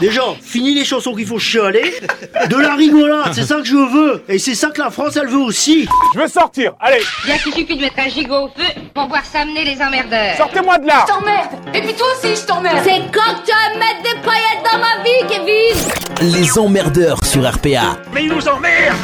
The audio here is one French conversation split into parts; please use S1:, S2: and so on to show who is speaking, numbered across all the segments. S1: Déjà, fini les chansons qui font chialer. De la rigolade, c'est ça que je veux. Et c'est ça que la France, elle veut aussi.
S2: Je veux sortir, allez,
S3: Bien qu'il suffit de mettre un gigot au feu pour voir s'amener les emmerdeurs.
S2: sortez-moi de là
S4: t'emmerde Et puis toi aussi, je t'emmerde
S5: C'est quand que tu vas mettre des paillettes dans ma vie, Kevin
S6: Les emmerdeurs sur RPA.
S1: Mais ils nous emmerdent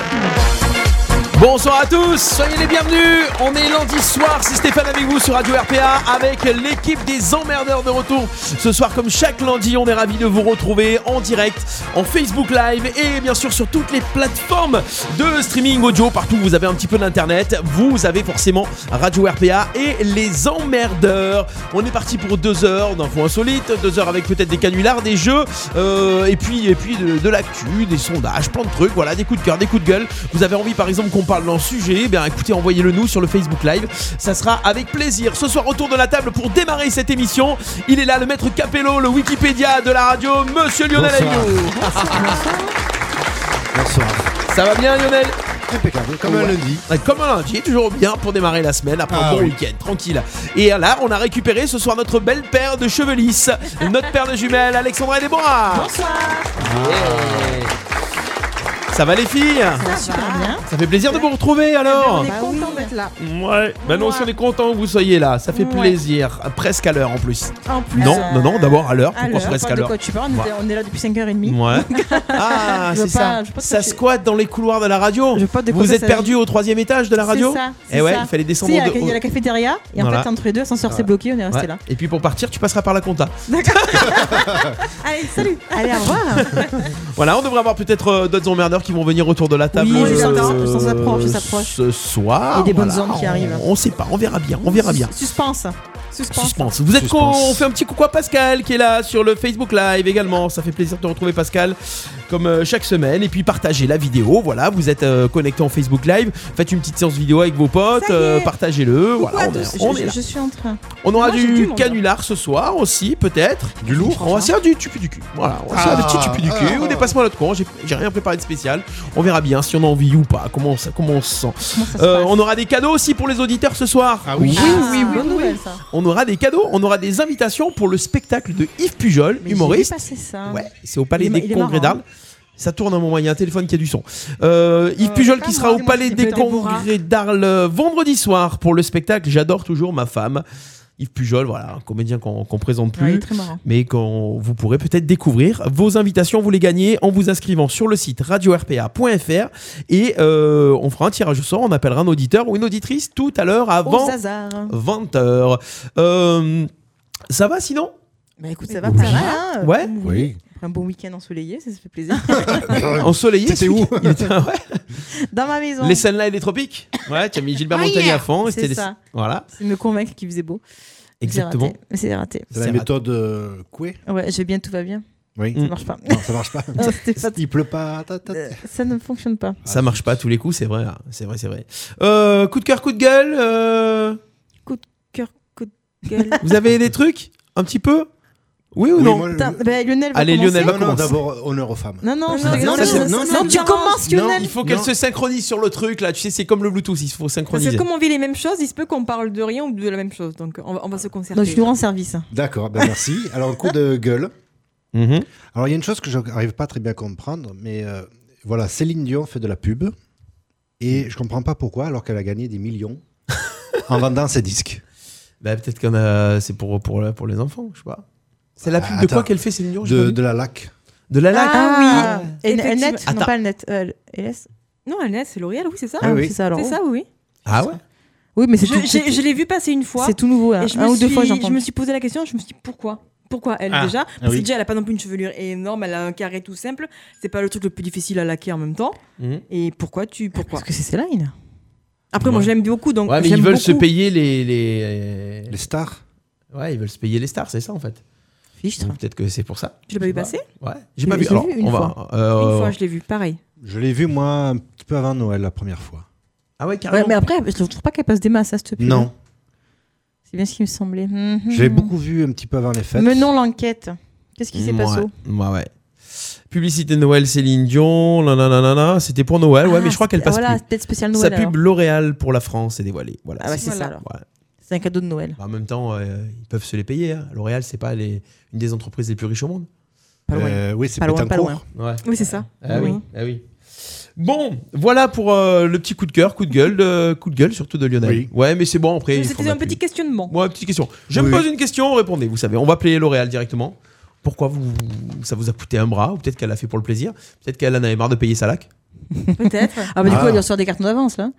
S6: Bonsoir à tous, soyez les bienvenus. On est lundi soir, c'est Stéphane avec vous sur Radio RPA avec l'équipe des emmerdeurs de retour. Ce soir, comme chaque lundi, on est ravis de vous retrouver en direct, en Facebook Live et bien sûr sur toutes les plateformes de streaming audio. Partout où vous avez un petit peu d'internet, vous avez forcément Radio RPA et les emmerdeurs. On est parti pour deux heures d'infos insolites, deux heures avec peut-être des canulars, des jeux, euh, et puis, et puis de, de l'actu, des sondages, plein de trucs, voilà, des coups de cœur, des coups de gueule. Vous avez envie par exemple qu'on parle d'un sujet, eh bien écoutez, envoyez-le nous sur le Facebook Live, ça sera avec plaisir. Ce soir, autour de la table pour démarrer cette émission, il est là le maître Capello, le Wikipédia de la radio, monsieur Lionel
S7: Bonsoir.
S6: Ayoub.
S7: Bonsoir.
S6: Ça va bien Lionel
S7: Impeccable, comme un lundi.
S6: Ouais, Comme un lundi, toujours bien pour démarrer la semaine après
S7: Ah
S6: un bon
S7: oui.
S6: week-end, tranquille. Et là, on a récupéré ce soir notre belle paire de cheveux lisses, notre paire de jumelles, Alexandra et Déborah. Bonsoir. Ça va les filles Ça fait plaisir de vous retrouver alors
S8: On est
S6: Bah
S8: content d'être là.
S6: Ouais, bah non,
S8: Ouais.
S6: si on est content que vous soyez là, ça fait
S8: Ouais.
S6: plaisir. Presque à l'heure en plus.
S8: En plus,
S6: non,
S8: euh,
S6: non, non, d'abord à l'heure,
S8: à
S6: pourquoi presque à
S8: enfin, de
S6: l'heure
S8: quoi tu parles on, était- on est là depuis 5h30.
S6: Ouais. Ah,
S8: Je veux
S6: c'est ça.
S8: pas- je veux pas te
S6: Ça
S8: toucher.
S6: squatte dans les couloirs de la radio.
S8: Je veux pas te
S6: Vous
S8: décoller,
S6: êtes
S8: ça-
S6: perdu au troisième étage de la radio
S8: C'est ça, c'est
S6: Et ouais,
S8: ça.
S6: il fallait descendre
S8: Si, il y a
S6: au-
S8: la- Il y a la cafétéria et
S6: Voilà.
S8: en fait, entre les deux, l'ascenseur
S6: Ouais.
S8: s'est bloqué, on est resté
S6: Ouais.
S8: là.
S6: Et puis pour partir, tu passeras par la compta.
S8: Allez, salut Allez, au revoir
S6: Voilà, on devrait avoir peut-être euh, d'autres emmerdeurs qui vont venir autour de la table.
S8: Oui,
S6: euh,
S8: ils s'attendent, ils s'approchent, ils s'approchent.
S6: Ce soir.
S8: Il y a des bonnes
S6: Ah, voilà,
S8: ondes qui
S6: on-
S8: arrivent.
S6: On sait pas, on verra bien, on verra bien.
S8: Suspense. Suspense.
S6: Suspense. Vous êtes con,
S7: Suspense.
S6: on fait un petit coucou à Pascal qui est là sur le Facebook Live également. Ça fait plaisir de te retrouver Pascal comme euh, chaque semaine. Et puis partagez la vidéo, voilà, vous êtes euh, connecté en Facebook Live. Faites une petite séance vidéo avec vos potes,
S8: Ça y est.
S6: euh, partagez-le. Voilà, on, est-
S8: Je-
S6: on
S8: je,
S6: est là.
S8: je suis en train.
S6: On aura
S8: Moi, j'ai du
S6: du
S8: monde.
S6: canular ce soir aussi, peut-être.
S7: Du lourd Ah.
S6: On va se faire du tupu du cul. Voilà, on va se faire des petits tupus du cul ou des passements à l'autre con. J'ai j'ai rien préparé de spécial. On verra bien si on a envie ou pas. Comment, ça, comment on se sent.
S8: Comment ça se
S6: Euh,
S8: passe
S6: on aura des cadeaux aussi pour les auditeurs ce soir.
S7: Ah oui.
S8: Ah,
S6: oui, oui,
S8: Bonne nouvelle, ça.
S6: On aura des cadeaux. On aura des invitations pour le spectacle de Yves Pujol,
S8: Mais j'ai
S6: humoriste.
S8: vu passer ça.
S6: Ouais, c'est au Palais
S8: Hein. Il est-
S6: des
S8: il est
S6: Congrès
S8: marrant, hein.
S6: d'Arles. Ça tourne un moment, il y a un téléphone qui a du son. Euh, Yves
S8: Euh,
S6: Pujol
S8: pas
S6: qui
S8: moi,
S6: sera au
S8: dis-moi
S6: Palais
S8: si
S6: des
S8: c'est Déborah.
S6: Congrès d'Arles euh, vendredi soir pour le spectacle J'adore toujours ma femme. Yves Pujol, voilà, un comédien qu'on qu'on présente
S8: Ouais,
S6: plus.
S8: il est très marrant.
S6: mais quand vous pourrez peut-être découvrir. Vos invitations, vous les gagnez en vous inscrivant sur le site radio-rpa.fr et euh, on fera un tirage au sort, on appellera un auditeur ou une auditrice tout à l'heure avant
S8: Aux hasards.
S6: 20h. Euh, ça va sinon
S8: Bah écoute, ça va
S7: Oui.
S8: pas mal, hein
S6: Ouais.
S7: Oui.
S8: Un bon week-end ensoleillé, ça se fait plaisir.
S6: Ensoleillé
S7: T'étais
S6: ce
S7: où
S6: week-end Il était- ouais.
S8: Dans ma maison.
S6: Les scènes là et les tropiques Ouais, tu as mis Gilbert
S8: Ah,
S6: Montagné
S8: yeah.
S6: à fond. et
S8: C'est
S6: c'était les-
S8: ça.
S6: Voilà,
S8: C'est me convaincre qu'il faisait beau.
S6: exactement.
S8: J'ai raté. Mais c'est raté.
S7: C'est la
S6: C'est
S7: méthode euh, coué
S8: Ouais, je vais bien, tout va bien.
S7: Oui.
S8: Ça marche pas.
S7: Non, ça marche pas.
S8: Non, c'était pas-
S7: Il pleut pas. ta, ta, ta.
S8: euh, ça ne fonctionne pas.
S7: Ah,
S6: Ça marche pas à tous les coups, c'est vrai. hein. C'est vrai, c'est vrai. Euh, coup de cœur, coup de gueule. euh,
S8: Cœur, coup de gueule.
S6: vous avez des trucs Un petit peu Oui ou
S7: Oui,
S6: non
S7: moi, je-
S8: Putain, bah, Lionel va
S6: Allez,
S8: commencer.
S6: Lionel va
S7: Non, non,
S6: commencer.
S7: d'abord, honneur aux femmes.
S8: Non, non, je-
S7: non,
S8: non,
S7: ça, c'est-
S8: non,
S7: non,
S8: non,
S7: non,
S8: tu
S7: non.
S8: commences, Lionel.
S6: Il faut qu'elle
S7: Non.
S6: se synchronise sur le truc là, tu sais, c'est comme le Bluetooth, il faut
S9: Parce
S6: synchroniser.
S9: que comme on vit les mêmes choses, il se peut qu'on parle de rien ou de la même chose. Donc on va, on va se concerter.
S8: Donc, je lui rends service.
S7: D'accord, ben merci. Alors, coup de gueule.
S6: Mhm.
S7: Alors, il y a une chose que je n'arrive pas très bien à comprendre, mais euh, voilà, Céline Dion fait de la pub et je comprends pas pourquoi, alors qu'elle a gagné des millions en vendant ses disques.
S6: Bah, peut-être qu'on a. C'est pour, pour, pour les enfants, je sais pas. C'est la pub de
S7: Attends.
S6: quoi qu'elle fait, Céline Dion j'ai pas
S7: De,
S6: vu.
S7: de la lac.
S6: De la laque
S8: Ah,
S9: oui.
S8: Et et
S9: Effectivement.
S8: net, non
S6: Attends.
S8: pas le net. euh, le- LS.
S9: Non, Agnès, c'est L'Oréal, oui, c'est ça.
S7: Ah
S8: Ah
S7: oui.
S8: oui, c'est ça alors.
S9: C'est ça, oui.
S6: Ah ouais
S8: Oui, mais c'est
S9: Je,
S8: tout.
S9: j'ai- je l'ai vu passer une fois.
S8: C'est tout nouveau là.
S9: Et je me,
S8: Un ou deux
S9: suis-
S8: fois,
S9: je
S8: j'entends.
S9: me suis posé la question, je me suis dit pourquoi Pourquoi elle
S6: Ah,
S9: déjà Parce
S6: oui.
S9: que déjà, elle a pas non plus une chevelure énorme, elle a un carré tout simple. C'est pas le truc le plus difficile à laquer en même temps.
S6: Mhm.
S9: Et pourquoi tu. Pourquoi
S8: Parce que c'est Céline.
S9: Après, moi, je l'aime beaucoup. Donc
S6: Ouais, mais
S9: j'aime
S6: ils veulent
S9: beaucoup.
S6: se payer les, les...
S7: Les stars.
S6: Ouais, ils veulent se payer les stars, c'est ça en fait.
S8: Fichtre.
S6: Donc, Peut-être que c'est pour ça.
S9: Tu l'as pas vu passer
S6: Ouais, j'ai
S8: Je-
S6: pas vu.
S8: je l'ai
S6: Alors,
S8: vu une
S6: on va. euh,
S9: Une fois, je l'ai vu, pareil.
S7: Je l'ai vu, moi, un petit peu avant Noël, la première fois.
S6: Ah ouais,
S8: Ouais,
S6: carrément.
S8: mais après, je trouve pas qu'elle passe des masses à cette pub. hein.
S7: Non,
S8: C'est bien ce qui me semblait. Mhm.
S7: je l'ai beaucoup vu un petit peu avant les fêtes.
S8: Menons l'enquête. Qu'est-ce qui s'est passé
S6: Ouais, Bah, ouais, ouais. Publicité Noël, Céline Dion, nanana, c'était pour Noël, ouais, mais je crois qu'elle passe
S8: Voilà,
S6: plus.
S8: peut-être spécial
S6: Sa
S8: Noël.
S6: pub L'Oréal pour la France est dévoilée. Voilà,
S8: Ah ouais, c'est ça, alors.
S6: Ouais.
S8: C'est un cadeau de Noël.
S6: Bah, En même temps, euh, ils peuvent se les payer. hein. L'Oréal, c'est pas les- une des entreprises les plus riches au monde.
S9: Pas loin.
S7: Euh, oui, c'est
S9: Pas loin, pas
S7: Bettencourt.
S9: loin.
S6: Ouais.
S9: Oui, c'est ça. Mmh.
S6: Ah oui,
S9: Oui.
S6: ah oui. Bon, voilà pour euh, le petit coup de cœur, coup de gueule, de- coup de gueule surtout de Lionel.
S7: Oui.
S6: Ouais, mais c'est bon après. il faut
S9: C'était un
S6: mettre
S9: petit questionnement.
S6: Moi, petite question. Je me
S7: Oui.
S6: pose une question, répondez. Vous savez, on va appeler L'Oréal directement. Pourquoi vous, ça vous a coûté un bras Ou peut-être qu'elle l'a fait pour le plaisir Peut-être qu'elle en avait marre de payer sa lac
S9: Peut-être.
S8: Ah, bah du coup,
S7: Ah.
S8: elle doit sortir des cartons d'avance, là.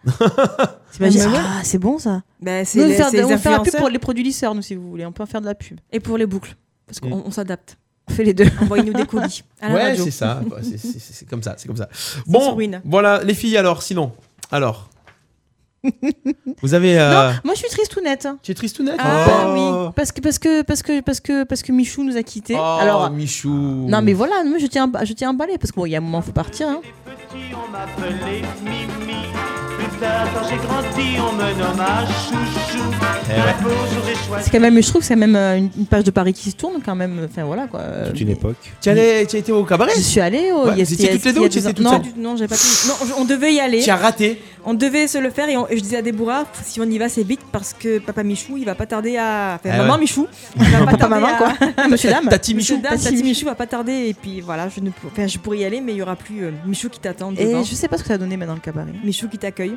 S9: T'imagines
S8: T'imagines Ah, Bah, c'est bon ça.
S9: Ben, c'est
S8: Nous, on
S9: les,
S8: faire
S9: c'est les
S8: de- on fait la pub
S9: influenceurs.
S8: pour les produits lisseurs, nous, si vous voulez. On peut en faire de la pub.
S9: Et pour les boucles. Parce qu'on
S6: Mm.
S9: on s'adapte.
S8: On fait les deux.
S9: Envoyez-nous des colis à la
S6: Ouais,
S9: radio.
S6: c'est ça. Bah, c'est- c'est c'est- c'est comme ça, c'est comme ça. Bon,
S9: se ruine.
S6: voilà, les filles alors, sinon. Alors. vous avez... euh,
S8: Non, moi, je suis triste ou nette. hein. bah
S6: Tu es triste ou nette
S9: Ah
S6: Oh.
S8: Parce que, parce que, parce que, parce que, parce que Michou nous a quittés.
S6: Oh,
S8: Alors,
S6: Michou.
S8: non, mais voilà, moi, je tiens, à- je tiens à emballer parce qu'il y a un moment, faut partir. hein.
S2: Petit, on m'appelait Mimi. Plus tard, quand j'ai grandi, on me nomma Chouchou. Un beau jour, j'ai choisi.
S8: C'est quand même, je trouve que c'est même euh, une, une page de Paris qui se tourne quand même. Enfin voilà quoi. Euh,
S7: Toute une époque.
S6: Tu allais- tu as été au cabaret
S8: Je suis allée au.
S6: Ouais,
S8: ISTS,
S6: vous étiez toutes les deux
S8: il y a
S6: ou tu étais
S8: deux ans.
S6: toute
S8: Non,
S6: seule
S8: du-
S9: Du- Non, j'ai pas pu- Non, je- on devait y aller.
S6: Tu as raté
S9: On devait se le faire et, on- et je disais à Déborah, si on y va, c'est vite parce que papa Michou, il va pas tarder à. Enfin,
S6: Ah
S9: maman
S6: ouais.
S9: Michou, il va pas
S8: Pas
S9: tarder
S8: maman
S9: à-
S8: quoi. Monsieur dame.
S6: Tati
S9: Michou,
S6: Michou
S9: dame,
S8: Tati
S9: Tati
S8: Michou.
S9: Michou va pas tarder et puis voilà, je ne pour- enfin, je pourrais y aller, mais il y aura plus euh, Michou qui t'attend devant.
S8: Et je sais pas ce que ça a donné maintenant le cabaret.
S9: Michou qui t'accueille.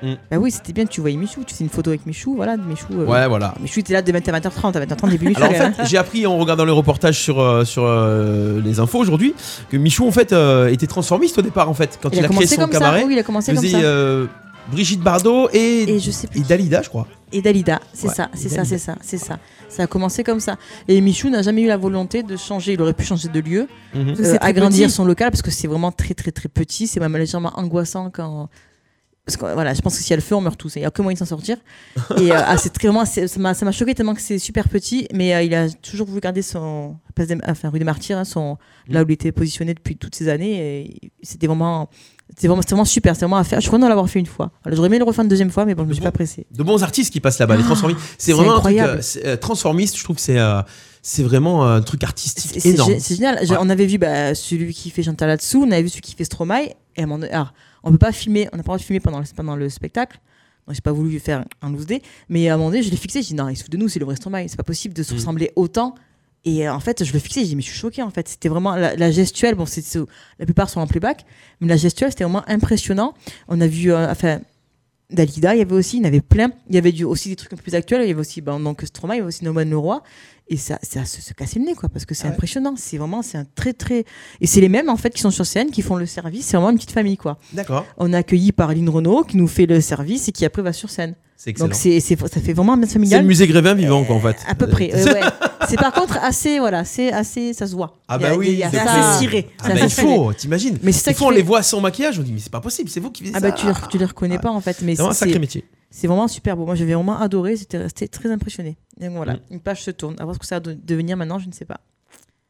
S6: Mm.
S8: Bah oui, c'était bien que tu voyais Michou. Tu sais une photo avec Michou, voilà, de Michou. euh,
S6: Ouais, voilà.
S8: Michou était là de 20 à 20h30, à 20h30 début Michou.
S6: Alors en
S8: quand
S9: hein.
S8: même.
S6: fait, j'ai appris en regardant le reportage sur, euh, sur euh, les infos aujourd'hui que Michou en fait euh, était transformiste au départ en fait quand il,
S8: il a
S6: a créé
S8: commencé
S6: son
S8: comme
S6: cabaret.
S8: ça. Oui, il a commencé
S6: il
S8: comme
S6: faisait
S8: ça.
S6: euh, Brigitte Bardot et,
S8: Et
S6: et,
S8: je sais plus.
S6: Dalida je crois.
S8: Et Dalida, c'est
S6: Ouais,
S8: ça, c'est
S6: Dalida.
S8: ça, c'est ça, c'est ça. Ça a commencé comme ça. Et Michou n'a jamais eu la volonté de changer. Il aurait pu changer de lieu,
S6: Mhm.
S9: Parce que
S8: euh,
S9: c'est très
S8: agrandir
S9: petit.
S8: son local parce que c'est vraiment très très très petit. C'est même légèrement angoissant quand. Parce que voilà, je pense que s'il y a le feu, on meurt tous. Il n'y a que moyen de s'en sortir. Et euh, ah, c'est très vraiment, c'est- ça m'a ça m'a choqué tellement que c'est super petit. Mais euh, il a toujours voulu garder son place des- enfin, rue des Martyrs, hein, son
S6: Mhm.
S8: là où il était positionné depuis toutes ces années. Et C'était vraiment, c'était vraiment, c'était vraiment super. C'était vraiment à faire. Je crois d'en l'avoir fait une fois. Alors, J'aurais aimé le refaire une deuxième fois, mais bon, je me suis
S6: Bon.
S8: pas pressée.
S6: De bons artistes qui passent là-bas, les transformistes. C'est
S8: Ah, c'est
S6: vraiment un truc,
S8: incroyable.
S6: euh, c'est, euh, transformiste, je trouve que c'est euh, c'est vraiment un truc artistique
S8: C'est- C'est
S6: énorme.
S8: gé- c'est génial. J'ai-
S6: Ouais.
S8: On avait vu bah, celui qui fait Chantal là-dessous, on avait vu celui qui fait Stromae. Et à un moment donné- alors, on peut pas filmer, on n'a pas le droit de filmer pendant le, pendant le spectacle. Donc j'ai pas voulu faire un loose day. Mais à un moment donné, je l'ai fixé. J'ai dit non, il se fout de nous, c'est le vrai Stromae. C'est pas possible de se
S6: Mm.
S8: ressembler autant. Et euh, en fait, je le fixais, j'ai dit, mais je suis choquée en fait. C'était vraiment la, la gestuelle. Bon, c'est c'est- la plupart sont en playback, mais la gestuelle, c'était vraiment impressionnant. On a vu, euh, enfin, Dalida, il y avait aussi, il y en avait plein. Il y avait du- aussi des trucs un peu plus actuels. Il y avait aussi, ben, donc Stromae, il y avait aussi Noman Leroy. Et ça, ça se, se casser le nez, quoi, parce que c'est
S6: Ah
S8: impressionnant. C'est vraiment, c'est un très, très. Et c'est les mêmes, en fait, qui sont sur scène, qui font le service. C'est vraiment une petite famille, quoi.
S6: D'accord,
S8: On est accueilli par Lynn Renault, qui nous fait le service et qui après va sur scène.
S6: c'est excellent.
S8: Donc, c'est, c'est, ça fait vraiment un bien
S6: C'est
S8: familial.
S6: le musée Grévin vivant quoi en fait.
S8: À peu
S6: Euh,
S8: près, euh, ouais. C'est par contre assez, voilà, c'est assez, ça se voit.
S6: Ah
S8: Il y a-
S6: bah oui,
S8: il y a
S6: c'est
S8: ça-
S6: assez
S9: ciré.
S6: Ah
S8: ça-
S6: bah,
S8: ça
S6: il
S8: fait-
S6: faut, t'imagines.
S8: Mais c'est ça
S6: Des
S8: qui
S6: fois on
S8: fait-
S6: les voit sans maquillage, on dit mais c'est pas possible, c'est vous qui faites
S8: Ah
S6: ça.
S8: bah tu, les- tu les reconnais
S6: Ah.
S8: pas en fait, mais
S6: C'est vraiment un
S8: c'est-
S6: sacré métier.
S8: c'est vraiment super beau. Moi j'avais vraiment adoré, j'étais resté très impressionné. Donc voilà,
S6: Mm.
S8: une page se tourne. À voir ce que ça va de- devenir maintenant, je ne sais pas.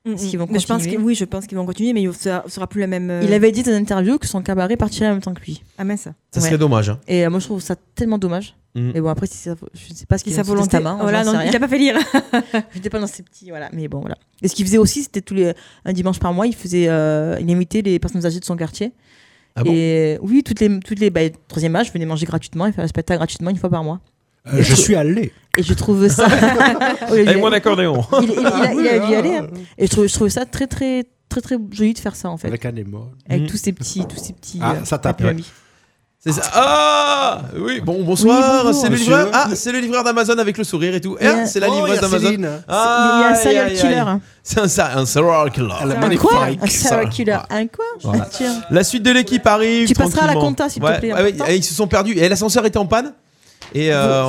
S9: Mm,
S8: Est-ce
S9: mm.
S8: qu'ils vont
S9: Mais je pense que,
S8: continuer
S9: oui, je pense qu'ils vont continuer, mais il sera, sera plus la même. euh,
S8: Il avait dit dans une interview que son cabaret partirait en même temps que lui.
S9: Ah mince.
S6: Ça serait
S8: Ouais.
S6: dommage. hein.
S8: Et euh, moi je trouve ça tellement dommage.
S6: Mm.
S8: Mais bon après si ça, je ne sais pas ce
S9: Qui
S8: qu'il
S9: sa
S8: a
S9: volonté. Voilà, non, il l'a pas fait lire.
S8: J'étais pas dans ces petits, voilà. Mais bon, voilà. Et ce qu'il faisait aussi, c'était tous les un dimanche par mois, il faisait, euh, il invitait les personnes âgées de son quartier.
S6: Ah bon
S8: et oui, toutes les, toutes les, bah, troisième âge, venait manger gratuitement et faire le spectacle gratuitement une fois par mois.
S7: Euh, je suis allé.
S8: Et je trouve ça. Oh, il, a
S6: Et
S8: dû-
S6: moi d'accordéon.
S8: il- il- il a- il a dû y aller. hein.
S6: Ah.
S8: Et je trouve, je trouve ça très, très, très, très joli de faire ça en fait, avec,
S7: Avec un émo.
S6: Mhm.
S8: tous ces petits, tous ces petits. euh,
S7: Ah, ça tape,
S8: papy,
S7: ouais.
S8: mamie.
S6: C'est ça. Ah oui, bon bonsoir,
S8: bonjour,
S6: c'est le
S7: monsieur.
S6: livreur. Ah, c'est le livreur d'Amazon avec le sourire et tout. Eh,
S8: Yeah.
S6: c'est la
S7: Oh, il y
S6: livreuse
S7: a
S6: d'Amazon. Ah,
S7: Céline.
S8: Il y a un serial
S6: aïe, aïe,
S8: killer.
S6: aïe.
S8: hein.
S6: C'est un, sa- un serial killer.
S7: Elle a
S8: Un
S7: magnifique.
S8: quoi Un
S7: ça.
S8: serial killer. Un quoi Arthur.
S6: La suite de l'équipe arrive.
S8: Tu passeras à la
S6: tranquillement.
S8: compta, s'il te
S6: Ouais,
S8: plaît,
S6: ouais,
S8: important.
S6: ouais, ils se sont perdus. Et l'ascenseur était en panne. Et euh,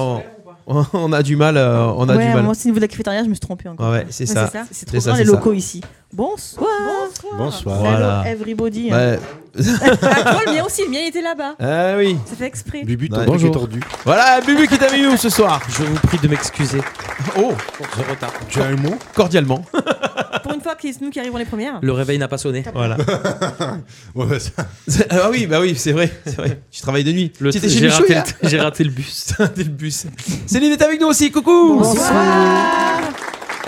S6: on, on a du mal. euh, on a
S8: ouais,
S6: du mal.
S8: moi, c'est au niveau de la cafétéria, je me suis trompée encore.
S6: Ouais, ouais, c'est
S9: Ouais,
S6: ça.
S8: C'est
S6: C'est
S8: trop
S6: ça,
S8: grand les
S6: c'est ça.
S8: locaux ici. Bonsoir.
S7: Bonsoir.
S6: Voilà.
S8: Hello everybody.
S6: Ouais.
S9: Ah, toi, le mien aussi, le mien il était là-bas.
S6: Ah oui.
S9: C'est fait exprès.
S7: Bubu, ton
S6: Ouais.
S7: truc est
S10: Bonjour.
S7: tordu.
S6: Voilà, Bubu qui est avec nous ce soir.
S10: Je vous prie de m'excuser
S6: Oh,
S10: pour ce retard.
S7: Tu as un mot
S6: cordialement.
S9: Pour une fois que c'est nous qui arrivons les premières.
S10: Le réveil n'a pas sonné.
S6: Voilà.
S7: Ouais, bah, ça-
S6: ah oui, bah oui, c'est vrai. C'est vrai. Tu travailles de nuit.
S10: Le-
S6: tu étais chez
S10: J'ai
S6: Michou
S10: raté,
S6: hier.
S10: le- j'ai raté le bus.
S6: Putain, t'es le bus. Céline est avec nous aussi. Coucou.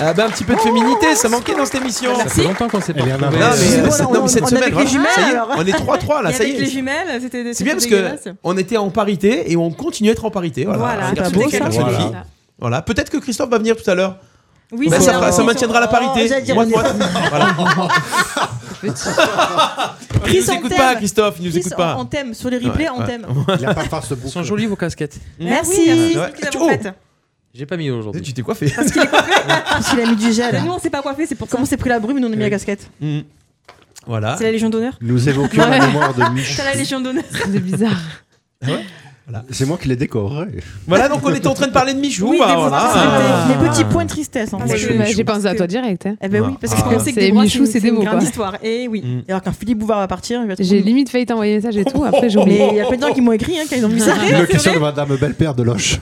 S6: Ah bah, un petit peu de féminité, ça manquait dans cette émission.
S10: Ça fait longtemps qu'on s'est pas
S7: Elle est en
S10: retrouvés.
S6: Non,
S7: arrière.
S6: mais,
S7: C'est
S6: euh,
S7: bon,
S6: c'est-
S8: on-
S6: non, mais cette
S8: on est
S6: semaine,
S8: avec les
S6: vraiment,
S8: jumelles,
S6: ça y est,
S8: alors.
S6: on est 3-3 là,
S9: Et
S6: ça y
S9: avec les
S6: est.
S9: jumelles, c'était
S6: C'est bien parce
S9: c'était
S6: que
S9: dégueulasse.
S6: on était en parité et on continue à être en parité. Voilà,
S9: Voilà,
S6: C'est
S8: c'est
S6: garçon
S8: pas beau,
S6: fille,
S8: ça.
S6: garçon fille.
S7: Voilà.
S6: Voilà. peut-être que Christophe va venir tout à l'heure.
S9: Oui,
S6: Bah,
S9: c'est
S6: ça,
S9: la
S6: fera- ça
S9: révolution.
S6: maintiendra la parité.
S8: Oh, j'allais dire,
S6: Moi,
S8: on est
S6: moi-
S8: pas-
S6: voilà. Il nous
S8: Chris, on
S6: écoute
S8: t'aime.
S6: pas, Christophe. Il nous
S8: Chris,
S6: écoute
S8: on-
S6: pas.
S8: On t'aime. Sur les replays,
S6: Ouais,
S8: on
S6: ouais.
S8: t'aime.
S7: Il a pas face
S10: Ils
S7: boucle.
S10: sont jolies vos casquettes.
S8: Merci.
S9: Merci,
S6: Ouais.
S9: merci
S6: Oh.
S9: d'avoir fait.
S10: J'ai pas mis
S6: Eh, Tu
S10: aujourd'hui.
S6: t'es coiffé.
S8: Parce qu'il a mis du gel.
S9: Nous, on s'est pas coiffé, c'est pour ça.
S8: Comment s'est pris la brume, nous on a mis la casquette.
S6: Mm. Voilà.
S9: C'est la Légion d'honneur
S7: ah. Nous évoquions la
S5: Ouais.
S7: mémoire de Michou.
S9: C'est la Légion d'honneur.
S5: C'est bizarre.
S7: C'est moi qui l'ai décoré.
S6: Voilà, donc on était en train de parler de Michou.
S9: Oui,
S6: bah,
S9: des
S6: voilà.
S9: Ah.
S8: Mes petits points de tristesse. En
S9: Parce
S8: fait.
S9: que-
S5: J'ai
S9: Michou.
S5: j'ai pensé à toi direct. hein.
S8: Eh ben oui, parce
S9: Parce qu'on
S8: que.
S9: sait que
S5: C'est
S9: des bras,
S5: Michou, c'est
S9: c'est
S5: des
S9: une
S5: mots,
S9: grande
S5: quoi.
S9: histoire. Et oui.
S6: Mm.
S8: Et alors quand Philippe Bouvard va partir, il va être
S5: J'ai
S8: connu.
S5: limite failli t'envoyer un message et tout. Après, j'ai
S8: Mais il
S5: oublié.
S8: y a plein de gens qui m'ont écrit hein, quand ils ont vu ça.
S7: Le question de Madame Belle-Père de Loche.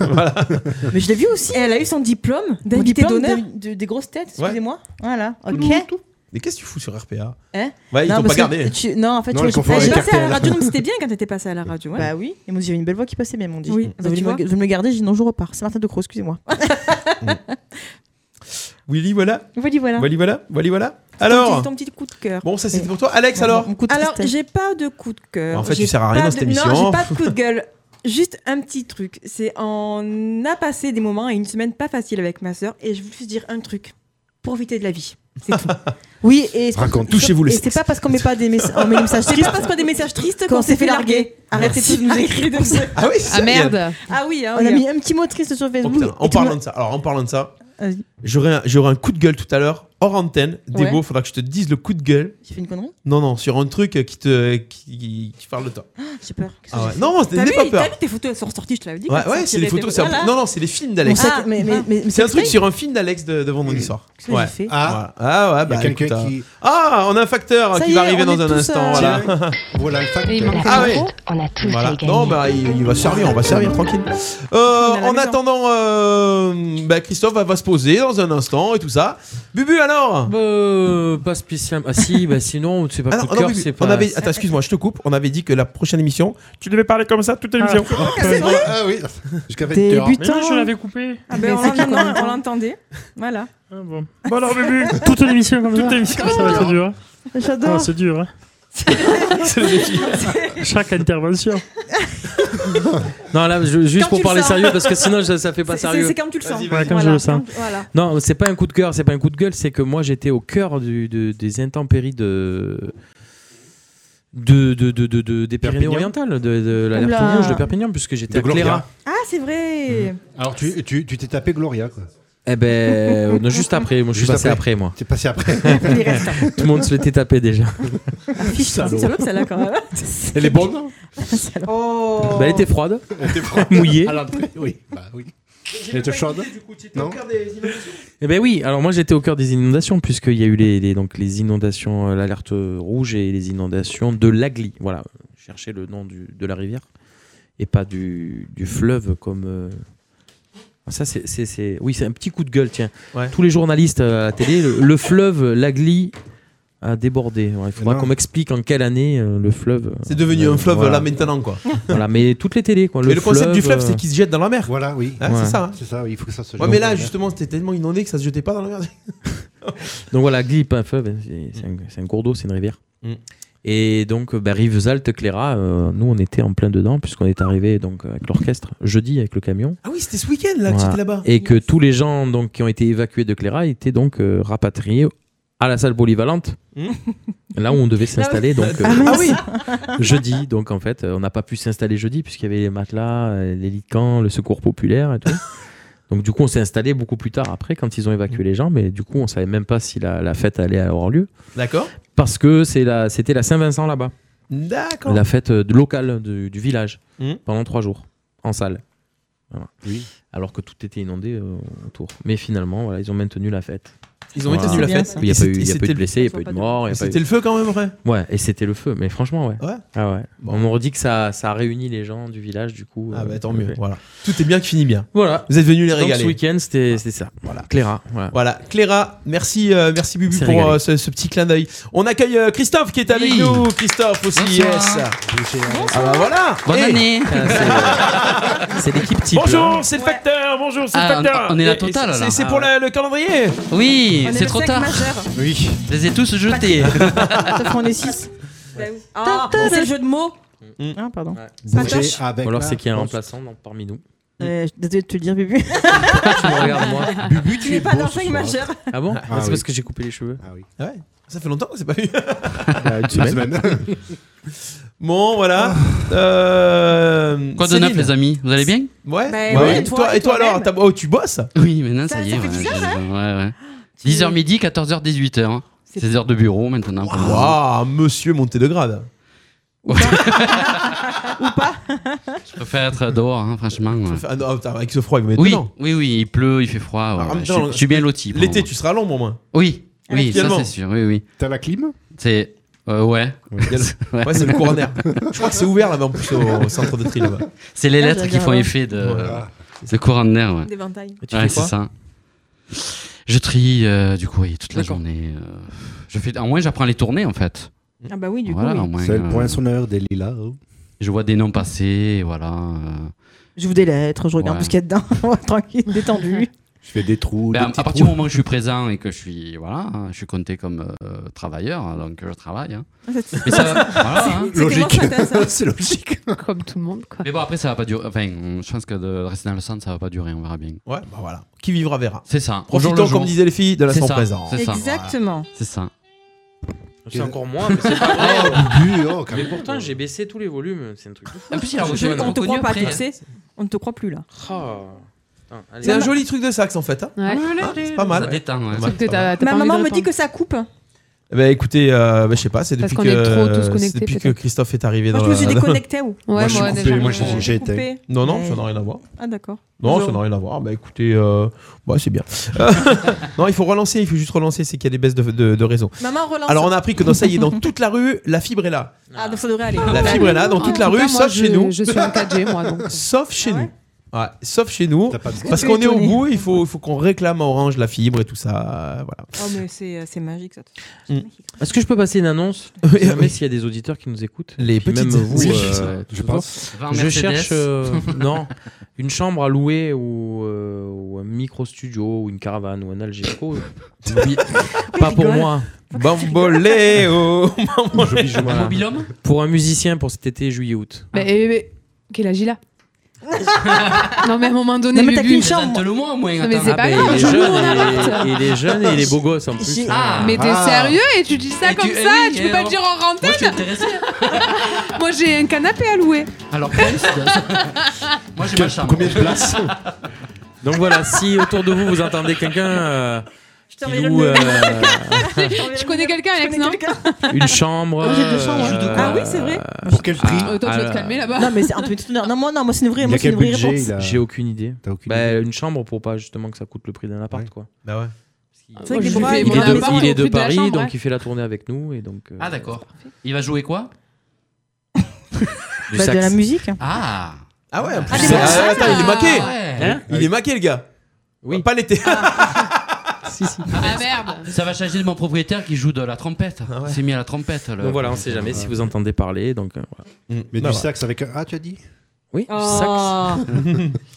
S8: Mais je l'ai vu aussi.
S9: Et elle a eu son diplôme
S8: Mon
S9: d'invité
S8: diplôme
S9: d'honneur.
S8: de- de- des grosses têtes,
S6: Ouais.
S8: excusez-moi. Voilà, ok.
S6: Mais qu'est-ce que tu fous sur RPA
S8: Hein
S6: Ouais, ils
S8: non,
S6: t'ont pas
S8: parce que
S6: gardé.
S8: tu- Non, en fait,
S7: Non,
S8: tu
S7: elle
S8: vois,
S7: confond
S8: j'ai
S9: Elle est
S7: avec
S8: pas-
S9: passée à la
S7: RTL.
S9: radio, donc c'était bien quand t'étais passée à la radio. ouais.
S8: Bah oui, et moi j'avais une belle voix qui passait bien, mon dit.
S9: Oui,
S8: Vous
S9: bah,
S8: voulez
S9: tu
S8: me,
S9: vois.
S8: vous voulez me le garder, j'ai dit non, je repars. C'est Martin de Croix, excusez-moi.
S6: Willy, voilà.
S8: Voilà, voilà.
S6: Willy, voilà. Willy, voilà.
S9: Ton
S6: Alors,
S9: petit- ton petit coup de cœur.
S6: bon, ça c'était pour toi. Alex, alors
S8: Mon coup de
S9: Alors,
S8: tristesse.
S9: j'ai pas de coup de cœur.
S6: En fait, tu
S9: J'ai
S6: sers à
S9: pas
S6: rien dans
S9: de-
S6: cette émission.
S9: Non, j'ai pas de coup de gueule. Juste un petit truc. C'est on a passé des moments et une semaine pas facile avec ma sœur et je voulais juste dire un truc. Profitez de la vie. C'est tout.
S8: Oui, et
S7: Raconte.
S6: Touchez-vous le
S8: et c'est
S6: sexe.
S8: pas parce qu'on met pas des, mess- on met des messages
S9: C'est
S8: tristes
S9: pas parce qu'on a des messages tristes
S8: qu'on s'est fait larguer.
S9: larguer. Arrêtez
S8: Merci.
S9: tous de nous écrire. de ça.
S6: Ah oui, c'est
S5: Ah
S6: ça, il y a-
S5: merde
S9: Ah oui, hein,
S8: On a
S9: oui.
S8: mis un petit mot triste sur
S6: Oh,
S8: Facebook.
S6: putain, en
S8: et tout le
S6: parlant
S8: monde-
S6: de ça, alors en parlant de ça,
S8: Vas-y.
S6: j'aurais un, j'aurais un coup de gueule tout à l'heure, hors antenne.
S5: Ouais.
S6: Débo, faudra que je te dise le coup de gueule.
S8: J'ai fait une connerie
S6: Non, non, sur un truc qui te qui, qui parle de toi.
S8: J'ai peur. Qu'est-ce que
S6: Ah
S8: j'ai
S6: ouais.
S8: fait
S6: Non,
S9: T'as
S6: n'aie
S9: vu,
S6: pas
S9: t'as
S6: peur.
S9: vu tes photos, elles sont ressorties, je te l'avais dit.
S6: Ouais,
S9: qu'elles
S6: ouais,
S9: sortiraient
S6: c'est les
S9: tes
S6: photos. c'est un-
S9: Voilà.
S6: Non, non, c'est les films
S8: Mon
S6: d'Alex.
S8: sac-
S9: Ah,
S8: mais- mais-
S9: ah.
S8: mais- mais
S6: C'est un
S8: c'est
S6: truc
S8: exprès
S6: sur un film d'Alex de, de vendredi soir.
S8: Qu'est-ce que
S6: Ouais.
S8: j'ai fait
S7: Ah,
S6: Voilà. Ah ouais,
S7: il y
S6: bah
S7: a quelqu'un
S6: écoute,
S7: qui.
S6: Ah, on a un facteur
S8: Ça
S6: qui
S8: y
S6: va
S8: est,
S6: arriver
S8: on
S6: dans
S8: est
S6: un
S8: tous,
S6: instant,
S8: euh,
S6: voilà.
S7: Voilà le
S5: Et il manque
S6: Ah
S5: un
S6: ouais.
S5: micro.
S3: On a tous
S6: Voilà. Non, bah, il, il va servir, on va servir tranquille. Euh,
S9: On est à la
S6: en
S9: maison.
S6: attendant, euh, bah, Christophe va, va se poser dans un instant et tout ça. Bubu alors
S10: Bah, euh, pas spécial. Ah si, bah sinon, c'est pas
S6: Ah non,
S10: coup de
S6: non,
S10: cœur,
S6: Bubu,
S10: c'est
S6: on
S10: pas.
S6: avait, attends, excuse-moi, je te coupe. On avait dit que la prochaine émission, tu devais parler comme ça toute l'émission.
S7: Ah oui. Jusqu'à 20
S8: Débutant.
S10: coupé.
S9: Ah ben, on
S8: Mais c'est
S9: l'entend-
S8: quoi
S9: on l'entendait. Voilà.
S11: Bah,
S10: Bon alors, Bubu Toute l'émission comme ça.
S8: ça va être
S11: hein.
S10: dur.
S8: Ah,
S11: Ah,
S8: J'adore.
S10: dur.
S6: C'est le défi.
S10: Chaque intervention. non, là, je- juste
S9: Quand
S10: pour
S9: tu
S10: parler
S9: le sens.
S10: sérieux, parce que sinon, ça, ça fait pas
S9: C'est-
S10: sérieux.
S9: C'est c'est comme tu le sens.
S6: Vas-y, vas-y.
S10: Ouais, comme je
S9: Voilà,
S10: le sens.
S9: comme- Voilà.
S10: Non, c'est pas un coup de cœur, c'est pas un coup de gueule, c'est que moi j'étais au cœur du- de- des intempéries de. De, de, de, de- de- des Pyrénées-Orientales, de, de l'alerte
S8: Oula.
S10: rouge de Perpignan, puisque
S7: De
S10: j'étais à Cléra.
S7: Gloria.
S9: Ah, c'est vrai.
S7: Alors tu tu tu t'es tapé Gloria. quoi.
S10: Eh ben, euh, non, juste après, moi je suis
S7: Juste
S10: passé
S7: après.
S10: après, moi.
S7: T'es passé après.
S9: Les restes.
S10: Tout le monde se l'était tapé déjà.
S9: Affiche, c'est une salope celle-là quand même.
S6: Elle est bonne
S9: Oh.
S10: Bah, elle était froide,
S7: hein Elle était froide.
S10: mouillée.
S7: À l'entrée. Oui. Bah oui. Elle était chaude. Non.
S10: Eh ben oui, alors moi j'étais au cœur des inondations, puisqu'il y a eu les, les- donc, les inondations, euh, l'alerte rouge et les inondations de l'Agly. Voilà, cherchez le nom du- de la rivière et pas du, du fleuve comme. euh, Ça, c'est, c'est- c'est- Oui, c'est un petit coup de gueule, tiens.
S6: Ouais.
S10: Tous les journalistes euh, à la télé, le, le fleuve, l'Agly a débordé. Ouais, il faudra
S7: Non.
S10: qu'on m'explique en quelle année euh, le fleuve. euh,
S6: C'est devenu
S10: euh,
S6: un fleuve
S10: voilà.
S6: là maintenant quoi.
S10: Voilà, mais toutes les télés, quoi.
S6: Mais le concept du fleuve,
S10: euh,
S6: c'est qu'il se jette dans la mer.
S7: Voilà oui.
S6: Hein,
S10: Ouais.
S6: C'est ça. hein.
S7: C'est ça. Il faut que ça se.
S6: Ouais, mais là justement, c'était tellement inondé que ça se jetait pas dans la mer.
S10: euh, Donc voilà, Gli, pas un fleuve, hein, c'est c'est un, c'est un cours d'eau, c'est une rivière.
S6: Mm.
S10: Et donc, euh, bah, Rivesaltes, Cléra, euh, nous on était en plein dedans, puisqu'on est arrivé donc, avec l'orchestre jeudi avec le camion.
S6: Ah oui, c'était ce week-end là que
S10: Voilà.
S6: j'étais là-bas.
S10: Et que tous les gens donc, qui ont été évacués de Cléra étaient donc euh, rapatriés à la salle polyvalente,
S6: Mm.
S10: là où on devait s'installer donc euh,
S6: Ah oui.
S10: jeudi. Donc en fait, euh, on n'a pas pu s'installer jeudi, puisqu'il y avait les matelas, euh, les lits de camp, le secours populaire et tout. Donc du coup, on s'est installé beaucoup plus tard après, quand ils ont
S6: Hmm.
S10: évacué les gens, mais du coup, on savait même pas si la, la fête allait avoir lieu
S6: D'accord.
S10: parce que c'est la- c'était la Saint-Vincent là-bas,
S6: D'accord.
S10: la fête euh, locale du, du village,
S6: Mhm.
S10: pendant trois jours, en salle. Voilà.
S7: Oui.
S10: Alors que tout était inondé euh, autour. Mais finalement, voilà, ils ont maintenu la fête.
S6: Ils ont
S10: Voilà.
S6: maintenu la
S8: C'est bien,
S6: fête.
S10: Il n'y
S6: Et
S10: a, pas eu-
S6: c'était-
S10: il y a pas eu de
S6: c'était-
S10: blessés, il n'y a
S9: Ça
S10: pas eu de
S9: sera pas
S10: morts. il y a pas
S6: C'était
S10: eu-
S6: le feu quand même, ouais.
S10: Ouais, et c'était le feu. Mais franchement, ouais.
S6: Ouais.
S10: Ah ouais.
S6: Bon.
S10: On m'aurait dit que ça, ça a réuni les gens du village, du coup.
S6: Ah
S10: euh,
S6: bah tant
S10: le
S6: mieux.
S10: fait.
S6: Voilà. Tout est bien qui finit bien.
S10: Voilà.
S6: Vous êtes venus les
S10: Donc,
S6: régaler.
S10: ce week-end, c'était c'était ça. Voilà. Cléra. Voilà.
S6: Voilà, Cléra, merci, euh, merci Bubu
S10: C'est
S6: pour
S10: régalé.
S6: euh, ce, ce petit clin d'œil. On accueille euh, Christophe qui est avec
S12: Oui.
S6: nous. Christophe aussi,
S12: Bonsoir.
S6: yes. Ah bah voilà.
S12: Bonne
S6: Eh,
S12: année
S10: Ah, c'est- C'est l'équipe type. hein. là.
S6: Bonjour, c'est le facteur. Bonjour, c'est
S12: Ah,
S6: le facteur.
S12: on- on est la
S6: Et- et
S12: totale,
S6: c'est-
S12: là.
S6: C'est
S12: Ah
S6: pour
S12: ouais.
S6: le, le calendrier.
S12: Oui,
S9: On est
S12: c'est
S9: le
S12: trop
S9: sac
S12: tard.
S9: majeur.
S7: Oui.
S12: Je les ai tous jetés.
S8: Sauf qu'on est 6.
S9: Ah, c'est le jeu de mots.
S8: Ah, pardon.
S7: Bouger
S9: cherche.
S7: avec.
S10: Ou alors
S7: la
S10: c'est qu'il y a un
S7: force.
S10: remplaçant donc, parmi nous.
S8: Euh, je suis désolée de te le dire, Bubu.
S10: tu me regardes, moi.
S7: Bubu, tu
S9: Tu n'es
S7: es
S9: pas
S7: beau
S9: dans
S7: ce
S9: 5
S7: soir.
S9: majeur.
S10: Ah bon
S7: Ah
S10: C'est
S7: oui.
S10: parce que j'ai coupé les cheveux.
S7: Ah oui.
S6: Ah ouais Ça fait longtemps qu'on s'est pas vu.
S10: une
S7: La semaine.
S6: bon, voilà. Euh,
S12: Quoi de neuf,
S6: Céline
S12: les amis Vous allez bien
S6: Ouais.
S9: Ben
S7: Ouais.
S9: oui,
S6: Et toi, et toi alors t'as- Oh, tu bosses
S12: Oui, maintenant,
S6: Ah,
S12: ça,
S9: Ça-
S12: y
S9: ça
S12: est.
S9: fait bizarre,
S12: je-
S6: hein.
S12: ouais, ouais.
S9: Tu-
S12: 10h midi, 14h, 18h. hein.
S9: C'est-
S12: 16 heures de bureau maintenant. pour moi.
S6: Waouh, monsieur monté de grade.
S12: Je préfère être dehors, hein, franchement. ouais.
S6: Ah non, putain, avec ce froid, il va mettre
S12: Oui,
S6: dedans.
S12: oui, oui, il pleut, il fait froid. ouais,
S6: Ah, en
S12: ouais.
S6: même
S12: Je,
S6: temps,
S12: suis, je suis bien loti. pour
S6: L'été,
S12: moi.
S6: tu seras long, au moins.
S12: Oui, oui, ça
S6: Actuellement.
S12: c'est sûr. Oui, oui.
S7: T'as la clim
S12: C'est. euh, ouais.
S6: Il y a le- Ouais, c'est le coroner. Je crois que c'est ouvert là-bas en plus au, au centre de tri là-bas.
S12: C'est les
S8: Ah,
S12: lettres
S8: j'aime
S12: qui
S8: bien
S12: font
S8: avant.
S12: effet de,
S6: Voilà.
S12: de courant d'air. Ouais,
S9: Des ventailles.
S10: Et tu
S12: Ouais,
S10: fais
S12: c'est
S10: quoi
S12: ça. Je trie euh, du courrier toute la
S10: D'accord.
S12: journée. euh, je fais, en moins, j'apprends à les tourner en fait.
S9: Ah bah oui, du
S12: Voilà,
S9: coup.
S12: au
S9: oui.
S12: moins,
S7: C'est le
S12: euh,
S7: poinçonneur des lilas. oh.
S12: Je vois des noms passer, voilà. euh.
S8: Je vous des lettres, je regarde
S12: Ouais.
S8: tout ce qu'il y a dedans. Tranquille, détendu.
S7: Je fais des trous.
S12: Ben,
S7: des
S12: à
S7: petits
S12: partir
S7: trous.
S12: du moment où je suis présent et que je suis voilà, hein, je suis compté comme euh, travailleur, hein, donc je travaille. hein.
S9: Ah,
S12: Mais, ça, voilà, hein.
S9: C'était moi, ça,
S7: C'est logique.
S5: Comme tout le monde, quoi.
S12: Mais bon après ça va pas durer. Enfin, je pense que de rester dans le centre ça va pas durer, on verra bien.
S6: Ouais, bah voilà. Qui vivra verra.
S12: C'est ça. Au jour
S6: Profitons,
S12: le jour.
S6: comme disaient les filles, de
S12: C'est
S6: l'instant
S12: ça,
S6: présent.
S12: C'est ça.
S9: Exactement.
S12: C'est ça.
S10: C'est encore moins, mais c'est pas
S7: Oh,
S10: vrai.
S7: Bubu, oh, quand
S10: Mais
S7: même.
S10: pourtant, j'ai baissé tous les volumes. C'est un truc de fou.
S12: En plus, il a
S10: Je-
S12: reconnu-
S9: On te
S12: reconnu
S9: croit pas,
S12: après,
S9: tu
S12: hein.
S9: sais. On ne te croit plus là.
S10: Ah, putain, allez.
S6: C'est un joli truc de sax en fait. Hein
S8: Ah,
S5: Ouais.
S6: Hein, c'est pas mal.
S12: Ça détend. ouais.
S6: Ouais.
S5: Sauf que t'as- t'as
S9: Ma
S5: pas envie
S9: maman
S5: de
S9: me dit
S5: répondre.
S9: que ça coupe.
S8: Ah.
S6: Bah écoutez, euh, bah, je sais pas, c'est
S5: Parce
S6: depuis,
S5: qu'on
S6: que,
S5: est trop tous
S6: c'est
S5: connectés,
S6: depuis que
S5: peut-être.
S6: Christophe est arrivé
S9: Moi,
S6: dans
S9: je me suis
S6: la-
S9: déconnectée ou
S5: Ouais,
S7: je suis
S5: moi,
S7: coupé,
S5: déjà,
S7: moi, j'ai-
S5: euh,
S7: j'ai été.
S9: Coupée.
S6: Non, non,
S8: Ouais.
S6: ça n'a rien à voir.
S9: Ah d'accord.
S6: Non,
S9: Bonjour.
S6: ça n'a rien à voir. Bah écoutez, euh, bah, c'est bien. non, il faut relancer, il faut juste relancer, c'est qu'il y a des baisses de, de, de réseau.
S9: Maman relance.
S6: Alors on a appris que dans ça y est, dans toute la rue, la fibre est là.
S9: Ah donc ça devrait aller.
S6: La fibre est là dans
S5: Ah,
S6: toute
S5: en
S6: la
S5: tout
S6: rue,
S5: cas, moi,
S6: sauf
S5: je-
S6: chez nous.
S5: Je suis en 4G, moi, donc.
S6: Sauf chez
S9: Ah ouais
S6: nous. Ouais, sauf chez nous.
S7: T'as pas de goût.
S6: Parce
S9: tu
S6: qu'on
S9: es
S6: est au
S9: étonné
S6: bout, il faut, il faut qu'on réclame à Orange la fibre et tout ça. euh, Voilà. Mm.
S9: Oh mais c'est c'est magique ça.
S5: Mm.
S10: Est-ce que je peux passer une annonce
S6: Oui,
S10: Si jamais
S6: oui.
S10: s'il y a des auditeurs qui nous écoutent.
S6: Les
S10: puis
S6: petites-
S10: Même vous,
S6: Oui,
S10: euh,
S7: Je
S10: tout
S7: pense.
S12: Va en
S10: autour. Je
S12: Mercedes.
S10: cherche euh, non une chambre à louer ou, euh, ou un micro studio ou une caravane ou un Algesco. Oui, pas pour
S9: rigole.
S10: moi.
S6: Bamboléo
S10: Voilà.
S12: Mobilhomme
S10: Pour un musicien pour cet été juillet-août.
S5: Mais, eh, mais, quel âge il a Non, mais à un moment donné,
S8: Non, mais t'as
S5: Bubu-
S8: qu'une chambre.
S12: Présente-le moi au moins.
S5: Non, mais
S12: attends.
S5: c'est pas grave,
S10: il,
S5: je
S10: est
S5: loue mon
S10: jeune
S5: appart.
S10: et, il est jeune et il est beau gosse en plus.
S8: J'ai-
S12: Ah,
S5: Mais t'es
S7: Ah.
S5: sérieux et tu dis ça
S12: Et
S5: comme
S12: tu- eh
S5: ça
S12: oui,
S5: Tu
S12: et
S5: peux pas le
S12: alors
S5: dire en
S12: Moi, je suis
S5: antenne
S12: intéressé.
S5: Moi, j'ai un canapé à louer.
S12: Alors, plus, moi, j'ai ma chambre.
S7: Combien de places
S10: Donc voilà, si autour de vous vous entendez quelqu'un euh,
S9: Je
S10: qui loue euh,
S5: Tu connais quelqu'un, Alex, non
S10: une chambre,
S8: Moi, j'ai deux chambres.
S10: euh,
S9: Ah oui, c'est vrai.
S7: Pour quel prix
S5: Euh, Toi, tu vas
S10: Ah,
S5: te calmer là-bas.
S8: Non, mais c'est un peu tout Non, moi, non, moi, c'est une vraie,
S7: Il y
S8: moi,
S7: a
S8: c'est
S7: quel
S8: une vraie
S7: budget
S8: réponse.
S7: il a-
S10: J'ai aucune idée.
S7: T'as aucune idée
S10: Bah, une chambre pour pas justement que ça coûte le prix d'un appart
S7: Ouais.
S10: quoi.
S6: Bah ouais.
S9: C'est vrai que
S5: Oh, Je
S9: les
S5: lui
S9: bras,
S5: fais
S10: Il
S9: ils
S10: est
S5: mon
S9: vont
S10: de,
S5: appart
S9: là-bas.
S10: il
S5: au
S10: est de
S5: prix de la
S10: Paris
S5: chambre,
S10: donc
S5: ouais.
S10: il fait la tournée avec nous et donc. euh,
S12: Ah, d'accord. Il va jouer quoi
S10: du
S8: Bah,
S10: sax.
S8: de la musique.
S12: Ah
S6: Ah ouais, en plus,
S9: Ah, des
S6: c'est-
S9: massages.
S6: ah, attends, il est maqué
S12: ouais.
S10: Hein
S6: Il est maqué le gars
S10: Oui.
S6: Pas l'été
S10: Si, si.
S5: Ah merde
S12: Ça va changer de mon propriétaire qui joue de la trompette.
S6: Ah ouais.
S12: Il s'est mis à la trompette. le-
S10: Donc voilà, on sait jamais si vous entendez parler donc. euh, voilà.
S7: Mais
S6: Bah,
S7: du
S6: voilà.
S7: sax avec un. Ah, tu as dit
S10: Oui. du Sax
S9: Oh.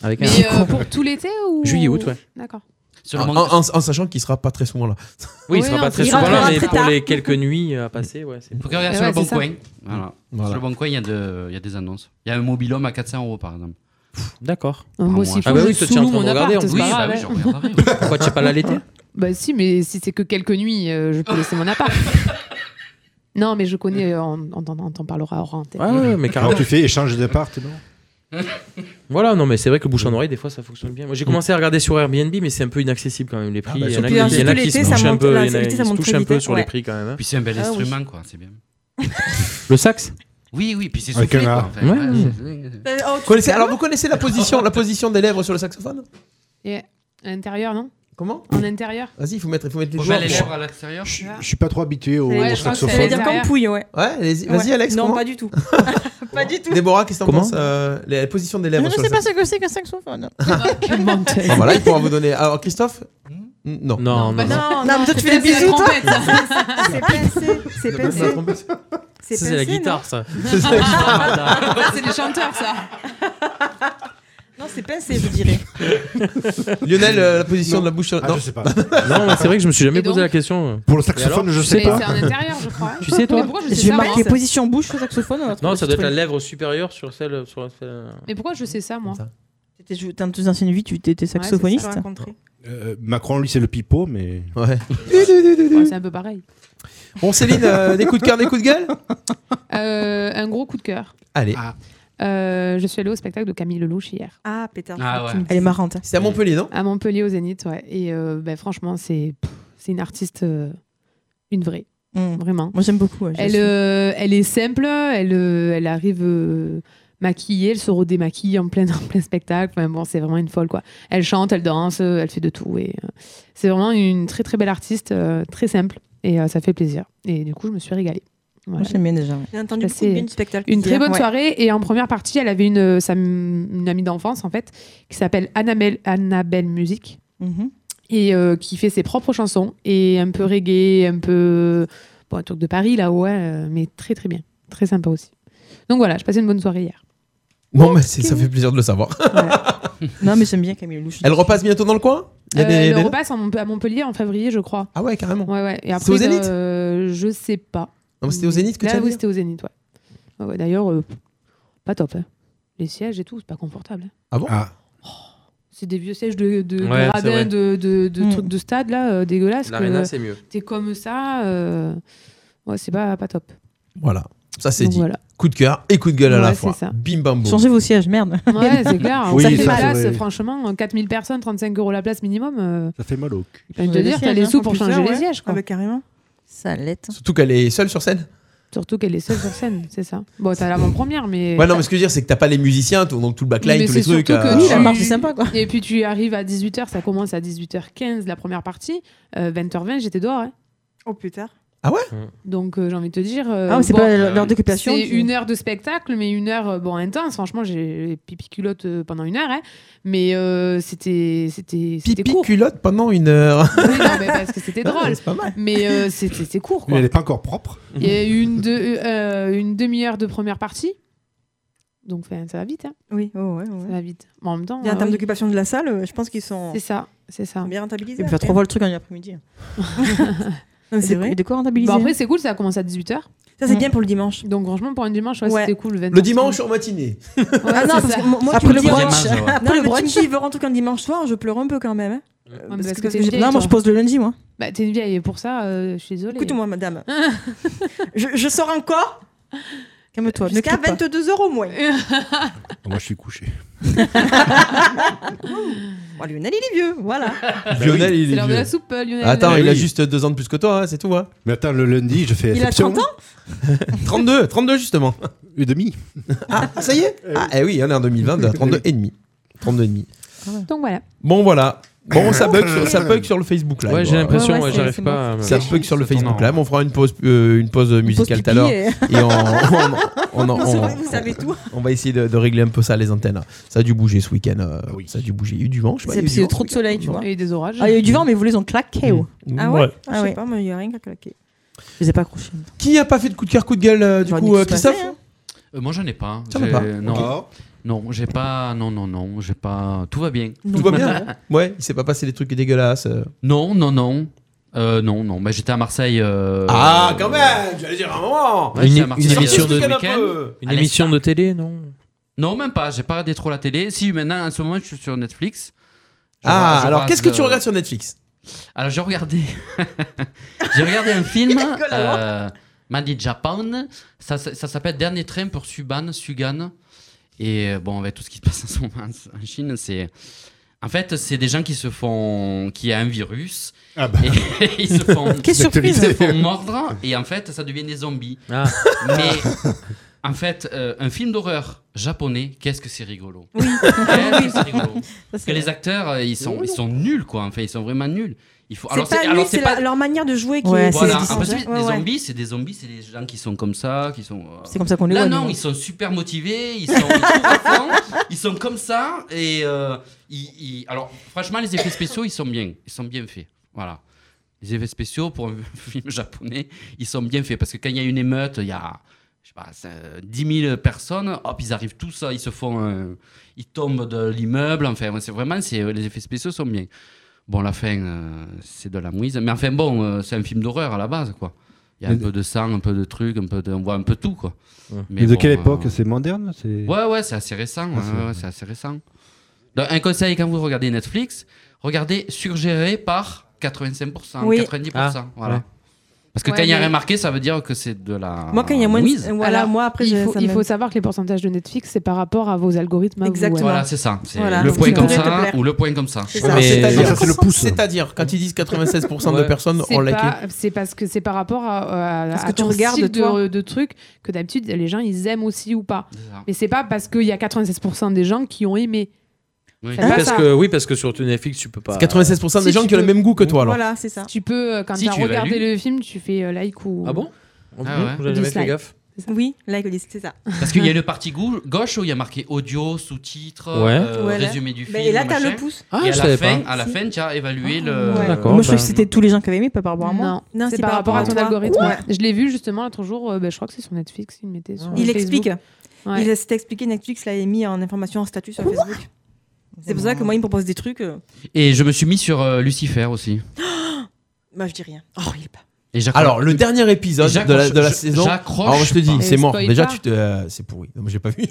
S10: avec un.
S5: Mais euh, pour tout l'été ou
S10: Juillet-août ouais.
S5: D'accord.
S12: Sur
S6: en,
S12: le manque-
S6: Ah, en- en- en sachant qu'il sera pas très souvent là.
S10: Oui,
S5: Oui,
S10: il sera
S5: non,
S10: pas très
S5: il
S10: souvent là
S9: rentrera
S10: mais
S9: très
S10: pour
S9: tard.
S10: les quelques nuits euh, à passer ouais. c'est-
S12: Faut qu'il regarde
S5: Eh
S12: sur le
S5: ouais,
S12: bon
S5: c'est ça.
S12: coin. Voilà.
S6: Voilà.
S12: Sur le bon coin, il y, a de- il y a des annonces. Il y a un mobilhome à 400 euros par exemple.
S10: D'accord.
S5: Ah,
S12: Ah,
S5: Moi, s'il
S12: moi,
S5: faut,
S10: ah bah oui,
S5: je
S10: toi, tu es en
S5: sous-loue
S10: train de
S5: mon
S10: regarder,
S5: appart,
S10: en
S5: c'est
S10: plus.
S5: pas
S10: Oui,
S12: bah
S5: grave.
S12: oui,
S5: hein.
S12: j'en regarderai.
S10: Pourquoi tu es pas là l'été
S5: Bah si, mais si c'est que quelques nuits, euh, je peux laisser mon appart. Non, mais je connais, euh, on, on, on- on t'en parlera hors antenne.
S10: Ouais, ouais, mais carrément.
S7: Alors, tu fais échange de part, non
S10: Voilà, non, mais c'est vrai que le bouche en oreille, des fois, ça fonctionne bien. Moi, j'ai commencé à regarder sur Airbnb, mais c'est un peu inaccessible quand même, les prix.
S6: Ah, bah,
S10: il y en
S6: surtout-
S10: a, qui- il y en a
S9: surtout
S10: qui se
S9: l'été, ça
S10: touchent un
S9: monte- la
S10: peu, il y en a
S9: sécurité,
S10: qui
S9: ça
S10: se
S9: monte
S10: touchent
S9: très
S10: un peu
S9: vite,
S10: sur
S9: ouais.
S10: les prix quand même. hein.
S12: Puis c'est un bel
S9: Ah oui.
S12: instrument, quoi, c'est bien.
S10: Le sax
S12: Oui, oui, puis c'est
S7: Avec
S12: soufflé,
S7: un
S12: quoi,
S7: A.
S12: en fait.
S10: Ouais.
S12: Ouais, c'est-
S9: Euh, oh, tu-
S6: Vous connaissez- alors vous connaissez la position, la position des lèvres sur le saxophone
S5: Et à l'intérieur, non
S6: Comment
S5: En intérieur
S6: Vas-y, il faut mettre, il faut mettre les
S12: Faut
S6: doigts.
S12: mettre les lèvres à l'extérieur.
S7: Je je suis pas trop habitué au
S5: Ouais,
S7: au
S5: je crois que c'est-
S9: J'allais
S7: saxophone.
S9: dire comme pouille, ouais.
S6: Ouais, allez-y. vas-y
S9: Ouais.
S6: Alex.
S9: Non,
S6: comment
S9: pas du tout. pas du tout.
S6: Déborah, qu'est-ce que t'en
S10: Comment
S6: penses euh, les- La position des
S8: Je
S6: lèvres
S8: ne
S6: sur le
S8: sais pas
S6: saxophone.
S8: ce que c'est qu'un saxophone.
S10: Ah,
S6: Bon, voilà, il pourra vous donner. Alors Christophe Hmm Non.
S10: Non, non,
S5: bah
S10: non.
S9: Non,
S8: Non, mais toi, tu fais
S5: C'est
S8: des
S5: la
S8: bisous, toi
S5: trompette, ça.
S9: C'est pincé. C'est
S6: C'est la
S9: pincé.
S6: trompette.
S10: Ça, c'est la
S9: pincé, non Ah, bah,
S10: guitare, ça.
S6: C'est ça.
S5: Ça, C'est les chanteurs, ça.
S9: Non, c'est pincé, je dirais.
S6: Lionel, euh, la position
S7: Non.
S6: de la bouche.
S7: Ah,
S6: non.
S7: je sais pas.
S10: Non, mais c'est vrai que je me suis jamais
S5: Et
S10: posé
S5: donc
S10: la question. hein.
S7: Pour le
S10: Et alors
S7: saxophone, je
S10: Tu
S7: sais
S5: Mais c'est
S7: pas.
S5: en intérieur, je crois.
S10: Tu sais,
S5: Mais
S10: toi
S5: pourquoi je
S8: Je
S5: sais
S8: vais
S5: ça moi
S8: marquer position bouche au saxophone. on va trouver
S10: Non, ça
S8: ce
S10: doit être la
S8: truc.
S10: lèvre supérieure sur celle. Sur la-
S5: Mais pourquoi je sais ça, moi
S6: Comme ça.
S8: T'étais jou- Dans tes anciennes vies, tu étais saxophoniste
S7: Euh, Macron, lui, c'est le pipeau, mais. Ah,
S6: Ouais.
S5: Ouais, c'est un peu pareil.
S6: Bon, Céline, euh, des coups de cœur, des coups de gueule
S5: Euh, un gros coup de cœur.
S6: Allez.
S5: Euh, je suis allée au spectacle de Camille Lelouch hier.
S9: Ah, pétard.
S6: Ah ouais.
S8: Elle est marrante.
S6: C'est à Montpellier, non
S5: À Montpellier, au Zénith, ouais. Et euh, ben, franchement, c'est pff, c'est une artiste, euh, une vraie.
S8: Mm.
S5: Vraiment.
S8: Moi, j'aime beaucoup. ouais, je la
S5: Elle,
S8: suis.
S5: euh, elle est simple, elle, euh, elle arrive euh, maquillée, elle se redémaquille en plein, en plein spectacle. Enfin, bon, c'est vraiment une folle, quoi. Elle chante, elle danse, euh, elle fait de tout. Et, euh, c'est vraiment une très, très belle artiste, euh, très simple. Et euh, ça fait plaisir. Et du coup, je me suis régalée. Voilà.
S8: Moi, j'aime bien déjà. ouais.
S9: J'ai entendu
S5: Passé
S9: beaucoup de bien du spectacle.
S5: Bah, Une très
S9: hier,
S5: bonne
S9: ouais.
S5: soirée. Et en première partie, elle avait une, euh, sa- une amie d'enfance, en fait, qui s'appelle Annabelle, Annabelle Musique
S8: Mhm.
S5: et euh, qui fait ses propres chansons et un peu reggae, un peu bon, un truc de Paris là, ouais, euh, mais très très bien, très sympa aussi. Donc voilà, je passais une bonne soirée hier.
S6: Bon, bah, c'est- ça fait plaisir de le savoir.
S8: Non, mais j'aime bien Camille Lelouch.
S6: Elle repasse bientôt dans le coin Il y a
S5: Euh,
S6: des- des
S5: elle
S6: dates
S5: repasse en Mont- à Montpellier en février, je crois.
S6: Ah ouais, carrément.
S5: Ouais, ouais. Et
S6: C'est
S5: après,
S6: au Zénith
S5: euh, Je sais pas.
S6: Non, mais c'était au Zénith que
S5: Là,
S6: t'as
S5: oui,
S6: vu
S5: c'était au Zénith, ouais. Ouais, ouais, D'ailleurs, euh, pas top. hein. Les sièges et tout, c'est pas confortable. hein.
S6: Ah bon
S5: C'est des vieux sièges de, de, de
S10: Ouais, c'est
S5: radins,
S10: vrai.
S5: de, de- de
S10: Mm.
S5: trucs de stade, là, euh, dégueulasses.
S10: L'Arena,
S5: que
S10: c'est mieux.
S5: T'es comme ça. euh, Ouais, c'est pas, pas top.
S6: Voilà. Ça, c'est
S5: Donc
S6: dit.
S5: voilà.
S6: Coup de cœur et coup de gueule à
S5: Ouais,
S6: la
S5: c'est
S6: fois.
S5: ça.
S6: Bim bam boum.
S8: Changez vos sièges, merde.
S5: Ouais, c'est clair. hein.
S6: Oui,
S5: ça fait
S6: ça,
S5: place,
S6: c'est vrai.
S5: franchement, 4000 personnes, 35 euros la place minimum. euh,
S7: Ça fait mal au cul.
S5: j'ai envie de te dire, t'as les sous pour changer les sièges, quoi.
S9: carrément.
S8: Ça l'est.
S6: Surtout qu'elle est seule sur scène.
S5: Surtout qu'elle est seule sur scène, c'est ça. Bon, t'as l'avant-première, mais.
S6: Ouais, non, mais ce que je veux dire, c'est que t'as pas les musiciens, tout- donc tout le backline,
S5: Mais
S6: tous
S5: c'est
S6: les trucs.
S5: surtout
S6: euh,
S5: que
S6: ouais.
S5: tu- Et puis tu arrives à 18h, ça commence à 18h15 la première partie. euh, 20h20, j'étais dehors. hein.
S9: Oh putain.
S6: Ah ouais
S5: Donc euh, j'ai envie de te dire. euh,
S8: Ah, mais c'est pas l'heure d'occupation,
S5: C'est
S8: tu-
S5: une heure de spectacle, mais une heure euh, bon intense. Franchement, j'ai pipi culotte euh, pendant une heure, hein. mais euh, c'était c'était c'était
S6: Pipi
S5: court.
S6: culotte pendant une heure.
S5: Oui, non, mais parce que c'était drôle.
S6: c'est pas mal.
S5: Mais euh, c'était c'était court.
S7: Mais elle n'est pas encore propre.
S5: Il y
S8: Mhm.
S5: a eu une, deux- euh, une demi-heure de première partie. Donc enfin, ça va vite. hein.
S9: Oui, oh, ouais, ouais.
S5: Ça va vite. Mais en même temps.
S9: Et en
S5: euh,
S9: termes
S5: oui.
S9: d'occupation de la salle, euh, je pense qu'ils sont.
S5: C'est ça, c'est ça.
S9: Bien rentabilisés.
S8: Il faire trois fois le truc en une après-midi. hein.
S9: Non, mais c'est
S8: Et de-
S9: vrai.
S8: et de quoi rentabiliser
S5: Bon, après, c'est cool, ça commence à 18h.
S9: Ça, c'est bien pour le dimanche.
S5: Donc, franchement, pour un dimanche, ouais,
S9: Ouais.
S5: c'était cool.
S6: Le dimanche en matinée.
S9: ah non, parce que moi, moi,
S8: Après
S9: tu
S8: le
S9: me dis-
S8: brunch.
S9: Non,
S8: Après
S9: mais
S8: le
S9: tu me
S8: brunch.
S9: dis, ils veulent un truc un dimanche soir, je pleure un peu quand même. hein. Euh,
S5: parce que t'es
S9: j'ai-
S5: vieille,
S9: Non,
S8: Non, moi, je pose le lundi, moi.
S5: Bah, t'es une vieille, et pour ça, euh, je suis désolée.
S9: Écoute-moi, madame. je, je sors encore
S8: Calme-toi. ne
S9: jusqu'à
S8: crie pas.
S9: 22 euros moins.
S7: Moi, je suis couché.
S9: Oh, Lionel, il est vieux, voilà.
S7: Ah
S6: Lionel, il
S5: Bah C'est
S6: est
S5: l'heure de
S6: vieux.
S5: la
S6: Ah,
S5: soupe, euh, Lionel.
S6: Attends, il a
S7: bah Oui.
S6: juste deux ans de plus que toi, hein, c'est tout. Hein.
S7: Mais attends, le lundi, je fais
S9: Il a
S7: exception.
S9: 30 ans
S6: 32, 32 justement.
S7: Et demi.
S6: Ah, ça y est Ah, eh oui, on est en 2020, 32 et demi. 32 et demi.
S5: Donc, voilà.
S6: Bon, voilà. Bon, Oh, ça bug sur, ça bug sur le Facebook Live.
S10: Ouais, j'ai
S6: Voilà.
S10: l'impression,
S5: Ouais, ouais,
S10: ouais,
S5: c'est-
S10: j'arrive
S5: c'est
S10: pas. à me-
S6: Ça bug sur le
S10: Tournant.
S6: Facebook Live. On fera une pause, euh, une pause musicale tout à l'heure.
S8: pipi et-
S6: Et on, on- on- on-
S9: Non, c'est vrai,
S6: on-
S9: vous savez tout.
S6: on va essayer de, de régler un peu ça, les antennes. là. Ça a dû bouger ce week-end. euh, Ça a dû bouger. Il y a eu du vent, je sais pas.
S8: C'est
S6: il y a eu du
S8: parce qu'il y a
S6: vent, Mmh.
S8: trop de
S6: ce week-end.
S8: soleil, tu vois.
S5: Il y a eu des orages.
S8: Ah, il y a eu du vent, mais vous les ont
S6: Mm.
S8: claqués. oh.
S9: Ah ouais,
S8: Ah
S9: Je sais
S8: ouais.
S9: pas, mais il y a rien qu'à claquer.
S8: Je les ai pas accrochés.
S6: Qui a pas fait de coup de cœur, coup de gueule, euh, du
S8: J'aurais
S6: coup,
S8: dû
S6: euh,
S8: se passer,
S6: Christophe
S8: hein.
S12: Euh, moi, j'en ai pas.
S6: T'en as
S12: J'ai-
S6: pas
S12: Non.
S7: Oh.
S12: Non, j'ai pas. Non, non, non, j'ai pas. Tout va bien.
S6: Tout va bien hein Ouais, il s'est pas passé des trucs dégueulasses. euh.
S12: Non, non, non. Euh, non, non. Bah, j'étais à Marseille. euh,
S6: Ah,
S12: euh,
S6: quand même J'allais dire un moment
S12: ouais,
S10: Une-
S12: j'étais à
S10: une
S12: Marseille
S10: émission
S12: ce
S10: de-
S12: week-end.
S10: Une
S12: Allez,
S10: émission de télé, non
S12: Non, même pas. J'ai pas regardé trop la télé. Si, maintenant, en ce moment, je suis sur Netflix. Je
S6: Ah,
S12: ra- je
S6: alors
S12: rase,
S6: qu'est-ce que tu
S12: euh,
S6: regardes sur Netflix
S12: Alors, j'ai regardé. j'ai regardé un film.
S6: hein.
S12: euh, Made in Japan. Ça, ça, ça s'appelle Dernier train pour Suban, Sugan. Et euh, bon, avec tout ce qui se passe en ce moment en Chine, c'est. En fait, c'est des gens qui se font. qui a un virus.
S7: Ah bah.
S12: Et ils se font.
S8: Quelle surprise
S12: Ils se font mordre et en fait, ça devient des zombies.
S10: Ah.
S12: Mais en fait, euh, un film d'horreur japonais, qu'est-ce que c'est rigolo.
S8: Oui.
S12: Qu'est-ce que c'est rigolo. Parce
S8: c'est
S12: que les acteurs, euh, ils sont, ils sont nuls, quoi. Enfin, ils sont vraiment nuls. Il faut.
S9: C'est pas lui,
S12: alors,
S9: c'est la- leur manière de jouer qui
S8: Ouais,
S9: est.
S8: c'est
S12: Voilà.
S8: la
S12: En
S8: distance,
S12: fait,
S9: ouais,
S12: les
S9: ouais.
S12: zombies, c'est des zombies, c'est des gens qui sont comme ça, qui sont. euh,
S8: C'est comme ça qu'on les
S12: Là,
S8: voit.
S12: non,
S8: nous.
S12: ils sont super motivés, ils sont, ils sont à fond, ils sont comme ça. Et euh, ils- ils- alors, franchement, les effets spéciaux, ils sont bien. Ils sont bien faits. Voilà. Les effets spéciaux pour un film japonais, ils sont bien faits. Parce que quand il y a une émeute, il y a. Je sais pas, c'est, euh, 10 000 personnes, hop, ils arrivent tous, ils se font. un- ils tombent de l'immeuble, enfin, ouais, c'est vraiment, c'est, les effets spéciaux sont bien. Bon, la fin, euh, c'est de la mouise. Mais enfin, bon, euh, c'est un film d'horreur à la base, quoi. Il y a un peu de sang, un peu de trucs, un peu de- on voit un peu tout, quoi.
S10: Ouais.
S12: Mais
S7: Mais de
S12: bon,
S7: quelle
S12: euh,
S7: époque C'est moderne c'est...
S12: Ouais, ouais, c'est assez récent. ouais, ouais, c'est assez récent. Donc, un conseil quand vous regardez Netflix, regardez suggéré par 85%,
S9: Oui.
S12: 90%.
S9: Ah,
S12: voilà.
S9: ouais.
S12: Parce que
S5: Ouais,
S12: quand il y a
S5: mais-
S12: rien marqué, ça veut dire que c'est de la.
S5: Moi,
S9: quand il y a moins de-
S12: mouise.
S9: Voilà, moi, après,
S5: il
S9: je-
S5: faut,
S9: ça
S5: il
S9: me-
S5: faut savoir que les pourcentages de Netflix, c'est par rapport à vos algorithmes. à vous, euh,
S9: Exactement.
S5: voilà.
S12: Voilà, c'est ça. C'est
S5: Voilà.
S12: le
S5: Donc,
S12: point
S5: tu
S12: comme
S5: peux te
S12: ça
S5: plaire.
S12: ou le point comme ça.
S5: C'est
S10: ça. Mais- C'est-à-dire-
S6: Ça, c'est le pouce.
S10: C'est-à-dire, quand ils disent 87% de
S6: Ouais.
S10: personnes
S5: C'est
S10: ont liké.
S5: pas- C'est parce que c'est par rapport à, à-
S9: Parce
S5: à
S9: que tu
S5: ton
S9: regardes,
S5: style de-
S9: toi.
S5: de, trucs que d'habitude les gens ils aiment aussi ou pas.
S12: ça.
S5: Mais c'est pas parce qu'il y a 96% des gens qui ont aimé.
S10: Oui.
S12: Ah,
S5: C'est pas
S10: Parce
S5: ça.
S10: que, oui, parce que sur Netflix, tu peux pas.
S6: 96% des
S5: Si,
S6: gens
S5: tu
S6: qui ont le
S5: peux.
S6: même goût que toi alors.
S9: Voilà, c'est ça.
S5: Tu peux euh, quand
S10: Si,
S5: tu as
S10: tu
S5: regardé
S10: évalues.
S5: le film, tu fais euh, like ou.
S10: Ah bon
S12: Ah ouais.
S10: J'avais jamais fait
S5: Dislike.
S10: gaffe.
S9: Oui, like list, c'est ça.
S12: Parce qu'il y a le parti gau- gauche où il y a marqué audio, sous-titres,
S10: Ouais.
S12: euh,
S9: Voilà.
S12: résumé du film.
S9: Bah, et là, t'as
S12: machin.
S9: le pouce.
S10: Ah,
S12: et à
S10: je
S12: la
S10: savais
S12: fin,
S10: pas.
S12: À la
S9: Si.
S12: fin, tu as évalué le.
S9: Ouais.
S8: Moi, je
S10: D'accord. bah,
S8: croyais que c'était tous les gens qui avaient aimé, pas par rapport à moi.
S5: Non,
S9: Non,
S5: c'est par rapport à ton
S9: toi.
S5: algorithme.
S9: Ouais.
S5: Je l'ai vu justement l'autre jour, euh, ben, je crois que c'est sur Netflix, il mettait sur
S9: Il
S5: Facebook.
S9: explique.
S5: Ouais.
S9: Il s'est expliqué, Netflix l'a mis en information en statut sur Facebook. C'est pour ça que moi, il me propose des trucs. euh,
S12: Et je me suis mis sur euh, Lucifer aussi.
S9: Bah, je dis rien. Oh, il est pas.
S12: Et j'accroche-
S6: Alors, le dernier épisode
S12: J'accroche-
S6: de la, de la
S12: je-
S6: saison.
S12: j'accroche
S6: Alors, je te dis,
S12: pas.
S6: c'est
S5: Et
S6: mort.
S5: spoil
S6: Déjà,
S5: pas.
S6: tu te- euh, c'est pourri. Non, mais j'ai pas vu.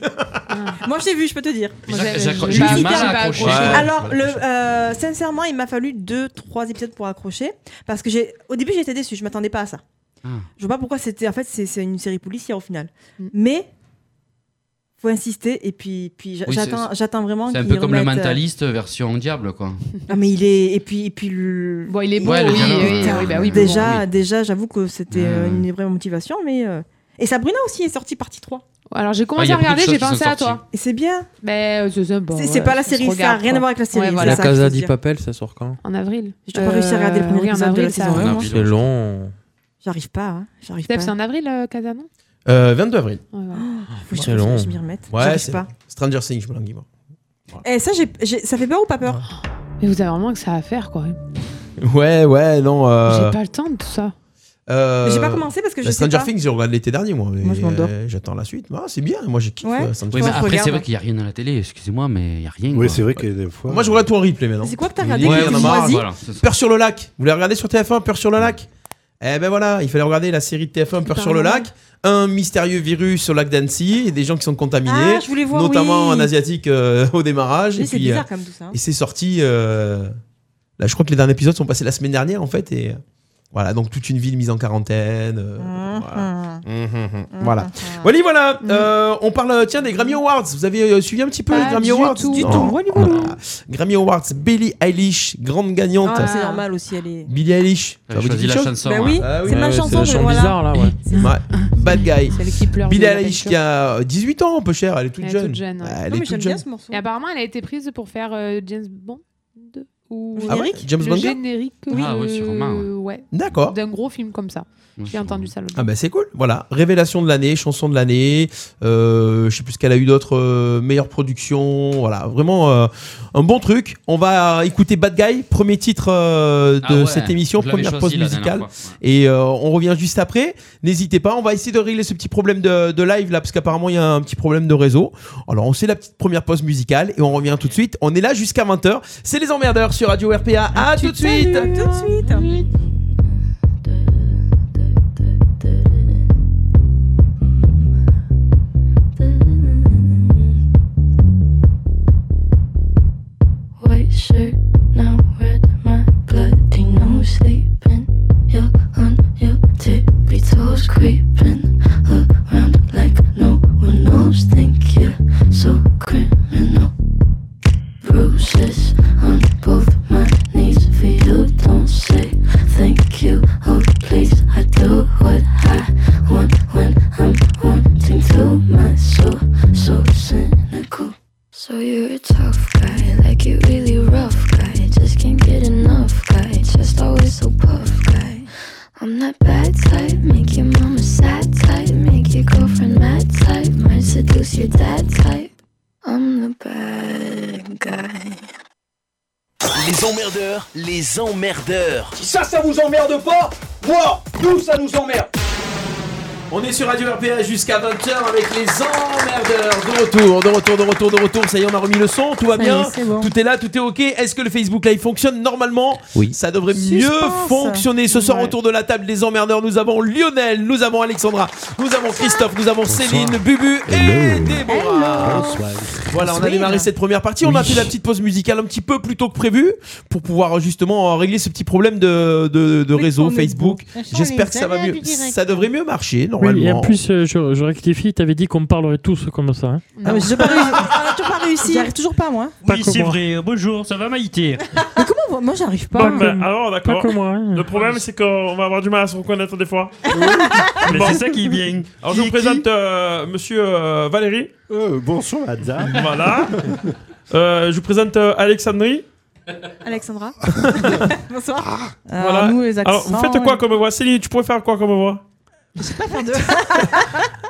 S9: Moi, j'ai vu, je peux te dire.
S12: J'ac-
S5: Moi, j'avais-
S12: j'accroche-
S5: j'ai
S12: J'ai
S5: pas-
S12: du mal
S5: j'ai
S12: à
S5: pas
S12: accrocher.
S5: accroché.
S6: Ouais.
S9: Alors,
S6: voilà,
S9: le, euh, sincèrement, il m'a fallu deux, trois épisodes pour accrocher. Parce que j'ai, au début, j'étais déçue, je m'attendais pas à ça.
S12: Ah.
S9: Je vois pas pourquoi c'était. En fait, c'est c'est une série policière au final.
S5: Mm.
S9: Mais, faut insister. Et puis, puis j'a-
S12: Oui, c'est-
S9: j'attends j'attends vraiment.
S12: C'est un
S9: qu'ils
S12: peu comme le
S9: remettent, euh,
S12: mentaliste version diable, quoi.
S9: Ah, mais il est. Et puis, et puis le.
S5: Bon, il est beau,
S12: Ouais, le
S5: oui,
S12: dialogue,
S5: oui,
S12: ouais.
S5: oui, bah oui, mais bon,
S9: déjà,
S5: oui.
S9: déjà j'avoue que c'était euh,
S12: Mm.
S9: une vraie motivation. mais euh, Et Sabrina aussi est sortie partie 3.
S5: Alors j'ai
S12: Ah, il
S5: commencé
S12: y a
S5: à regarder,
S12: beaucoup
S5: j'ai
S12: de choses qui
S5: pensé
S12: sont
S5: à toi.
S12: sorties.
S9: Et c'est bien.
S5: Mais euh, c'est sympa,
S9: C'est-
S5: ouais,
S9: c'est pas la
S5: se
S9: série, ça a
S5: regarde,
S9: rien à
S5: quoi.
S9: voir avec la série, c'est
S5: voilà.
S9: ça.
S10: La
S9: que je
S10: Casa
S9: veux
S10: di
S9: dire.
S10: Papel, ça sort quand
S5: En avril. Euh,
S9: J'ai toujours pas réussi à regarder le premier
S5: oui, en
S9: épisode de
S5: avril,
S9: la
S5: ça
S9: saison
S5: arrive.
S12: un.
S10: C'est long.
S9: J'arrive pas. hein, J'arrive
S5: Steph,
S9: pas. Oh,
S5: c'est en avril, euh, Casa, non
S6: Euh, 22 avril.
S5: Ouais, voilà.
S9: Faut que
S10: C'est
S9: je,
S10: long.
S9: je m'y remette.
S6: Ouais,
S9: J'arrive
S6: c'est
S9: pas.
S6: Stranger Things, je me languis, moi.
S9: Et ça, j'ai- j'ai- ça fait peur ou pas peur
S5: Mais vous avez vraiment que ça à faire, quoi.
S6: Ouais, ouais, non. euh,
S5: J'ai pas le temps de tout ça.
S6: euh,
S9: J'ai pas commencé parce que je
S6: la
S9: sais
S6: Stranger
S9: pas.
S6: Things, j'ai regardé l'été dernier, moi. mais,
S9: Moi, je m'endors.
S6: euh, J'attends la suite. Ah, c'est bien. Moi, j'ai kiffé
S9: Ouais.
S6: euh, Stranger
S9: Faut que
S12: Oui, mais
S6: Things.
S9: je
S12: après, c'est
S9: regarde.
S12: vrai qu'il n'y a rien à la télé, excusez-moi, mais il n'y a rien.
S7: Oui,
S12: quoi.
S7: c'est vrai que des fois.
S6: Moi, je regarde tout en replay maintenant.
S9: C'est quoi que t'as
S12: Ouais,
S9: regardé
S6: Ouais,
S9: que
S6: il y en a
S9: tu
S6: marre,
S9: choisis
S12: voilà, c'est ça.
S6: Peur sur le lac. Vous l'avez regardé sur TF1, Peur sur le lac Eh ben voilà, il fallait regarder la série de TF1, Peur sur le lac. Un mystérieux virus sur le lac d'Annecy et des gens qui sont contaminés,
S9: Ah, je voulais voir,
S6: notamment
S9: oui.
S6: en asiatique euh, au démarrage.
S9: Mais
S6: et
S9: c'est
S6: puis,
S9: bizarre quand même tout ça. hein.
S6: euh, et c'est sorti. euh, là, je crois que les derniers épisodes sont passés la semaine dernière en fait. Et euh, voilà, donc toute une ville mise en quarantaine. euh, voilà.
S9: Mhm.
S6: Mhm, mhm, voilà.
S9: Mhm.
S6: Voilà, voilà. euh, on parle, euh, tiens, des Grammy Awards. Vous avez euh, suivi un petit peu
S5: Pas
S6: les Grammy
S5: du
S6: Awards
S5: tout. Du
S6: Non.
S5: tout. Voilà, voilà.
S12: Ah.
S6: Voilà. Grammy Awards, Billie Eilish, grande gagnante.
S9: Ah,
S5: Ah.
S9: c'est normal aussi, elle est.
S6: Billie Eilish,
S12: J'ai choisi la chanson.
S9: Bah
S12: ouais.
S9: oui,
S6: Ah oui.
S9: c'est ma
S10: Ouais,
S9: chanson,
S10: C'est
S9: je
S10: la
S9: voilà.
S10: bizarre, là, ouais.
S6: Ouais, Bad Guy.
S5: Celle qui pleure.
S6: Billie
S5: de la
S6: Eilish
S5: peinture.
S6: qui a 18 ans, peu cher, elle est toute
S5: Elle est
S6: jeune.
S5: toute jeune, ouais.
S6: Ah,
S9: Non,
S6: Elle est
S9: mais j'aime
S6: toute jeune.
S9: bien ce morceau.
S5: Et apparemment, elle a été prise pour faire euh, James Bond deux, ou
S9: Le
S5: euh,
S6: Ah ouais,
S9: Générique
S6: James
S5: le
S6: Bond girl
S5: générique. Oui,
S12: Ah ouais,
S5: le-
S12: sûrement, ouais.
S5: ouais.
S6: D'accord.
S5: D'un gros film comme ça. J'ai entendu ça. l'autre
S6: Ah bah c'est cool, voilà. Révélation de l'année, chanson de l'année, euh, je sais plus ce qu'elle a eu d'autre, euh, meilleure production, voilà. Vraiment euh, un bon truc. On va écouter Bad Guy, premier titre euh, de
S12: Ah ouais,
S6: cette émission,
S12: je l'avais
S6: première pause
S12: choisi la
S6: musicale.
S12: dernière fois, ouais.
S6: Et euh, on revient juste après. N'hésitez pas, on va essayer de régler ce petit problème de, de live là, parce qu'apparemment il y a un petit problème de réseau. Alors on sait la petite première pause musicale et on revient tout de suite. On est là jusqu'à 20h. C'est les emmerdeurs sur Radio RPA.
S10: Ah,
S6: À tout de suite.
S9: À tout de suite.
S13: Mm-hmm. White shirt, now red, my bloody nose sleeping. You're on your tippy toes, creeping around like no one knows. Think you're so criminal. Bruises on both my knees for you. Don't say thank you, oh please. I do what I want when I'm wanting to. My soul, so cynical. So you're a tough guy, like you really rough guy. Just can't get enough guy, just always so puff guy. I'm that bad type, make your mama sad type, make your girlfriend mad type, might seduce your dad type. I'm the bad guy.
S14: Les emmerdeurs, les emmerdeurs.
S2: Si ça, ça vous emmerde pas, moi, nous, ça nous emmerde.
S6: On est sur Radio RPA jusqu'à 20h avec les emmerdeurs. De retour, de retour, de retour, de retour. Ça y est, on a remis le son, tout va
S10: Ça y est,
S6: bien.
S10: c'est bon.
S6: Tout est là, tout est ok. Est-ce que le Facebook Live fonctionne normalement
S10: Oui.
S6: Ça devrait
S10: Suspense.
S6: mieux fonctionner. Ce soir, autour de la table des emmerdeurs, nous avons Lionel, nous avons Alexandra, nous avons Christophe, nous avons Céline, Bubu et Déborah. Voilà, on a
S10: Bonsoir.
S6: démarré cette première partie. On a fait la petite pause musicale un petit peu plus tôt que prévu pour pouvoir justement euh, régler ce petit problème de, de- de réseau
S10: qu'on est
S6: Facebook.
S10: bon.
S6: J'espère que ça va mieux. Ça devrait mieux marcher normalement.
S15: Oui, et en plus, euh, je, je rectifie, t'avais dit qu'on parlerait tous comme ça. hein.
S8: Ah, mais j'ai pas réussi. On a toujours pas réussi. J'y arrive toujours pas, moi.
S15: Pas que moi.
S11: Bonjour, ça va Maïté
S8: Mais comment moi, moi j'arrive pas. hein.
S11: Bon, bah, alors d'accord.
S15: Pas que moi,
S11: Le problème c'est qu'on va avoir du mal à se reconnaître des fois.
S6: Ah,
S15: Mais
S11: Bon.
S15: c'est ça qui est bien.
S11: Alors je vous présente euh, monsieur euh, Valérie. bonsoir Voilà. Euh, je vous présente euh, Alexandrie.
S9: Alexandra. Ah. Bonsoir.
S11: Ah, Voilà. Alors vous faites
S9: euh,
S11: quoi comme voix Céline, tu pourrais faire quoi comme voix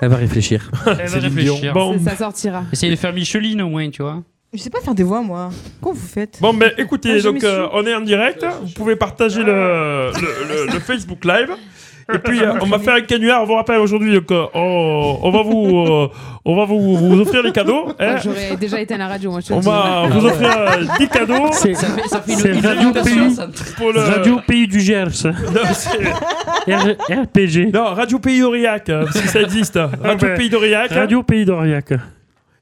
S10: Elle va réfléchir.
S11: Elle va réfléchir. Bon.
S5: Ça sortira.
S11: Essayez de faire
S10: Micheline au moins, tu vois.
S9: Je sais pas faire des voix, moi. Comment vous faites
S11: Bon, ben
S9: Ah,
S11: écoutez,
S9: je
S11: donc
S9: m'y suis.
S11: euh, on est en direct. Vous pouvez partager le, le- le- le Facebook Live. Et puis euh, on va faire un canular. On vous rappelle aujourd'hui donc euh, on, on va vous euh, on va vous, vous offrir les cadeaux. hein.
S5: J'aurais déjà été à la radio, moi, je te
S11: On
S5: le
S11: va
S5: dis.
S11: vous offrir euh, 10 cadeaux.
S15: C'est- Ça fait- ça fait une- c'est une Radio invitation, Pays. ça.
S11: Pour le-
S15: Radio Pays du Gers.
S11: Non, c'est- Non, Radio Pays d'Aurillac, euh, parce que ça existe.
S10: Ah
S11: Radio
S15: ben,
S11: Pays hein. d'Aurillac.
S15: Radio Pays d'Aurillac.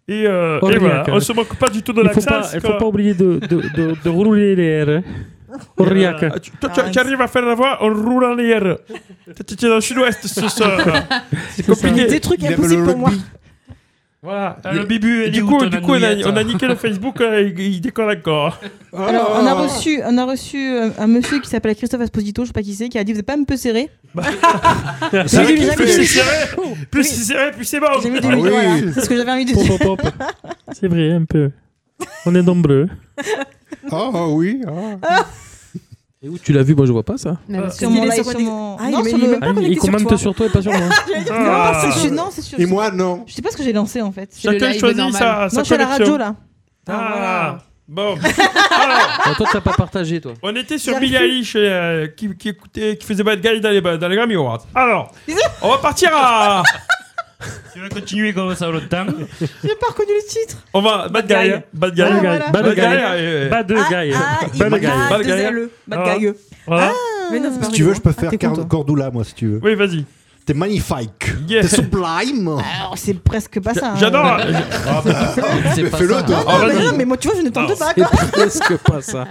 S11: Et, euh, et
S15: Aurillac.
S11: voilà, on se moque pas du tout de
S15: Il faut
S11: l'accent.
S15: pas, il faut pas oublier de, de, de, de rouler les hein. airs. Aurillac.
S10: Ah,
S11: Euh, tu- toi, tu, tu arrives à faire la voix en roulant les airs. Tu tu es dans le sud-ouest ce soir. C'est compliqué.
S9: Des trucs impossibles pour moi.
S11: Voilà.
S9: Ah, le bibu, elle
S11: du
S9: est
S11: coup,
S9: où,
S11: du
S9: ton
S11: coup on, a,
S9: annouillette
S11: on a niqué le Facebook, euh, il, il décolle encore.
S10: Ah,
S9: Alors, on a reçu, on a reçu euh, un monsieur qui s'appelle Christophe Esposito, je sais pas qui c'est, qui a dit Vous êtes pas un peu serré
S11: C'est vrai que plus c'est serré, plus c'est serré, plus c'est bon.
S9: J'ai mis du micro, voilà. C'est ce que j'avais envie de dire.
S15: C'est vrai, un peu. On est nombreux.
S7: Ah ah oui. ah.
S10: Et où tu l'as vu Moi, je vois pas ça.
S9: Non, parce
S15: Sur
S9: qu'il
S15: mon
S9: est
S15: live,
S9: Euh, sur
S15: sur
S9: mon-
S15: Ah,
S9: Non,
S15: il est
S9: sur le-
S15: même
S9: même
S15: pas
S9: pas
S15: connecté
S9: connecté
S15: sur toi.
S9: J'allais dire,
S15: Ah.
S9: Non, c'est- je suis- non, c'est sûr.
S15: Et moi,
S7: non.
S9: Je sais pas ce que j'ai lancé en fait.
S11: Chacun choisit sa- sa
S9: Non, je suis à la radio
S11: collection.
S9: là.
S11: Ah, bon.
S10: toi, t'as pas partagé, toi.
S11: On était sur
S10: J'arrive
S11: Billie
S10: plus.
S11: Eilish euh, qui, qui, écoutait, qui faisait Bad Guy dans les, dans les Grammy Awards. Alors, on va partir à.
S10: Tu vas continuer comme ça l'autre temps.
S9: J'ai pas reconnu le titre.
S11: On va. Bad, Guy.
S9: Guy.
S11: hein. Bad Guy.
S9: Ah, voilà. Ah,
S11: Bad
S9: Bad
S11: Guy.
S9: Guy.
S11: euh, euh,
S15: Bad Guy.
S11: Bad Guy.
S9: Ah,
S11: Bad
S9: deux
S11: Guy.
S9: L, Bad
S11: Ah.
S9: Guy.
S11: Voilà.
S9: Mais non, c'est pas
S7: Si tu veux, je peux
S9: rigolo.
S7: faire
S9: Ah, t'es
S7: Car-
S9: content.
S7: Cordula, moi, si tu veux.
S11: Oui, vas-y.
S7: T'es magnifique.
S11: Yeah.
S7: T'es sublime.
S9: Alors, c'est presque pas ça. hein.
S7: J'adore.
S11: Ah, bah,
S7: Mais Fais-le,
S9: Non,
S7: toi.
S9: non, mais non, mais moi, tu vois, je ne tente pas. quoi.
S7: presque pas ça.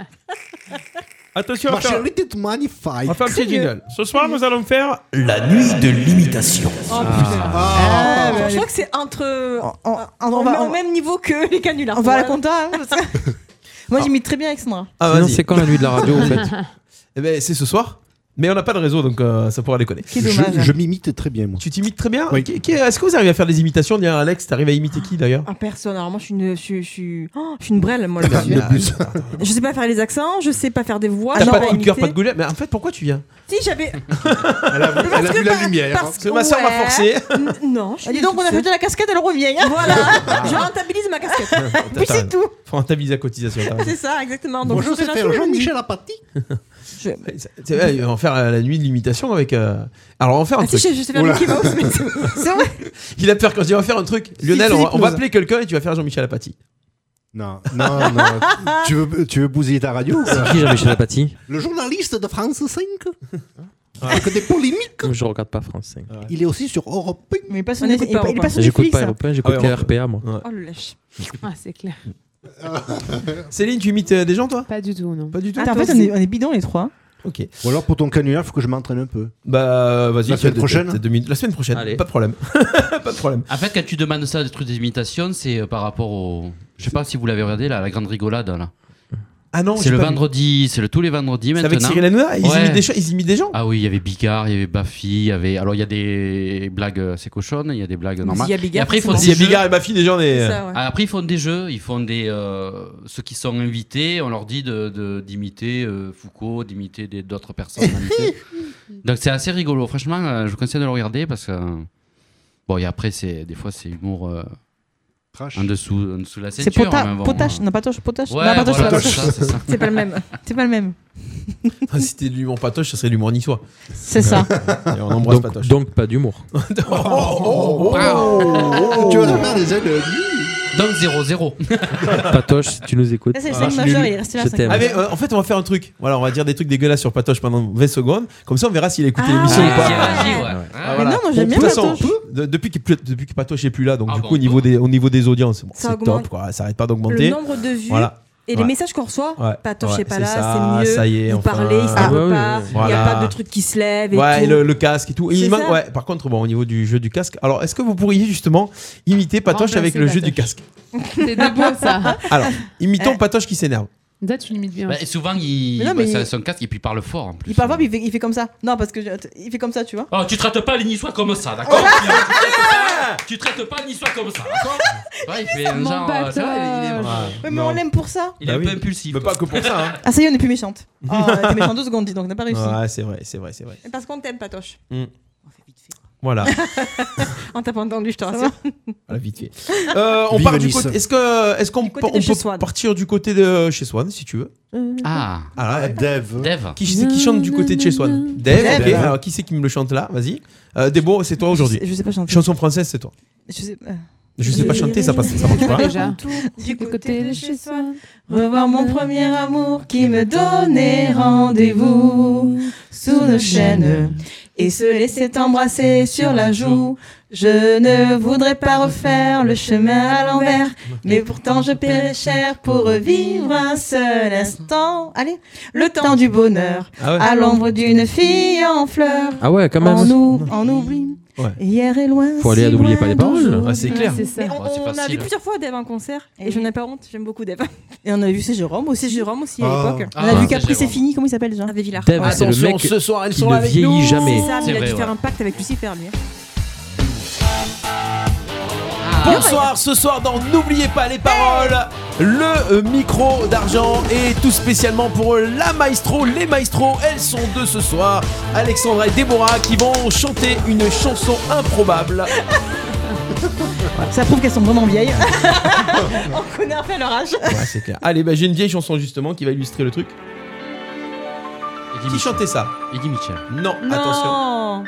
S11: Attention, on
S7: Ma
S11: va faire-
S7: chérie, t'es magnifique. On
S11: va faire un petit jingle. Ce soir, nous allons faire.
S6: La nuit de l'imitation.
S9: Oh, Ah, Je crois que c'est entre. On,
S8: va-
S9: met au
S8: on-
S9: même niveau que les canulars.
S8: On va à la
S9: compta.
S8: Moi j'imite très bien Alexandra.
S6: Ah,
S10: Sinon,
S6: vas-y.
S10: c'est quand la nuit de la radio, en fait
S6: Eh ben, c'est ce soir. Mais on n'a pas de réseau, donc euh, ça pourra déconner.
S8: dommage,
S9: hein.
S7: Je, je m'imite très bien, moi.
S6: Tu t'imites très bien Qui- qui- Est-ce que vous arrivez à faire des imitations Dis, Alex, t'arrives à imiter qui d'ailleurs
S9: En personne. Alors, moi, je suis une, je, suis- je suis- oh, je suis une brêle, moi, là-dessus.
S6: Le bus.
S9: Je sais pas faire les accents, je sais pas faire des voix.
S6: T'as
S9: je
S6: pas
S9: sais
S6: de coup de cœur,
S9: Ah, imiter.
S6: pas de goulette. Mais en fait, pourquoi tu viens
S9: Si, j'avais.
S6: Elle a, vu la lumière. Parce que ma soeur m'a
S9: Ouais.
S6: forcé.
S9: N- Non, je
S8: Elle dit Ah, donc on a fait de
S9: fait
S8: la casquette, elle revient. hein.
S9: Voilà, je rentabilise ma casquette. Puis
S6: T'as-
S9: c'est tout.
S6: Faut rentabiliser la cotisation. t'as raison.
S9: C'est ça, exactement. Donc,
S7: Bonjour,
S9: je fais
S7: c'est
S9: la chose le
S7: Jean-Michel
S9: lundi.
S7: Apathy.
S6: Eh, C'est vrai, on va faire euh, la nuit de l'imitation avec. euh, Alors, on va faire un
S9: Ah, si,
S6: truc.
S9: je, je sais faire
S6: Oula.
S9: Mickey Mouse, mais c'est c'est vrai.
S6: Il a peur quand je dis on va faire un truc. Lionel,
S9: c'est
S6: on va, on va
S9: l'hypnose.
S6: appeler quelqu'un et tu vas faire Jean-Michel Apathy.
S7: Non, non, non. tu, veux, tu veux bousiller ta radio ou quoi
S10: Qui Jean-Michel Apathy
S7: Le journaliste de France 5
S6: Ah,
S7: Avec des polémiques.
S10: Je regarde pas France 5.
S7: Il est aussi sur Europe 1.
S9: Mais pas
S7: sur
S9: On n'écoute pas
S7: Netflix.
S9: Europe un.
S7: sur
S10: J'écoute
S7: Netflix,
S10: pas hein.
S7: ça.
S10: Europe 1, j'écoute
S6: Ah ouais, on-
S10: KRPA, moi.
S5: Oh le lâche. Ah, c'est clair.
S6: Céline, tu imites euh, des gens, toi
S5: Pas du tout, non.
S6: Pas du tout.
S8: Attends, Ah, en fait, on est, on est bidons les trois.
S6: Ok.
S7: Ou alors pour ton canular, faut que je m'entraîne un peu.
S6: Bah, vas-y.
S7: La semaine
S6: t'es-
S7: prochaine
S6: t'es deux minutes. La semaine prochaine.
S12: Allez.
S6: Pas de problème. pas de problème.
S12: En fait, quand tu demandes ça, des trucs d'imitation, c'est euh, par rapport au. Je sais pas si vous l'avez regardé, là, la grande rigolade. Là.
S6: Ah non,
S12: c'est
S6: j'ai
S12: le
S6: pas vu.
S12: vendredi, c'est le tous les vendredis
S6: C'est
S12: maintenant.
S6: avec Cyril Hanouna Ils imitent des gens- ils imitent des gens
S12: Ah oui, il y avait Bigard, il y avait Baffy, il y avait. Alors il y a des blagues assez cochonnes, il y a des blagues normales.
S6: s'il y a
S12: et
S6: Bigard,
S12: après, ils
S6: c'est
S12: font
S6: bon.
S12: des
S6: S'il y a
S12: jeux.
S6: Bigard et Baffy, déjà, on est- C'est ça, ouais.
S12: Ah, Après, ils font des jeux, ils font des. euh, ceux qui sont invités, on leur dit d'imiter de, d'imiter euh, Foucault, d'imiter des- d'autres personnalités. Donc c'est assez rigolo. Franchement, euh, je vous conseille de le regarder parce que. euh, Bon, et après, c'est des fois, c'est humour. euh,
S7: Crash.
S12: En dessous, en dessous de la
S8: C'est
S12: ceinture.
S8: pota-
S12: mais bon.
S8: potache, non, patoche, potache.
S12: Ouais,
S8: non, patoche,
S12: voilà,
S8: patoche.
S12: c'est ça, c'est ça.
S8: C'est pas le même. C'est pas le même.
S6: Ah, si c'était de l'humour patoche, ça serait de l'humour niçois.
S8: C'est ça.
S6: Et on embrasse
S10: donc,
S6: patoche. Oh,
S10: donc pas d'humour.
S12: Oh,
S7: Tu vas te faire des ailes de-
S12: Donc 0-0.
S10: Patoche, si tu nous écoutes.
S8: Ça, c'est le cinq majeur, il est resté là, cinq
S6: Ah, mais,
S8: majeur.
S6: euh, en fait, on va faire un truc. Voilà, on va dire des trucs dégueulasses sur Patoche pendant 20 secondes. Comme ça, on verra s'il a écouté l'émission ou pas. Ah, voilà.
S8: Mais non, moi,
S6: Bon,
S8: j'aime
S6: de
S8: bien
S6: toute façon,
S8: Patoche.
S6: de- depuis, qu'il- depuis que Patoche est plus là, donc du coup, au niveau, des, au niveau des audiences, bon,
S9: Ah Ça
S6: c'est
S9: augmente.
S6: top, quoi. Ça arrête pas d'augmenter.
S9: Le nombre de vues
S6: Voilà.
S9: et les
S6: Ouais.
S9: messages qu'on reçoit,
S6: Ouais,
S9: Patoche
S6: ouais,
S9: est pas
S6: c'est
S9: là,
S6: ça,
S9: c'est mieux.
S6: ça y est,
S9: il
S6: enfin.
S9: parlait, il se
S6: Ah,
S9: parle
S6: ouais, ouais,
S9: pas, il n'y
S6: voilà.
S9: a pas de truc qui se lève et
S6: ouais,
S9: tout.
S6: le, le casque et tout. Et
S9: C'est
S6: il manque-
S9: ça.
S6: ouais, par contre, bon, au niveau du jeu du casque, alors est-ce que vous pourriez justement imiter Patoche
S5: Remplacer
S6: avec le jeu
S5: Patoche.
S6: du casque
S5: C'est des beaux, ça.
S6: Alors,
S9: Euh,
S6: imitons
S12: Euh,
S6: Patoche qui s'énerve.
S5: Là, tu limites bien.
S12: Bah, et souvent, il
S8: Mais non,
S12: bah,
S8: mais
S12: ça-
S8: il-
S12: son casque et puis il parle fort en plus.
S8: Il parle pas, mais il fait, il fait comme ça. Non, parce que je- il fait comme ça, tu vois.
S12: Oh, tu traites pas les Niçois comme ça,
S8: Oh.
S12: d'accord Tu traites pas les Niçois comme ça, d'accord Ouais, il fait un
S8: Mon
S12: genre.
S8: Patoche.
S12: ça va, il
S6: Ah,
S12: est- il
S8: Ouais,
S12: est-
S8: mais on l'aime pour ça.
S6: Bah
S12: Il hein. est un peu impulsif. Mais pas
S6: que pour ça, hein.
S8: Ah, ça y est, on est plus méchante. Ah, t'es méchante deux secondes, dis donc, on n'a pas réussi.
S6: Ouais, c'est vrai, c'est vrai, c'est vrai.
S8: Parce qu'on t'aime, Patoche.
S6: Hmm. Voilà.
S8: On t'a pas entendu, je te rassure.
S6: Voilà, vite fait. Euh, on
S8: Vive
S6: part du
S8: Nice.
S6: côté. Est-ce que, est-ce qu'on
S8: Du côté
S6: on
S8: de chez
S6: peut
S8: Swan. Euh,
S6: partir du côté de chez Swan, si tu veux
S12: Ah.
S6: ah
S7: Dev.
S12: Dev.
S6: Qui c'est qui chante du côté de chez Swan Dev.
S8: Dev.
S6: ok.
S8: Dev.
S6: Alors qui c'est qui me le chante là Vas-y. Euh, Débo, c'est toi aujourd'hui.
S8: Je sais pas chanter.
S6: Chanson française, c'est toi.
S8: Je sais,
S6: Je sais pas chanter, ça passe, ça marche pas.
S5: Déjà.
S8: Du côté de chez
S5: soi.
S8: Revoir mon premier amour qui me donnait rendez-vous sous nos chaînes et se laisser embrasser sur la joue. Je ne voudrais pas refaire le chemin à l'envers, mais pourtant je paierais cher pour revivre un seul instant. Allez, le temps du bonheur
S10: Ah ouais.
S8: à l'ombre d'une fille en fleurs.
S10: Ah ouais, quand même.
S8: En, ou- en oublie.
S10: Ouais.
S8: Hier est loin.
S10: Faut aller à
S8: si
S10: n'oubliez
S8: loin
S10: pas les paroles.
S8: d'aujourd'hui.
S6: Ah,
S10: Ouais, c'est clair. Ouais, c'est
S9: Mais on, on a vu plusieurs fois Dev en concert et je n'ai pas honte, j'aime beaucoup Dev.
S8: Et on a vu c'est Jérôme aussi.
S9: Jérôme aussi à
S8: Ah.
S9: l'époque.
S8: On a vu qu'après c'est fini, comment il s'appelle déjà Avec Villard.
S10: Dev, c'est le mec qui ne vieillit jamais.
S9: C'est ça, mais
S10: C'est
S9: il a
S10: vrai,
S9: dû faire
S10: ouais.
S9: un pacte avec Lucifer lui.
S8: Ah.
S6: Bonsoir, ce soir dans N'oubliez pas les paroles, le euh, micro d'argent et tout spécialement pour euh, la maestro, les maestros, elles sont deux ce soir, Alexandra et Déborah qui vont chanter une chanson improbable.
S8: Ça prouve qu'elles sont vraiment vieilles. on connaît un peu leur âge.
S6: Ouais, c'est clair. Allez, bah, j'ai une vieille chanson justement qui va illustrer le truc. Qui chantait ça
S12: Eddie Mitchell.
S6: Non, attention.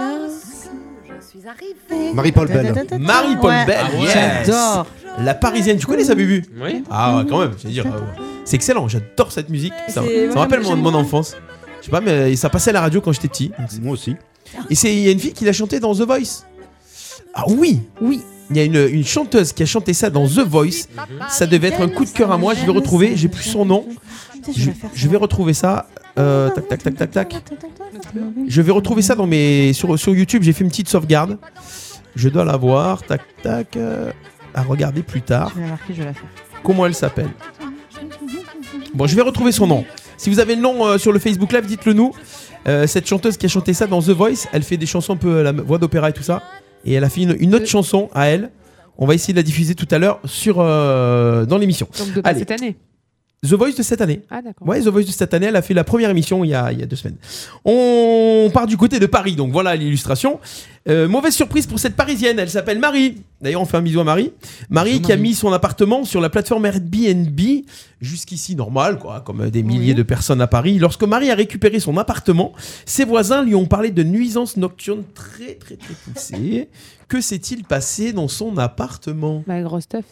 S13: Je suis arrivée.
S6: Marie-Paul Bell. Marie-Paul
S9: Ah,
S6: Bell, yes.
S13: J'adore.
S6: La parisienne, tu connais ça, Bubu
S10: Oui.
S6: Ah ouais, quand même, je veux dire, euh, c'est excellent, j'adore cette musique. Ça, ça
S10: c'est
S6: me
S10: vraiment
S6: rappelle mon,
S10: j'aime
S6: mon
S10: bien.
S6: enfance. Je sais pas, mais ça passait à la radio quand j'étais petit. Moi aussi. Et c'est- il y a une fille qui l'a chanté dans The Voice. Ah oui
S8: Oui.
S6: Il y a une, une chanteuse qui a chanté ça dans The Voice. Ça devait être un coup de cœur à moi, je vais retrouver, j'ai plus son nom. Je, je vais retrouver ça. Euh, tac, tac, tac, tac, tac. Je vais retrouver ça dans mes sur, sur YouTube. J'ai fait une petite sauvegarde. Je dois la voir. Tac tac. euh, à regarder plus tard.
S8: Je vais la marquer, je vais la faire.
S6: Comment elle s'appelle Bon, je vais retrouver son nom. Si vous avez le nom euh, sur le Facebook Live, dites-le nous. Euh, cette chanteuse qui a chanté ça dans The Voice, elle fait des chansons un peu à la voix d'opéra et tout ça. Et elle a fait une, une
S5: Euh.
S6: autre chanson à elle. On va essayer de la diffuser tout à l'heure sur euh, dans l'émission.
S5: Donc, de pas
S6: Allez.
S5: cette année.
S6: The Voice de cette année.
S5: Ah, d'accord.
S6: Ouais, The Voice de cette année, elle a fait la première émission il y a, il y a deux semaines. On part du côté de Paris, donc voilà l'illustration. Euh, mauvaise surprise pour cette parisienne, elle s'appelle Marie. D'ailleurs, on fait un bisou à Marie. Marie qui a mis son appartement sur la plateforme Airbnb, jusqu'ici normal, quoi, comme des milliers de personnes à Paris. Lorsque Marie a récupéré son appartement, ses voisins lui ont parlé de nuisances nocturnes très, très, très poussées. Que s'est-il passé dans son appartement
S5: Bah, grosse teuf.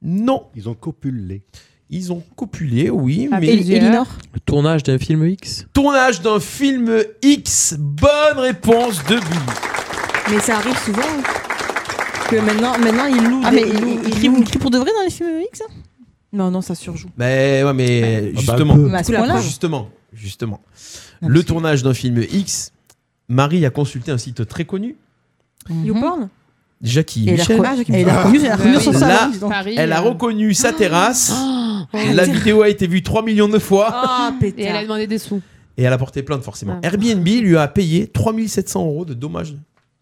S6: Non.
S7: Ils ont copulé.
S6: Ils ont copulé, oui,
S5: Ah,
S6: mais.
S5: plusieurs. Elinor
S10: Le tournage d'un film X
S6: Tournage d'un film X. Bonne réponse de Billy.
S9: Mais ça arrive souvent que maintenant, maintenant ils louent.
S8: Ah,
S9: des-
S8: mais
S9: ils
S8: il,
S9: louent-
S8: il
S9: ils
S8: crie,
S9: louent-
S8: il crie pour de vrai dans les films X hein
S9: Non, non, ça surjoue.
S6: Mais ouais, mais
S9: bah,
S6: justement,
S9: un peu. Bah, à ce point-là.
S6: justement, justement, le tournage d'un film X. Marie a consulté un site très connu,
S8: Mhm.
S9: YouPorn
S6: Jackie
S9: Et elle a
S6: Michel.
S9: reconnu- elle a reconnu- elle a reconnu son
S6: Là,
S9: salon, dis donc.
S6: elle a
S9: Paris, euh.
S6: reconnu sa terrasse.
S5: Oh,
S6: la vidéo a été vue 3 millions de fois
S5: Ah. Et elle a demandé des sous.
S6: et elle a porté plainte forcément.
S5: Ah.
S6: Airbnb lui a payé 3700 euros de dommages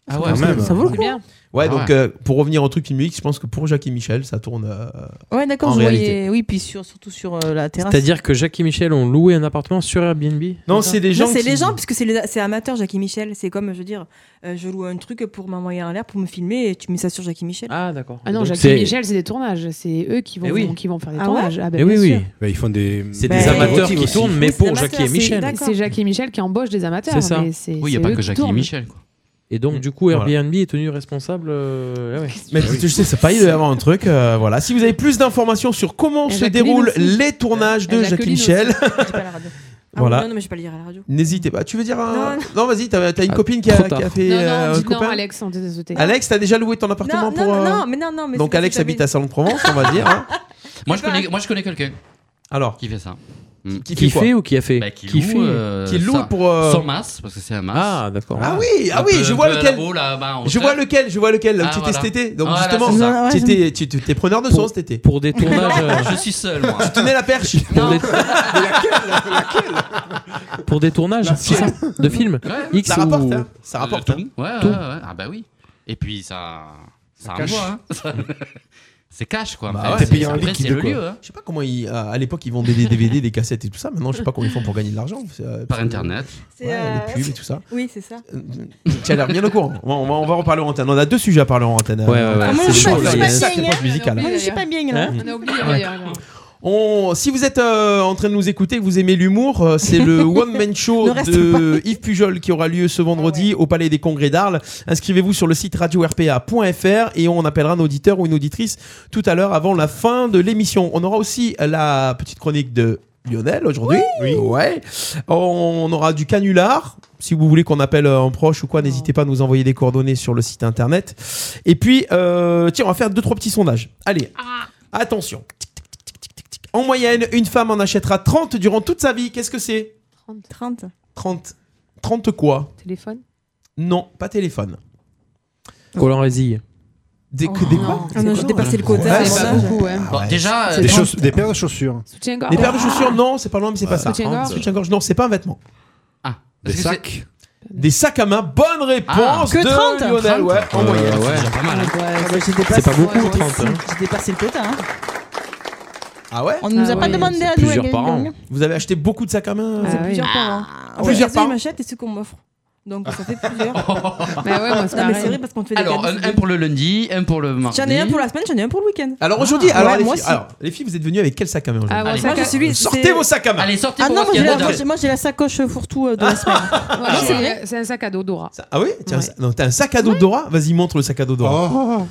S6: Ah
S8: ouais, ça- ça vaut le coup.
S5: bien.
S6: Ouais,
S8: Ah
S6: donc
S8: ouais.
S6: euh, pour revenir au truc qui me dit, je pense que pour Jacques et Michel, ça tourne. euh,
S8: Ouais, d'accord,
S6: en
S8: je
S6: réalité.
S8: voyais. Oui, puis sur- surtout sur euh, la terrasse.
S10: C'est-à-dire que Jacques et Michel ont loué un appartement sur Airbnb
S6: Non, c'est des
S9: Non, c'est les gens, puisque c'est les- c'est amateur, Jackie Michel. C'est comme, je veux dire, euh, je loue un truc pour m'envoyer en l'air, pour me filmer, et tu mets ça sur Jackie Michel.
S10: Ah, d'accord.
S5: Ah non,
S6: Donc
S5: Jacques
S6: c'est-
S5: et Michel, c'est des tournages. C'est eux qui vont,
S10: Eh oui.
S5: qui vont faire des
S9: Ah ouais
S5: tournages. Ah ben,
S6: Eh oui,
S5: bien
S6: oui.
S5: sûr.
S7: Bah, ils font des.
S10: C'est des amateurs qui tournent, mais pour Jacques et Michel.
S5: C'est- C'est Jacques et Michel qui embauchent des amateurs.
S10: C'est ça.
S5: mais c'est-
S10: Oui, y a
S5: c'est
S10: pas
S5: eux
S10: que
S5: qui
S10: Jacques et
S5: tournent.
S10: Michel, Et donc, du coup,
S6: Voilà.
S10: Airbnb est tenu responsable. euh, ah ouais.
S6: Mais
S12: Bah
S6: je sais c'est pas, il doit y avoir un truc. euh, voilà. Si vous avez plus d'informations sur comment
S10: Et
S6: se
S10: Jacqueline
S6: déroulent
S10: aussi.
S6: les tournages de
S10: Et
S6: Jacques et
S10: Jacqueline
S6: Michel,
S9: Ah
S6: Voilà.
S9: oui, non, non, mais je vais pas le dire à la radio.
S6: n'hésitez pas. Tu veux dire un.
S9: Non,
S6: Non, vas-y, t'as t'as une
S10: Ah,
S6: copine qui a,
S10: trop
S6: qui a
S10: tard.
S6: fait
S5: Non, non,
S6: euh, un
S5: dis non,
S6: copain
S5: Alex, on était sauté.
S6: Alex, t'as déjà loué ton appartement
S9: Non,
S6: pour.
S9: non,
S6: euh,
S9: non, mais non, non, mais
S6: Donc
S9: c'est
S6: Alex
S9: parce que
S6: habite à Salon de Provence, on
S12: Ah,
S6: va dire. hein.
S12: Moi, je connais, moi, je connais quelqu'un.
S6: Alors
S12: Qui fait ça. Mm.
S6: Qui fait quoi
S10: ou qui a fait
S12: Bah, Qui,
S10: Qui
S12: loue,
S10: fait
S12: euh,
S6: Qui loue
S12: ça-
S6: pour, euh,
S12: Sans masse, parce que c'est un masse.
S10: Ah, d'accord.
S6: Ah oui, ah
S12: Un
S6: oui,
S12: peu-
S6: je
S12: un
S6: vois
S12: peu
S6: lequel.
S12: là-bas, là-bas, en
S6: Je
S12: hauteur.
S6: vois lequel, je vois lequel.
S12: Ah,
S6: tu étais
S12: voilà.
S6: cet été. Donc
S12: Voilà, c'est
S6: justement,
S12: ça.
S6: tu étais- tu tu- t'es preneur de son cet été.
S10: Pour des tournages, euh,
S12: Je suis seul, moi.
S6: Tu tenais la perche.
S10: Pour des tournages c'est ça de films
S12: Ouais.
S10: X ou-
S6: Ça hein.
S12: rapporte. Tout. Ouais, ouais,
S10: Tout.
S12: ouais. Ah bah oui. Et puis ça, ça,
S6: cache.
S12: envoie. hein. c'est cash quoi. en
S6: Bah ouais,
S12: fait.
S6: t'es payé en
S12: Après,
S6: liquide,
S12: c'est le
S6: quoi.
S12: lieu. hein.
S6: Je sais pas comment ils, à à l'époque ils vendaient des DVD, des cassettes et tout ça. Maintenant, je sais pas comment ils font pour gagner de l'argent. C'est, euh,
S12: Par
S6: parce que-
S12: internet.
S9: C'est,
S6: Ouais,
S9: euh,
S6: Les pubs et tout ça.
S9: Oui, c'est ça.
S6: Tu as l'air bien au courant. On va, on va, on va en parler en antenne. On a deux sujets à parler en antenne.
S10: Ouais, ouais, ouais, Ah, moi,
S6: c'est
S10: je suis
S6: chaud.
S10: pas-
S6: là. Il y
S10: je suis
S6: a
S10: pas
S6: une sacrée
S10: bien,
S6: pause
S10: hein.
S6: musicale.
S9: Moi, je suis pas bien, là.
S6: Hein
S5: On a oublié
S6: Ouais.
S5: d'ailleurs. alors.
S6: On- si vous êtes euh, en train de nous écouter, que vous aimez l'humour, euh, c'est le One Man Show
S10: Ne reste
S6: de Yves Pujol qui aura lieu ce vendredi au Palais des Congrès d'Arles. Inscrivez-vous sur le site radio-rpa.fr et on appellera un auditeur ou une auditrice tout à l'heure avant la fin de l'émission. On aura aussi la petite chronique de Lionel aujourd'hui. Oui. Ouais. On aura du canular. Si vous voulez qu'on appelle euh, un proche ou quoi, n'hésitez pas à nous envoyer des coordonnées sur le site internet. Et puis, euh, tiens, on va faire deux trois petits sondages. Allez, attention. En moyenne, une femme en achètera 30 durant toute sa vie. Qu'est-ce que c'est
S9: 30. 30.
S6: 30. 30 quoi
S5: Téléphone
S6: Non, pas téléphone.
S10: Collant résille.
S6: Des, des quoi
S9: Ah non, j'ai dépassé le quota.
S6: Ouais,
S9: c'est
S6: bah,
S9: mon âge.
S5: beaucoup, ouais.
S6: Ah ouais.
S12: déjà, euh,
S7: Des, chaussu- des paires de chaussures.
S5: Soutien-gorge.
S6: Des paires de chaussures, non, c'est pas loin, mais c'est pas ça.
S5: Soutien-gorge.
S6: Soutien-gorge, non, c'est pas un vêtement.
S12: Ah.
S6: Des
S12: Est-ce que
S6: sacs. Des sacs à main. Bonne réponse
S8: Que
S6: de
S8: 30,
S6: Lionel,
S8: 30.
S6: ouais, en
S10: Euh,
S6: moyenne.
S10: ouais.
S12: Déjà pas mal. hein.
S8: Ah bah, j'ai dépassé-
S10: C'est pas beaucoup,
S8: ouais,
S10: 30, hein.
S8: J'ai dépassé le quota. hein.
S6: Ah ouais
S8: On ne nous a
S5: Ah
S8: pas
S5: ouais,
S8: demandé
S5: c'est
S8: à nous.
S10: plusieurs
S8: à-
S10: par an.
S6: Vous avez acheté beaucoup de sacs à main.
S5: Ah
S9: C'est
S5: oui.
S9: plusieurs par an. Après,
S6: Ah, plusieurs
S9: ceux que
S6: par an.
S9: je m'achète et ceux qu'on m'offre. Donc ça fait plusieurs.
S5: Bah ouais, moi, c'est
S9: non, mais c'est
S5: pareil.
S9: vrai parce qu'on te fait
S12: Alors,
S9: des
S12: un,
S9: cadeaux.
S12: un pour le lundi, un pour le mardi.
S9: J'en ai un pour la semaine, j'en ai un pour le week-end.
S6: Alors aujourd'hui, alors,
S8: Ah, ouais,
S6: les
S8: moi
S6: filles,
S8: aussi.
S6: alors, les filles, vous êtes venues avec quel sac à main aujourd'hui
S5: Ah, moi,
S12: Allez,
S5: ça
S9: Moi, je suis lui.
S6: Sortez vos sacs à main.
S12: Allez, sortez
S8: Ah
S12: pour
S8: non, moi
S12: voir
S8: j'ai
S12: ce qu'il y a
S8: la- moi,
S12: dedans.
S8: j'ai- moi, j'ai la sacoche fourre-tout euh, de la semaine.
S5: Ouais,
S8: c'est vrai.
S5: c'est un sac à dos Dora.
S6: Ah oui Tiens, t'as un sac à dos Dora Vas-y, montre le sac à dos Dora.
S5: Oh.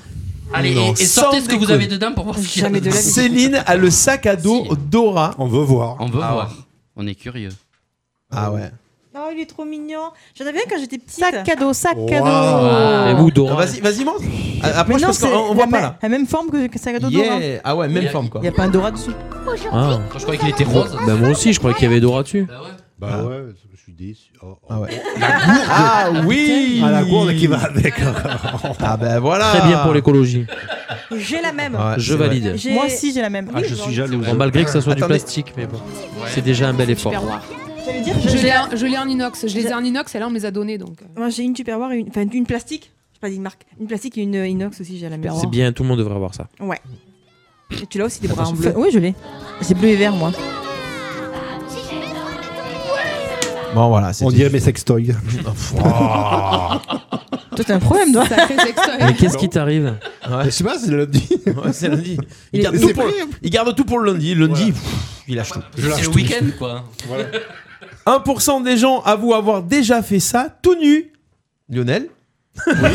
S12: Allez,
S6: Non,
S12: et, et
S6: sans
S12: sortez ce que vous
S6: déconner.
S12: avez dedans pour voir ce qu'il y a
S9: Jamais de
S12: dedans.
S9: la vie.
S6: Céline a le sac à dos
S12: Si.
S6: Dora.
S7: On veut voir.
S12: On veut
S6: Ah
S12: voir. On est curieux.
S6: Ah ouais.
S9: Oh, il est trop mignon. J'en avais un quand j'étais petite.
S8: Sac cadeau, sac
S7: Wow.
S8: cadeau.
S10: Et vous, Dora
S6: Vas-y, vas-y, montre. Ah, Après,
S8: Mais
S6: je
S8: non,
S6: pense
S8: c'est
S6: qu'on on
S8: la
S6: voit pas
S8: même-
S6: là.
S8: La même forme que le sac à dos. d'or, hein.
S6: Yeah. Ah ouais, même
S12: Il y a-
S6: forme quoi.
S8: Il n'y a pas un Dora dessus.
S10: Ah.
S12: Je croyais qu'il était rose.
S10: Bah, moi aussi, je croyais qu'il y avait Dora dessus.
S12: Bah ouais.
S7: Bah ouais, je suis déçu. Oh, oh.
S6: Ah ouais. Ah oui
S7: Ah, la gourde qui va avec.
S6: Ah ben voilà
S10: Très bien pour l'écologie.
S9: J'ai la même.
S6: Ouais,
S10: Je
S6: c'est vrai.
S10: valide.
S9: J'ai-
S8: Moi aussi, j'ai la même.
S7: Ah, je suis jaloux.
S10: Bon, malgré que ça soit du
S6: Attendez.
S10: plastique, mais bon, c'est déjà un bel effort.
S5: Tupperware.
S9: J'allais dire,
S5: Je
S9: je-
S5: l'ai en- je l'ai en inox. Je les ai en inox et là on me les a donnés donc. euh.
S9: Moi, j'ai une Tupperware et une. Enfin, une plastique. Je pas dit une marque. Une plastique et une euh, inox aussi, j'ai la même.
S10: C'est bien, tout le monde devrait avoir ça.
S9: Ouais. Et tu l'as aussi des bras en bleu.
S8: Enfin, Oui, je l'ai. C'est bleu et vert, moi.
S6: Bon voilà, c'est
S7: On dirait mes sextoys.
S6: Oh.
S8: Toi, t'as un problème, toi.
S5: Sacré sextoy.
S10: Mais qu'est-ce qui t'arrive
S7: Je sais pas, c'est le lundi.
S6: Ouais, c'est lundi. Il
S8: Il est-
S6: garde, tout
S8: c'est
S6: pour,
S8: pris.
S6: il garde tout pour le lundi. Le Lundi, pff, il lâche tout.
S12: C'est le week-end quoi.
S6: 1% des gens avouent avoir déjà fait ça tout nu. Lionel Vas-y,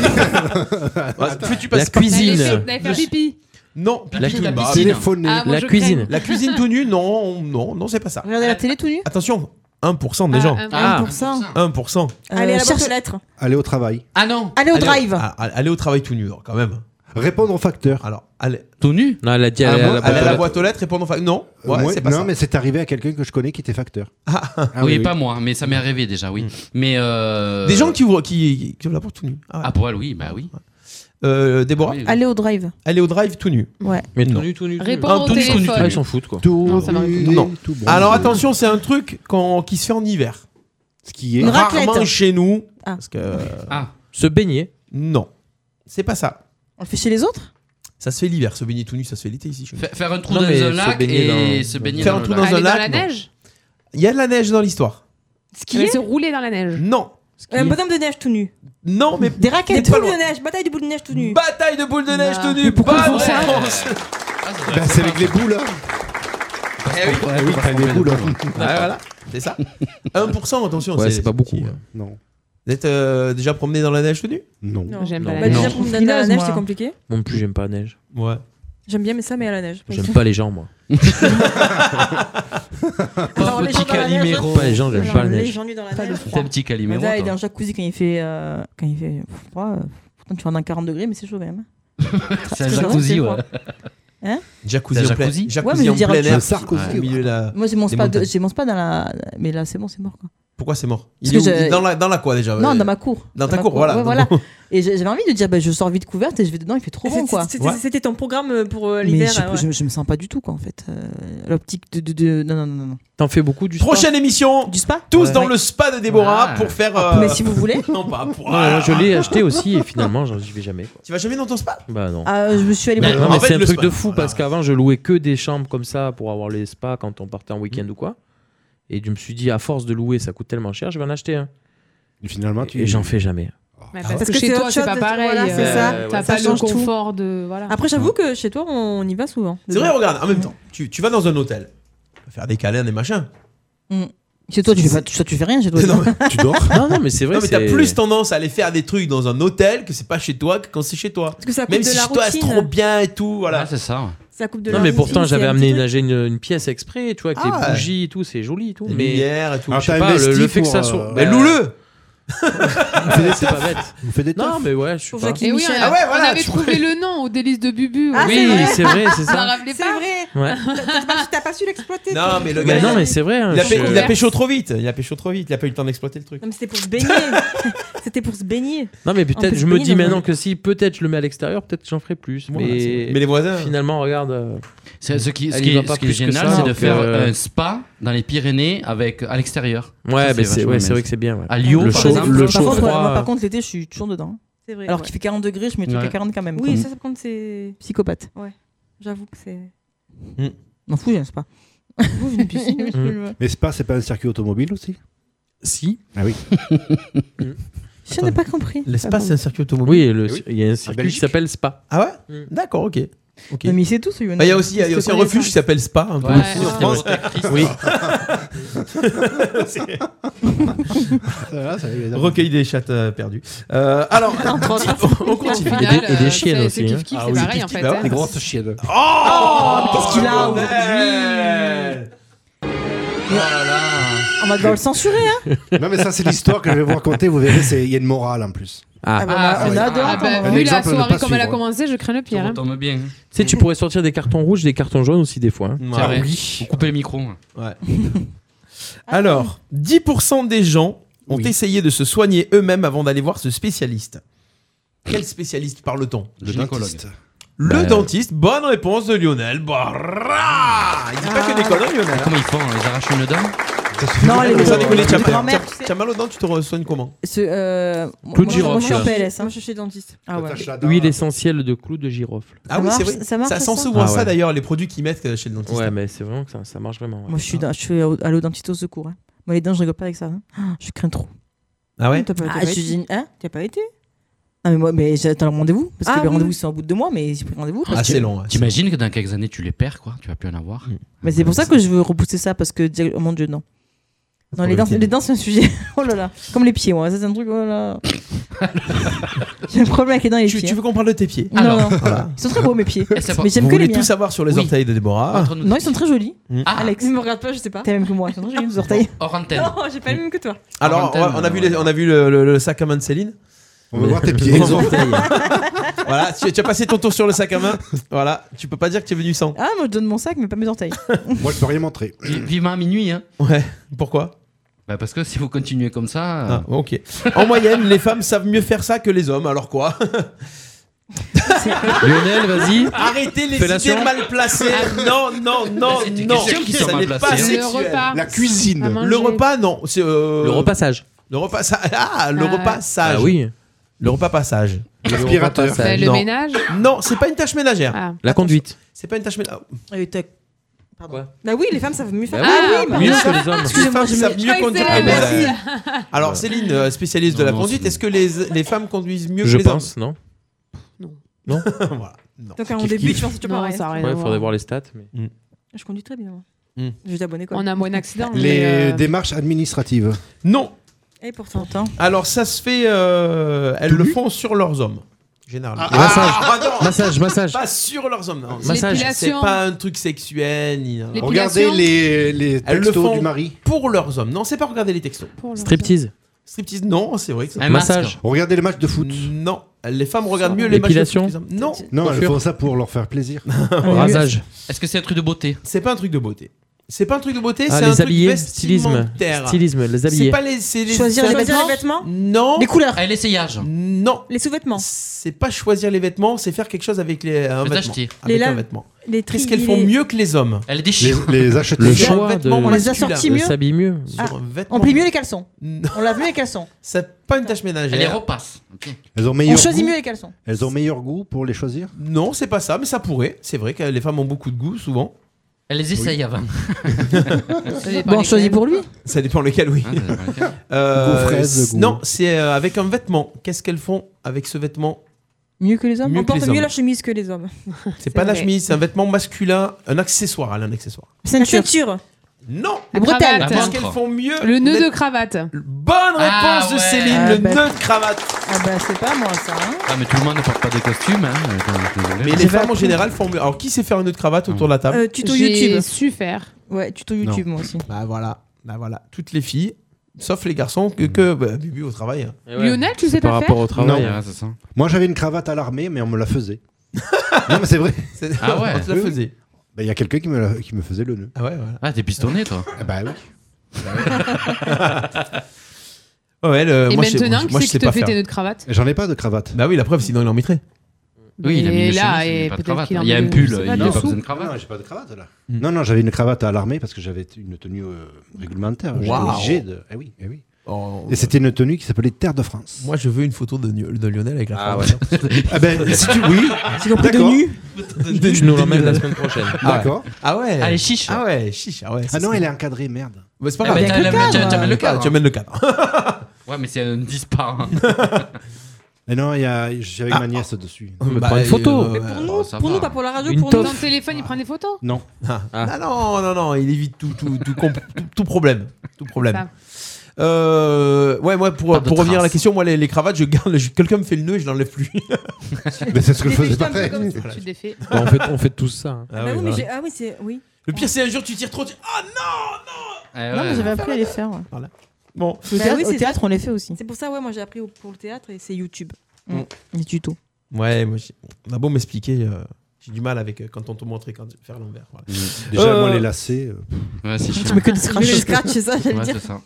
S6: Fais-tu
S10: La
S6: passer par-
S10: cuisine.
S5: D'aller faire pipi.
S6: Non,
S10: La
S6: pipi,
S10: cuisine.
S6: bah,
S7: Téléphoner.
S5: Ah, moi,
S10: La
S5: je
S10: cuisine.
S5: craigne.
S6: La cuisine tout nu, non, non, non, c'est pas ça.
S8: Regardez la télé tout nu.
S6: Attention, 1% des gens.
S5: Ah, un-
S10: Ah,
S8: 1%.
S6: 1%.
S10: Euh,
S9: Allez, à la boîte
S8: cherche-
S9: aux lettres.
S7: Aller au travail.
S12: Ah non.
S8: Allez au
S6: Allez
S8: drive.
S6: Ah, Allez au travail tout nu, quand même.
S7: Répondre aux facteurs.
S6: Alors, allez.
S12: Tout nu.
S10: non, elle a dit
S7: Ah,
S10: elle est à
S7: moi,
S10: la
S6: Aller à la
S10: boîte.
S6: boîte aux lettres et pendant. fa- Non, ouais,
S7: Euh, Moi-
S6: c'est pas
S7: non,
S6: ça.
S7: mais c'est arrivé à quelqu'un que je connais qui était facteur. Ah
S12: oui, pas moi, hein, mais ça m'est arrivé déjà, oui. Mais euh...
S6: Mm. Des gens qui ouvrent, qui, qui ouvrent la porte tout nu. Ah ouais.
S12: Ah pour elle, oui, bah oui.
S6: Euh, Déborah,
S12: Oui, oui.
S8: Allez au drive.
S6: allez au drive tout nu.
S8: Ouais.
S10: Mais
S6: Non.
S10: tout nu, tout nu. tout nu.
S5: Répondre
S10: Ah,
S5: au
S10: tout nu, tout nu, tout nu.
S5: téléphone.
S10: Ah, Ils s'en foutent quoi.
S7: Tout
S5: Non, ça m'arrive
S7: nu,
S6: Non.
S7: tout bon.
S6: Alors attention, c'est un truc quand- qui se fait en hiver.
S7: Ce qui est.
S8: Une raclette.
S6: Rarement chez nous.
S7: euh,
S8: Ah.
S6: Parce que.
S12: Ah.
S10: Se baigner.
S6: Non, c'est pas ça.
S8: On le fait chez les autres
S6: Ça se fait l'hiver, se baigner tout nu, ça se fait l'été ici. chez nous.
S12: Fa- faire un trou
S6: Non,
S12: dans
S6: mais
S12: un
S6: se
S12: lac
S6: baigner
S12: et
S6: dans-
S12: se baigner
S6: Faire
S12: dans
S6: un
S12: le
S6: trou
S10: Bah,
S12: lac.
S6: dans un
S12: Aller dans
S6: lac.
S5: la
S6: non.
S5: neige
S6: Il y a de la neige dans l'histoire.
S5: Skier Euh, Se rouler dans la neige
S6: Non
S9: Un bonhomme Euh, de neige tout nu.
S6: Non, mais
S9: des raquettes. Des boules de neige, bataille de boules de neige tout nu. Bah.
S6: Bataille de boules de neige tout nu.
S9: Ah. pourquoi ils
S6: Bonne
S9: font ça
S10: Ah,
S6: réponse.
S7: Ben, c'est avec les boules.
S6: Eh oui.
S7: Ah oui, t'as des boules.
S6: Ah, voilà, c'est ça. 1%, attention.
S10: Ouais, c'est pas hein.
S6: beaucoup.
S7: Non.
S6: hein. Vous êtes euh, déjà promené dans la neige tout nu
S7: Non.
S9: Non. J'aime pas la Bah, neige. déjà, promener dans la neige, c'est compliqué.
S10: Moi non plus, j'aime pas la neige.
S6: Ouais.
S9: J'aime bien, mais ça, mais à la neige.
S10: J'aime pas les gens, moi.
S8: Genre, les gens dans la neige,
S10: Calimero.
S8: hein.
S10: Pas les gens, j'aime
S8: Genre,
S10: pas la neige.
S8: Les gens nus dans la
S10: Pas le
S8: neige.
S10: froid. T'es un petit Calimero,
S8: Mazda, il est
S10: toi.
S8: en jacuzzi quand il fait euh, quand il fait froid. euh, Pourtant, tu vas dans 40 degrés, mais c'est chaud quand même.
S12: C'est un
S8: Parce que dans
S12: jacuzzi,
S8: c'est
S12: ouais.
S8: froid. Hein
S6: Jacuzzi
S12: C'est un
S6: en plein-
S12: jacuzzi
S6: jacuzzi
S8: Ouais, mais je
S6: en
S8: veux dire,
S6: plein
S8: tu-
S6: air,
S8: un
S6: au milieu de la-
S8: Moi, j'ai mon
S6: des
S8: spa, de-
S6: montagnes.
S8: j'ai mon spa dans la. Mais là, c'est bon, c'est mort quoi.
S6: Pourquoi c'est mort Il
S8: Parce
S6: est
S8: que
S6: où
S8: je-
S6: dans, la, dans la quoi déjà
S8: Non,
S6: euh,
S8: dans ma cour.
S6: Dans ta
S8: ma
S6: cour, voilà.
S8: Ouais,
S6: Dans-
S8: voilà. Et j'ai- j'avais envie de dire, bah, je sors vite couverte et je vais dedans, il fait trop bon
S9: C'était-
S8: quoi.
S9: c'était- C'était ton programme euh, pour euh,
S8: Mais
S9: l'hiver.
S8: je,
S9: euh, ouais.
S8: je- je me sens pas du tout quoi en fait. Euh, L'optique de, de, de- Non, non, non, non.
S10: T'en fais beaucoup du
S6: Prochaine émission.
S8: Du spa
S6: Tous
S8: Ouais.
S6: dans
S8: Ouais.
S6: le spa de Déborah
S10: Ah.
S6: pour faire. euh,
S10: Ah, mais si
S8: vous voulez.
S6: Non, pas pour.
S10: Non, mais moi, je l'ai acheté aussi et finalement, j'en- j'y vais jamais. quoi.
S6: Tu vas jamais dans ton spa
S10: Bah non.
S8: Ah, je me suis allé.
S10: Mais
S8: voir-
S10: non, mais c'est un truc de fou parce qu'avant je louais que des chambres comme ça pour avoir les spas quand on
S6: Mhm.
S10: partait en week-end ou quoi. Et je me suis dit à force de louer ça coûte tellement cher je vais en acheter un.
S7: Et finalement tu.
S10: Et j'en fais jamais.
S9: Ah
S5: Mais Parce
S9: ouais.
S5: que
S9: Parce que
S5: chez
S9: c'est
S5: toi,
S9: autre
S5: c'est
S9: chose,
S5: pas
S9: de-
S5: pareil.
S9: voilà, c'est
S5: euh,
S9: ça.
S5: T'as
S9: Ça
S5: pas le
S9: change tout.
S5: confort de. Voilà.
S9: Après, j'avoue que chez toi, on y va souvent.
S6: C'est vrai, regarde, en même temps, tu, tu vas dans un hôtel, tu vas faire des câlins, des machins.
S8: Mm. Chez toi, tu fais, pas- tu- ça, tu fais rien chez toi.
S6: tu dors
S10: Non, non, mais c'est vrai,
S6: Non, mais
S10: c'est-
S6: t'as plus tendance à aller faire des trucs dans un hôtel que c'est pas chez toi que quand c'est chez toi.
S9: que ça coupe
S6: Même
S9: de
S6: si
S9: la
S6: chez toi, c'est
S9: routine.
S6: trop bien et tout, voilà.
S12: c'est ça.
S9: Ça coupe de
S10: Non
S9: la
S10: mais
S9: routine,
S10: pourtant
S9: c'est
S10: j'avais
S9: un petit
S10: aménagé une, une pièce exprès tu vois avec
S6: Ah
S10: des
S6: ouais.
S10: bougies et tout c'est joli et tout
S6: Des
S10: mais
S6: lumières et tout.
S10: je sais
S6: Alors, Ah, t'as
S10: pas le,
S6: investi
S10: le fait que
S6: pour,
S10: ça
S6: euh,
S10: soit
S6: bah, loue-le.
S10: c'est pas bête
S7: on fait des
S10: non mais ouais je suis
S5: Pour
S10: pas...
S5: Jackie Michel.
S6: Ah ouais,
S5: on
S6: voilà,
S5: avait
S6: tu
S5: trouvé
S6: pourrais-
S5: le nom au délice de Bubu.
S9: Ah,
S10: Oui, c'est vrai, c'est ça.
S5: Vous en rappelez
S9: C'est
S5: pas Ah,
S9: vrai.
S10: Ouais.
S9: T'as pas- T'as pas su l'exploiter.
S6: Non, Ah,
S9: toi.
S6: mais le gars.
S10: non, mais c'est vrai, hein,
S6: il, a
S10: je-
S6: pé- il a pécho trop vite. Il a pécho trop vite. Il a pas eu le temps d'exploiter le truc.
S9: Non, mais c'était pour se baigner. c'était pour se baigner.
S10: non mais
S9: On peut
S10: peut-être
S9: se
S10: je me
S9: baigner
S10: dis
S9: dans un-
S10: maintenant que si peut-être je le mets à l'extérieur peut-être que j'en ferai plus
S6: Voilà, c'est
S10: mais
S6: vrai. Mais les voisins-
S10: finalement regarde euh,
S12: C'est- Ce qui, ce
S10: elle y
S12: qui
S10: va
S12: est,
S10: pas
S12: ce qui est
S10: plus que
S12: génial,
S10: ça,
S12: c'est de
S10: donc,
S12: faire
S10: euh,
S12: un spa dans les Pyrénées avec, à l'extérieur.
S10: Ouais,
S12: Ça,
S10: mais c'est
S12: vachement
S10: ouais,
S12: bien,
S10: c'est vrai
S12: ça.
S10: que c'est bien. ouais.
S12: À Lyon,
S10: le
S12: par
S10: chaud,
S12: exemple,
S10: le
S8: Par
S10: chaud
S8: contre,
S10: froid. euh.
S8: moi, par contre, l'été, je suis toujours dedans.
S9: C'est vrai,
S8: Alors
S9: ouais.
S8: qu'il fait 40 degrés, je mets le truc
S10: Ouais.
S8: à 40 quand même.
S9: Oui,
S8: quoi.
S9: ça, ça compte, c'est.
S8: Psychopathe.
S9: Ouais, j'avoue que c'est.
S8: M'en fous,
S9: hein,
S8: j'aime pas.
S9: Vous, une piscine, oui, je peux le-
S7: Hmm. Mais Spa, c'est pas un circuit automobile aussi
S10: Si.
S7: Ah oui.
S9: Je n'ai pas compris.
S6: L'espace, c'est un circuit automobile.
S10: Oui, le- il y a un circuit qui
S6: Belgique.
S10: s'appelle Spa. Mm.
S6: Ah ouais D'accord, ok. Ok.
S8: Mais c'est tout, ce Yoann.
S6: Ah, il y a aussi, il y a
S8: Parce
S6: aussi
S8: que
S6: un
S8: qu'on est
S6: refuge qui s'appelle Spa, un peu
S10: Ouais,
S6: aussi en
S10: ouais.
S6: France. Oui. C'est- Recueil des chattes euh, perdues. Euh, alors, on continue.
S10: Et des- et des chiennes aussi, hein.
S5: kiff, euh, c'est pareil, en fait, hein. Des grosses
S7: chiennes.
S6: Oh
S8: Qu'est-ce qu'il a
S6: bordel Oh là là
S8: On va devoir le censurer, hein
S7: Non, mais ça, c'est l'histoire que je vais vous raconter. Vous verrez, c'est- il y a une morale en plus.
S10: Ah,
S8: bah, on adore
S5: Ah, bah,
S7: Un
S5: vu la
S7: exemple à ne
S5: soirée
S7: pas
S5: comme elle a
S7: suivre.
S5: commencé, je crains le pire. hein.
S12: On tombe bien.
S10: Tu sais, tu pourrais sortir des cartons rouges, des cartons jaunes aussi des fois. hein.
S12: C'est
S6: Ah
S12: vrai. Vous coupez le micro. moi.
S8: Ah
S6: Alors, 10% des gens ont essayé de se soigner eux-mêmes avant d'aller voir ce spécialiste. Quel spécialiste parle-t-on
S12: Le gynécologue.
S6: Le
S12: Bah,
S6: dentiste, bonne réponse de Lionel. Barra Il dit pas que des conneries, Lionel. hein.
S12: Comment ils font hein, Ils arrachent une dent
S8: Ah. Non, les
S6: Sans déconner,
S8: les-
S6: t'as-
S8: les
S6: t'as-
S8: grand-mères,
S6: t'as- T'as mal aux dents, tu te re- soignes comment
S8: Ce, euh, moi,
S10: Claude
S8: moi,
S10: Girofle.
S8: moi, je suis en PLS. hein.
S9: Moi, je suis chez le dentiste.
S8: Ah ouais.
S10: Huile essentielle de clous de girofle.
S6: Ah oui,
S8: marche,
S6: c'est vrai.
S8: ça marche,
S6: sent
S8: ça
S6: souvent
S10: Ah
S6: ça
S10: ouais.
S6: d'ailleurs, les produits qu'ils mettent euh, chez le dentiste.
S10: Ouais, mais c'est vraiment que ça, ça marche vraiment. ouais.
S8: Moi, je suis, dans- je suis au- allé au dentiste au secours. hein. Moi, les dents, je rigole pas avec ça. hein. Ah, Je crains trop.
S6: Ah ouais
S9: T'as pas, t'as
S8: Ah,
S9: pas
S8: je
S9: été
S8: suis. Hein
S9: T'as pas été
S8: non, mais moi, mais j'attends le rendez-vous. Parce que
S9: Ah
S8: le
S9: oui.
S8: rendez-vous, c'est au bout de deux mois, mais j'ai pris rendez-vous. parce
S6: Ah,
S8: que-
S6: c'est long. ouais.
S12: T'imagines que dans quelques années, tu les perds, quoi. Tu vas plus en avoir.
S10: Mm.
S8: Mais c'est pour ça que je veux repousser ça, parce que, dire- oh mon dieu, non. Non, les dents,
S6: Problème.
S8: les dents, c'est un sujet. Oh là là. Comme les pieds, moi. Ça, c'est un truc. Oh là. J'ai un problème avec les dents et les
S6: Tu,
S8: pieds. Ah
S6: tu veux qu'on parle de tes pieds
S8: Non,
S12: Alors.
S8: non.
S6: Voilà.
S8: Ils sont très beaux, mes pieds.
S12: Eh, c'est pas-
S8: Mais j'aime
S6: Vous
S8: que les
S6: voulez
S8: miens.
S6: tout savoir sur les
S12: Oui.
S6: orteils Hmm. de Déborah
S12: Entre nous-
S8: Non, ils sont très jolis.
S12: Ah,
S8: Alex,
S9: Ne me regarde pas, je sais pas.
S8: t'es la même que moi. Ils sont très jolis, nos orteils.
S12: hors antenne.
S9: Non, Oh, j'ai pas le même que toi.
S6: Alors, on,
S12: Quarantaine,
S6: on a vu,
S12: euh,
S6: les- on a vu le, le- le sac à main de Céline.
S7: On veut voir tes pieds.
S6: Les orteils. voilà, tu, tu as passé ton tour sur le sac à main. Voilà, tu peux pas dire que tu es venu sans.
S8: Ah, moi, je donne mon sac, mais pas mes orteils.
S7: Moi, je peux rien montrer.
S12: Vi- Vivement à minuit, hein.
S6: Ouais, pourquoi
S12: Bah, parce que si vous continuez comme ça. euh,
S6: Ah, ok. En moyenne, les femmes savent mieux faire ça que les hommes, alors quoi
S10: Lionel, vas-y. Ah
S6: Arrêtez les
S10: Fellation.
S6: idées mal placées. Ah, Non, non, non,
S12: C'est une
S6: non.
S12: question qui
S6: Ça
S12: sont
S6: n'est
S12: mal
S6: pas
S10: hein.
S12: placées.
S5: Le
S6: sexuel.
S5: repas.
S7: La cuisine.
S5: Maman.
S6: Le
S5: Manger.
S6: repas, non. c'est, euh,
S10: Le repassage.
S6: Le repas, ça- ah, le
S5: Ah ouais.
S6: repas sage.
S10: Ah oui.
S6: Le repas passage. Le
S5: L'aspirateur.
S6: repas passage.
S5: Bah, le
S6: Non.
S5: ménage
S6: Non, c'est pas une tâche ménagère.
S5: Ah.
S10: La conduite.
S6: C'est pas une tâche Ah. ménagère.
S9: Pardon. Bah oui, les femmes savent mieux
S5: Ah
S9: faire.
S6: Bah
S8: Ah
S6: oui,
S9: pardon.
S6: mieux que les hommes.
S9: Excusez-moi,
S6: Les femmes
S9: je
S6: savent
S9: me-
S6: mieux
S9: je croyais que
S6: conduire.
S9: c'était la
S6: Ah, bah,
S9: merci.
S6: Alors, Céline, euh, spécialiste de la conduite, est-ce que les, les femmes conduisent mieux que
S10: Je
S6: les hommes
S10: pense, non
S6: Non. voilà. Non.
S9: Donc,
S6: C'est
S9: on
S6: kiff-kiff.
S9: débute, je pense que tu peux
S5: Non,
S9: pas
S5: ça a rien
S10: Ouais,
S5: à
S10: faudrait
S5: voir.
S10: voir les stats. Mais...
S12: Mm.
S9: Je conduis très bien. moi.
S6: Mm.
S9: Je suis abonné quoi.
S5: On a moins d'accidents.
S7: Les
S5: mais, euh,
S7: démarches administratives.
S6: Non.
S9: Et pourtant. Pourtant.
S6: Alors, ça se fait. euh, elles le font sur leurs hommes. Généralement.
S10: Ah, massage.
S6: non.
S10: Massage, massage.
S6: Pas sur leurs hommes. Non.
S10: Massage.
S6: C'est
S10: L'épilation.
S6: pas un truc sexuel. Ni...
S10: L'épilation. Regardez les-
S7: les
S6: Elles le
S7: textos
S6: font
S7: du mari.
S6: Pour leurs hommes. Non, c'est pas regarder les textos.
S5: leurs
S10: Striptease. hommes.
S6: Striptease, non, c'est vrai que c'est
S10: Un Massage. masque.
S7: Regardez les matchs de foot.
S6: Non. Les femmes regardent mieux les matchs de foot. que les hommes. Non.
S7: Non, elles
S6: Coiffure.
S7: font ça pour leur faire plaisir.
S10: Rasage.
S12: Est-ce que c'est un truc de beauté
S6: C'est pas un truc de beauté. C'est pas un truc de beauté,
S10: Ah,
S6: c'est
S10: les
S6: un truc
S10: habillés,
S6: vestimentaire.
S10: stylisme. Stylisme, les habillés.
S6: C'est pas les, c'est les-
S9: Choisir
S6: c'est
S9: les
S6: un truc-
S9: vêtements Choisir les vêtements
S6: Non.
S9: Les couleurs.
S12: Et Ah, l'essayage.
S6: Non.
S9: Les sous-vêtements.
S6: C'est pas choisir les vêtements, c'est faire quelque chose avec les un
S12: Les
S6: vêtement.
S12: acheter.
S6: Avec
S9: Les
S6: un
S9: laves-
S6: vêtement.
S9: les
S6: Qu'est-ce
S9: tri-
S6: qu'elles font
S9: les-
S6: mieux que les hommes
S12: Elles déchirent.
S7: Les- les acheter.
S10: Le
S6: Sur un
S10: choix
S6: vêtement,
S10: de-
S6: on
S10: On
S6: l'a
S10: les
S6: celui-là.
S10: assortit mieux. s'habille mieux.
S9: Ah,
S6: Sur un vêtement.
S8: On plie mieux les caleçons.
S6: Non.
S8: On lave mieux les caleçons.
S6: C'est pas une tâche ménagère.
S12: Elle Ah, les repasse.
S7: Elles ont meilleur
S8: On choisit
S7: goût.
S8: mieux les caleçons.
S7: Elles ont meilleur goût pour les choisir
S6: Non, c'est pas ça, mais ça pourrait. C'est vrai que les femmes ont beaucoup de goût, souvent.
S12: Elles les essayent avant.
S8: Bon, on choisit pour lui.
S6: Ça dépend lesquels, oui.
S7: Goût fraise, goût-
S6: Non, c'est euh, avec un vêtement. Qu'est-ce qu'elles font avec ce vêtement
S9: Mieux que les hommes.
S6: Mieux
S9: on
S6: que les
S9: porte
S6: hommes.
S9: mieux leur chemise que les hommes.
S6: C'est pas la
S9: vrai.
S6: chemise, c'est un vêtement masculin, un accessoire, elle a un accessoire.
S9: La ceinture.
S6: Non.
S9: Les bretelles.
S5: cravate.
S6: Parce qu'elles font mieux.
S5: Le nœud de
S6: d'être-
S5: cravate.
S6: Bonne réponse
S5: Ah
S6: de
S5: ouais.
S6: Céline,
S5: Ah
S6: le
S5: bah.
S6: nœud de cravate.
S8: Ah bah c'est pas moi ça. hein.
S12: Ah, mais tout le monde ne porte pas des costumes. Hein.
S6: Mais les femmes en général font mieux. Alors qui sait faire un nœud de cravate autour de la table
S9: Euh, tuto
S5: J'ai
S9: YouTube.
S5: su faire.
S9: Ouais, tuto
S6: Non.
S9: YouTube moi aussi.
S6: Bah voilà, bah voilà. Toutes les filles, sauf les garçons
S12: Mm.
S6: que, que bah, Bubu au travail. hein.
S5: Lionel, tu sais
S6: par
S5: pas faire
S6: rapport au travail,
S7: Non.
S6: ouais, c'est ça.
S7: Moi, j'avais une cravate à l'armée, mais on me la faisait. non, mais c'est vrai.
S6: C'est- Ah ouais. On te la
S7: Oui, oui.
S6: faisait.
S7: Bah, Il y a quelqu'un qui me, la- qui me faisait le nœud.
S6: Ah ouais, voilà.
S12: Ah, t'es pistonné, toi.
S7: Ah bah oui.
S6: Bah Ouais, le-
S5: Et
S6: moi, je sais-
S5: maintenant,
S6: moi,
S5: qui
S6: je
S5: c'est
S6: sais
S5: qui te
S6: pas
S5: fait
S6: faire.
S5: tes nœuds de cravate
S7: J'en ai pas de cravate.
S6: Bah oui, la preuve, sinon il en mettrait.
S12: Oui, il a
S5: Et
S12: mis une
S5: là, et
S12: chemise, mais pas de
S5: peut-être
S12: cravate.
S5: qu'il en
S12: Il y a
S5: met-
S12: un pull,
S5: je sais pas,
S12: il n'a
S5: dessous.
S12: pas besoin de cravate.
S7: j'ai pas de cravate là. Non, non, j'avais une cravate à l'armée parce que j'avais t- une tenue euh, réglementaire. J'étais
S6: Waouh.
S7: obligé de. Eh oui, eh oui.
S6: Oh.
S7: Et c'était une tenue qui s'appelait Terre de France.
S6: Moi, je veux une photo de, Nio- de Lionel avec la
S7: Ah
S6: cravate.
S7: ouais. Ah ben, si tu- oui.
S6: C'est compris
S7: D'accord.
S6: de
S10: Tu nous l'emmènes la semaine prochaine.
S7: D'accord.
S6: Ah ouais.
S12: Allez, chiche.
S6: Ah ouais, chiche. Ah, ouais,
S7: Ah
S6: ça
S7: non,
S6: serait-
S7: elle est encadrée, merde.
S6: Bah,
S5: Ah,
S6: c'est pas
S12: Eh
S6: grave.
S12: ben, t'as- t'as- t'as- t'amènes le cadre.
S6: Tu amènes le cadre.
S12: Ouais, mais c'est un 10 par. hein.
S7: Mais non, il y a... je suis avec
S6: Ah.
S7: ma nièce dessus.
S6: On me
S7: Bah,
S6: prend Oh, une
S7: euh,
S6: photo.
S7: euh,
S9: Pour nous,
S12: Oh, ça
S9: pour
S12: va.
S9: nous, pas pour la radio,
S6: Une
S9: pour
S6: toffe.
S9: nous.
S5: Dans le téléphone, il prend des photos.
S7: Non.
S6: Ah non, non, non, il évite tout, tout, tout, com- tout- tout problème. Tout problème. Euh, ouais, moi, pour,
S12: de
S6: pour revenir à la
S12: traces.
S6: question, moi, les, les cravates, je garde, je- quelqu'un me fait le nœud et je l'enlève plus.
S7: Mais c'est ce que je
S5: Tu défais
S7: faisais pas
S5: un peu
S7: faire.
S5: comme ça, Tu défais.
S10: Bah, on, fait, on fait tous ça. hein.
S6: Ah
S9: Ah,
S6: oui,
S9: oui, mais
S6: voilà.
S9: j'ai- ah oui, c'est. Oui.
S6: Le pire, c'est un jour, tu tires trop, tu... Ah non, non
S12: Eh
S8: Non,
S12: ouais.
S8: mais j'avais appris à les faire. ouais.
S6: Voilà. Bon,
S8: Au
S9: Bah
S8: théâtre,
S9: oui,
S8: au
S9: c'est
S8: théâtre,
S9: ça.
S8: on les fait aussi.
S9: C'est pour ça, ouais, moi j'ai appris au- pour le théâtre et c'est YouTube.
S8: Mm. Les tutos.
S6: ouais, moi, j'ai- on a beau m'expliquer, euh, j'ai du mal avec euh, quand on te montre et quand faire l'envers. voilà.
S7: Mm. Déjà, moi,
S6: Euh,
S7: les lacets. euh,
S12: Ouais, c'est chiant.
S8: Tu mets que des
S9: Je vais les
S8: scratchs.
S9: scratch, c'est ça, j'allais
S12: Ouais,
S9: dire.
S12: c'est ça.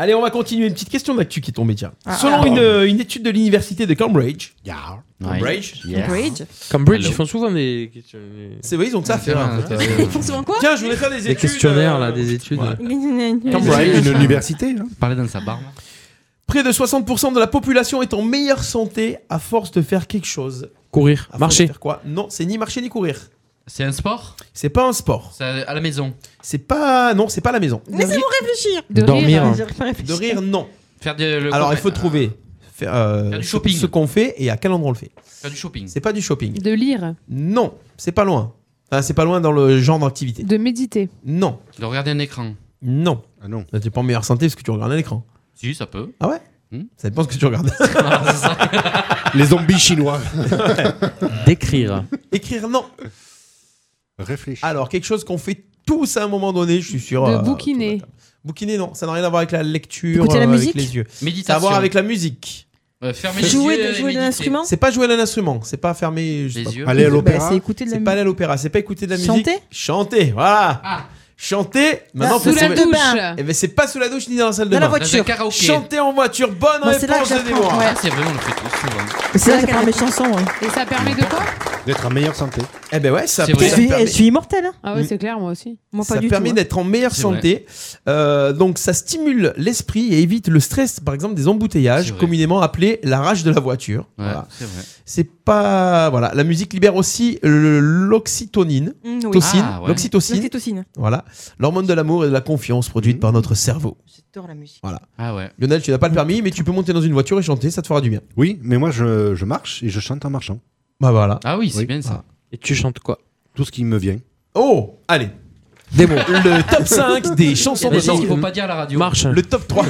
S6: Allez, on va continuer. Une petite question d'actu qui est tombée, tiens.
S9: Ah,
S6: Selon
S9: ah.
S6: une, euh, une étude de l'université de Cambridge,
S7: yeah.
S6: Cambridge
S12: Yeah.
S9: Bridge.
S10: Cambridge,
S12: Allô.
S10: ils font souvent des questions-
S6: c'est vrai, ils ont que ça à
S12: C'est
S6: faire. hein.
S12: vrai, euh, c'est
S9: Ils font souvent quoi
S6: Tiens, je voulais faire des
S10: des
S6: études.
S10: questionnaires, là,
S6: euh,
S10: des études.
S6: ouais.
S7: Cambridge, une université. hein.
S12: Parler dans sa barbe.
S6: Près de 60% de la population est en meilleure santé à force de faire quelque chose.
S10: Courir,
S6: À force de
S10: marcher.
S6: faire quoi Non, c'est ni marcher ni courir.
S12: C'est un sport
S6: C'est pas un sport.
S12: C'est à la maison.
S6: C'est pas non, c'est pas la maison.
S9: Laissez-moi réfléchir.
S5: De
S10: Dormir.
S5: rire.
S9: J'arrive pas à
S6: De
S9: réfléchir.
S6: rire, non.
S12: Faire, de- le
S6: Alors
S12: compé-
S6: il faut trouver faire, euh,
S12: Faire du
S6: ce-
S12: shopping.
S6: ce qu'on fait et à quel endroit on le fait.
S12: Faire du shopping.
S6: C'est pas du shopping.
S5: De lire.
S6: Non, c'est pas loin. Enfin, c'est pas loin dans le genre d'activité.
S5: De méditer.
S6: Non,
S12: De regarder un écran.
S6: non.
S7: Ah non.
S6: Là, T'es pas en meilleure santé parce que tu regardes un écran.
S12: Si, ça peut.
S6: Ah ouais
S12: Hmm
S6: Ça dépend ce que tu regardes.
S12: Voilà, c'est ça.
S7: Les zombies chinois.
S10: D'écrire.
S6: Écrire, non.
S7: Réfléchis.
S6: Alors quelque chose qu'on fait tous à un moment donné, je suis sûr.
S5: De
S6: euh,
S5: bouquiner.
S6: autour de la table. Bouquiner, non. Ça n'a rien à voir avec la lecture,
S8: Écouter la
S6: euh, avec
S8: musique
S6: les yeux. Ça a à
S12: Méditation.
S6: voir avec la musique.
S12: Euh, fermer
S9: Jouer,
S12: les
S9: de-
S12: yeux.
S9: jouer d'un
S12: méditer.
S9: instrument.
S6: C'est pas jouer d'un instrument, c'est pas fermer. je sais
S12: Les
S6: pas.
S12: yeux.
S7: Aller à
S8: Bah,
S7: l'opéra.
S8: c'est écouter de la
S6: C'est pas
S8: musique.
S6: aller à l'opéra, c'est pas écouter de la musique.
S8: Chanter
S6: Chanter, voilà.
S12: Ah.
S6: Chanter, maintenant
S5: Sous
S6: faut
S5: la
S6: trouver-
S5: douche.
S6: Eh ben c'est pas sous la douche ni dans la salle de
S8: Dans la
S6: bain.
S8: voiture.
S12: Dans un karaoké.
S6: Chanter en voiture, bonne
S8: Moi, c'est là
S6: réponse
S8: que
S6: de
S8: j'apprends,
S6: Déborah.
S8: ouais.
S12: Ah, C'est vrai, on le fait tous souvent.
S8: C'est là que j'apprends mes chansons. ouais.
S5: Et ça permet de quoi
S7: D'être en meilleure santé.
S6: Eh ben ouais, ça,
S8: C'est vrai.
S6: ça
S8: Je suis-
S6: permet-
S8: je suis immortel, hein.
S5: Ah ouais, c'est clair, moi aussi.
S6: Mm. ça
S9: hein.
S6: permet d'être en meilleure
S5: C'est
S6: santé. Euh, donc ça stimule l'esprit et évite le stress, par exemple, des embouteillages, communément appelé la rage de la voiture. Voilà.
S12: c'est vrai.
S6: C'est pas voilà. La musique libère aussi le- l'oxytonine,
S9: Mm, oui.
S6: Tocine,
S9: Ah, ouais.
S6: l'oxytocine,
S9: L'oxytocine.
S6: Voilà, l'hormone de l'amour et de la confiance produite par notre cerveau.
S9: Mm.
S8: J'adore la musique.
S6: Voilà.
S12: Ah ouais.
S6: Lionel, tu n'as pas le permis, mais tu peux monter dans une voiture et chanter, ça te fera du bien.
S7: Oui, mais moi Euh, je, je marche et je chante en marchant.
S6: Bah voilà.
S12: Ah oui, c'est bien ça.
S7: Et tu chantes quoi Tout ce qui me vient.
S6: Oh, allez. Démon. Le top 5 des chansons
S12: Il y a
S6: de
S12: des choses qu'il faut pas dire à la radio.
S6: Marche. Le top 3.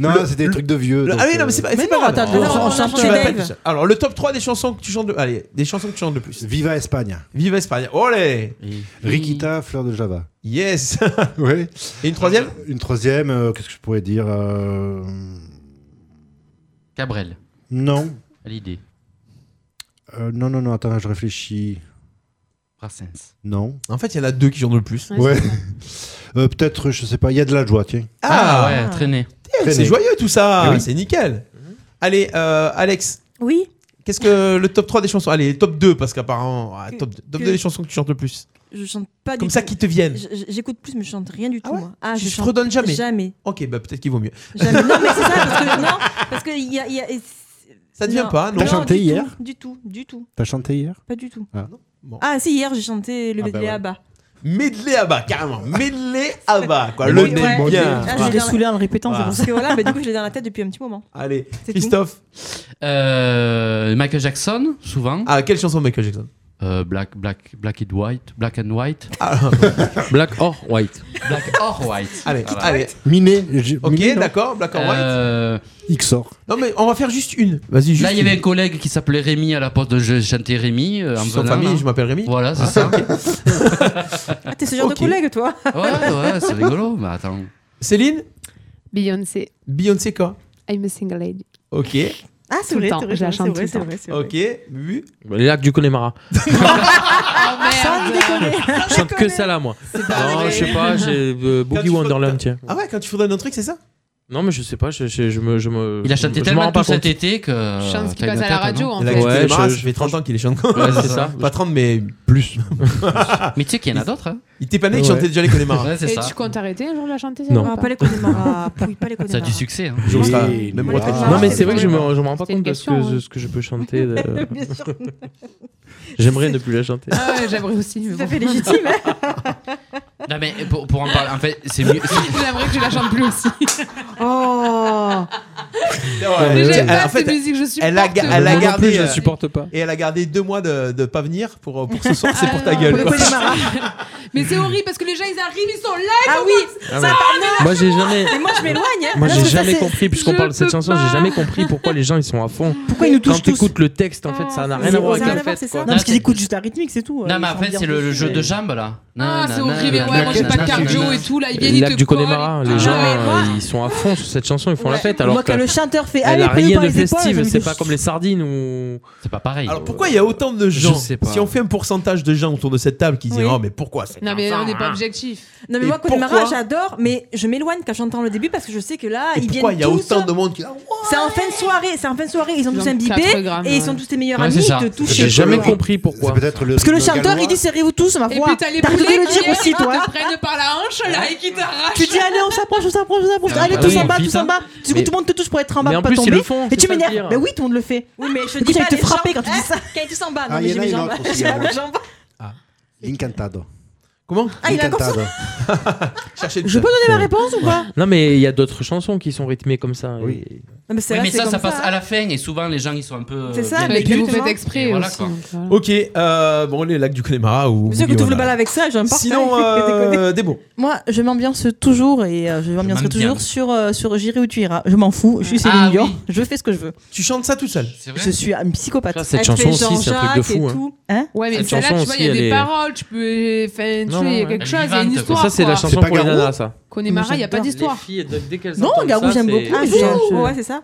S7: Non, c'est des trucs de vieux.
S6: Le-
S7: donc,
S6: ah oui, non,
S7: euh,
S6: mais c'est pas,
S7: Mais
S6: c'est pas
S7: non,
S6: grave. Oh,
S7: attends, attends, attends,
S6: tu vas
S7: attends,
S6: pas
S7: Dave.
S6: tout- Alors, le top 3 des chansons que tu chantes. le- Allez, des chansons que tu chantes le plus.
S7: Viva Espagne.
S6: Viva Espagne. Olé
S7: Rikita, fleur de Java.
S6: Yes
S7: Ouais.
S6: Et une troisième
S7: Une troisième, euh, qu'est-ce que je pourrais dire euh,
S12: Cabrel.
S7: Non.
S12: À l'idée.
S7: Euh, non, non, non, attends, je réfléchis.
S12: Brassens.
S7: Non.
S6: En fait, il y en a deux qui chantent le plus.
S7: Ouais. Euh, Peut-être, je sais pas, il y a de la joie, tiens.
S6: Ah,
S12: ouais, traîner.
S6: Putain, C'est
S7: Traîner.
S6: joyeux tout ça.
S7: Eh oui.
S6: C'est nickel. Allez, euh, Alex.
S9: Oui.
S6: Qu'est-ce que le top 3 des chansons Allez, top 2 parce qu'apparemment, ah, top, deux- top
S9: que-
S6: 2 des chansons que tu chantes le plus.
S9: Je chante pas du
S6: Comme ça
S9: tout.
S6: qu'ils te viennent.
S9: J- j- J'écoute plus, mais je chante rien du tout. moi. Ah,
S6: Tu
S9: je
S6: te
S9: chante
S6: redonnes jamais
S9: Jamais.
S6: Ok, bah peut-être qu'il vaut mieux.
S9: Jamais. Non, mais c'est ça, parce que. Non, parce que il y a. il y a- et c'est-
S6: Ça devient pas, non
S7: T'as chanté
S9: du
S7: hier
S9: tout, Du tout, du tout.
S7: T'as chanté hier
S9: Pas du tout.
S7: Ah.
S9: Ah, si, hier, j'ai chanté le
S7: Ah, bah
S9: medley
S7: ouais.
S9: à bas.
S6: Medley à bas, carrément. Medley à bas, Ah bah, quoi. Le
S9: Oui,
S6: nez
S9: ouais.
S6: bien.
S9: Ah, je l'ai dans-
S6: Voilà.
S9: Parce que voilà, bah, du coup, je l'ai dans la tête depuis un petit moment.
S6: Allez,
S9: C'est
S6: Christophe.
S12: Euh, Michael Jackson, souvent. Euh,
S6: Ah, quelle chanson Michael Jackson
S12: Black, Black, Black and White. Black and White.
S6: Ah.
S10: Black or white.
S12: Black or White.
S6: Allez,
S12: Voilà.
S6: allez.
S7: Miné.
S6: Ok, d'accord, Black or White.
S12: Euh,
S7: XOR.
S6: Non, mais on va faire juste une. Vas-y, juste.
S12: Là, il y
S6: une.
S12: avait un collègue qui s'appelait Rémi à la poste de jeu. Chanter Rémi. euh, en
S6: suis sans
S12: venant,
S6: famille,
S12: là.
S6: je m'appelle Rémi.
S12: Voilà, c'est ça.
S9: Ah, t'es ce genre
S6: Ok.
S9: de collègue, toi
S12: Ouais, ouais, c'est rigolo. Mais attends.
S6: Céline
S5: Beyoncé.
S6: Beyoncé quoi
S5: I'm a single lady.
S6: Ok.
S9: Ah,
S5: Tout
S9: c'est
S5: le
S9: vrai,
S5: temps,
S9: c'est vrai,
S5: je la
S9: c'est
S5: chante tout
S9: vrai,
S5: le
S9: c'est
S5: temps.
S9: vrai, c'est vrai.
S6: Ok, Bubu.
S10: Bah, Les lacs du Connemara.
S9: Sans déconner.
S10: Je chante que ça là, moi. Non, je sais pas, j'ai euh, Boogie Wonderland, tiens.
S6: Ah ouais, quand tu faudrais un autre truc, c'est ça
S10: Non, mais je sais pas, je, je- je me, je me.
S12: Il a chanté
S10: je me
S12: tellement
S10: rends pas
S12: tout cet
S10: compte.
S12: été que, Je
S5: chante ce qui passe à la radio, en
S6: Il a
S5: fait.
S6: quitté les
S10: Ouais,
S6: bras,
S10: je-
S6: ça fait 30 ans qu'il les chante.
S12: Ouais, c'est ça.
S6: Pas 30, mais plus.
S12: Mais tu sais qu'il y en a d'autres. Hein.
S6: Il t'est pas né qu'il chantait déjà les Connemara.
S12: Ouais, c'est
S5: Et
S12: ça.
S5: tu comptes arrêter un jour de la chanter
S6: Non.
S5: ça
S6: Ah,
S5: va
S6: pas
S9: les Connemara. Pouille, pas les
S12: Ça a du succès. Hein.
S6: Je pense
S12: Oui,
S6: pas.
S12: mais
S6: Même
S12: voilà.
S6: retraité.
S10: Non, mais c'est
S5: c'est
S10: vrai que je me,
S5: vrai.
S10: je me rends pas
S5: C'est une
S10: compte de ce
S5: question,
S10: que,
S5: hein.
S10: ce que je peux chanter. de- euh,
S9: Bien sûr.
S10: J'aimerais ne plus la chanter.
S5: Ah ouais, j'aimerais aussi. mais
S9: Tout à
S5: bon.
S9: fait légitime, hein
S12: Non, mais pour, pour en parler, en fait, c'est mieux. c'est-
S5: J'aimerais que je la chante plus aussi.
S9: Oh
S6: Ouais,
S5: Mais
S6: ouais.
S5: j'aime
S6: Elle-
S5: pas
S6: en fait,
S5: cette musique, je supporte.
S6: elle a, ga- elle a
S10: Moi non
S6: gardé.
S10: plus, je la
S6: euh,
S10: supporte pas.
S6: Et elle a gardé deux mois de, de pas venir pour, pour ce soir. C'est pour ta
S5: Ah,
S6: gueule.
S5: pour
S6: quoi.
S5: le Connemara. Mais c'est horrible parce que les gens ils arrivent, ils sont là.
S9: Ah oui
S10: Ah, mais- Moi, j'ai jamais.
S9: Mais moi, je m'éloigne, hein
S10: Moi,
S9: Là,
S10: j'ai
S9: c'est-
S10: jamais
S9: c'est-
S10: compris, puisqu'on
S5: je
S10: parle de cette
S5: peux
S10: chanson,
S5: pas.
S10: j'ai jamais compris pourquoi les gens ils sont à fond.
S9: Pourquoi ils nous touchent
S10: Quand
S9: tous
S10: t'écoutes le texte, en fait, ça
S8: Ah,
S10: n'a rien à voir avec la fête.
S9: Non,
S10: quoi.
S9: parce qu'ils écoutent juste la rythmique, c'est tout. euh,
S12: Non, mais après, c'est le, le jeu de jambes là.
S5: Ah,
S12: Non,
S5: c'est
S12: non, non,
S5: horrible.
S12: non,
S5: Ouais,
S12: non,
S5: moi j'ai
S12: non,
S5: pas de
S12: non,
S5: cardio
S12: non.
S5: et tout. Là, ils viennent,
S10: Les
S5: ils te
S10: lacs du
S5: collent.
S10: Connemara, les gens euh, ils sont à fond sur cette chanson, ils font la fête. Alors
S8: Moi, quand
S10: que-
S8: le chanteur fait
S10: Elle
S8: Allez,
S10: a
S8: prenez-nous
S10: rien
S8: par
S10: de
S8: les
S10: festif,
S8: épaules,
S10: c'est pas comme les sardines ou.
S12: C'est pas pareil.
S6: Alors pourquoi il y a autant de gens
S10: sais pas.
S6: Si on fait un pourcentage de gens autour de cette table qui disent
S9: Oui.
S6: Oh, mais pourquoi c'est
S5: Non, mais on n'est pas
S6: hein.
S5: objectif.
S9: Non, mais
S6: Et
S9: moi, Connemara,
S6: pourquoi
S9: j'adore, mais je m'éloigne quand j'entends le début parce que je sais que
S5: Ah,
S9: là,
S6: Et
S9: ils viennent
S6: pourquoi il y a
S9: tous.
S5: hein.
S6: autant de monde qui. Ah, ouais.
S9: C'est en fin de soirée, c'est en fin de soirée, ils ont
S5: Ils
S9: tous
S5: ont
S9: imbibé
S5: quatre grammes,
S9: et ils sont
S5: ouais.
S9: tous tes meilleurs
S6: Ouais,
S9: amis,
S6: c'est ça.
S9: ils te touchent.
S10: J'ai jamais
S6: le-
S10: compris pourquoi.
S7: C'est peut-être le.
S8: Parce que le
S7: rythme
S8: chanteur,
S7: gallois.
S8: il dit serrez-vous tous, ma
S5: Et
S8: foi.
S5: puis t'as les
S8: T'arrêtes de
S5: boulets
S8: le
S5: qui
S8: dire
S5: viennent,
S8: aussi,
S5: ils
S8: toi.
S5: te prennent par la hanche là et qui t'arrachent.
S8: Tu dis allez on s'approche, on s'approche, on s'approche.
S12: Ah,
S8: Allez
S12: bah
S8: tous
S12: oui,
S8: en bas,
S12: vite,
S8: tous en
S12: hein.
S8: bas. Du coup
S10: Mais-
S8: tout le monde te touche pour être en bas,
S10: Mais en
S8: pour pas
S10: plus, ils
S8: tomber.
S10: le font,
S8: et
S10: c'est
S8: tu
S10: ça le
S8: m'énerves.
S10: pire.
S8: Mais oui, tout le monde le fait.
S9: Oui, mais je
S8: Du
S9: dis
S8: coup,
S9: pas
S8: ça te
S9: les
S8: frappe
S9: gens-
S8: quand tu dis ça.
S9: Hein Quand ils tous en bas,
S7: Ah,
S9: non,
S7: il
S9: mais
S7: y
S9: j'ai mes
S7: en a une
S9: jambes.
S7: autre aussi,
S9: J'ai
S7: alors.
S9: mes jambes.
S7: L'Incantado.
S6: Comment
S9: Ah, il a encore ça
S7: L'Incantado.
S6: Chercher
S8: Je peux donner ma réponse ou pas
S10: Non, mais il y a d'autres chansons qui sont rythmées comme ça. Et-
S9: Non, mais c'est
S12: Oui,
S9: vrai,
S12: mais
S9: c'est
S12: ça,
S9: comme
S12: ça passe
S9: hein.
S12: à la fin et souvent les gens ils sont un peu. euh,
S9: C'est ça,
S12: bien
S9: mais
S12: habitués.
S5: Vous faites
S12: Et
S5: exprès
S12: voilà,
S5: aussi.
S12: quoi.
S5: donc voilà.
S6: Ok, euh, bon, les lacs du Connemara ou.
S9: Monsieur,
S6: Boogie
S9: que tu ouvres le
S6: Wonderland.
S9: bal avec ça, j'ai un parfait.
S6: Sinon, euh, des bons.
S8: Moi, je m'ambiance toujours et euh, je m'ambiancerai
S12: m'ambiance.
S8: toujours sur, euh, sur J'irai où tu iras. Je m'en fous, je suis
S12: Ah,
S8: Céline Dion,
S12: oui.
S8: je fais ce que je veux.
S6: Tu chantes ça tout seul
S12: C'est
S8: Je
S12: vrai.
S8: suis un
S10: Ça,
S8: psychopathe.
S10: cette
S9: Elle
S10: chanson
S9: fait
S10: aussi, c'est un truc de
S9: Jean-Jacques et
S10: fou. hein.
S9: tout.
S8: Hein
S5: Ouais, mais
S10: Cette
S5: celle-là,
S10: chanson
S5: tu vois, il y a
S10: aussi, elle
S5: des
S10: est-
S5: paroles, tu peux. enfin, tu
S10: Non,
S5: vois, Il y
S10: ouais.
S5: a quelque chose, il y a une
S12: Vivante, quoi.
S10: Ça,
S5: histoire.
S10: c'est la
S5: quoi.
S10: chanson
S7: pas
S10: pour les
S7: Garou
S10: nanas, ça.
S5: Connemara, il n'y a pas d'histoire.
S8: Non, Garou, j'aime beaucoup.
S9: Ah,
S8: Ah,
S9: je-
S8: je-
S9: Ouais, c'est ça.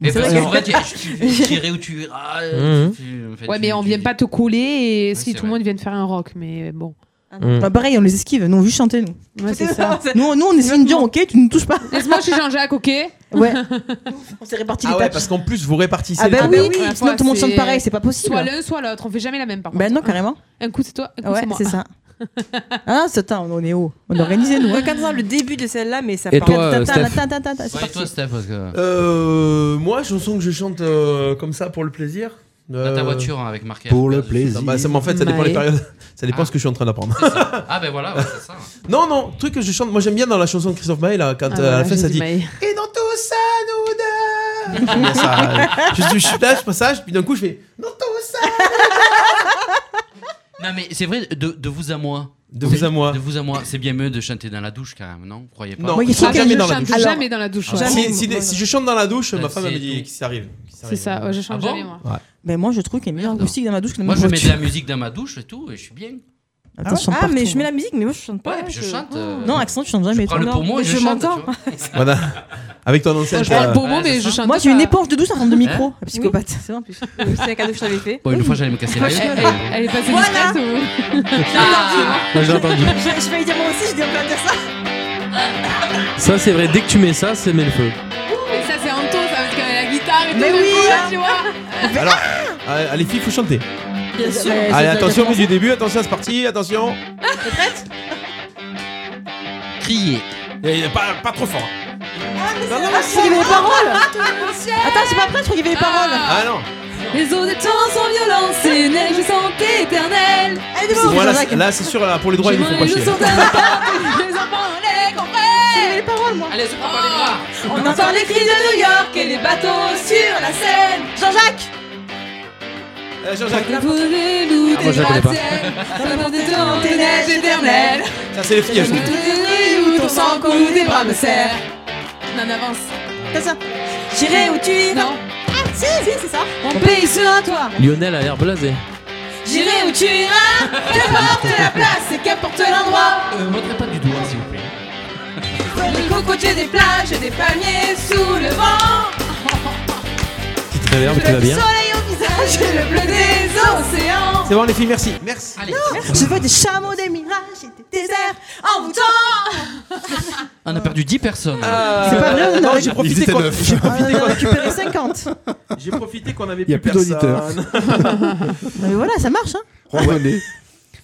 S12: Mais
S9: C'est
S12: parce
S9: vrai
S12: qu'en
S9: que-
S12: vrai, tu- tu tu irais où
S5: Hein
S12: tu iras.
S10: Mhm.
S8: Mmh.
S12: tu- en fait,
S5: Ouais,
S12: tu-
S5: mais on
S12: tu
S5: vient
S12: dis-
S5: pas te couler et
S12: Ouais,
S5: si
S12: c'est
S5: tout le
S12: vrai.
S5: monde vient de faire un rock, mais bon.
S9: Mmh.
S8: Bah, pareil, on les esquive. Nous, on veut juste chanter, nous.
S5: Ouais, c'est ça.
S8: Nous, nous, on essaie de dire, ok, tu ne touches pas.
S5: Laisse-moi, je suis Jean-Jacques, ok
S8: Ouais. on s'est répartis
S6: Ah
S8: les
S6: ouais,
S8: tâches.
S6: parce qu'en plus, vous répartissez
S8: Ah
S6: les
S8: bah
S6: tâches.
S8: oui, oui,
S5: Voilà,
S8: sinon tout le monde chante
S5: c'est-
S8: pareil, c'est pas possible.
S5: Soit l'un, soit l'autre. On fait jamais la même, par
S8: Ben
S5: contre.
S8: non, carrément.
S5: Un coup, c'est toi, un coup,
S8: Ouais,
S5: c'est moi.
S8: c'est ça. Ah, c'est attends, on est haut. On est organisé, nous. hein.
S9: Regarde ça, le début de celle-là, mais ça
S6: Et
S9: part.
S6: toi,
S9: Tintin,
S6: Steph
S9: la tintin, tintin, c'est
S12: Ouais,
S9: parti.
S12: toi, Steph, parce que.
S10: Euh, moi, chanson que je chante euh, comme ça pour le plaisir.
S12: Dans ta
S10: Euh,
S12: voiture hein, avec Marquez.
S10: Pour
S6: le plaisir. Bah, ça, mais en fait, ça dépend
S12: Ouais.
S6: les périodes. Ça dépend ce que je suis en train d'apprendre.
S12: Ah ben voilà, ouais, c'est ça.
S6: non, non, truc que je chante. Moi, j'aime bien dans la chanson de Christophe Maé, là, quand
S12: Ah,
S6: euh, à la
S12: voilà,
S6: fin, ça
S12: Jésus
S6: dit.
S12: Maé.
S6: Et dans tout ça, nous deux. J'aime bien ça. euh, je, suis- je suis là, je passage, puis d'un coup, je fais. Dans tout ça.
S12: Non mais c'est vrai, de, de vous à moi.
S6: De vous à moi.
S12: De vous à moi. C'est bien mieux de chanter dans la douche quand même, non Vous croyez pas
S6: Non, je chante jamais dans la douche.
S5: jamais dans la douche,
S6: Ah,
S5: ouais.
S6: Si, si- si je chante dans la douche,
S12: Ah,
S6: ma femme elle me
S12: c'est
S6: dit
S12: tout.
S6: qu'il s'arrive. qu'il
S5: C'est
S6: s'arrive.
S5: ça, ouais, je chante
S12: Ah bon
S5: jamais, moi.
S8: Ben moi, je trouve qu'il y a meilleure acoustique dans ma douche que dans
S12: Moi
S8: ma
S12: je mets de
S8: voiture.
S12: la musique dans ma douche et tout, et je suis bien.
S8: Attends, je chante
S9: Ah, mais
S8: partout.
S9: je mets la musique, mais moi, je chante pas.
S12: Ouais, je chante, euh,
S8: Non, accent, tu chantes jamais.
S12: je prends
S8: toi.
S12: le pommeau et
S9: Mais
S12: je
S9: je
S12: chante,
S9: m'entends.
S6: Voilà. Avec ton ancêtre. euh,
S8: Moi, j'ai une éponge de douce en forme de micro,
S12: Hein
S8: la psychopathe. C'est vrai, en plus.
S9: C'est un cadeau que je t'avais fait.
S12: Bon, une fois j'allais me casser la
S9: Moi, je-
S12: gueule.
S9: elle-
S5: Elle est passée
S9: Voilà.
S5: discrète
S8: Ah.
S10: Moi, je l'ai entendu.
S9: Je vais dire moi aussi, je dis on peut dire ça.
S10: Ça, c'est vrai. Dès que tu mets ça, c'est met le feu.
S5: ou- Et ça, c'est Anto, ça, parce qu'elle a la guitare et tout.
S8: Mais
S5: d'un
S8: oui,
S5: coup, là,
S8: hein.
S5: tu vois.
S6: Alors, euh, les filles, faut chanter.
S8: Bien sûr.
S6: Allez, attention, mais du début, attention, c'est parti, attention.
S12: Crier.
S6: Et Eh, pas, pas trop fort.
S8: Ah Non, non, je crois qu'il y avait les paroles.
S5: Ah,
S8: Attends, c'est pas prêt, je crois qu'il y avait les paroles.
S6: Ah non.
S5: Les eaux de temps sont violentes, ces neiges sont éternelles.
S8: Eh,
S6: Bon, là, c'est- là, c'est sûr, là, pour les droits, ils nous font pas chier.
S5: Les enfants, les comprennent. les paroles, moi.
S12: Allez, se prends par les bras.
S5: On entend les cris de New York et les bateaux sur la Seine. Jean-Jacques
S6: Euh, Jean-Jacques,
S5: Voulez-nous
S6: Ah, moi,
S5: des
S6: je la connais pas.
S5: gratte-ciel Dans des temps des neiges éternelles
S6: ça, c'est les filles, elles sont.
S5: Toutes les nuits où ton sang coule, des bras me serrent On en avance C'est ça J'irai où tu iras Ah si, si, c'est ça Mon pays sera toi
S10: Lionel a l'air blasé.
S5: J'irai où tu iras Qu'importe la place et qu'importe l'endroit
S12: Euh, montrez pas du doigt, s'il vous plaît.
S5: Les cocotiers des plages et des palmiers sous le vent
S10: Petite réverb,
S5: Le
S10: tu vas bien.
S5: soleil au visage et le bleu des océans
S6: C'est bon, les filles, merci. Merci.
S12: Allez,
S8: Je veux des chameaux, des mirages et des déserts en bouton.
S12: on a perdu 10 personnes.
S8: C'est pas vrai, on
S6: Ah. non,
S8: aurait-
S6: j'ai
S8: Ils
S6: profité
S8: étaient
S6: qu'on
S8: neuf.
S6: j'ai profité
S8: On a
S6: qu'on-
S8: récupéré 50.
S6: j'ai profité qu'on avait
S7: Il y a plus d'auditeurs.
S6: personne.
S8: Non, mais voilà, ça marche. Hein.
S7: Revenez.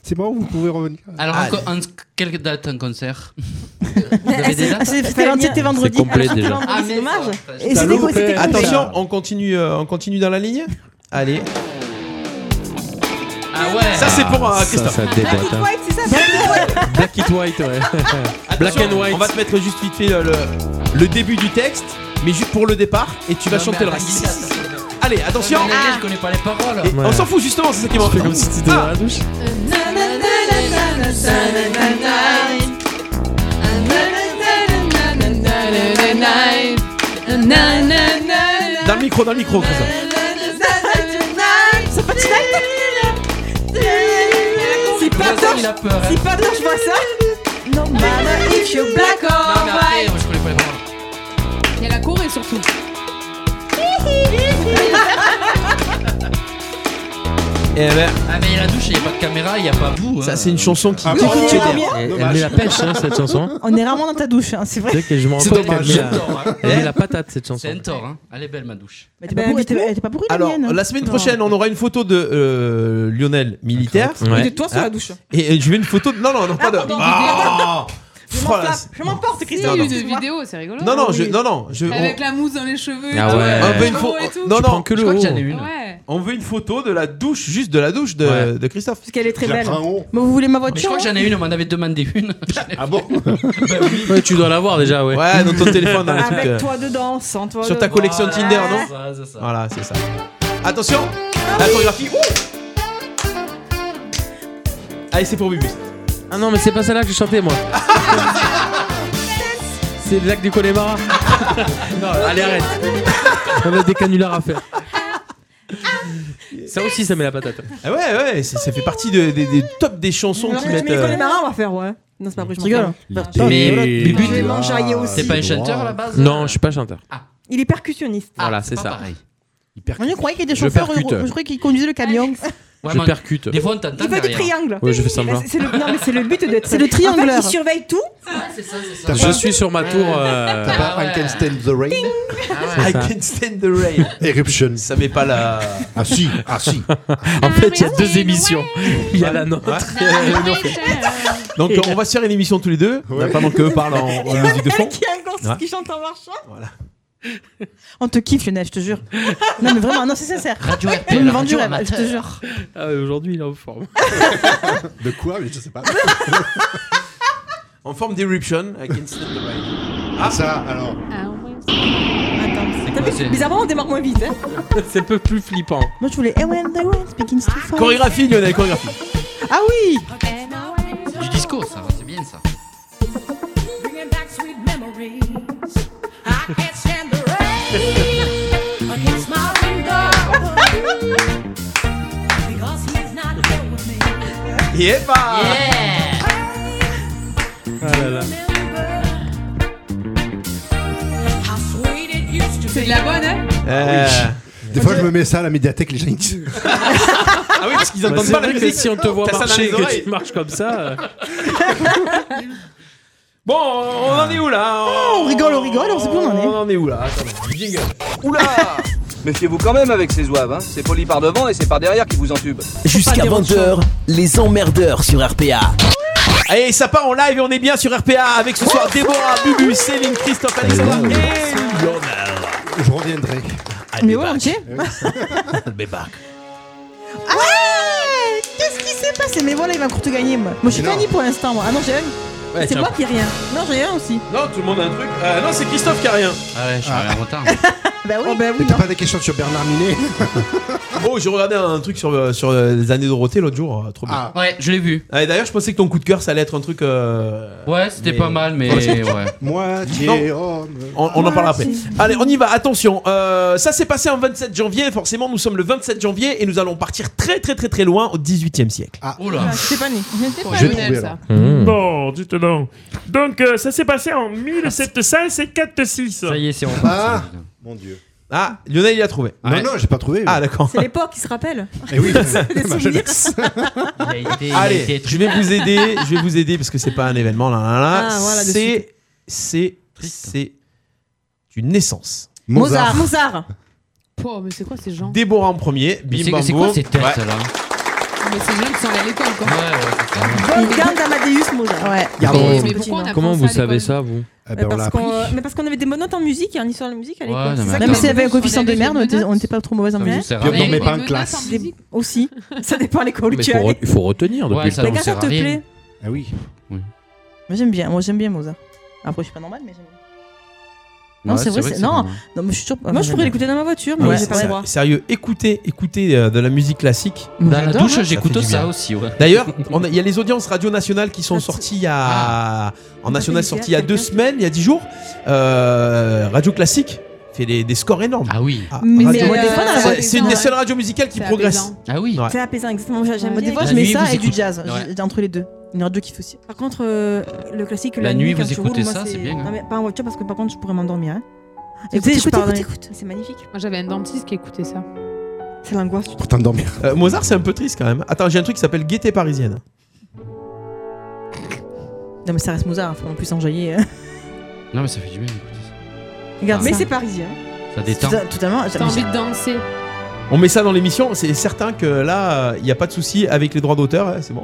S7: C'est bon, vous pouvez revenir.
S12: Alors, en,
S7: Allez.
S12: co- en- quelle date un concert Vous avez des dates
S8: Ah, c'est- C'était vendredi. c'était vendredi.
S6: complet,
S8: Alors, c'était
S6: déjà.
S8: vendredi,
S12: Ah,
S8: c'est
S12: mais
S8: dommage.
S12: ça,
S8: Et c'était quoi C'était complet.
S6: Attention, on continue, euh, on continue dans la ligne. Allez.
S12: Ah ouais.
S6: Ça, c'est pour euh,
S10: Ah, ça,
S6: Christophe.
S10: ça déboîte, hein.
S9: Ouais, c'est ça. c'est ça.
S10: Black it white, ouais. Black and
S6: Attention,
S10: white.
S6: On va te mettre juste vite fait euh, le, le début du texte, mais juste pour le départ, et tu vas
S12: Non,
S6: chanter
S12: mais
S6: le
S12: attends,
S6: reste.
S12: dis ça,
S6: Allez, attention. Ah.
S12: Mais les gars, Je connais pas les paroles.
S6: Et On s'en fout justement, c'est ça qui Ah. manque. comme si tu dans la douche. Dans le micro, dans le micro, Christophe.
S8: C'est pas tonight C'est pas
S12: Voisin,
S8: Tosh
S12: il a peur, hein.
S8: C'est pas Tosh, je vois ça No matter if you're black
S12: Non,
S8: or
S12: mais
S8: white
S12: après, moi, je connais pas les paroles.
S5: Il y a la Corée surtout
S6: Eh ben,
S12: Ah, mais la douche, il n'y a pas de caméra, il n'y a pas vous.
S6: ça c'est une chanson qui.
S8: Tu écoutes, tu dors bien
S10: hein. Elle, elle met la pêche, hein, cette chanson.
S8: On est rarement dans ta douche, hein, c'est vrai
S10: Tu sais que je me rends
S6: C'est
S10: compte
S6: dommage,
S10: qu'elle met,
S6: c'est tort, hein.
S10: la- elle met la patate, cette chanson.
S12: C'est un tort, hein. Elle est belle, ma douche.
S8: Mais t'es pas pourri, t'es- t'es pas pourri, la
S6: Alors,
S8: mienne.
S6: la semaine
S8: Non.
S6: prochaine, on aura une photo de euh, Lionel militaire.
S10: Ouais.
S9: Et de toi sur
S6: Hein
S9: la douche.
S6: Et, et je veux une photo de. Non, non, non, pas de.
S9: pardon.
S6: Ah
S9: Je
S6: Oh là,
S9: m'enflamme,
S6: c'est-
S9: je m'emporte,
S5: Il y
S9: Christophe.
S5: a eu
S6: non.
S5: une vidéo, c'est rigolo
S6: non, non, je, non, non, je,
S5: Avec
S6: on,
S5: la mousse dans les cheveux et
S10: Ah
S5: tout,
S10: ouais. Ah
S5: avec
S10: Un peu
S5: le
S6: une
S5: chapeau
S6: fois-
S5: et tout.
S6: non,
S10: Tu prends que
S12: Je
S10: le
S12: crois que
S10: haut.
S6: hein.
S12: j'en ai une.
S5: Ouais.
S6: on veut une photo de la douche, juste de la douche de,
S10: Ouais.
S6: de Christophe.
S8: Parce qu'elle est très
S7: Je la
S8: belle.
S7: prends en haut.
S8: Mais vous voulez ma
S12: Mais je
S8: voiture
S12: crois que j'en ai une, on m'en avait demandé une. Bah
S7: Ah bon
S10: Ouais, tu dois l'avoir déjà, ouais.
S6: Ouais, dans ton téléphone, dans les trucs. euh,
S9: Avec toi dedans, sans toi
S6: sur ta
S10: Ah,
S9: dedans.
S6: collection Tinder, non
S12: Ça, c'est ça.
S6: Voilà, c'est ça. Attention,
S10: Ah
S6: la chorégraphie. Allez, c'est pour Bubus.
S10: Ah non, mais c'est pas celle-là que je chantais, moi. c'est le lac du Connemara. non, allez, arrête. On a des canulars à faire. Ça aussi, ça met la patate.
S6: Ah ouais, ouais, c'est- ça fait partie de- des des top des chansons
S9: Non,
S6: qui
S9: Mais
S6: mettent.
S9: les
S6: euh,
S9: Connemara, on va faire, ouais. Non, c'est pas vrai, je
S8: Tu rigoles
S9: m'en
S12: Mais-
S9: Je vais m'enjailler aussi.
S12: T'es pas un chanteur à la base
S10: Non, je suis pas chanteur.
S9: Il est percussionniste.
S12: Ah,
S10: Voilà, c'est
S12: pas
S10: ça.
S12: pareil.
S8: Moi, Ah, je croyais qu'il était
S10: Je
S8: chauffeur,
S10: percute.
S8: je croyais qu'il conduisait le camion.
S10: je
S12: mais on-
S10: percute.
S12: Des fois, on t'entend
S10: Il fait des
S12: derrière.
S10: triangles. Ouais, je fais semblant.
S9: C'est le, non, mais c'est le but d'être.
S8: C'est le
S9: En
S8: triangleur.
S9: fait, il surveille tout.
S10: Je suis sur ma tour. euh, Ah
S6: T'as pas I can stand the rain
S10: ouais.
S6: I can stand the rain.
S7: Eruption.
S6: Ça met pas la.
S7: Ah si, ah si.
S10: En fait, il y a deux émissions. Il y a la nôtre. et la
S8: Ah,
S10: nôtre.
S6: Donc on va se faire une émission tous les deux. On n'a
S10: Ouais.
S6: pas manqué eux parlent en, en musique de fond.
S8: Qui a un gosse
S6: Ouais.
S8: qui chante en marchant On te kiffe, Lionel, je te jure. non, mais vraiment, non, c'est sincère.
S12: Radio
S8: RP, Ils me vendent du rêve, je te jure.
S10: Ah,
S11: euh,
S10: Aujourd'hui, il est en forme.
S6: De quoi Mais je sais pas. en forme d'eruption, I can stand the rain. Ah ça alors.
S8: T'as vu Bizarrement, on démarre moins vite. Hein.
S10: C'est un peu plus flippant.
S8: Moi, je voulais. Eh, when the wind begins to fall.
S6: Chorégraphie, Lionel, chorégraphie.
S8: Ah oui
S12: Du disco, ça, c'est bien ça.
S16: Bringing back sweet memories. I can't stand the rain against my window. Because he's not there with me.
S6: Yep. Ah là là.
S16: How sweet it used to be.
S4: C'est de la bonne, hein
S10: Ah
S6: Euh,
S7: Des fois, je me mets ça à la médiathèque, les gens ils disent.
S6: Ah oui, parce qu'ils
S10: Bah,
S6: entendent
S10: c'est
S6: pas
S10: vrai
S6: la
S10: que
S6: musique.
S10: si on te voit
S6: T'as ça dans
S10: marcher
S6: les
S10: et que
S6: oreilles.
S10: tu marches comme ça. euh,
S6: Bon, on en est où là
S8: Oh, On rigole, on rigole, on sait plus où on en est.
S6: On en est où là
S17: Oula Méfiez-vous quand même avec ces ouaves, hein. c'est poli par devant et c'est par derrière qui vous entube.
S14: Jusqu'à 20h, les emmerdeurs sur RPA.
S6: Allez, ça part en live et on est bien sur RPA avec ce soir Déborah, Bubu, Céline, Christophe, Alexandre
S8: Eh,
S6: et Lionel.
S7: Je reviendrai.
S8: Mais ouais, entier. Ah Ouais Qu'est-ce qui s'est passé Mais voilà, il m'a court te gagner, moi. Moi, je suis
S6: Mais non.
S8: Fanny pour l'instant, moi. Ah non, j'ai un.
S6: Ouais,
S8: c'est
S6: tiens.
S8: moi qui ai rien. Non, j'ai rien aussi.
S6: Non, tout le monde a un truc. Euh, non, c'est Christophe qui a rien.
S12: Ah ouais, je suis arrivé en retard.
S8: Bah oui.
S7: Oh, T'as pas des questions sur Bernard Minet
S6: Oh, j'ai regardé un truc sur, euh, sur euh, les années Dorothée l'autre jour. euh, Trop bien.
S12: Ouais, je l'ai vu.
S6: Ah, et D'ailleurs, je pensais que ton coup de cœur, ça allait être un truc. euh,
S12: Ouais, c'était pas mal, mais ouais.
S7: Moitié
S6: Non.
S7: homme.
S6: On, on en parlera après.
S7: Moitié.
S6: Allez, on y va. Attention, euh, ça s'est passé en 27 janvier. Forcément, nous sommes le 27 janvier et nous allons partir très très très très loin au 18e siècle.
S7: Ah,
S10: Oh
S9: Ah, Stéphanie.
S6: Je vais trouver, alors. Mmh.
S11: Bon, dites donc. Donc, euh, ça s'est passé en 1756. Ça
S12: y est, c'est en
S7: Ah, mon dieu.
S6: Ah, Lionel, il a trouvé.
S7: Non, non, j'ai pas trouvé.
S6: Ah, d'accord.
S8: C'est l'époque, il se rappelle.
S6: Eh oui.
S8: Les
S6: Ma
S8: souvenirs.
S6: Allez, je vais vous aider, je vais vous aider parce que c'est pas un événement là là là.
S8: Ah, voilà, de
S6: c'est c'est c'est une naissance.
S8: Mozart.
S5: Oh, mais c'est quoi ces gens
S6: Déborah en premier,
S12: Mais
S6: bim
S12: c'est-
S6: bam
S12: c'est quoi
S6: boum.
S12: ces têtes,
S6: Ouais.
S12: là
S5: Mais ces gens qui sont allés à l'école, quoi.
S8: Wolfgang Amadeus Mozart. Ouais.
S5: Comment- mais pourquoi on
S9: Ah,
S5: apprend
S10: Comment
S5: ça
S10: vous
S5: à l'école
S10: savez ça, vous
S7: Eh ben, on
S9: Parce
S7: l'a
S9: qu'on- mais parce qu'on avait des bonnes notes en
S8: hein,
S9: musique et en histoire de la musique à l'école.
S10: non, mais
S9: ça
S10: attends.
S9: qui-
S10: Même s'il
S8: y avait un coefficient de merde, on était- on n'était pas trop mauvais en
S9: mais
S8: musique.
S9: ça sert à Puis on rien. dormait pas en
S8: Des-
S9: classe.
S8: Aussi. Ça dépend à l'école où
S10: Mais
S8: tu
S10: faut re-
S8: allais.
S10: il faut retenir depuis
S12: Ouais,
S10: le
S12: ça
S10: temps.
S8: Mais quand ça te plaît.
S7: Ah oui.
S8: Moi j'aime bien, moi j'aime bien Mozart. Après je suis pas normal mais j'aime bien. Non,
S6: Ouais,
S8: c'est vrai,
S6: c'est vrai que
S8: c'est non.
S6: c'est normal.
S8: non, mais je suis toujours. Ah,
S9: Moi, je pourrais l'écouter dans ma voiture, mais
S6: Ouais,
S9: j'ai pas
S6: c'est-
S9: le droit.
S6: Sérieux, écoutez, écoutez euh, de la musique classique.
S12: Dans la J'adore, douche, hein.
S6: Ça
S12: j'écoute
S6: fait du
S12: ça
S6: bien.
S12: aussi, ouais.
S6: D'ailleurs, on a- il y a les audiences radio nationales qui sont sorties il y
S12: Ah.
S6: a en national sorties il y a deux semaines, il y a dix jours. Euh, radio classique fait des, des scores énormes. Ah
S12: oui.
S8: Mais
S9: euh,
S8: c'est- Moi, des fois, dans la
S6: c'est
S8: radio-
S6: c'est une des
S8: ouais.
S6: seules radios musicales qui
S8: C'est
S6: progresse.
S8: apaisant.
S12: Ah oui.
S8: C'est apaisant, exactement. Moi, J'aime
S9: Ouais.
S8: Des fois
S9: La
S8: je mets
S9: nuit,
S8: ça
S9: vous
S8: et du
S9: écoutez.
S8: jazz
S9: Ouais.
S8: j'ai- entre les deux. Une radio qui fait aussi.
S9: Par contre, euh, le classique, la,
S12: La nuit,
S9: quand
S12: vous
S9: tu
S12: écoutez
S9: roules, moi,
S12: ça, c'est bien,
S9: Non,
S12: hein.
S9: mais pas en voiture parce que par contre, je pourrais m'endormir. Hein.
S8: Écoute,
S9: tu sais, je
S8: écoute,
S9: parle-
S8: écoute, écoute.
S9: C'est magnifique.
S5: Moi, j'avais un dentiste qui écoutait ça.
S9: C'est l'angoisse.
S7: Pour t'endormir.
S6: Euh, Mozart, c'est un peu triste quand même. Attends, j'ai un truc qui s'appelle Gaieté parisienne.
S8: Non mais ça reste Mozart, faut en plus enjailler. hein.
S12: Non, mais ça fait du bien d'écouter ça.
S8: Regarde
S12: Mais
S8: ça.
S12: Ah. c'est
S9: parisien.
S12: Ça détend.
S8: Tout à- Totalement.
S5: T'as envie de danser.
S6: On met ça dans l'émission, c'est certain que là, il n'y a pas de souci avec les droits d'auteur, hein, c'est bon.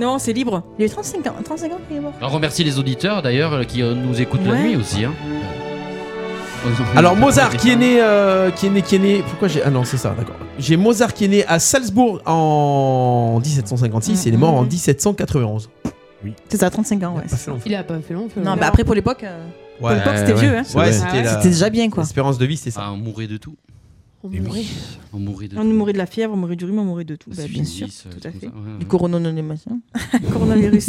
S9: non, c'est libre.
S8: Il est 35 ans, 35 ans qu'il est mort.
S12: On remercie les auditeurs d'ailleurs euh, qui euh, nous écoutent la
S8: Ouais.
S12: nuit aussi. hein.
S6: Alors Mozart qui est né, euh, qui est né, qui est né. Pourquoi j'ai Ah non, c'est ça, d'accord. J'ai Mozart qui est né à Salzbourg en 1756 et il est
S8: Mhm.
S6: mort en 1791.
S8: Ah C'est ça, 35 ans, ouais.
S5: Il a pas fait long.
S8: Non, bah après pour l'époque. euh, Pour l'époque, c'était
S6: ouais.
S8: vieux, hein.
S6: Ouais, c'était la-
S8: C'était déjà bien, quoi.
S6: L'espérance de vie, c'est ça.
S12: Ah, on mourait de tout.
S9: On
S6: Eh
S12: Et
S9: mourait.
S12: oui, On mourait de
S9: On
S12: tout.
S9: mourait de la fièvre, on mourait du rhume, on mourait de tout. Bah, bien sûr,
S12: syphilis, euh,
S9: tout à
S12: tout
S9: fait.
S12: ça, ouais,
S8: Du coronavirus.
S9: Coronavirus.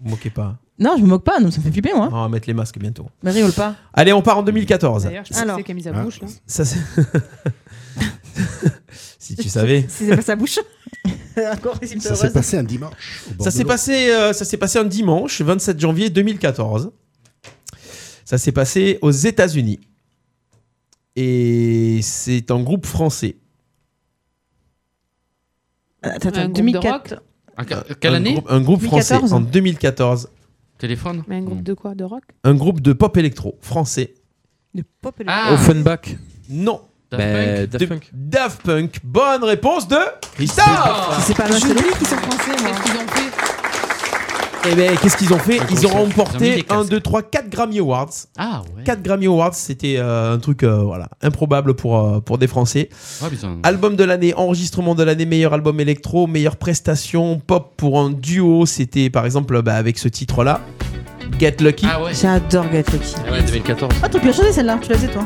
S6: Vous moquez pas.
S8: Non, je me moque pas, non, ça me fait flipper, moi.
S6: On va mettre les masques bientôt.
S8: Mais rigole pas.
S6: Allez, on part en 2014.
S5: D'ailleurs, je sais que c'est Camille à
S6: Ah.
S5: bouche, là.
S6: Ça, c'est- si tu savais.
S8: C'est pas sa bouche. Encore, s'il te
S7: Ça s'est passé un dimanche. au bord
S6: Ça
S7: de
S6: s'est
S7: l'eau.
S6: passé, euh, ça s'est passé un dimanche, 27 janvier 2014. Ça s'est passé aux États-Unis. Et c'est un groupe français
S8: Attends,
S5: Un
S8: attends,
S5: groupe de
S8: 2004.
S5: rock
S6: Ah,
S12: Un ca- Quelle
S6: un
S12: année
S6: groupe, un groupe français en 2014.
S12: Téléphone
S5: Mais un groupe de quoi De rock
S6: Un groupe de pop électro français.
S8: Pop
S12: Ah.
S10: Offenbach.
S6: Non.
S10: Daft
S6: Ben,
S10: Punk.
S6: de-
S10: Daft Punk.
S6: Daft Punk. Bonne réponse de Christophe.
S8: C'est pas
S5: Julie qui sont français, Qu'est-ce qu'ils ont fait
S6: Eh ben, qu'est-ce qu'ils ont fait Ils
S10: Un
S6: ont
S10: concert. Ils ont mis des
S6: remporté
S10: casques.
S6: 1, 2, 3, 4 Grammy Awards.
S12: Ah
S6: 4 Grammy Awards, c'était euh, un truc euh, voilà, improbable pour, euh, pour des Français.
S12: Ah, putain.
S6: Album de l'année, enregistrement de l'année, meilleur album électro, meilleure prestation, pop pour un duo. C'était par exemple bah, avec ce titre-là, Get Lucky.
S10: Ah
S8: J'adore Get Lucky.
S12: ouais, 2014.
S8: Ah, t'as pu la chanter celle-là, tu la faisais toi.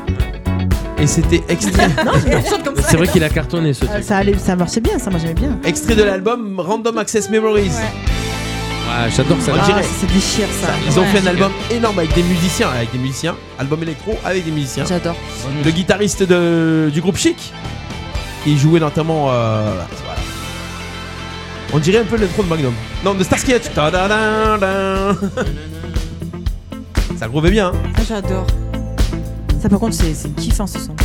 S6: Et c'était extrait.
S10: C'est vrai qu'il a cartonné ce
S8: Euh,
S10: truc.
S8: ça, allait, ça marchait bien, ça, moi j'aimais bien.
S6: Extrait de l'album Random Access Memories.
S10: Ouais, j'adore ça.
S6: On dirait.
S8: Ah, c'est déchire ça.
S6: Ils ont
S8: Ouais.
S6: fait un album énorme avec des musiciens, avec des musiciens, album électro avec des musiciens.
S8: J'adore.
S6: Le guitariste de- du groupe Chic, qui jouait notamment. euh, voilà. On dirait un peu l'intro de Magnum. Non, de Starsky Hutch. Ta-da-da-da. Ça le grouvait bien. hein.
S8: Ah, j'adore. Ça, par contre, c'est c'est kiffant ce son.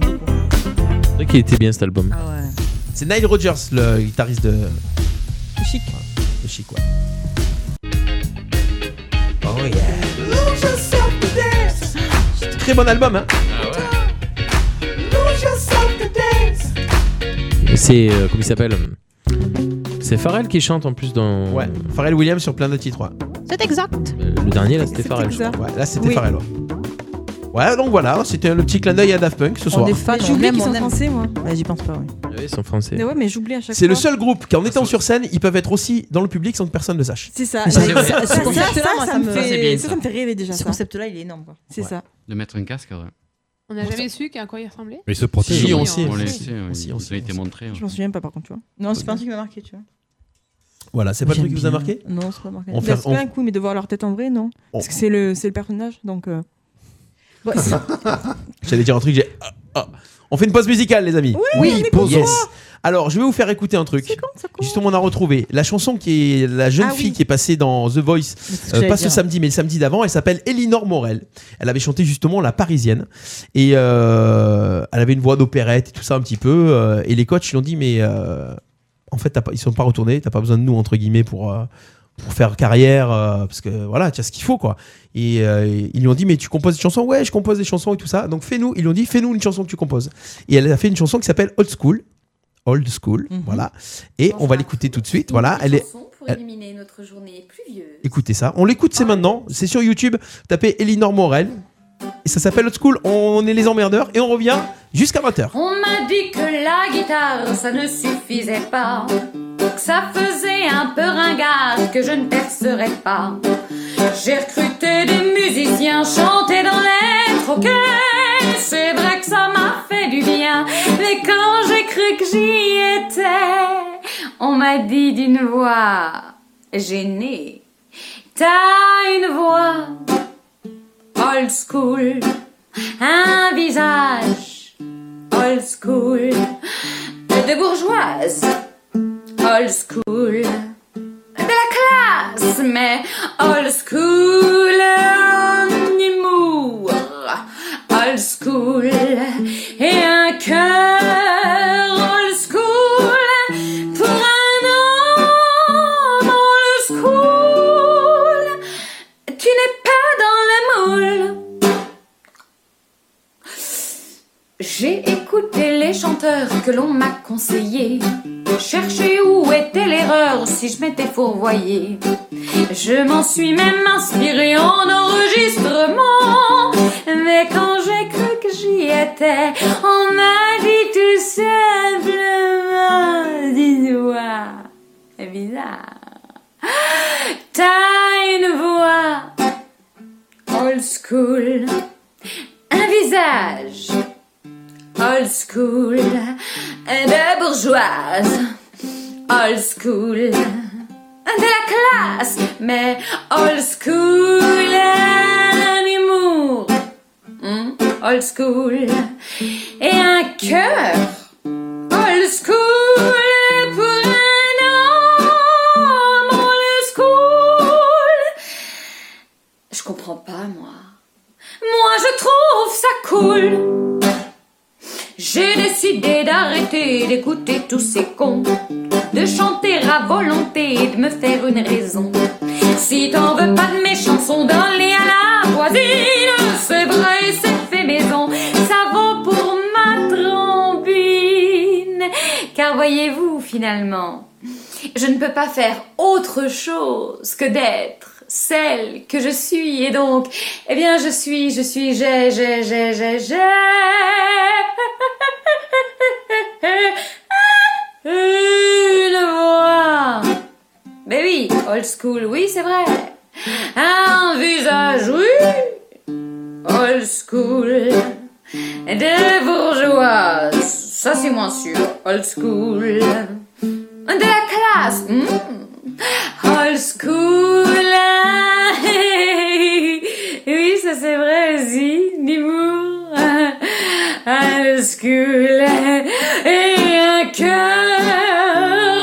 S10: C'est vrai qu'il était bien cet album.
S8: Ah ouais.
S6: C'est Nile Rodgers, le guitariste de,
S8: Chic.
S6: de Chic. ouais. Oh yeah. Très bon album, hein.
S10: Ah Et C'est. euh, comment il s'appelle euh, C'est Pharrell qui chante en plus dans.
S6: Ouais. Pharrell Williams sur plein de titres. ouais.
S8: C'est exact.
S10: Euh, Le dernier là, c'était Pharrell. je crois.
S6: Ouais, là c'était
S8: Oui.
S6: Pharrell. Ouais. Ouais, donc voilà, c'était le petit clin d'œil à Daft Punk ce soir.
S8: On est fan,
S9: Mais j'oublie qu'ils sont français, moi.
S8: Ouais, j'y pense pas, oui.
S10: Ah Ils sont français. Ah,
S9: Mais ouais, mais j'oublie à chaque fois.
S6: C'est le seul groupe qui, en étant sur scène, ils peuvent être aussi dans le public sans que personne le sache.
S9: C'est ça.
S6: Mais
S9: Ça,
S6: c'est vrai.
S9: ça, ça,
S8: Ce concept-là,
S9: ça,
S8: moi,
S9: ça
S8: ça
S9: me
S8: me-
S12: Ça, c'est bien,
S9: fait,
S12: ça.
S9: ça, ça me fait rêver déjà.
S8: Ce
S9: ça.
S8: concept-là, il est énorme, quoi.
S9: C'est ça.
S12: De mettre un casque, ouais.
S5: On n'a jamais su qu'à quoi ils ressemblaient.
S6: Mais ils se
S12: Si,
S6: protègent.
S12: on,
S6: Oui,
S12: sait,
S6: on
S12: on
S6: sait,
S12: les sait,
S6: on
S12: oui.
S6: sait, on
S12: Ils ont été montrés. ouais.
S9: Je m'en souviens pas, par contre, tu vois.
S8: Non, c'est pas un truc qui m'a marqué, tu vois.
S6: Voilà, c'est pas le truc qui
S8: J'aime
S6: vous a
S8: bien.
S6: marqué
S8: Non, c'est pas marqué.
S6: On
S9: On
S6: fait-
S9: fait
S6: on-
S9: un coup, mais de voir leur tête en vrai, non. Parce que c'est le, c'est le personnage, donc. euh, bon, c'est-
S6: J'allais dire un truc, j'ai. ah, ah. On fait une pause musicale, les amis.
S9: Oui, on est content.
S6: yes. Alors, je vais vous faire écouter un truc. Justement, on a retrouvé la chanson qui est la jeune
S9: Ah oui.
S6: fille qui est passée dans The Voice,
S10: ce que
S6: euh, pas
S10: j'allais
S6: ce
S10: dire.
S6: samedi, mais le samedi d'avant. Elle s'appelle Elinor Morel. Elle avait chanté justement La Parisienne. Et euh, elle avait une voix d'opérette et tout ça un petit peu. euh, et les coachs lui ont dit, mais euh, en fait, t'as pas- ils sont pas retournés, t'as pas besoin de nous, entre guillemets, pour. euh, pour faire carrière, euh, parce que voilà, tu as ce qu'il faut quoi. Et euh, ils lui ont dit, mais tu composes des chansons Ouais, je compose des chansons et tout ça. Donc fais-nous, ils lui ont dit, fais-nous une chanson que tu composes. Et elle a fait une chanson qui s'appelle Old School. Old School, voilà. Et on va l'écouter tout de suite, voilà. Elle est.
S18: pour
S6: elle-
S18: éliminer notre journée pluvieuse.
S6: écoutez ça, on l'écoute, c'est maintenant, c'est sur YouTube. Tapez Elinor Morel. Et ça s'appelle Old School, on est les emmerdeurs et on revient jusqu'à 20h.
S18: On m'a dit que la guitare, ça ne suffisait pas. Que ça faisait un peu ringard, que je ne percerais pas. J'ai recruté des musiciens, chanter dans les troquets. C'est vrai que ça m'a fait du bien. Mais quand j'ai cru que j'y étais, on m'a dit d'une voix gênée. T'as une voix old school, un visage old school, de bourgeoise, old school, de la classe, mais old school en humour, old school, et un cœur old school pour un homme old school. Tu n'es pas dans le moule. J'ai écouté les chanteurs que l'on m'a conseillé. Chercher où était l'erreur si je m'étais fourvoyée. Je m'en suis même inspirée en enregistrement. Mais quand j'ai cru que j'y étais, on m'a dit tout simplement Dis-moi, bizarre. T'as une voix old school, un visage old school, de bourgeoise, old school, de la classe, mais old school, un humour, hmm, old school, et un cœur, old school, pour un homme, old school. Je comprends pas, moi. Moi, je trouve ça cool. J'ai décidé d'arrêter d'écouter tous ces cons, de chanter à volonté et de me faire une raison. Si t'en veux pas de mes chansons, donne-les à la voisine. C'est vrai, c'est fait maison. Ça vaut pour ma trombine. Car voyez-vous, finalement, je ne peux pas faire autre chose que d'être celle que je suis. Et donc, eh bien, je suis, je suis, j'ai, j'ai, j'ai, j'ai, j'ai. Une voix. Mais oui, old school, oui, c'est vrai. Un visage, oui. Old school. Des bourgeois, ça c'est moins sûr. Old school. De la classe, hmm. Old school. Oui, ça c'est vrai aussi. D'humour. Old school. Et un cœur.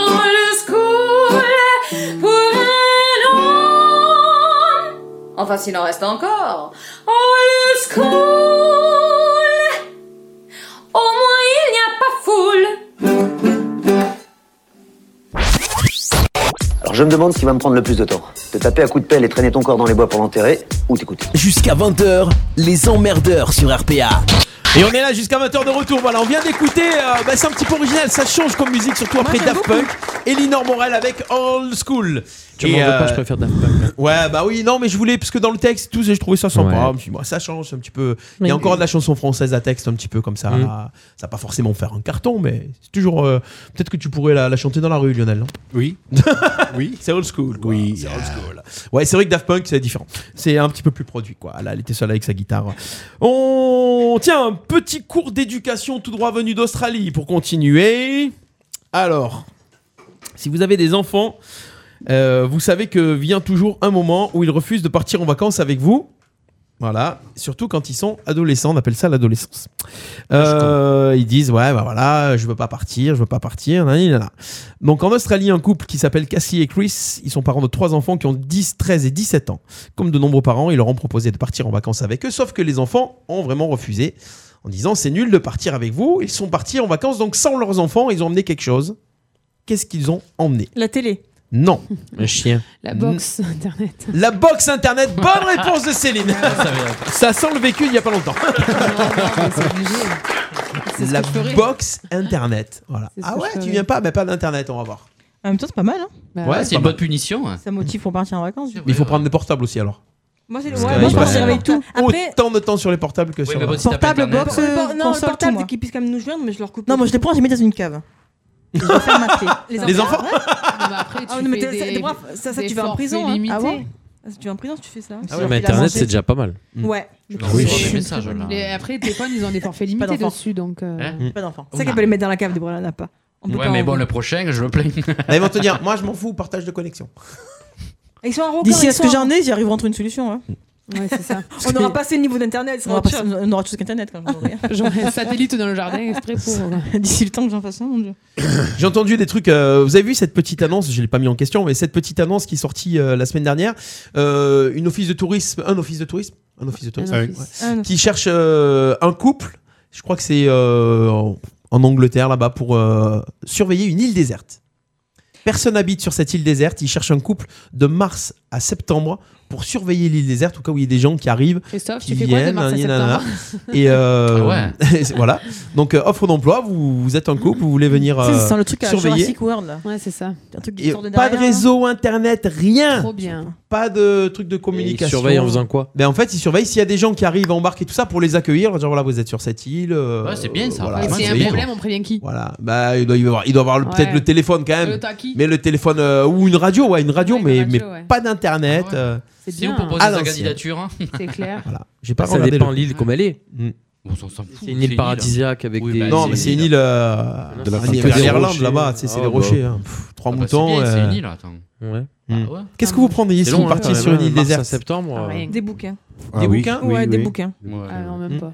S18: Old school. Pour un homme. Enfin, s'il en reste encore. Old school. Au moins, il n'y a pas foule.
S19: Alors je me demande ce qui va me prendre le plus de temps. Te taper à coups de pelle et traîner ton corps dans les bois pour l'enterrer, ou t'écouter.
S14: Jusqu'à 20h, les emmerdeurs sur RPA.
S6: Et on est là jusqu'à 20h de retour. Voilà, on vient d'écouter. euh, bah, c'est un petit peu original, ça change comme musique, surtout après Daft Punk. Elinor Morel avec Old School.
S10: Tu
S6: Et,
S10: m'en veux pas,
S6: euh,
S10: je préfère Daft Punk.
S6: Ouais, bah oui, non, mais je voulais, parce que dans le texte, et tout, j'ai trouvé ça sympa. Je me suis dit, bah, ça change un petit peu. Il y
S10: Mais-
S6: a encore de la chanson française à texte, un petit peu comme ça.
S10: Mm.
S6: Ça va pas forcément faire un carton, mais c'est toujours. euh, Peut-être que tu pourrais la, la chanter dans la rue, Lionel, non Oui. oui. C'est old school. Oui. C'est old school. Ouais, c'est vrai que Daft Punk, c'est différent. C'est un petit peu plus produit, quoi. Là, elle était seule avec sa guitare. On. Tiens, un petit cours d'éducation tout droit venu d'Australie pour continuer. Alors. Si vous avez des enfants, euh, vous savez que vient toujours un moment où ils refusent de partir en vacances avec vous. Voilà, surtout quand ils sont adolescents, on appelle ça l'adolescence. Euh, ils disent ouais bah voilà, je veux pas partir, je veux pas partir. nan, nan, nan. Donc en Australie, un couple qui s'appelle Cassie et Chris, ils sont parents de trois enfants qui ont 10, 13 et 17 ans. Comme de nombreux parents, ils leur ont proposé de partir en vacances avec eux, sauf que les enfants ont vraiment refusé en disant c'est nul de partir avec vous. Ils sont partis en vacances donc sans leurs enfants, ils ont emmené quelque chose. Qu'est-ce qu'ils ont emmené
S9: La télé.
S6: non. Un chien.
S5: La box internet.
S6: La box internet. Bonne réponse de Céline. Ah, Ça sent le vécu il n'y a pas longtemps. La box internet. Voilà.
S8: C'est ce
S6: Ah
S8: que
S6: ouais,
S8: je
S6: tu
S8: ferais.
S6: viens pas, mais pas d'internet, on va voir.
S8: En même temps, c'est pas mal. Hein
S6: Bah Ouais, c'est une bonne punition. hein.
S8: Ça motive pour partir en vacances.
S6: Mais il faut prendre des portables aussi alors.
S8: Moi, c'est
S6: Parce
S8: ouais,
S6: que
S8: moi,
S6: ils
S8: je
S6: passent
S8: partirais avec tout. Après,
S6: autant de temps sur les portables que sur
S12: mais bon, si t'as pas
S8: portable,
S12: Internet,
S8: box,
S12: euh,
S8: euh,
S9: Oh, non, le
S8: console, tout,
S9: portable
S8: moi.
S9: qui puisse quand même nous joindre, mais je leur coupe.
S8: Non, moi, je les prends, je les mets dans une cave. Je les fais mater.
S9: Les enfants Ah,
S8: Ouais.
S5: Ah, bah,
S9: après,
S8: tu fais des-
S9: ça, ça,
S8: des
S9: tu vas en
S8: forfaits
S9: prison. hein.
S8: limités.
S9: Ah ouais Ah, Tu vas en prison si tu fais ça.
S10: Ah
S9: Mm.
S10: ouais, mais Internet, c'est déjà pas mal. Ah
S9: Ouais.
S10: Je leur envoie des messages, là. Hein
S5: Et après, les téléphones, ils ont des forfaits
S9: Pas
S5: limités
S9: d'enfants.
S5: dessus, donc. euh,
S9: J'ai Pas d'enfant. C'est ça qu'elle peut les mettre dans la cave, Déborah, elle n'a pas. On peut
S12: Ouais,
S9: pas
S12: mais
S9: en-
S12: bon, le prochain, je me plains.
S6: Ils vont te dire, moi je m'en fous, partage de connexion.
S9: Ils sont arrogants.
S8: D'ici
S9: ils
S8: à ce que
S9: sont-
S8: j'en ai, j'y arriveront à trouver une solution. hein.
S10: Mm.
S9: Ouais, c'est ça. On aura passé le niveau d'Internet.
S8: On aura passé- on aura tout ce qu'Internet quand même. hein.
S5: J'aurais un satellite dans le jardin exprès pour.
S8: D'ici le temps que j'en fasse un, mon dieu.
S6: J'ai entendu des trucs. euh, vous avez vu cette petite annonce Je l'ai pas mis en question, mais cette petite annonce qui est sortie euh, la semaine dernière. euh, une office de tourisme, un office de tourisme, un office de tourisme,
S10: Un office.
S6: ouais,
S10: Un
S6: qui cherche euh, un couple. Je crois que c'est euh, en en Angleterre là-bas pour euh, surveiller une île déserte. Personne habite sur cette île déserte. Ils cherchent un couple de mars à septembre pour surveiller l'île déserte au cas où il y a des gens qui arrivent,
S5: Christophe,
S6: qui
S5: tu fais quoi de mars à
S6: nanani, nanana.
S5: septembre
S6: et euh,
S5: Ah
S6: voilà. Donc euh, offre d'emploi. Vous, vous êtes un couple, vous voulez venir
S8: Tu sais, ça
S6: euh,
S8: sent le truc à
S6: surveiller.
S8: Jurassic World là.
S5: Ouais, c'est ça.
S8: Un truc qui
S6: Et
S8: sort de
S6: pas de
S8: derrière, là.
S6: réseau internet, rien.
S5: Trop bien.
S6: Pas de truc de communication.
S10: surveillent en faisant quoi
S6: ben En fait, ils surveillent s'il y a des gens qui arrivent, embarquer tout ça pour les accueillir. Leur dire voilà, vous êtes sur cette île. euh,
S12: Ouais, c'est bien, ça.
S6: voilà,
S12: Ouais,
S5: S'il y a un
S6: accueillir.
S5: problème, on prévient qui
S6: Voilà. Bah, il doit y avoir, il doit avoir le- peut-être
S5: Ouais.
S6: le téléphone quand même.
S5: Le taki.
S6: mais le téléphone euh, ou une radio, ouais, une radio, mais, mais pas d'internet. euh,
S5: C'est
S12: Si vous
S5: bien.
S12: proposez
S5: Ah,
S12: sa
S5: non,
S12: candidature, hein.
S5: C'est clair.
S6: J'ai pas
S10: ça
S6: regardé
S10: dépend
S6: le- Hmm.
S10: l'île comme elle est. C'est une île bah, paradisiaque avec des.
S6: non, mais c'est une île euh,
S10: Non,
S6: de
S10: c'est que des
S6: l'Irlande
S10: rochers.
S6: là-bas, tu sais, c'est
S10: Ah,
S6: les
S10: bah.
S6: rochers. hein. Pff, trois
S10: Ah, bah, c'est
S6: moutons.
S10: bien, c'est
S6: euh.
S10: une île, attends. Ouais.
S6: Mm.
S10: Ah ouais.
S6: Qu'est-ce que vous prendriez si
S10: C'est
S6: vous
S10: long, hein,
S6: partiez
S10: quand
S6: sur
S10: même,
S6: une île
S10: mars à
S6: déserte
S10: septembre, Ah, euh. rien.
S9: Des bouquins.
S6: Des bouquins
S9: Ouais, des bouquins.
S5: Ah non, même pas.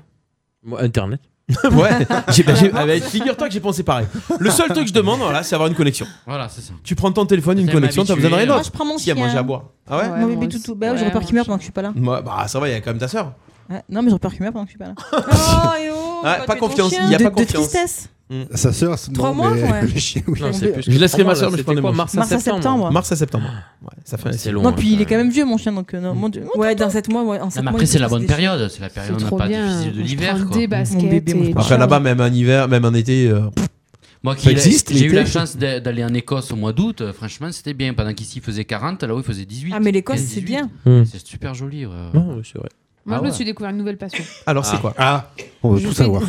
S10: Moi, Internet.
S6: ouais, j'ai- bah, j'ai- ah, bah, figure-toi que j'ai pensé pareil. Le seul truc que je demande, voilà, c'est avoir une connexion.
S12: Voilà, c'est ça.
S6: Tu prends ton téléphone, une
S12: Ça
S6: connexion, t'as
S12: m'habitue,
S6: besoin de rien
S12: euh.
S6: d'autre.
S12: Moi, je prends mon
S6: Si, y a manger
S12: chien.
S6: à boire. Ah ouais,
S8: Ouais, Mon bébé toutou. Bah, ouais, j'aurais peur qu'il meure pendant que je suis pas là. hein. Ah,
S6: Moi, Bah, ça va, il y a quand même ta soeur.
S8: Ouais, Non, mais j'aurais peur qu'il meure pendant que je suis pas là.
S9: Oh, yo
S6: Ouais, pas confiance, il n'y a pas confiance.
S7: Sa sœur,
S6: Trois mois, ouais. Non, c'est plus- Je laisserai ma sœur, mais je prendrai mon
S10: mars à
S8: Mars à
S10: septembre.
S8: septembre.
S6: Mars à septembre. Ouais, ça fait
S10: C'est
S6: long.
S8: Non, puis il est quand même vieux, mon chien, donc euh, non, mon Dieu.
S9: Ouais, dans 7 mois, ouais. En
S12: mais après, c'est la bonne période. C'est la période
S9: trop
S12: pas
S9: bien.
S12: difficile de
S9: On se
S12: l'hiver.
S9: prend
S12: quoi.
S9: des baskets Mon bébé, moi, je et-
S6: Après là-bas, même un hiver, même un été. euh, pff,
S12: Moi
S6: ça
S12: qui l'ai-
S6: existe,
S12: j'ai eu
S6: l'été.
S12: la chance d'a- d'aller en Écosse au mois d'août, euh, franchement c'était bien. Pendant qu'ici il faisait 40, là-haut il faisait 18.
S5: Ah, mais l'Écosse,
S12: 15,
S5: c'est
S12: 18.
S5: bien.
S6: Hmm.
S12: C'est super joli. ouais.
S6: Non, c'est vrai.
S5: Moi,
S12: Ah
S5: je me
S12: ouais.
S5: suis découvert une nouvelle passion.
S6: Alors c'est
S12: Ah.
S6: quoi Ah, on veut
S5: Je
S6: tout
S5: fais-
S6: savoir.
S5: du,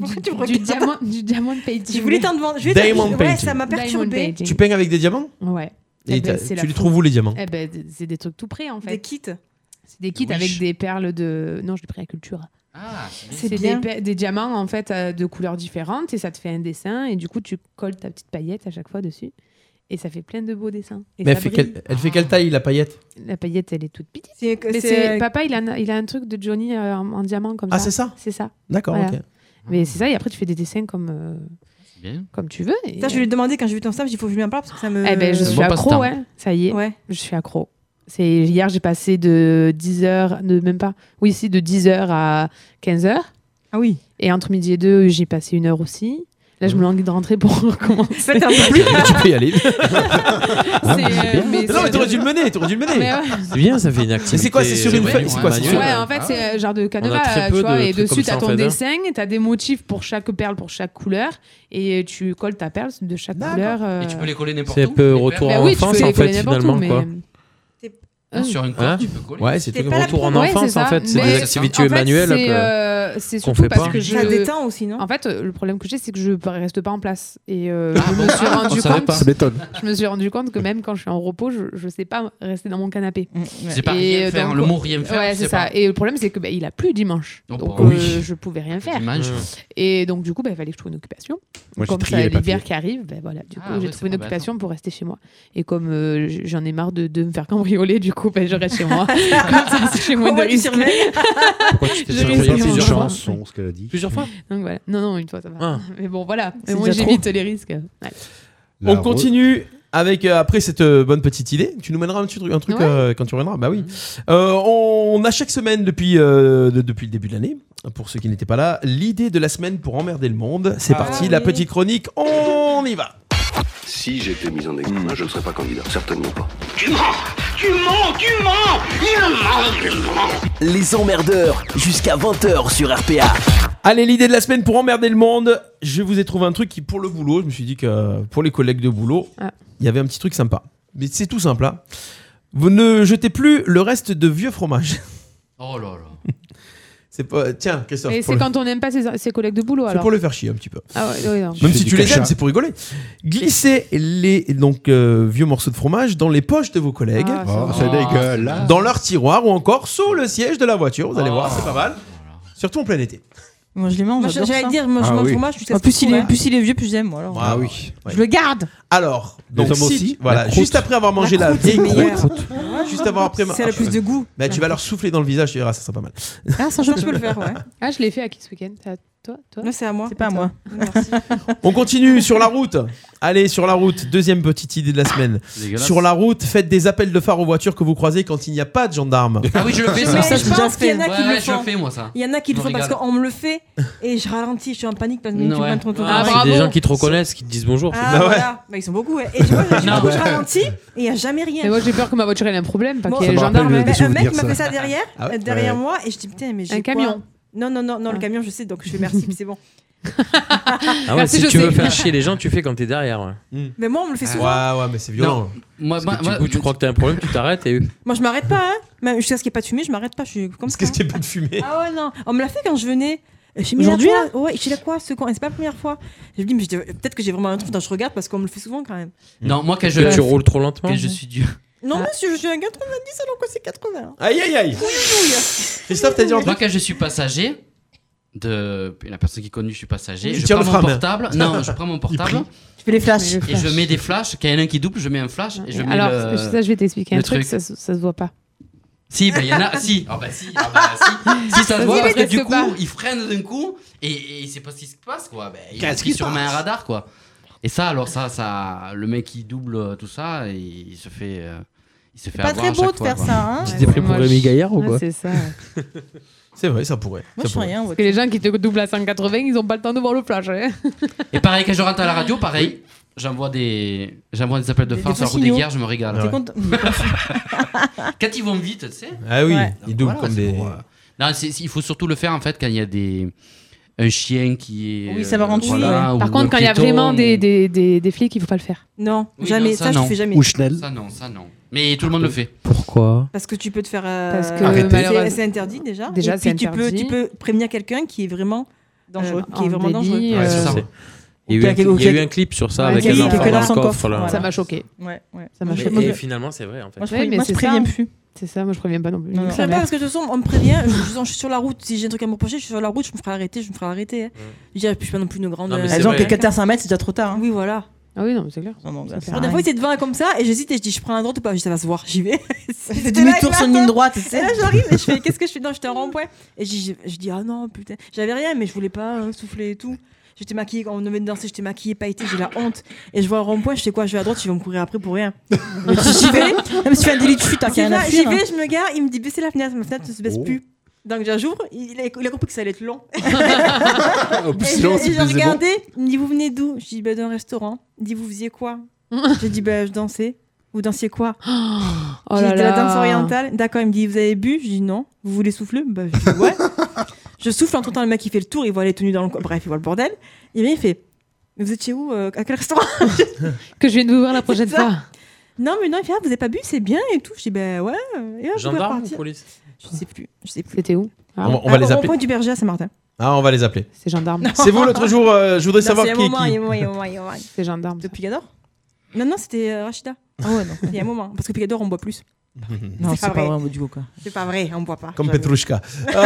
S9: tu me
S5: du
S9: regardes
S5: diamant, du diamant painting.
S9: Je voulais t'en demander. je vais t'en-
S6: Diamond
S9: ouais,
S6: painting.
S9: ça m'a
S5: Diamond
S9: perturbé.
S5: painting.
S6: Tu peignes avec des diamants
S5: Ouais.
S6: Et
S5: Eh ben,
S6: t'as-
S5: c'est la
S6: tu les
S5: fou-
S6: trouves où les diamants
S5: Eh ben, d- c'est des trucs tout prêts en fait.
S9: Des kits.
S5: C'est des kits avec des perles de. Non, je l'ai pris à Cultura.
S12: Ah,
S5: C'est des,
S9: bien.
S5: pe- des diamants en fait euh, de couleurs différentes et ça te fait un dessin et du coup tu colles ta petite paillette à chaque fois dessus et ça fait plein de beaux dessins. Et
S6: Mais elle
S5: ça
S6: fait,
S5: brille.
S6: quelle, elle fait quelle taille la paillette
S5: La paillette elle est toute petite.
S9: C'est-
S5: Mais
S9: c'est-
S5: c'est- Papa il a, un- il a un truc de Johnny euh, en, en diamant comme
S6: Ah,
S5: ça.
S6: c'est ça
S5: C'est ça.
S6: D'accord,
S5: Voilà.
S6: ok.
S5: Mais c'est ça et après tu fais des dessins comme, euh, comme tu veux. et- euh,
S9: Ça, je lui ai demandé quand j'ai vu ton stage, il faut que je lui en parle parce que ça me.
S5: Eh ben,
S8: Euh,
S5: je suis accro, ouais. Ça y est. Je suis accro. C'est hier, j'ai passé de 10h, de même pas. Oui, si, de 10h à 15h.
S9: Ah oui.
S5: Et entre midi et deux, j'ai passé une heure aussi. Là, je me langue de rentrer pour recommencer.
S9: t'en peux
S6: plus. Tu peux y aller.
S5: C'est, euh, mais
S6: non, mais
S5: c'est-
S6: t'aurais dû le mener, t'aurais dû le mener.
S5: Mais ouais.
S10: C'est bien, ça fait une activité.
S6: Mais c'est quoi, c'est sur une
S10: euh,
S6: feuille, c'est quoi, c'est
S10: manuelle.
S6: sur-
S5: Ouais, en fait, c'est euh, genre de
S10: On a
S5: canevas,
S10: très
S5: euh,
S10: peu
S5: tu vois,
S10: de
S5: et
S10: trucs
S5: dessus,
S10: comme ça,
S5: t'as
S10: en
S5: ton
S10: fait, hein.
S5: dessin, et t'as des motifs pour chaque perle, pour chaque couleur, et euh, tu colles ta perle de chaque couleur. euh,
S12: Et tu peux les coller n'importe où.
S10: C'est un
S12: les
S10: peu retour
S5: bah
S12: perles.
S9: Bah
S10: en enfance, en fait, finalement. quoi.
S12: Ah, Sur une corde,
S10: Hein
S12: tu peux coller.
S10: Ouais, c'est
S12: T'es
S10: un
S12: pas là
S10: retour
S12: pour-
S10: en
S12: Ouais,
S10: enfance,
S12: c'est
S10: en
S12: ça.
S10: fait. C'est
S12: Mais
S10: des
S12: c'est ça.
S10: activités
S12: En fait,
S10: manuelles.
S5: C'est
S10: que-
S5: euh, c'est
S10: qu'on
S5: surtout
S10: fait
S5: parce
S10: pas.
S5: que je.
S9: Ça détend aussi, non
S5: En fait, euh, le problème que j'ai, c'est que je reste pas en place. Et euh,
S10: Ah
S5: je
S10: bon
S5: me suis
S10: Ah, on
S5: rendu
S10: savait
S5: compte.
S10: pas. Ça m'étonne.
S5: Je me suis rendu compte que même quand je suis en repos, je, je sais pas rester dans mon canapé.
S12: Mm, C'est pas rien
S5: euh,
S12: faire, le mot rien faire,
S5: Ouais,
S12: tu
S5: c'est
S12: sais
S5: ça.
S12: pas.
S5: Et le problème, c'est que bah, il a plu dimanche.
S12: Donc,
S5: Donc,
S12: bah, oui.
S5: euh, je pouvais rien faire.
S12: Dimanche. Mm.
S5: Et donc du coup, bah, il fallait que je trouve une occupation.
S12: Moi, j'ai
S5: comme
S12: trié
S5: ça,
S12: les
S5: l'hiver
S12: papiers.
S5: qui arrive, bah, voilà. Du coup,
S12: Ah,
S5: j'ai
S12: ouais,
S5: trouvé
S12: c'est
S5: une
S12: pas
S5: occupation pour rester chez moi. Et comme euh, j- j'en ai marre de, de me faire cambrioler, du coup, bah, je reste chez moi. comme ça, c'est chez moi
S9: Au
S5: de
S9: moins, tu
S5: risque.
S9: surveilles.
S7: Pourquoi tu t'es
S5: Je
S7: surveillé
S5: risque
S7: plusieurs
S5: d'en avoir.
S7: chansons, ce qu'elle a dit
S6: Plusieurs fois
S5: Donc voilà. Non, non, une fois, ça va.
S6: Ah.
S5: Mais bon, voilà.
S6: C'est
S5: Moi,
S6: déjà
S5: j'évite
S6: trop.
S5: les risques. Ouais.
S6: On
S5: La
S6: continue avec euh, après cette euh, bonne petite idée. Tu nous mèneras un petit truc, un truc
S5: Ouais. Mm.
S6: euh, quand tu reviendras. Bah oui. Euh, on a chaque semaine depuis euh, de- depuis le début de l'année. Pour ceux qui n'étaient pas là, l'idée de la semaine pour emmerder le monde.
S5: Ah
S6: C'est parti, la petite chronique. On y va.
S20: Si j'étais mis en examen, je ne serais pas candidat. Certainement pas.
S16: Tu mens Tu mens Tu mens Il ment, il ment
S14: Les emmerdeurs jusqu'à 20h sur RPA.
S6: Allez, l'idée de la semaine pour emmerder le monde. Je vous ai trouvé un truc qui pour le boulot, je me suis dit que euh, pour les collègues de boulot, il y avait un petit truc sympa. Mais c'est tout simple. hein. Vous ne jetez plus le reste de vieux fromage.
S12: Oh là là.
S6: C'est pas tiens Christophe.
S5: Et
S6: pour
S5: c'est
S6: le-
S5: quand on n'aime pas ses, ses collègues de boulot
S6: C'est
S5: alors.
S6: pour le faire chier un petit peu.
S5: Ah ouais, ouais, non.
S6: Même
S5: Tu
S6: si tu
S5: fais du
S6: les aimes,
S5: cachat.
S6: c'est pour rigoler. Glissez les donc euh, vieux morceaux de fromage dans les poches de vos collègues.
S7: Ah, ça Oh, va. c'est dégueulasse.
S6: Dans leur tiroir ou encore sous le siège de la voiture. Vous allez
S8: Oh.
S6: voir, c'est pas mal. Surtout en plein été.
S7: Ah
S8: Moi, je les mange.
S9: Moi,
S8: j'adore
S9: j'allais
S8: ça.
S9: dire, moi, je Ah mange oui. fromage, je suis
S8: En plus, il est,
S9: satisfaite.
S8: plus il est vieux, plus j'aime. moi,
S9: Bah,
S8: alors.
S6: Ah oui.
S8: Je le garde.
S6: Alors,
S7: Les
S6: donc
S7: hommes
S6: si-
S7: aussi. La
S6: voilà,
S7: croûte.
S6: juste après avoir mangé la,
S7: croûte,
S6: vieille
S7: c'est meilleur.
S6: croûte, juste avoir après,
S9: C'est la plus de goût.
S6: Bah, tu vas leur souffler dans le visage, tu verras, ça sera pas mal.
S8: Ah, ça,
S9: je peux le faire, ouais.
S5: Ah, je l'ai fait à qui ce week-end C'est à toi, toi
S9: Non, c'est à moi.
S5: C'est
S8: pas à moi.
S6: On continue sur la route. Allez, sur la route, deuxième petite idée de la semaine.
S12: Dégueulasse.
S6: Sur la route, faites des appels de phare aux voitures que vous croisez quand il n'y a pas de gendarmes.
S12: Ah oui, je le fais, ça.
S9: Mais
S12: Ça,
S9: je
S12: j'ai déjà
S9: pense qu'il y en a
S12: fait.
S9: qui
S12: Ouais,
S9: le
S12: ouais, je
S9: font.
S12: le fais, moi, ça.
S9: Il y en a qui le
S12: Je
S9: font parce
S12: rigole.
S9: qu'on me le fait et je ralentis, je suis en panique parce que tu
S12: Ouais.
S9: prends ton temps.
S12: Ah,
S10: C'est des gens qui te reconnaissent, qui te disent bonjour.
S9: Ah, voilà. Bah, ils sont beaucoup. ouais. Et tu vois, je- du coup, je ralentis et il n'y a jamais rien.
S5: Mais moi j'ai peur que ma voiture elle ait un problème, pas
S9: Moi-
S5: qu'il y ait les
S9: Ça me
S5: gendarmes.
S9: rappelle
S5: hein.
S9: des Bah, un mec m'a fait ça derrière,
S5: Ah ouais
S9: euh, derrière
S5: Ouais.
S9: moi, et je dis putain, mais j'ai
S5: Un
S9: quoi
S5: camion.
S9: Non, non, non, non, le camion, je sais, donc je fais merci, c'est bon.
S10: Ah ouais,
S9: Merci,
S10: si
S9: je
S10: tu veux
S9: sais.
S10: faire chier les gens, tu fais quand t'es derrière. ouais.
S9: Mais moi, on me le fait souvent.
S6: ouais, mais c'est violent.
S12: Mm. Moi,
S10: Parce
S12: moi-
S10: que
S12: moi-
S10: du coup, tu crois que t'as un problème, tu t'arrêtes et.
S9: Moi, je m'arrête pas, hein. Même jusqu'à ce qu'il n'y ait pas de fumée, je m'arrête pas, je suis comme ça. Jusqu'à ce
S6: qu'il n'y ait pas de fumée.
S9: Ah ouais, non. On me l'a fait quand je venais. Euh, chez
S8: Aujourd'hui,
S9: Mila, quoi Ouais, je suis là quoi, ce con. Et C'est pas la première fois. Je me dis, mais je devais- peut-être que j'ai vraiment un truc, Attends, je regarde parce qu'on me le fait souvent quand même.
S12: Non, moi, quand
S10: Parce
S12: je.
S10: que tu roules trop lentement.
S12: Quand je suis dur.
S9: Non,
S8: Ah.
S9: monsieur, je suis un 90 alors que c'est 80.
S5: Ah.
S6: Aïe, aïe, aïe. Christophe, t'as dit
S12: Moi, quand je suis passager, de la personne qui conduit, je suis passager,
S6: Tu
S12: je
S6: tires
S12: prends
S6: le
S12: mon
S6: frein, hein.
S12: portable. Non, je prends mon portable.
S8: Je fais les flashs.
S12: Et je mets des flashs. Quand il y en a un qui double, je mets un flash. Et je mets
S5: Alors
S12: le-
S5: ça je vais t'expliquer un
S12: le
S5: truc, ça, se- ça se voit pas.
S12: Si, ben il y en a. Si, ah bah si, ah bah si. Si ça se
S5: Ça
S12: voit,
S5: se
S12: parce que
S5: reste
S12: du coup,
S5: pas.
S12: il freine d'un coup et, et il sait pas ce qui se passe, quoi. Ben, il
S6: Qu'est-ce
S12: est
S6: qui
S12: pris
S6: se
S12: sur
S6: passe
S12: un radar, quoi. Et ça, alors ça, ça, le mec qui double euh, tout ça, il, il se fait, euh, Il s'est fait
S9: Pas
S12: avoir
S9: très
S12: à
S9: beau
S12: chaque
S9: de
S12: fois,
S9: faire
S12: quoi.
S9: ça, hein.
S10: Petite idée pour Rémi Gaillard ou
S5: Ouais,
S10: quoi
S5: c'est ça.
S6: C'est vrai, ça pourrait.
S9: Moi, je sais rien.
S5: Parce que les gens qui te doublent à 180, ils n'ont pas le temps de voir le flash. hein.
S12: Et pareil, quand je rentre à la radio, pareil, j'envoie des... j'envoie des appels de
S5: Des-
S12: force
S5: des
S12: à la roue des
S5: signaux.
S12: guerres, je me régale.
S5: T'es
S9: content
S12: quand ils vont vite, tu sais.
S6: Ah oui, Ouais. ils doublent
S12: Voilà,
S6: comme
S12: c'est
S6: des-
S12: pour, euh, Non, c'est- c'est- il faut surtout le faire en fait quand il y a des. Un chien qui est.
S9: Oui, ça va rendre
S12: euh, voilà,
S9: fou, ouais.
S12: ou
S5: Par
S12: un
S5: contre, quand il y a
S12: piéton.
S5: vraiment des, des, des, des flics, il faut pas le faire.
S8: Non,
S12: Oui,
S8: jamais.
S12: non,
S8: ça, je
S12: non.
S8: fais jamais.
S12: Ça non, ça non. Mais tout le monde le fait.
S10: Pourquoi
S8: Parce que tu peux te faire. euh,
S5: Parce que,
S8: arrêter.
S5: malheureusement-
S8: c'est- c'est interdit déjà.
S5: Déjà,
S8: Et puis
S5: c'est
S8: tu peux,
S5: interdit.
S8: tu peux prévenir quelqu'un qui est vraiment dangereux, qui
S5: en
S8: est vraiment
S5: délit,
S8: dangereux.
S5: euh,
S10: c'est ça. Il y a eu, un,
S5: Ou quelqu'un-
S10: il y a eu un clip sur ça
S5: Ouais,
S10: avec
S5: qui-
S10: les
S5: qui
S10: enfants dans
S5: connaît
S10: le
S5: son
S10: coffre.
S5: coffre,
S10: là.
S5: Ça m'a choqué.
S8: Ouais, ouais.
S5: Ça m'a
S10: Mais-
S5: choqué.
S10: et finalement, c'est vrai, en fait.
S8: Moi, je
S5: Ouais,
S8: préviens-
S5: mais
S8: moi,
S5: c'est
S8: je préviens
S5: ça.
S8: plus.
S5: C'est ça, moi je préviens pas non plus.
S8: Je
S5: Nique sa
S8: sais pas
S5: mère.
S8: parce que de toute façon, on me prévient. Je, je, sens- je suis sur la route. Si j'ai un truc à me reprocher, je suis sur la route, je me ferai arrêter, je me ferai arrêter. hein. Je dirais, je suis pas non plus une grande.
S9: Non, mais
S8: euh,
S9: c'est Elles ont vrai. que 400 mètres, c'est déjà trop tard.
S8: Oui, voilà.
S5: Ah oui, non, mais c'est clair.
S9: Ça sert
S8: La
S9: à
S8: dernière
S9: rien.
S8: bah, fois, il était devant là, comme ça, et j'hésite et je dis, je prends la droite ou pas Je dis, ça va se voir, j'y vais.
S9: fait demi-tour
S8: là,
S9: sur une
S8: là.
S9: ligne droite, tu sais.
S8: Et là, j'arrive et je fais, qu'est-ce que je fais Non, j'étais en rond-point. Et je, je- je dis, ah non, putain. J'avais rien, mais je voulais pas euh, souffler et tout. J'étais maquillée, quand on venait de danser, j'étais maquillée, pailletée, j'ai la honte. Et je vois le rond-point, je fais quoi Je vais à droite, ils vont me courir après pour rien. Mais j'y vais.
S9: Même si tu fais un délit de chute, hein, qu'il y a
S8: C'est
S9: rien à
S8: ça, J'y
S9: fuir, hein.
S8: vais, je me gare, il me dit, baissez la fenêtre, ma fenêtre ne se baisse
S9: Oh.
S8: plus. Donc j'ouvre, il a, il a compris que ça allait être long.
S21: Au
S8: Et
S21: plus
S8: je-
S21: long,
S8: et
S21: c'est
S8: j'ai
S21: plus bon.
S8: regardé, il me dit vous venez d'où Je dis bah, d'un restaurant. Il me dit vous faisiez quoi J'ai dit bah, je dansais. Vous dansiez quoi
S5: oh
S8: J'ai
S5: là
S8: dit de la danse
S5: là.
S8: orientale. D'accord, il me dit vous avez bu Je dis non. Vous voulez souffler bah, Je dis ouais. je souffle entre temps le mec il fait le tour, il voit les tenues dans le coin. Bref, il voit le bordel. Il vient, il fait mais vous êtes chez où euh, À quel restaurant
S5: Que je viens de vous voir la prochaine
S8: C'est ça.
S5: fois.
S8: Non mais non, il fait ah, vous avez pas bu, c'est bien et tout. Je dis bah ouais. Et là, je pouvais
S10: Gendarme ou
S8: partir.
S10: police
S8: Je sais plus. Je sais plus.
S5: C'était où
S6: On va- on va les appeler.
S8: du berger à Saint-Martin.
S6: Ah, on va les appeler.
S5: C'est gendarme.
S6: C'est vous l'autre jour, euh, je voudrais
S8: Non,
S6: savoir
S8: c'est
S6: qui
S8: un
S6: est
S8: moment,
S6: qui.
S8: il y a un moment, il y a un moment, il y a un moment.
S5: C'est gendarme.
S8: De Picador Non, non, c'était euh, Rachida. Ah ouais, non. Il y a un moment. Parce que Picador, on boit plus.
S9: Non, c'est pas vrai,
S8: on
S9: un duo, quoi.
S8: C'est pas vrai, on boit pas.
S6: Comme
S8: J'avoue.
S6: Petrushka.
S7: Ah,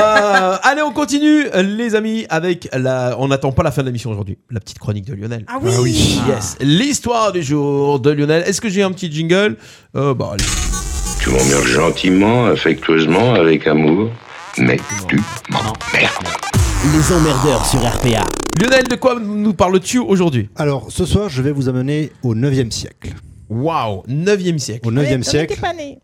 S6: Euh, allez, on continue, les amis, avec la. On n'attend pas la fin de l'émission aujourd'hui. La petite chronique de Lionel. Ah
S8: oui,
S6: Yes. L'histoire du jour de Lionel. Est-ce que j'ai un petit jingle euh, Bah, allez.
S22: Tu m'emmerdes gentiment, affectueusement, avec amour, mais tu m'emmerdes.
S23: Les emmerdeurs sur RPA.
S6: Lionel, de quoi nous parles-tu aujourd'hui
S7: Alors, ce soir, je vais vous amener au 9e siècle.
S6: Waouh, 9e siècle.
S7: Au 9e siècle.
S9: pas né.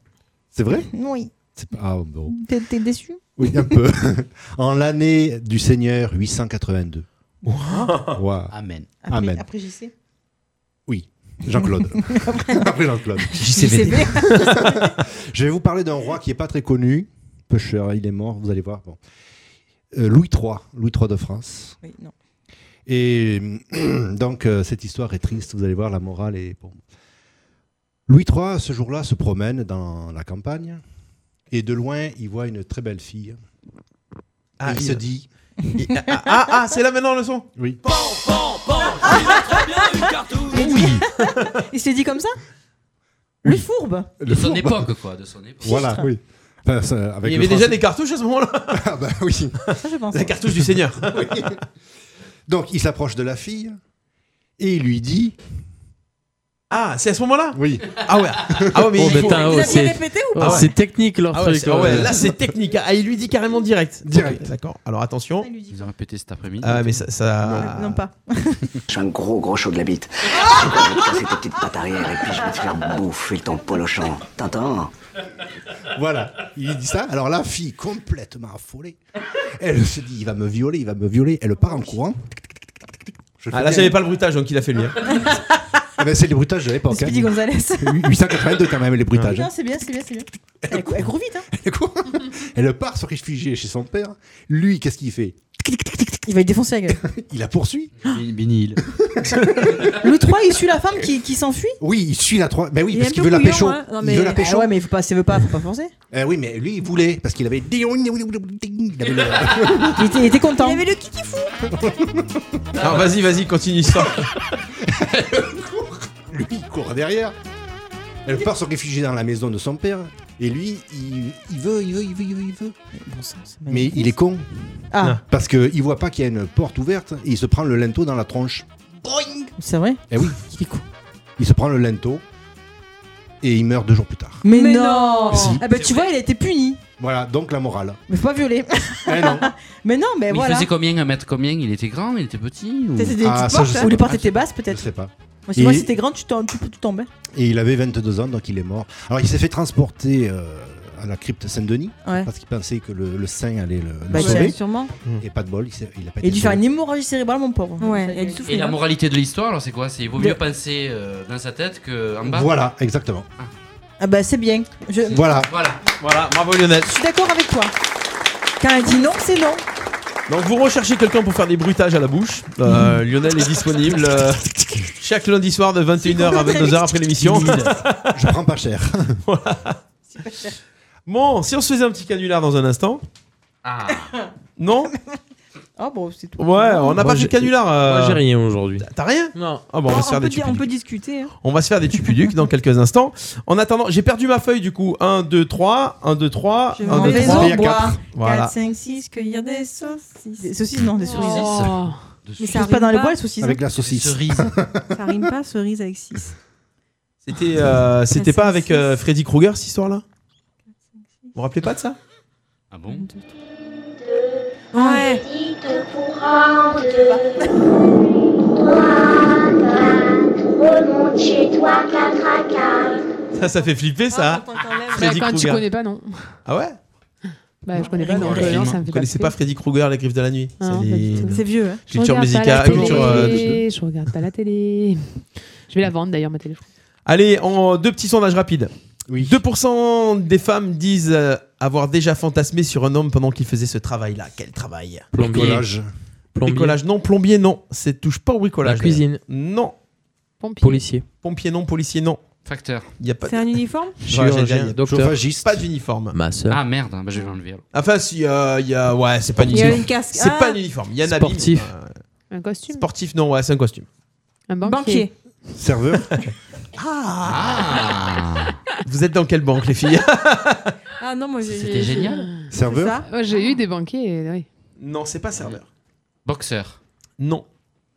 S7: C'est vrai
S9: Oui.
S7: Eh, C'est pas- Ah bon.
S9: T'es- T'es déçu
S7: Oui, un peu. en l'année du Seigneur 882. Waouh.
S12: Amen.
S9: Après,
S7: Amen.
S9: Après, j'y sais.
S7: Oui, Jean-Claude. Après Jean-Claude.
S9: JCVD.
S7: Je vais vous parler d'un roi qui n'est pas très connu. Peu cher, il est mort, vous allez voir. Bon. Euh, Louis III, Louis III de France.
S9: Oui, non.
S7: Et donc, euh, cette histoire est triste, vous allez voir, la morale est. bon. Louis III, ce jour-là, se promène dans la campagne et de loin, il voit une très belle fille.
S6: Ah,
S7: Et il
S6: il-
S7: se dit.
S6: Ah, ah, ah, c'est là maintenant le son
S7: Oui.
S9: Ah, Il se dit comme ça Le fourbe
S12: De son époque, quoi. De son époque.
S7: Voilà, oui. Enfin, ça, avec
S6: Il y
S7: le
S6: avait déjà
S7: français.
S6: des cartouches à ce moment-là
S7: Ah bah oui.
S6: La cartouche du Seigneur.
S7: Donc, il s'approche de la fille et il lui dit.
S6: Ah, c'est à ce moment-là
S7: Oui.
S6: Ah ouais. Ah ouais, mais
S10: Oh,
S6: il
S10: mais
S6: faut-
S10: t'as- Vous oh, aviez c'est- répété ou pas oh, c'est technique, leur
S6: Ah ouais,
S10: truc, hein.
S6: c'est- ah ouais,
S10: ouais.
S6: là, c'est technique. Ah, il lui dit carrément direct.
S7: Direct.
S6: Ok, D'accord. Alors attention.
S12: Ils ont répété cet après-midi.
S6: Ah, mais ça. ça...
S9: Non, pas.
S19: J'ai un gros gros chaud de la bite. Je vais te casser tes petites pattes arrière et puis je vais te faire bouffer ton polochon. T'entends
S7: Voilà, il dit ça. Alors la fille, complètement affolée, elle se dit il va me violer, il va me violer. Elle part en courant. Je
S6: Ah, là, j'avais pas le bruitage, donc il a fait lui. hein.
S7: Ah ben, c'est les bruitages de l'époque.
S9: Speedy Gonzales.
S7: 882 quand même, les bruitages.
S8: Ah,
S9: Non, c'est bien, c'est bien, c'est bien. Elle, cou- elle court vite, hein.
S7: Elle part se réfugier chez son père. Lui, qu'est-ce qu'il fait
S9: hein. Il va lui défoncer la gueule.
S7: Il la poursuit.
S12: Bénil.
S9: Le 3, il suit la femme qui, qui s'enfuit
S7: Oui, il suit la 3. Mais oui,
S9: Il est
S7: parce
S9: un
S7: qu'il
S9: peu
S7: veut la
S9: bouillant,
S7: pécho.
S9: hein. Non,
S7: Il
S9: mais-
S7: veut la pécho.
S9: Ah ouais, mais il faut pas, s'il veut pas, faut pas forcer.
S7: Eh oui, mais lui, il voulait parce qu'il avait. Il avait le-
S9: Il était, il était content.
S8: Il avait le kiki fou.
S6: Alors Ah, vas-y, vas-y, continue l'histoire.
S7: Lui, il court derrière. Elle part se réfugier dans la maison de son père. Et lui, il, il veut, il veut, il veut, il veut, il veut. Mais il est con.
S9: Ah.
S7: Parce qu'il voit pas qu'il y a une porte ouverte et il se prend le linteau dans la tronche.
S9: C'est vrai
S7: Eh oui.
S9: Il est con.
S7: Il se prend le linteau et il meurt deux jours plus tard.
S9: Mais, non
S7: Si.
S9: Ah bah tu vois, il a été puni.
S7: Voilà, donc la morale.
S8: Ben
S9: Mais faut pas violer.
S7: Eh
S9: mais non, mais
S12: Mais Il
S9: voilà.
S12: faisait combien Un mètre combien Il était grand Il était petit ou...
S7: Ah,
S8: Ah,
S9: C'était des petites hein. portes, hein, où les portes étaient basses peut-être.
S7: Je sais pas.
S9: Moi, si moi,
S7: Et-
S9: c'était grand, tu, t'en- tu, tu tombais.
S7: Et il avait 22 ans, donc il est mort. Alors il s'est fait transporter euh, à la crypte Saint-Denis
S9: Ouais.
S7: parce qu'il pensait que le, le saint allait le, le
S9: Bah, il
S7: sauver.
S9: allait sûrement.
S11: Mmh.
S7: Et pas de bol, il, s'est- il a pas
S9: Et
S7: été
S9: dû faire
S7: sauvé.
S9: une hémorragie cérébrale, mon pauvre. Ouais, il a dû
S12: Et
S9: souffrir.
S12: la moralité de l'histoire, alors c'est quoi C'est il vaut
S9: De-
S12: mieux penser euh, dans sa tête qu'en bas
S7: Voilà, exactement.
S9: Ah bah, c'est bien. Je...
S7: Voilà.
S12: Voilà.
S6: Voilà, bravo Lionel.
S9: Je suis d'accord avec toi. Quand elle dit non, c'est non.
S6: Donc vous recherchez quelqu'un pour faire des bruitages à la bouche. Euh, Lionel est disponible euh, chaque lundi soir de 21h à 22h après l'émission.
S7: Je prends pas cher.
S6: Voilà. Bon, si on se faisait un petit canular dans un instant. Non
S9: Ah bon, c'est tout.
S6: Ouais, on n'a pas fait de canular. euh.
S10: Moi, j'ai rien aujourd'hui.
S6: T'as rien
S10: Non.
S6: Ah bon, on
S9: Bon,
S6: va se faire
S9: peut
S6: des
S9: di- on
S6: tupiducs.
S9: peut discuter. hein.
S6: On va se faire des tupiducs dans quelques instants. En attendant, j'ai perdu ma feuille du coup. 1, 2, 3, 1, 2, 3, 1, 2, 3, Voilà.
S9: 4, 5, 6, cueillir des saucisses. Des saucisses, non, des cerises.
S6: Oh.
S9: Mais
S6: Des
S9: ça
S6: cerises.
S9: arrive pas dans les
S6: Pas
S9: bois, les saucisses.
S6: Avec
S9: hein.
S6: la saucisse. Cerise.
S9: ça rime pas, cerise avec 6.
S6: C'était euh, c'était pas avec euh, Freddy Krueger cette histoire là Vous vous rappelez pas de ça
S12: Ah bon
S9: Ouais.
S16: Remonte chez toi,
S9: Ah
S16: quatre à quatre.
S6: Ça, ça fait flipper ça. Freddy
S5: Quand tu
S6: Krueger.
S5: connais pas, non.
S6: Ah ouais
S5: Bah, je connais pas, non.
S6: Vous
S5: je- non, ça me fait pas
S6: connaissez pas Freddy Krueger, la griffe de la nuit
S5: Non,
S6: C'est
S5: pas
S6: des-
S5: du tout.
S9: C'est vieux, hein.
S5: Je
S6: Culture
S5: regarde pas la
S6: musicale,
S5: télé,
S6: culture, euh,
S5: Je regarde pas la télé. Je vais la vendre d'ailleurs, ma télé.
S6: Allez, en deux petits sondages rapides. 2% des femmes disent euh, avoir déjà fantasmé sur un homme pendant qu'il faisait ce travail-là. Quel travail
S10: Plombier.
S6: Bricolage.
S10: Plombier.
S6: Bricolage, non. Plombier, non. Ça touche pas au bricolage.
S10: La cuisine.
S6: Non.
S5: Pompier.
S10: Policier.
S6: Pompier, non. Policier, non.
S12: Facteur.
S6: Il y a pas.
S9: C'est un uniforme
S6: Chirurgien,
S10: Docteur.
S6: chauffagiste. Pas d'uniforme.
S10: Ma sœur.
S12: Ah merde, hein, bah, je vais l'enlever. alors.
S6: Enfin, si, euh, il y a. Ouais, c'est pas un
S5: Il y a
S6: uniforme.
S5: une casque-
S6: C'est
S5: Ah.
S6: pas un uniforme. Il y a un habit,
S10: Sportif.
S6: mais, euh,
S5: Un costume.
S6: sportif, non, ouais, c'est un costume.
S5: Un banquier.
S6: Serveur Ah Vous êtes dans quelle banque, les filles
S9: Ah non, moi j'ai.
S6: C'était
S9: j'ai-
S6: génial.
S9: c'est
S6: Serveur
S9: ça
S5: Ouais, J'ai eu des banquiers, euh, oui.
S6: Non, c'est pas serveur.
S12: Boxeur.
S6: Non.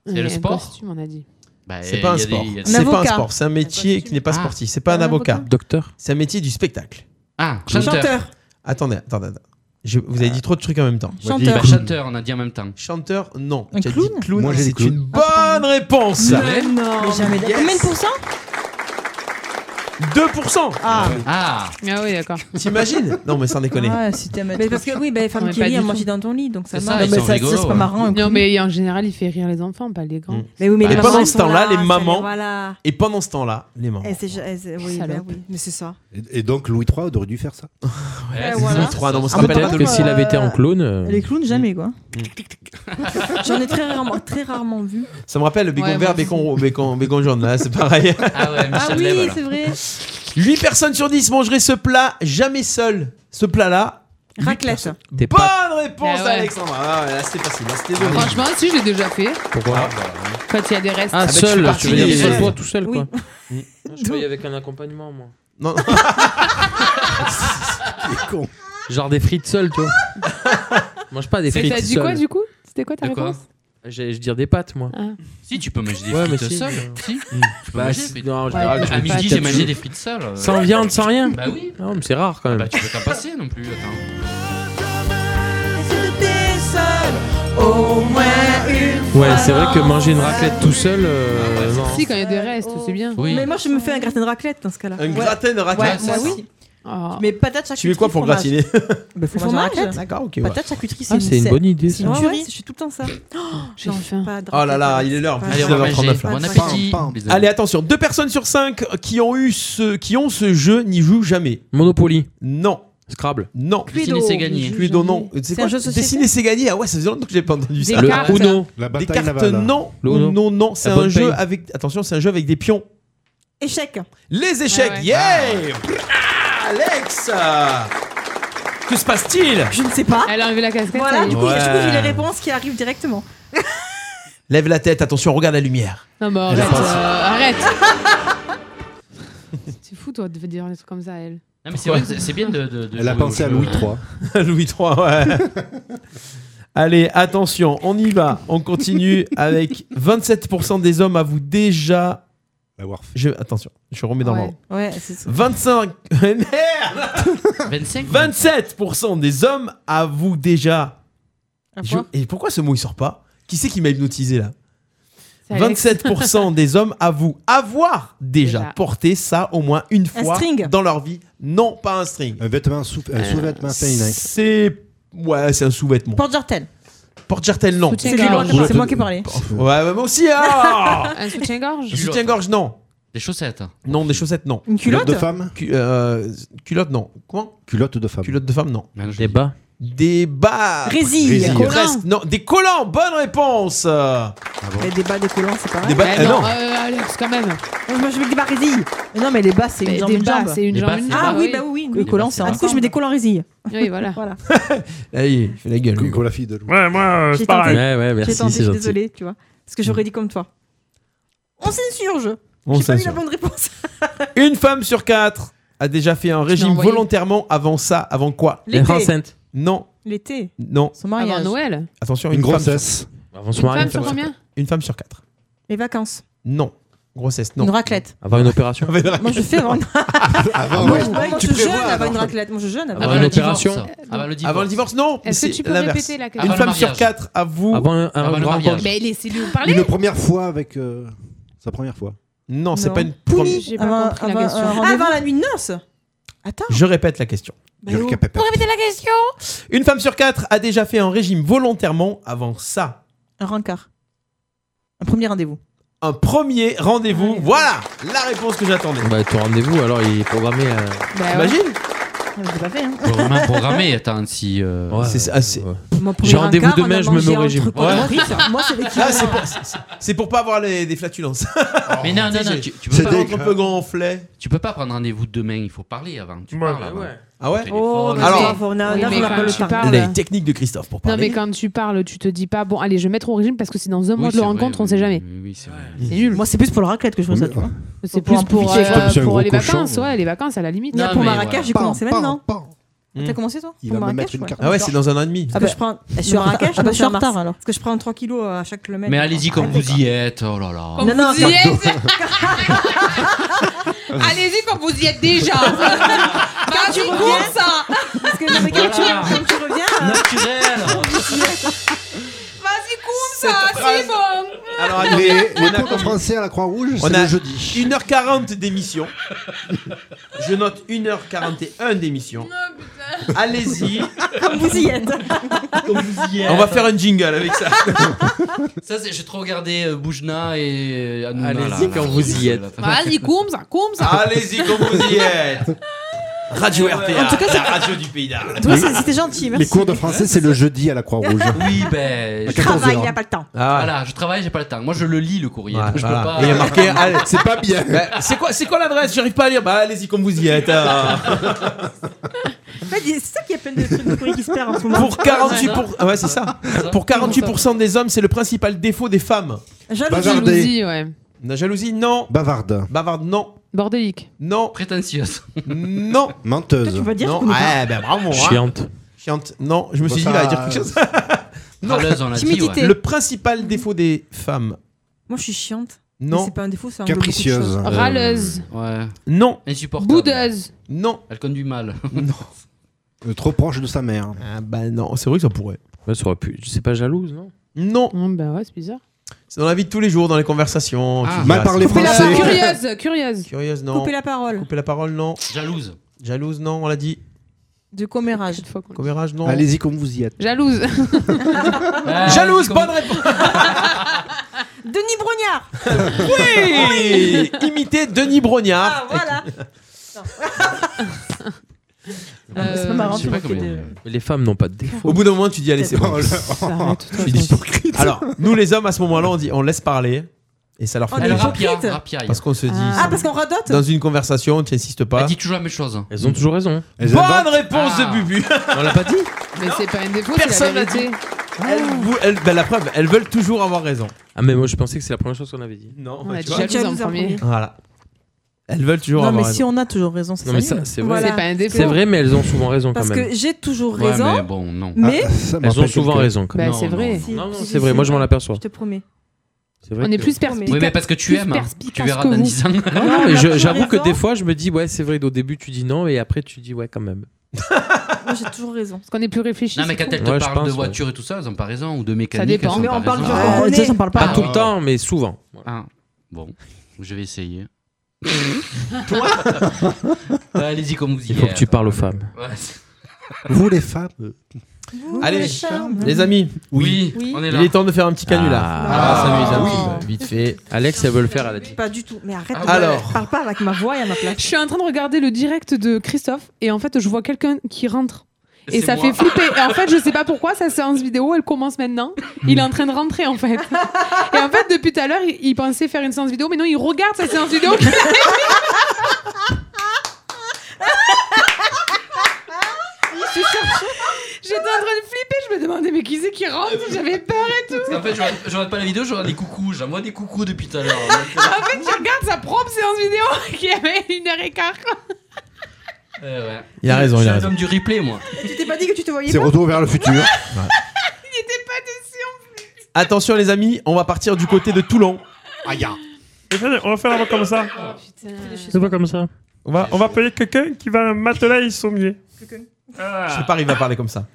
S12: C'est
S5: Un
S12: le sport
S5: costume, on a dit.
S12: Bah,
S6: C'est
S12: euh,
S6: pas un
S12: il y a des-
S6: sport.
S12: il y a des-
S6: C'est pas un sport. C'est un métier qui n'est pas
S12: Ah.
S6: sportif. C'est pas un avocat.
S10: Docteur.
S6: C'est un métier du spectacle.
S12: Ah, chanteur. Chanteur.
S6: Attendez, attendez, attendez. Je- vous avez dit trop de trucs en même temps.
S12: Bah, chanteur, on a dit en même temps.
S6: Chanteur, non.
S12: Un
S6: Tu as dit clown,
S12: Moi, j'ai dit
S6: c'est
S12: clown.
S6: une bonne réponse.
S12: Mais
S9: non. Mais jamais d'accord.
S6: Yes.
S9: Combien de
S12: Bah,
S9: pourcents
S6: 2%
S9: Ah.
S12: Ah
S5: Ah oui, d'accord.
S6: T'imagines Non, mais sans déconner.
S9: Ouais, Ah, si t'aimes être- Mais parce que oui, bah, les femmes
S5: Ouais,
S9: qui
S5: pas
S9: rient,
S5: du
S9: moi
S5: tout.
S9: je suis dans ton lit, donc ça
S6: C'est
S9: marche.
S6: ça, ils sont rigolos, ouais.
S5: hein. Non, mais en général, il fait rire les enfants, pas les grands.
S9: Mais
S7: Bah,
S9: oui, mais les
S6: et
S9: mamans,
S6: pendant
S9: elles
S6: ce
S9: sont
S6: temps-là,
S9: là,
S6: les
S9: ça les-
S6: mamans.
S9: voilà.
S6: Et pendant ce temps-là, les mamans.
S9: Eh, c'est- eh, c'est- oui, bah, oui, mais c'est ça.
S7: Et, et donc Louis III aurait dû faire ça.
S9: Ouais, voilà.
S6: Louis III, non, on se
S9: Ah,
S6: rappelle
S9: peut-être
S6: pas de
S9: que
S6: Louis.
S10: s'il avait été en clown, euh,
S9: Les clowns, jamais quoi.
S10: Mm.
S9: J'en ai très rarement, très rarement vu.
S6: Ça me rappelle le bécon
S9: Ouais,
S6: vert,
S9: moi
S6: bécon, bécon, bécon jaune, là, c'est pareil.
S12: Ah ouais,
S9: Ah oui, c'est vrai.
S6: 8 personnes sur 10 mangeraient ce plat jamais seul. Ce plat-là.
S9: Raclette.
S10: T'es
S6: Bonne
S10: pas-
S6: réponse,
S5: Ah ouais.
S6: Alexandre. Ah, ouais, là, c'était facile. Là, c'était donné.
S5: Franchement, si, je l'ai déjà fait.
S10: Pourquoi
S5: Quand il y a des restes.
S6: bah,
S7: bah,
S10: Ah, seul, tu veux dire seul, toi, tout seul,
S5: Oui.
S10: quoi. Je croyais avec un accompagnement, moi.
S6: Non. con.
S10: Genre des frites seules, toi. Mange pas des
S5: Et
S10: frites
S5: t'as
S10: seules.
S5: dit quoi, du coup C'était quoi ta
S10: De quoi
S5: réponse
S10: J'allais je dire des pâtes, moi.
S5: Ah.
S12: Si, tu peux manger des
S10: Ouais,
S12: frites
S10: mais si.
S12: seules. Si.
S10: Mm.
S12: Tu peux
S10: Bah,
S12: manger
S10: si-
S12: des frites.
S10: non, en général,
S12: À
S10: tu manges
S12: midi,
S10: pas
S12: j'ai
S10: de
S12: mangé
S10: frites.
S12: des frites seules. euh.
S10: Sans viande, sans rien.
S12: Bah oui.
S10: Non, mais c'est rare quand même.
S12: Bah, tu peux t'en passer non plus. Attends.
S16: Au moins une
S8: Ah
S10: Ouais, c'est vrai que manger une raclette tout seul, euh, non.
S5: Si, quand il y a des restes, c'est bien.
S10: Oui.
S9: oh. Mais moi, je me fais un gratin de raclette dans ce cas-là.
S6: Un gratin de raclette,
S9: Ouais, moi,
S6: ça, ça.
S9: oui.
S5: Ah.
S9: Je mets patate
S6: Tu mets quoi pour gratiner
S9: Le
S6: fromage
S9: fromage. hein.
S6: à raclette D'accord, ok, ouais.
S9: Patate charcuterie,
S6: Ah, c'est une bonne idée,
S9: C'est une
S6: ça. Ah ouais,
S9: tuerie. Je suis tout le temps ça. J'ai faim.
S6: Oh là là, il est l'heure. en plus,
S12: Allez, on va
S6: 19h39, là.
S12: manger. Bon appétit. Pam, pam. Les amis.
S6: Allez, attention. 2 personnes sur 5 qui ont eu ce, qui ont ce jeu n'y jouent jamais. Monopoly. Non.
S10: Scrabble.
S6: Non.
S12: Dessiner, c'est gagné.
S6: Cluedo, non.
S12: C'est
S6: quoi
S12: un jeu de société
S6: Dessiner, c'est gagné. Ah ouais, ça faisait longtemps que j'ai pas entendu
S10: Des
S6: ça.
S10: cartes. Le Uno. La
S6: Des
S10: bataille
S6: cartes,
S10: navale.
S6: non.
S10: Le
S6: Non,
S10: Uno.
S6: non, non. C'est
S10: La
S6: un
S10: bonne
S6: jeu
S10: paye.
S6: avec. Attention, c'est un jeu avec des pions.
S9: Échec.
S6: Les échecs.
S9: Ah ouais.
S6: Yeah Alex Que se passe-t-il
S9: Je ne sais pas.
S5: Elle a enlevé la casquette.
S9: Voilà,
S5: ça y est.
S9: du coup, du coup, j'ai les
S6: Ouais.
S9: réponses qui arrivent directement.
S6: Lève la tête, attention, regarde la lumière.
S5: Non, mais
S6: Elle a
S5: arrête.
S6: pensé.
S5: euh, arrête. C'est fou, toi, de dire des trucs comme ça à elle.
S12: Non, mais c'est vrai que c'est- c'est bien de. de, de
S6: Elle a
S12: jouer au
S6: pensé à
S12: jeu. euh,
S6: Louis III. Louis III, ouais. Allez, attention, on y va. On continue avec 27% des hommes avouent déjà. Je, attention, je remets dans
S9: Ouais.
S6: l'ordre.
S9: Ouais, c'est ça.
S6: 25. Merde 27% des hommes avouent déjà.
S9: Un
S6: Je-
S9: point.
S6: Et pourquoi ce mot il sort pas Qui c'est qui m'a hypnotisé là 27% des hommes avouent avoir déjà, porté ça au moins une fois
S7: string.
S6: dans leur vie. Non, pas un string.
S7: Un vêtement sous, un sous-vêtement féminin.
S6: C'est ouais, c'est un sous-vêtement.
S8: Porte-jartel.
S6: Porte-jartel, non.
S8: C'est lui, c'est moi qui ai parlé.
S6: Ouais, mais moi aussi. ah
S5: Un soutien-gorge
S6: Un soutien-gorge, non.
S12: Des chaussettes.
S6: Non, des chaussettes, non.
S8: Une culotte Culotte de femme
S6: Cu- euh, Culotte, non. Comment
S7: Culotte de femme.
S6: Culotte de femme, non.
S12: Des bas.
S6: Des bas.
S8: Résil. Résil. Collants.
S6: Presque, Non, des collants. Bonne réponse. euh.
S8: Mais des bas, des collants, c'est pareil.
S6: Des bas- eh non.
S5: euh, Alex, quand même.
S8: Moi, je mets des bas résilles. Mais non, mais les bas, c'est
S5: Mais
S8: une jambe.
S5: des
S8: une
S5: bas,
S8: jambe.
S5: c'est une Les jambe, bas, une c'est-
S8: Ah
S5: jambe.
S8: oui, bah oui.
S5: Les
S8: Les
S5: collants,
S8: collants,
S5: c'est
S8: c'est un. Du coup, je mets des collants résilles.
S5: Oui, voilà.
S6: Allez, ah il fait la gueule.
S7: Comme la fille de
S11: Ouais, moi, euh,
S9: J'ai
S11: c'est pareil.
S9: tenté.
S7: Eh
S9: J'ai tenté, je suis désolée, tu vois. Parce que j'aurais dit comme toi. On s'insurge.
S6: On
S9: J'ai pas eu la
S6: s'insurge.
S9: bonne réponse.
S6: Une femme sur quatre a déjà fait un régime
S9: envoyé.
S6: volontairement avant ça. Avant quoi
S9: L'été. Être enceinte.
S6: Non.
S9: L'été.
S6: Non.
S9: Son mariage.
S5: Avant Noël.
S6: Attention,
S7: Une
S6: une, femme
S7: grossesse.
S6: sur-
S10: Avant son Une mariage. femme
S5: sur combien
S6: quatre. Une femme sur quatre.
S9: Les vacances.
S6: Non. Grossesse, non.
S9: Une raclette.
S10: Avoir une opération.
S9: Moi, je fais Ah, avant.
S6: Avant,
S9: moi,
S6: ouais.
S9: je- moi,
S6: Tu
S9: je
S6: prévois
S9: jeûne avant
S6: avant.
S9: une raclette. Moi, je
S8: Ah
S9: jeûne avant.
S10: Avant
S8: bah,
S10: une opération. Avant le divorce.
S6: Avant le divorce, non.
S5: Est-ce que
S6: c'est
S5: tu peux
S6: l'inverse.
S5: répéter la question
S6: Une
S5: Avant
S6: femme
S5: le
S6: sur
S5: mariage.
S6: quatre avoue.
S10: Avant un- un Avant le grand mariage.
S5: Mais laissez-lui parler.
S7: Une première fois avec. euh, sa première fois.
S6: Non, c'est pas une
S9: Poulie.
S5: J'ai pas
S9: Avant-
S5: compris la
S9: avant-
S5: question.
S9: euh,
S5: Ah,
S9: Avant la nuit de noces. Attends.
S6: Je répète la question.
S9: Bah, oh. Pour répéter la question.
S6: Une femme sur quatre a déjà fait un régime volontairement avant ça.
S8: Un rencard. Un premier rendez-vous.
S6: Un premier rendez-vous. Voilà la réponse que j'attendais.
S10: Bah, ton rendez-vous, alors, il est programmé. euh,
S9: Ben Bah
S6: Imagine
S8: J'ai pas fait, hein.
S12: Vraiment programmé, attends, si. euh,
S6: c'est assez.
S10: J'ai rendez-vous demain, je me mets au régime.
S8: Moi, c'est
S6: Ah, c'est pour, c'est- c'est pour pas avoir les- des flatulences.
S12: Mais non, non, non,
S6: C'est-
S12: tu, tu peux
S6: c'est
S12: pas.
S6: des- un peu gonflé.
S12: Tu peux pas prendre rendez-vous demain, il faut parler avant. Tu parles avant.
S6: Ah ouais
S12: Téléphone,
S5: Oh, mais
S6: Alors-
S5: grave, on a- Oui, on a- mais on a quand pas le tu temps. parles-
S6: Les techniques de Christophe pour
S5: Non,
S6: parler.
S5: mais quand tu parles, tu te dis pas, bon, allez, je vais mettre au régime parce que si dans un mois
S6: Oui,
S5: je le
S6: c'est vrai,
S5: rencontre, on sait jamais.
S6: C'est
S8: nul. Moi, c'est plus pour le raclette que je fais ça, tu vois.
S5: C'est
S8: Faut
S5: plus
S8: en
S5: pour,
S8: profiter, quoi.
S5: euh,
S8: Comme c'est un
S5: pour
S8: gros
S5: les
S8: cochon,
S5: vacances,
S8: ouais.
S5: ouais, les vacances à la limite.
S8: Là, pour Marrakech, j'ai commencé maintenant.
S9: T'as commencé toi
S8: Il
S9: Pour
S8: va me
S9: Marrakech,
S8: mettre une
S9: ouais.
S8: carte.
S6: Ah ouais, c'est dans un an et demi.
S9: Ah bah, je prends
S8: Ah,
S9: sur
S8: bah,
S9: Marrakech,
S8: ah,
S9: je
S8: bah, je suis en
S9: suis
S8: retard, alors.
S9: Parce que je prends 3 kilos à chaque kilomètre.
S12: Mais allez-y
S8: Ah,
S12: comme vous y êtes, oh là là.
S9: Non, non,
S12: Comme-
S16: Allez-y quand vous y êtes déjà. Quand tu reviens ça.
S9: Parce que non, mais quand
S16: Voilà.
S9: tu- comme tu reviens. euh,
S16: Vas-y cours ça, c'est bon.
S6: Alors,
S7: les,
S6: attendez,
S7: les
S6: on a
S7: cours de français à la Croix-Rouge,
S6: On
S7: c'est
S6: a
S7: le jeudi.
S6: 1h40 d'émission. Je note 1h41 d'émission. Allez-y.
S9: Comme Ah, vous y êtes.
S6: On va faire un jingle avec ça.
S12: Ça, c'est- j'ai trop regardé euh, Boujna et euh, Hanouna.
S6: Allez-y
S12: là, là.
S6: quand vous y êtes.
S5: Vas-y, coum ça, coum ça.
S6: Allez-y, quand vous y êtes. Radio RPA,
S8: En tout cas,
S6: la radio du pays d'Arles.
S8: Ah, Toi, c'est- c'était gentil, merci.
S7: Les cours de français, c'est le jeudi à la Croix-Rouge.
S12: Oui, ben.
S7: À
S12: je-
S7: 14 heures.
S8: pas le temps.
S12: Voilà, je travaille, j'ai pas le temps. Moi, je le lis le courrier. je
S6: Ah Voilà.
S12: peux pas. euh,
S6: Il y a marqué. allez,
S7: C'est pas bien.
S6: bah, C'est quoi, c'est quoi l'adresse J'arrive pas à lire. Bah, allez-y, comme vous y êtes. ah.
S9: En fait, C'est ça qui a plein de trucs de courrier qui se perdent en ce moment.
S6: Pour 48 pour... ah ouais, c'est ça. Pour 48 des hommes, c'est le principal défaut des femmes.
S9: Jalousie.
S7: Bavarder.
S5: Jalousie, ouais.
S6: La jalousie, non.
S7: Bavarde.
S6: Bavarde, non.
S5: Bordélique.
S6: Non.
S12: Prétentieuse.
S6: Non.
S7: Menteuse.
S6: non. Ouais, ben bravo. hein.
S10: Chiante.
S6: Chiante. Non, je me suis
S7: Bon,
S6: dit, il va
S7: ça-
S6: dire quelque chose. Non.
S12: Râleuse, on l'a dit, ouais.
S9: Timidité.
S6: Le principal défaut des femmes.
S9: Moi, je suis chiante.
S6: Non.
S9: Mais C'est pas un défaut, c'est un Capricieuse.
S12: Euh,
S5: Râleuse.
S12: Ouais.
S6: Non.
S12: Insupportable.
S5: Boudeuse.
S6: Non.
S12: Elle conduit mal.
S7: Euh, Trop proche de sa mère.
S6: Ah bah non, c'est vrai que ça pourrait.
S10: Ouais, ça aurait pu. C'est pas jalouse, non
S6: Non.
S5: Hum, Bah ouais, c'est bizarre.
S6: C'est dans la vie de tous les jours, dans les conversations.
S12: Ah.
S6: Oh, tu
S7: Mal
S6: verras,
S7: parlé
S6: c'est-
S5: Couper la
S7: français.
S5: parole. Curieuse, curieuse.
S6: Curieuse, non.
S9: Couper la parole.
S6: Couper la parole, non.
S12: Jalouse.
S6: Jalouse, non, on l'a dit.
S9: De commérage.
S5: Cette fois qu'on-
S6: Commérage, non.
S7: Allez-y comme vous y êtes.
S5: Jalouse.
S12: Ah,
S6: Jalouse,
S12: comment-
S6: bonne réponse.
S9: Euh, Denis Brognard.
S6: Oui Imiter Denis
S9: Ah,
S6: Brognard.
S9: voilà.
S5: Euh,
S9: C'est pas marrant.
S12: Je sais
S9: tu
S12: pas
S9: vois,
S12: comment-
S9: c'est de-
S10: Les femmes n'ont pas de défaut.
S6: Au bout d'un moment, tu dis allez, c'est bon.
S5: Arrête, toi,
S6: Je suis hypocrite. Alors, nous les hommes, à ce moment-là, on dit on laisse parler et ça leur fait
S9: Oh,
S12: Elle
S6: plaisir.
S9: hypocrite.
S12: rapiaille. rapiaille.
S6: parce qu'on se dit
S9: Ah, parce qu'on radote
S6: dans une conversation, tu n'insistes
S12: Elle
S6: pas.
S12: dit toujours la même chose.
S10: Elles ont toujours raison.
S7: Elles
S6: Bonne
S7: inventent-
S6: réponse
S12: Ah.
S6: de Bubu.
S10: On l'a pas dit
S5: Mais c'est pas un défaut,
S6: Personne
S5: c'est la
S6: l'a
S5: vérité. Ah.
S6: Elles vou- elles- ben, la preuve, elles veulent toujours avoir raison.
S10: Ah, mais moi, je pensais que c'est la première chose qu'on avait dit.
S6: Non,
S5: On a dit
S6: tu vois.
S5: jalouse en
S9: Jalouse en
S5: premier.
S9: premier.
S6: Voilà. Elles veulent toujours
S8: Non, mais
S6: avoir
S8: si
S6: raison.
S8: on a toujours raison, c'est
S10: Non, mais
S8: ça.
S10: ça, c'est vrai.
S9: Voilà.
S5: C'est pas un défaut.
S10: C'est vrai, mais elles ont souvent raison quand
S9: Parce
S10: même.
S9: que j'ai toujours
S12: Ouais,
S9: raison,
S12: mais bon, non.
S9: mais.
S7: Ah, ça me
S10: Elles ont
S7: rappelle
S10: souvent
S7: quelqu'un.
S10: raison quand même.
S5: Bah,
S12: Non,
S5: c'est
S12: non.
S5: vrai.
S9: Si,
S10: Non, non,
S9: si,
S10: c'est
S9: si,
S10: vrai,
S9: si.
S10: moi je m'en aperçois.
S9: Je te promets.
S10: C'est vrai
S5: On est
S10: que-
S5: plus
S12: Oui,
S5: perspicace.
S12: mais parce que tu
S5: plus
S12: aimes. hein. Tu
S5: perspicace
S12: verras
S5: que
S12: dans
S5: vous.
S12: 10 ans.
S10: Non,
S9: on
S10: mais
S9: a
S10: je-
S9: toujours
S5: hein.
S10: j'avoue que
S9: raison.
S10: des fois je me dis ouais c'est vrai au début tu dis non et après tu dis ouais quand même.
S9: Moi, j'ai toujours raison.
S5: Parce qu'on est plus réfléchi.
S12: Non, mais
S5: c'est
S12: quand
S5: cool.
S12: elle te parle de voiture et tout ça, elles n'ont pas raison. Ou de mécanique.
S5: dépend.
S12: elles ont
S5: Mais
S12: pas
S5: on parle
S12: raison.
S5: de Ah,
S10: ça, j'en
S5: parle pas.
S10: Pas tout le temps, mais souvent.
S12: Ah, bon, je vais essayer. Toi Bah, Allez-y comme vous y
S10: Il faut que tu parles aux femmes.
S7: Vous les femmes.
S6: Allez,
S12: les charmes.
S6: les amis.
S12: Oui, Oui. on est là.
S6: Il est temps de faire un petit canular.
S10: Ah,
S6: Ah,
S10: ah,
S6: s'amuse
S10: oui.
S6: un petit peu, Vite fait. Alex, elle veut le faire, elle a dit.
S9: Pas du tout. Mais arrête.
S6: Ah, Alors.
S9: je Parle pas avec ma voix, il y en a plein.
S5: Je suis en train de regarder le direct de Christophe et en fait, je vois quelqu'un qui rentre. Et
S9: C'est
S5: ça
S9: moi.
S5: fait flipper. Et en fait, je sais pas pourquoi, sa séance vidéo, elle commence maintenant. Il est en train de rentrer, en fait. Et en fait, depuis tout à l'heure, il- il pensait faire une séance vidéo, mais non, il regarde sa séance vidéo. qu'il a fait. J'étais en train de flipper, je me demandais, mais qui c'est qui rentre J'avais peur et tout.
S12: En fait, je regarde- je regarde pas la vidéo, je regarde des coucous. J'envoie des coucous depuis tout à
S6: Ah,
S12: l'heure.
S5: En fait, tu regardes sa propre séance vidéo qui avait une heure et quart.
S12: Euh, ouais.
S6: Il a raison, il a
S12: Je suis un
S6: raison.
S12: homme du replay, moi.
S9: Tu t'es pas dit que tu te voyais
S6: C'est
S9: pas
S6: retour vers le futur. Attention, les amis, on va partir du côté de Toulon. Aïe.
S11: On va faire un mot comme ça.
S15: C'est pas comme ça.
S11: On va, on va appeler quelqu'un qui va un matelas et sommier. Ah.
S10: Ah.
S6: Je sais pas, arrive à parler comme ça.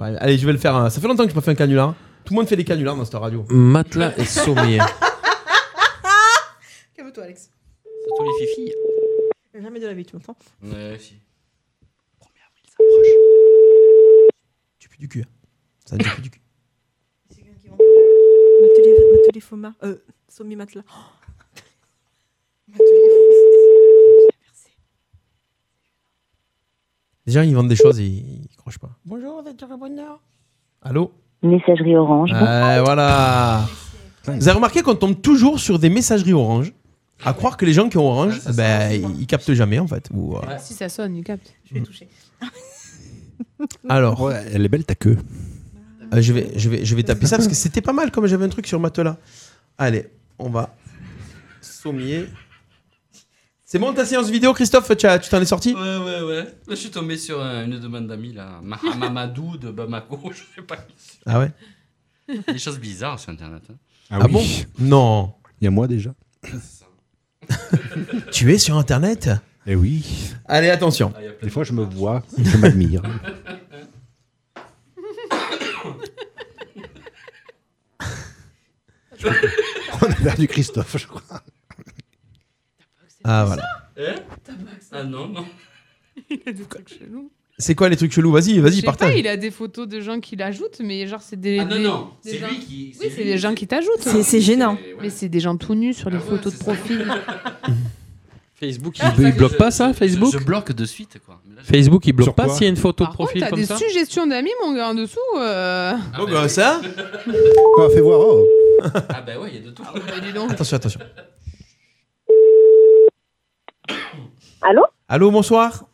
S6: Allez, je vais le faire. un- Ça fait longtemps que je n'ai pas fait un canular. hein. Tout le monde fait des canulars dans cette radio.
S10: Matelas et sommier.
S9: Calme-toi, Alex.
S12: Surtout les fifilles.
S9: Jamais de la vie, tu m'entends
S12: Ouais, si.
S6: J'ai plus du cul. hein. Ça ne plus du cul.
S9: Matelet, matelet Foma. Euh, Sommi Matelas.
S10: Oh,
S6: Déjà, ils vendent des choses et ils crochent pas.
S16: Bonjour, vous êtes sur le bonheur.
S6: Allô
S24: Messagerie orange.
S6: Ouais, voilà. Vous avez remarqué qu'on tombe toujours sur des messageries orange. À croire que les gens qui ont orange, ben, ils captent jamais en fait. Ou, euh,
S5: Si ça sonne, il capte. Je vais toucher.
S6: Alors, Euh,
S7: elle est belle ta queue.
S6: je, vais, je, vais, je vais taper ça parce que c'était pas mal comme j'avais un truc sur matelas. Allez, on va. Sommier. C'est bon ta séance vidéo, Christophe Tu as- tu t'en es sorti
S12: Ouais,
S7: Euh.
S12: ouais, ouais. Là, je suis tombé sur euh, une demande d'amis, là. Ma- Mamadou de Bamako, je sais pas qui c'est.
S6: Ah ouais
S12: Des choses bizarres sur Internet. hein.
S6: Ah bon Non.
S7: Il y a moi déjà.
S10: Ah
S6: Tu es sur internet Ah.
S7: Eh oui.
S6: Allez, attention.
S12: Ah,
S7: Des fois, je me vois, je m'admire. On a perdu Christophe, je crois.
S6: Ah voilà.
S12: Eh Ah non, non.
S5: Il a des trucs chelous.
S6: C'est quoi les trucs chelous Vas-y,
S5: Je
S6: vas-y,
S5: sais pas,
S6: partage.
S5: il a des photos de gens qui l'ajoutent, mais genre, c'est des.
S12: Ah non,
S5: des-
S12: non,
S5: des
S12: c'est
S5: gens-
S12: lui qui- c'est
S5: Oui, c'est
S12: lui.
S5: des gens qui Ah t'ajoutent.
S9: C'est- c'est gênant.
S5: Mais c'est des gens tout nus sur les photos de profil.
S10: Facebook,
S12: Ah,
S10: il,
S12: ça,
S10: il bloque
S12: je-
S10: pas ça, Facebook
S12: je, je bloque de suite, quoi. Mais là, je-
S10: Facebook, il bloque
S12: Sur
S10: pas
S12: quoi
S10: s'il y a une photo
S5: Par
S10: de
S5: contre,
S10: profil
S5: t'as
S10: comme
S5: des
S10: ça
S5: suggestions d'amis, mon gars, en dessous. euh.
S6: Bon, bah, ça
S7: On fait voir. oh.
S12: Ah bah ouais, il y a de tout.
S6: Attention, attention.
S25: Allô
S6: Allô, bonsoir.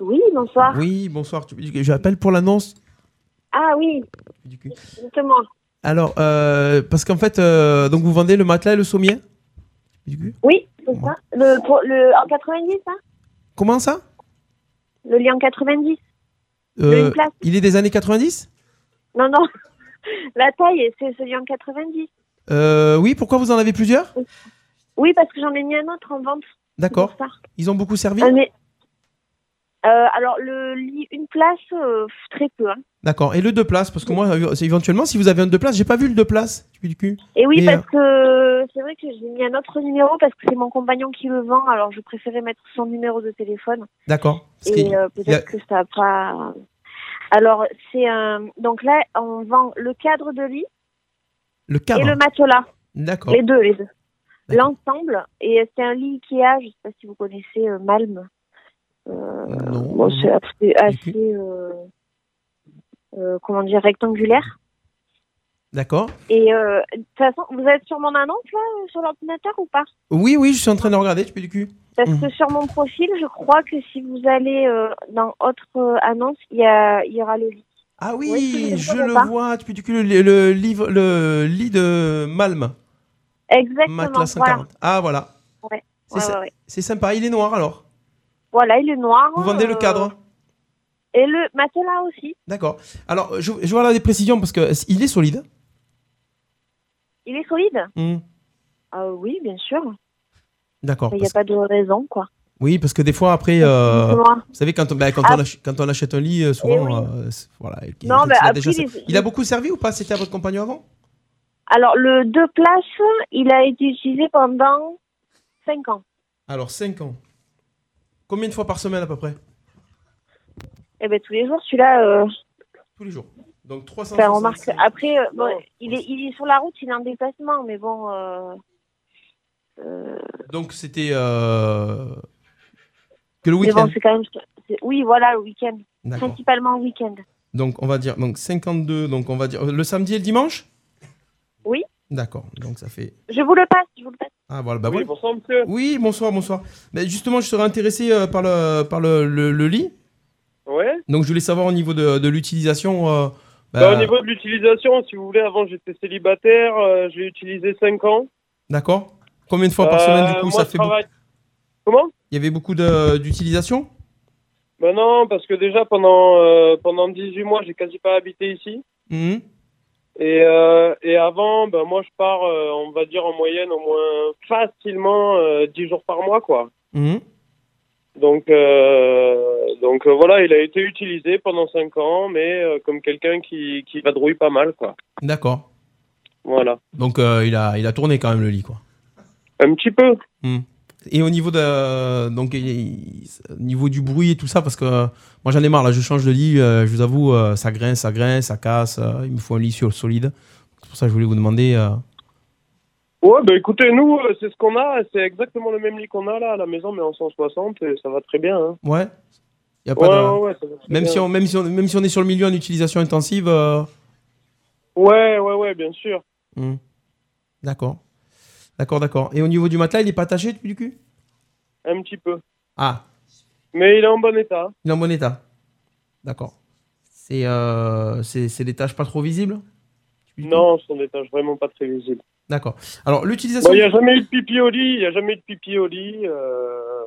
S25: Oui, bonsoir.
S6: Oui, bonsoir. Tu- J'appelle pour l'annonce.
S25: Ah oui. Dites-moi.
S6: Alors, euh, parce qu'en fait, euh, donc vous vendez le matelas et le sommier
S25: Oui, c'est ça. Le, pour, le en 90, hein
S6: Comment ça
S25: Le lien 90.
S6: Euh,
S25: une place.
S6: Il est des années 90
S25: Non, non. La taille, c'est ce lien 90.
S6: Euh, Oui, pourquoi vous en avez plusieurs
S25: Oui, parce que j'en ai mis un autre en vente.
S6: D'accord. Ils ont beaucoup servi
S25: Un est- Ah, Euh, alors, le lit, une place, euh, pff, très peu. hein.
S6: D'accord. Et le deux places Parce que moi, euh, c'est éventuellement, si vous avez un deux places, j'ai pas vu le deux places. Du cul.
S25: Et oui,
S6: Mais,
S25: parce
S6: euh.
S25: que c'est vrai que j'ai mis un autre numéro parce que c'est mon compagnon qui le vend. Alors, je préférais mettre son numéro de téléphone.
S6: D'accord. Parce qu'il-
S25: Et euh,
S6: il y a-
S25: peut-être que ça va pas. Alors, c'est un. Donc là, on vend le cadre de lit
S6: Le cadre.
S25: et le matelas.
S6: D'accord.
S25: Les deux, les deux. L'ensemble. Et c'est un lit Ikea, je sais pas si vous connaissez euh, Malm. Euh, bon, c'est assez. assez, euh, euh, comment dire, rectangulaire.
S6: D'accord.
S25: Et euh, de toute façon, vous êtes sur mon annonce là, euh, sur l'ordinateur ou pas
S6: Oui, oui, je suis en train de regarder. Tu peux du cul.
S25: Parce
S6: Mhm.
S25: que sur mon profil, je crois que si vous allez euh, dans autre euh, annonce, il y, a- il y aura le lit.
S6: Ah
S25: oui,
S6: Et je le vois. Tu peux du cul. Le, le livre, le lit de Malm.
S25: Exactement.
S6: Matelas
S25: voilà.
S6: 140. Ah voilà.
S25: Ouais,
S6: C'est
S25: ouais,
S6: ça-
S25: ouais, ouais.
S6: c'est sympa. Il est noir alors.
S25: Voilà, il est noir.
S6: Vous vendez le
S25: euh,
S6: cadre
S25: Et le matelas aussi.
S6: D'accord. Alors, je, je vois là des précisions parce que s- il est solide.
S25: Il est solide
S6: Hmm.
S25: Ah Oui, bien sûr.
S6: D'accord.
S25: Il n'y a
S6: parce-
S25: pas de raison, quoi.
S6: Oui, parce que des fois, après, euh,
S25: Dites-moi.
S6: vous savez, quand on, bah, quand,
S25: Ah.
S6: on ach- quand on achète un lit, euh, souvent, euh, c'est- voilà. il-
S25: Non,
S6: il-
S25: mais
S6: il, a
S25: après,
S6: déjà-
S25: les-
S6: il a beaucoup servi ou pas C'était à votre compagnon avant
S25: Alors, le deux places, il a été utilisé pendant 5 ans.
S6: Alors, 5 ans. Combien de fois par semaine à peu près
S25: Et ben tous les jours, celui-là, euh,
S6: Tous les jours. Donc, 300
S25: enfin, remarque. Après, euh, bon, il, est, il est sur la route, il est en déplacement, mais bon. euh,
S6: Donc, c'était. euh, que le
S25: mais
S6: week-end.
S25: bon, c'est quand même. c'est- Oui, voilà, le week-end.
S6: D'accord.
S25: Principalement le week-end.
S6: donc, on va dire. Donc, 52. Donc, on va dire. euh, Le samedi et le dimanche
S25: Oui,
S6: D'accord. Donc, ça fait.
S25: je vous le passe, je vous le passe.
S6: Ah, voilà. Bah, oui, bonsoir, monsieur. Oui, bonsoir, bonsoir. Mais justement, je serais intéressé euh, par, le, par le, le- le lit.
S24: Ouais.
S6: Donc, je voulais savoir au niveau de, de l'utilisation. euh, bah,
S24: Bah, au niveau de l'utilisation, si vous voulez, avant j'étais célibataire, euh, je l'ai utilisé 5 ans.
S6: D'accord. Combien de fois par
S24: Euh,
S6: semaine, du coup,
S24: moi,
S6: ça
S24: je
S6: fait.
S24: travaille-
S6: beaucoup-
S24: Comment
S6: Il y avait beaucoup de- d'utilisation
S24: Bah non, parce que déjà pendant, euh, pendant 18 mois, j'ai quasi pas habité ici.
S6: Mhm.
S24: Et, euh, et avant, bah, moi je pars, euh, on va dire en moyenne, au moins facilement euh, 10 jours par mois, quoi.
S6: Mhm.
S24: Donc, euh, donc euh, voilà, il a été utilisé pendant 5 ans, mais euh, comme quelqu'un qui, qui vadrouille pas mal, quoi.
S6: D'accord.
S24: Voilà.
S6: Donc, euh, il, a, il a tourné quand même le lit, quoi. Mmh.
S24: Un petit peu.
S6: Et au niveau de donc il- il- au niveau du bruit et tout ça parce que euh, moi j'en ai marre là je change de lit euh, je vous avoue euh, ça grince ça grince ça casse euh, il me faut un lit sur solide c'est pour ça que je voulais vous demander euh,
S24: Ouais, bah écoutez, nous, euh, c'est ce qu'on a, c'est exactement le même lit qu'on a là à la maison, mais en 160, et ça va très bien. hein.
S6: ouais y a pas
S24: Ouais,
S6: de-
S24: ouais, ouais, ça va très
S6: même
S24: bien.
S6: si on même si on même si on est sur le milieu en utilisation intensive euh,
S24: Ouais, ouais, ouais, bien sûr.
S6: hmm. d'accord d'accord d'accord et au niveau du matelas il est pas attaché du cul
S24: Un petit peu.
S6: ah
S24: Mais il est en bon état.
S6: il est en bon état d'accord c'est euh, c'est c'est des taches pas trop visibles
S24: Non, son étage vraiment pas très visible.
S6: d'accord alors
S24: Bon, Il
S6: l'utilisation
S24: n'y a jamais eu de pipi au lit, il n'y a jamais eu de pipi au lit. euh,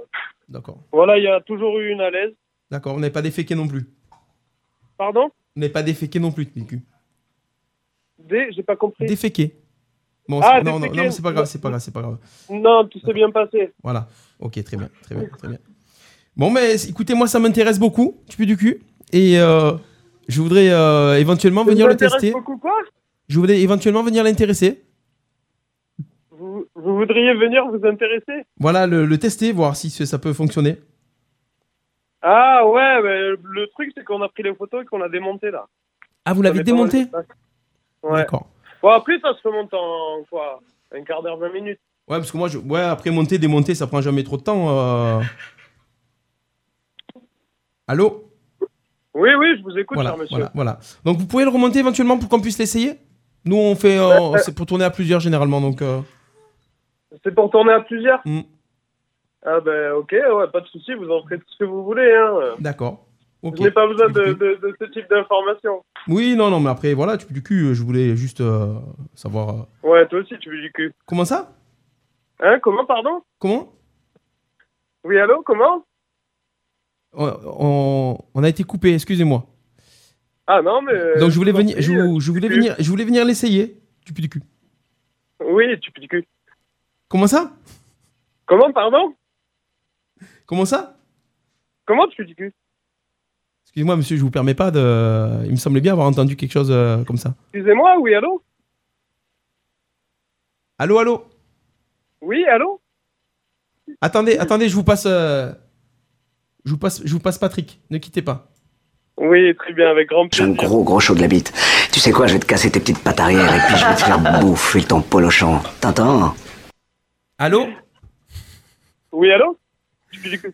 S6: d'accord
S24: Voilà, il y a toujours eu une à l'aise.
S6: d'accord on n'est pas déféqué non plus
S24: Pardon
S6: On n'est pas déféqué non plus, Nicu.
S24: Des... J'ai pas compris.
S6: Déféqué. Bon,
S24: Ah,
S6: c'est- non, non,
S24: déféqué.
S6: non, mais c'est pas grave, c'est pas grave, c'est pas grave.
S24: Non, tout s'est bien passé.
S6: Voilà. Ok, très bien, très bien, très bien. Bon, mais écoutez, moi, ça m'intéresse beaucoup, tu peux du cul. Et euh, je voudrais euh, éventuellement
S24: Ça
S6: venir
S24: vous
S6: le
S24: intéresse
S6: tester.
S24: beaucoup, quoi
S6: Je voudrais éventuellement venir l'intéresser.
S24: vous, vous voudriez venir vous intéresser
S6: Voilà, le, le tester, voir si ça peut fonctionner.
S24: Ah ouais, mais le truc c'est qu'on a pris les photos et qu'on l'a démonté là.
S6: Ah, vous l'avez
S24: Ça met pas mal
S6: démonté
S24: de place. Ouais.
S6: D'accord.
S24: Bon, après, ça se remonte en quoi Un quart d'heure, 20 minutes.
S6: Ouais, parce que moi, je... ouais, après monter, démonter, ça prend jamais trop de temps. euh. Allô
S24: Oui, oui, je vous écoute,
S6: voilà,
S24: cher monsieur.
S6: voilà, voilà. Donc vous pouvez le remonter éventuellement pour qu'on puisse l'essayer Nous on fait euh,
S24: Ouais, ouais.
S6: c'est pour tourner à plusieurs généralement donc euh,
S24: C'est pour tourner à plusieurs
S6: Mm.
S24: Ah ben ok, ouais, pas de souci, vous en ferez tout ce que vous voulez. Hein.
S6: d'accord. Ok.
S24: Je n'ai pas besoin de, de- de ce type d'information.
S6: Oui, non non, mais après voilà, tu du cul, euh, je voulais juste euh, savoir euh,
S24: Ouais, toi aussi, tu veux du cul.
S6: comment ça
S24: Hein, comment, pardon
S6: Comment
S24: Oui, allô, comment
S6: on, on- on a été coupé, excusez-moi.
S24: Ah non, mais... euh,
S6: donc je voulais venir
S24: prie,
S6: je, vous- je voulais venir je voulais venir l'essayer. Tu du cul.
S24: Oui, tu peux du cul.
S6: Comment ça
S24: Comment, pardon
S6: Comment ça
S24: Comment tu peux du cul
S6: Excusez-moi monsieur, je vous permets pas de il me semblait bien avoir entendu quelque chose euh, comme ça.
S24: Excusez-moi, oui, allô
S6: Allô allô
S24: Oui, allô
S6: Attendez, attendez, je vous passe euh, je vous passe je vous passe Patrick, ne quittez pas.
S24: Oui, très bien, avec grand
S19: Un
S24: plaisir.
S19: gros gros chaud de la bite. Tu sais quoi, je vais te casser tes petites pattes arrière et puis je vais te faire bouffer ton polochon. T'entends
S6: Allô
S24: Oui, allô Tu peux du cul.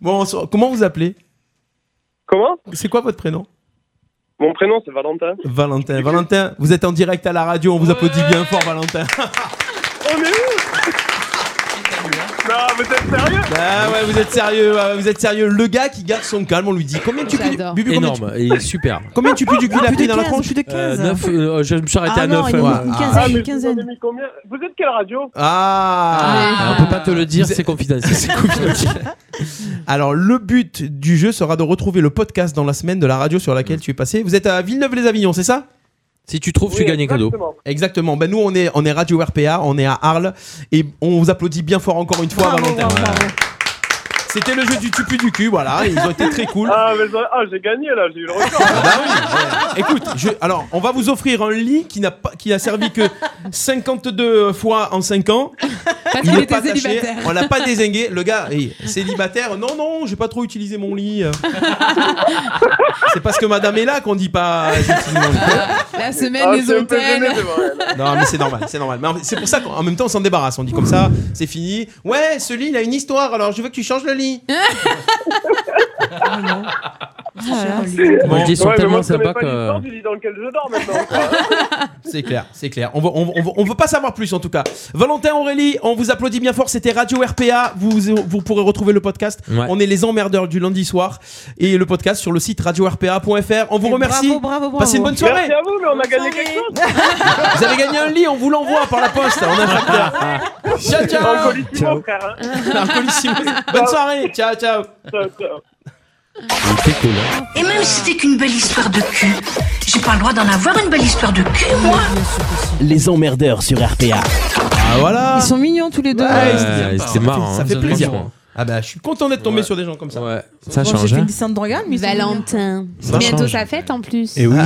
S6: Bon, so- comment vous appelez
S24: Comment
S6: C'est quoi votre prénom
S24: Mon prénom, c'est Valentin.
S6: Valentin. Valentin, vous êtes en direct à la radio, on vous applaudit bien fort, Valentin.
S24: On est où Non, vous êtes sérieux
S6: Ah ouais, vous êtes sérieux, ouais, vous êtes sérieux. Le gars qui garde son calme, on lui dit combien tu peux Bubu, combien
S10: Énorme
S6: tu-
S10: et superbe.
S6: Combien tu peux du cul
S10: Ah,
S6: la
S10: plus
S6: pris
S10: de
S6: dans la
S10: 15,
S6: tronche
S10: plus de 15. Euh, neuf, euh, je me suis arrêté Ah à non, neuf, il ouais. est une quinzaine,
S24: Ah, mais
S10: une
S24: je vous en ai mis combien Vous êtes quelle radio
S6: Ah,
S10: On peut pas te le dire, c'est confidentiel.
S6: Alors, le but du jeu sera de retrouver le podcast dans la semaine de la radio sur laquelle tu es passé. Vous êtes à Villeneuve-les-Avignon, c'est ça
S10: Si tu trouves, tu
S6: Oui,
S10: gagnes un cadeau.
S6: Exactement. Ben nous, on est, on est Radio RPA, on est à Arles et on vous applaudit bien fort encore une fois, Valentin. C'était le jeu du tupu du cul, voilà. Ils ont été très cool. Ah, bah
S24: Ah, mais ça- ah, j'ai gagné là, j'ai eu le record.
S6: Écoute, je- alors, on va vous offrir un lit qui n'a pas, qui a servi que 52 fois en 5 ans.
S5: qu'il
S6: n'est
S5: était
S6: attaché,
S5: célibataire.
S6: On l'a pas désingué. Le gars, il est célibataire. Non, non, j'ai pas trop utilisé mon lit. C'est parce que madame est là qu'on dit pas. j'utilise mon lit.
S5: La semaine
S13: Ah,
S5: des
S13: c'est un peu
S5: hôtels.
S13: gêné devant
S6: Non, mais c'est normal, c'est normal. Mais en fait, c'est pour ça qu'en même temps, on s'en débarrasse. On dit comme ça, c'est fini. Ouais, ce lit, il a une histoire, alors je veux que tu changes le lit.
S24: Ah,
S10: Moi, je dis, ils sont
S6: Ouais, mais
S10: tellement
S6: moi, je connais
S10: sympas
S6: pas
S10: que.
S24: l'histoire du lit dans lequel je dors maintenant.
S6: C'est clair, c'est clair. On veut, on, veut- on veut- on veut pas savoir plus en tout cas. Valentin, Aurélie, on vous applaudit bien fort. C'était Radio RPA. Vous, vous pourrez retrouver le podcast.
S10: Ouais.
S6: On est les emmerdeurs du lundi soir et le podcast sur le site radio-rpa.fr. On vous
S24: Et
S6: remercie.
S24: bravo, bravo, bravo.
S6: Passez une bonne soirée.
S24: Merci à vous, mais on a gagné quelque chose.
S6: Vous avez gagné un lit, on vous l'envoie par la poste. On a un facteur. Ciao, ciao.
S24: En colissimo, frère. hein.
S6: Un colissimo. Bonne soirée. Ciao, ciao.
S9: Et même si c'était qu'une belle histoire de cul, j'ai pas le droit d'en avoir une belle histoire de cul, moi.
S26: Les emmerdeurs sur RPA.
S6: Ah voilà.
S26: Ils sont
S5: mignons tous les deux.
S6: Ah,
S10: Ouais, C'était marrant.
S6: Ça fait
S10: hein.
S6: plaisir.
S10: Franchement.
S6: Ah bah, je suis content d'être tombé sur des gens comme ça.
S10: Ouais. Ça
S6: Franchement,
S10: change.
S6: j'ai fait
S10: hein.
S6: une-
S27: Descente de regard, mais ils sont
S5: Valentin.
S6: Ça
S5: C'est bientôt
S6: change.
S5: sa fête en plus.
S6: Eh oui.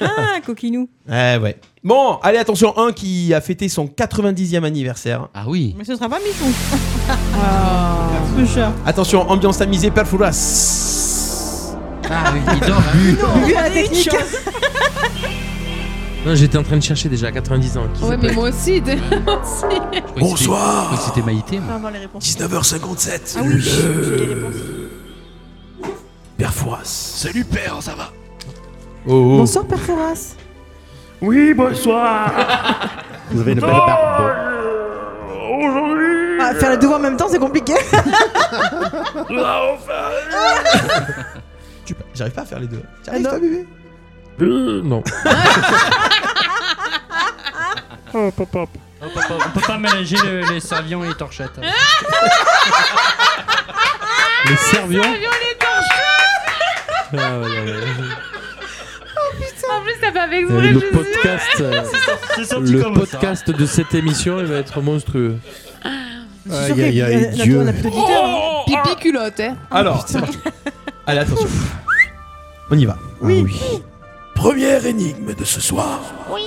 S8: Ah, coquinou.
S6: Ouais, Eh ouais. Bon, allez, attention, un qui a fêté son 90e anniversaire. Ah oui.
S8: Mais ce sera pas Michou. Ah. Ce chat.
S6: Attention, ambiance tamisée, Perfuras. Ah oui, il dort.
S8: Lui, à la technique.
S6: Ah,
S10: Non, j'étais en train de chercher déjà à 90 ans.
S5: Ouais, mais moi aussi. de- moi aussi.
S10: Bonsoir. C'était Maïté.
S8: Pas avoir les réponses.
S6: 19h57.
S8: Ah oui.
S6: Perfuras.
S13: Salut père, ça va
S6: Oh,
S8: Bonsoir, Père Fouras.
S11: Oui, bonsoir.
S7: Vous avez une belle
S11: Oh,
S7: barbe.
S11: Aujourd'hui.
S8: Ah, faire les deux en même temps, c'est compliqué.
S11: Nous
S6: Ah,
S11: allons faire-
S6: J'arrive pas à faire les deux.
S8: Ah, non.
S10: Euh, non.
S11: Oh, pop, pop.
S12: Hop, hop, hop. On peut pas mélanger le- les servions et les torchettes. hein.
S10: Les servions.
S12: Ah,
S5: Oh putain. En plus, ça fait avec
S10: Euh,
S5: vrai,
S10: le
S5: je
S10: podcast,
S5: jure.
S10: euh,
S11: C'est sorti
S10: le
S11: comme ça.
S10: podcast de cette émission, il va être monstrueux.
S5: Ah,
S7: Aïe, aïe,
S8: Euh,
S7: aïe, Dieu.
S5: Pipi culotte, hein.
S6: Alors, allez, attention. On y va. Oui.
S28: Première énigme de ce soir.
S13: Oui.